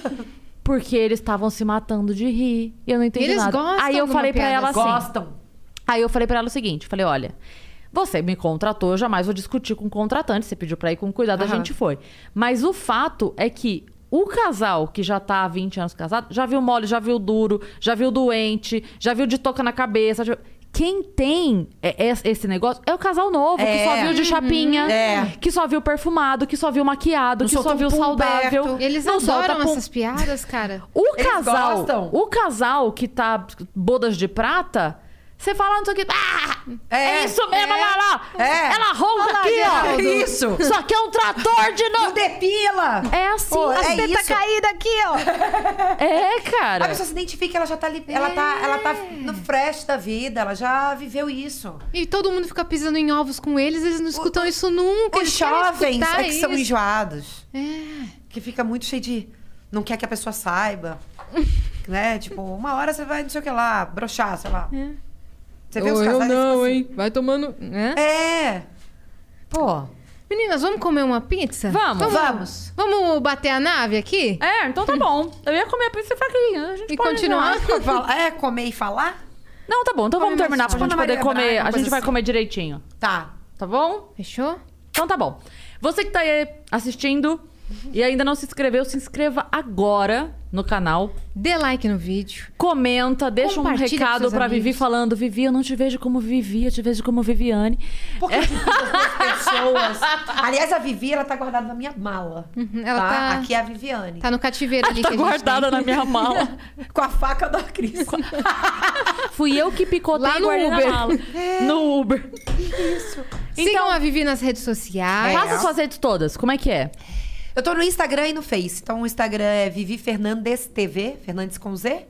Porque eles estavam se matando de rir. E eu não entendi
Eles
nada.
gostam
Aí eu
de uma
falei pra
piada
ela assim.
assim.
Aí eu falei pra ela o seguinte, falei, olha, você me contratou, eu jamais vou discutir com o contratante, você pediu pra ir com cuidado, a
Aham.
gente foi. Mas o fato é que o casal que já tá há 20 anos casado, já viu mole, já viu duro, já viu doente, já viu de toca na cabeça, já- quem tem é- é- esse negócio é o casal novo, que
É.
só viu de chapinha,
É.
que só viu perfumado, que só viu maquiado,
Não
que só
solta um
viu
pum
saudável.
perto.
Eles
não
tá
adoram
solta pum
essas piadas, cara.
o
Eles
casal,
gostam.
o casal que tá bodas de prata, você fala não sei o que. Ah, é,
É,
isso mesmo,
é,
olha lá.
é.
Ela ronca
Olha lá,
aqui, ó.
Geraldo. Isso.
Isso aqui é um trator de
Não
novo.
(laughs) depila!
É assim.
Pô,
as
é
tetas
isso.
caem.
Aí daqui, ó.
É,
A
cara.
pessoa se identifica, ela já tá, li- ela
É.
tá, ela tá no fresh da vida, ela já viveu isso.
E todo mundo fica pisando em ovos com eles, eles não escutam isso nunca.
Os
eles querem
jovens
escutar
é que são
isso.
enjoados,
É.
que fica muito cheio de. Não quer que a
(laughs)
pessoa saiba. né? Tipo, uma hora você vai, não sei o que lá, brochar, sei lá.
É.
Você vê os
eu
casais.
não,
tipo assim,
hein? Vai tomando. né?
É. Pô.
Meninas, vamos comer uma pizza?
Vamos.
Vamos,
Vamos.
vamos bater a nave aqui?
É, então tá bom. Eu ia comer a pizza fraquinha. A gente
E
pode
continuar?
já.
Fala- É, comer e falar?
Não, tá bom. Então
Come
vamos
mais
terminar
só.
pra gente
Ana
poder
Maria
comer.
Braga,
A
uma
gente
coisa
vai
assim.
comer direitinho.
Tá.
Tá bom?
Fechou?
Então tá bom. Você que tá aí assistindo e ainda não se inscreveu, se inscreva agora no canal.
Dê like no vídeo.
Comenta, deixa um
Compartilha com
recado
seus
pra
amigos.
Vivi falando: Vivi, eu não te vejo como Vivi, eu te vejo como Viviane.
Por que eu fico com as duas pessoas? Aliás, a Vivi, ela tá guardada na minha mala.
Uhum.
ela tá-
Aqui é a Viviane.
Tá no cativeiro ali.
tá
que a gente
guardada na minha
(laughs)
mala.
Com a faca da Cris.
Fui eu que picotei
Lá
e
no
guardei na
Uber. É.
mala.
(laughs)
No Uber.
tem. Sigam a Vivi nas redes sociais.
Passa suas redes todas, como é que é?
Eu tô no Instagram e no Face. Então, o Instagram é Vivi Fernandes TV, Fernandes com Z.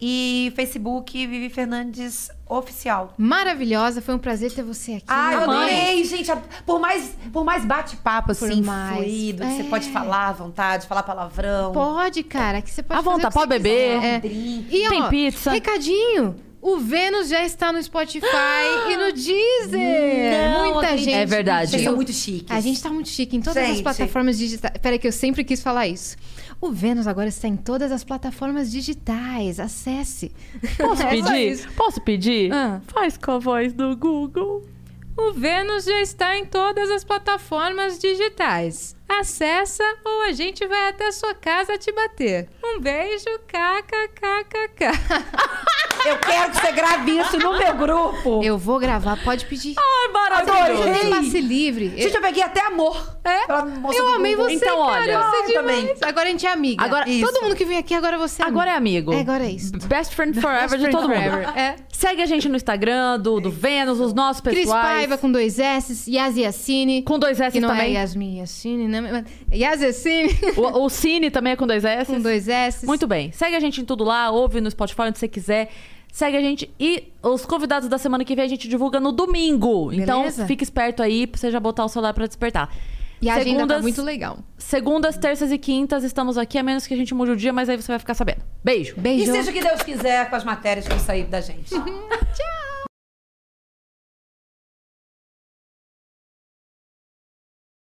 E Facebook Vivi Fernandes Oficial.
Maravilhosa, foi um prazer ter você aqui.
Ai, eu
minha mãe.
adorei, gente. Por mais, por mais bate-papo,
Por
assim,
mais-
fluido, que você
é.
pode falar à vontade, falar palavrão.
Pode, cara, que você pode
À
fazer o
vontade,
que você
pode beber.
quiser. É.
Drink.
E, ó,
Tem pizza.
Recadinho. O Vênus já está no Spotify e no Deezer.
Não
Muita
acredito.
gente.
É verdade.
Vocês
pediu.
são muito assim. chiques.
A gente tá muito chique em todas as
Gente.
plataformas digitais. Peraí, que eu sempre quis falar isso. O Vênus agora está em todas as plataformas digitais. Acesse.
Posso
É só
pedir?
isso.
Posso pedir?
Ah.
Faz com a voz do Google.
O Vênus já está em todas as plataformas digitais. Acessa ou a gente vai até sua casa te bater. Um beijo, kkkk.
Eu quero que você grave isso no meu grupo.
Eu vou gravar, pode pedir.
Ai, maravilhoso.
Adorei.
Tem passe livre.
Gente, eu peguei até amor.
É?
Pela moça
Eu
do
amei
Google.
você,
Então,
cara.
olha.
você
Ah,
é demais.
também.
Agora a gente é amiga.
Agora-
todo
Isso.
mundo que vem aqui, agora você é
Agora é
amigo.
amigo.
É, agora é isso.
Best friend forever de todo mundo.
É.
(laughs) Segue a gente no Instagram, do, do Vênus, os nossos
Cris
pessoais.
Paiva com dois S, Yas Yassine.
Com dois S
que não
também.
é Yasmin Yassine, né? Mas- Yas Yassine (laughs)
O, o Cine também é com dois S.
com dois S.
Muito bem. Segue a gente em tudo lá, ouve no Spotify, onde você quiser. Segue a gente e os convidados da semana que vem a gente divulga no domingo. Então
Beleza.
fica esperto aí pra você já botar o celular pra despertar.
E a agenda tá
Segundas-
muito legal.
Segundas, terças e quintas estamos aqui, a menos que a gente mude o dia, mas aí você vai ficar sabendo. Beijo!
E
Beijo.
seja o que Deus quiser com as matérias que vão sair da gente.
Tchau.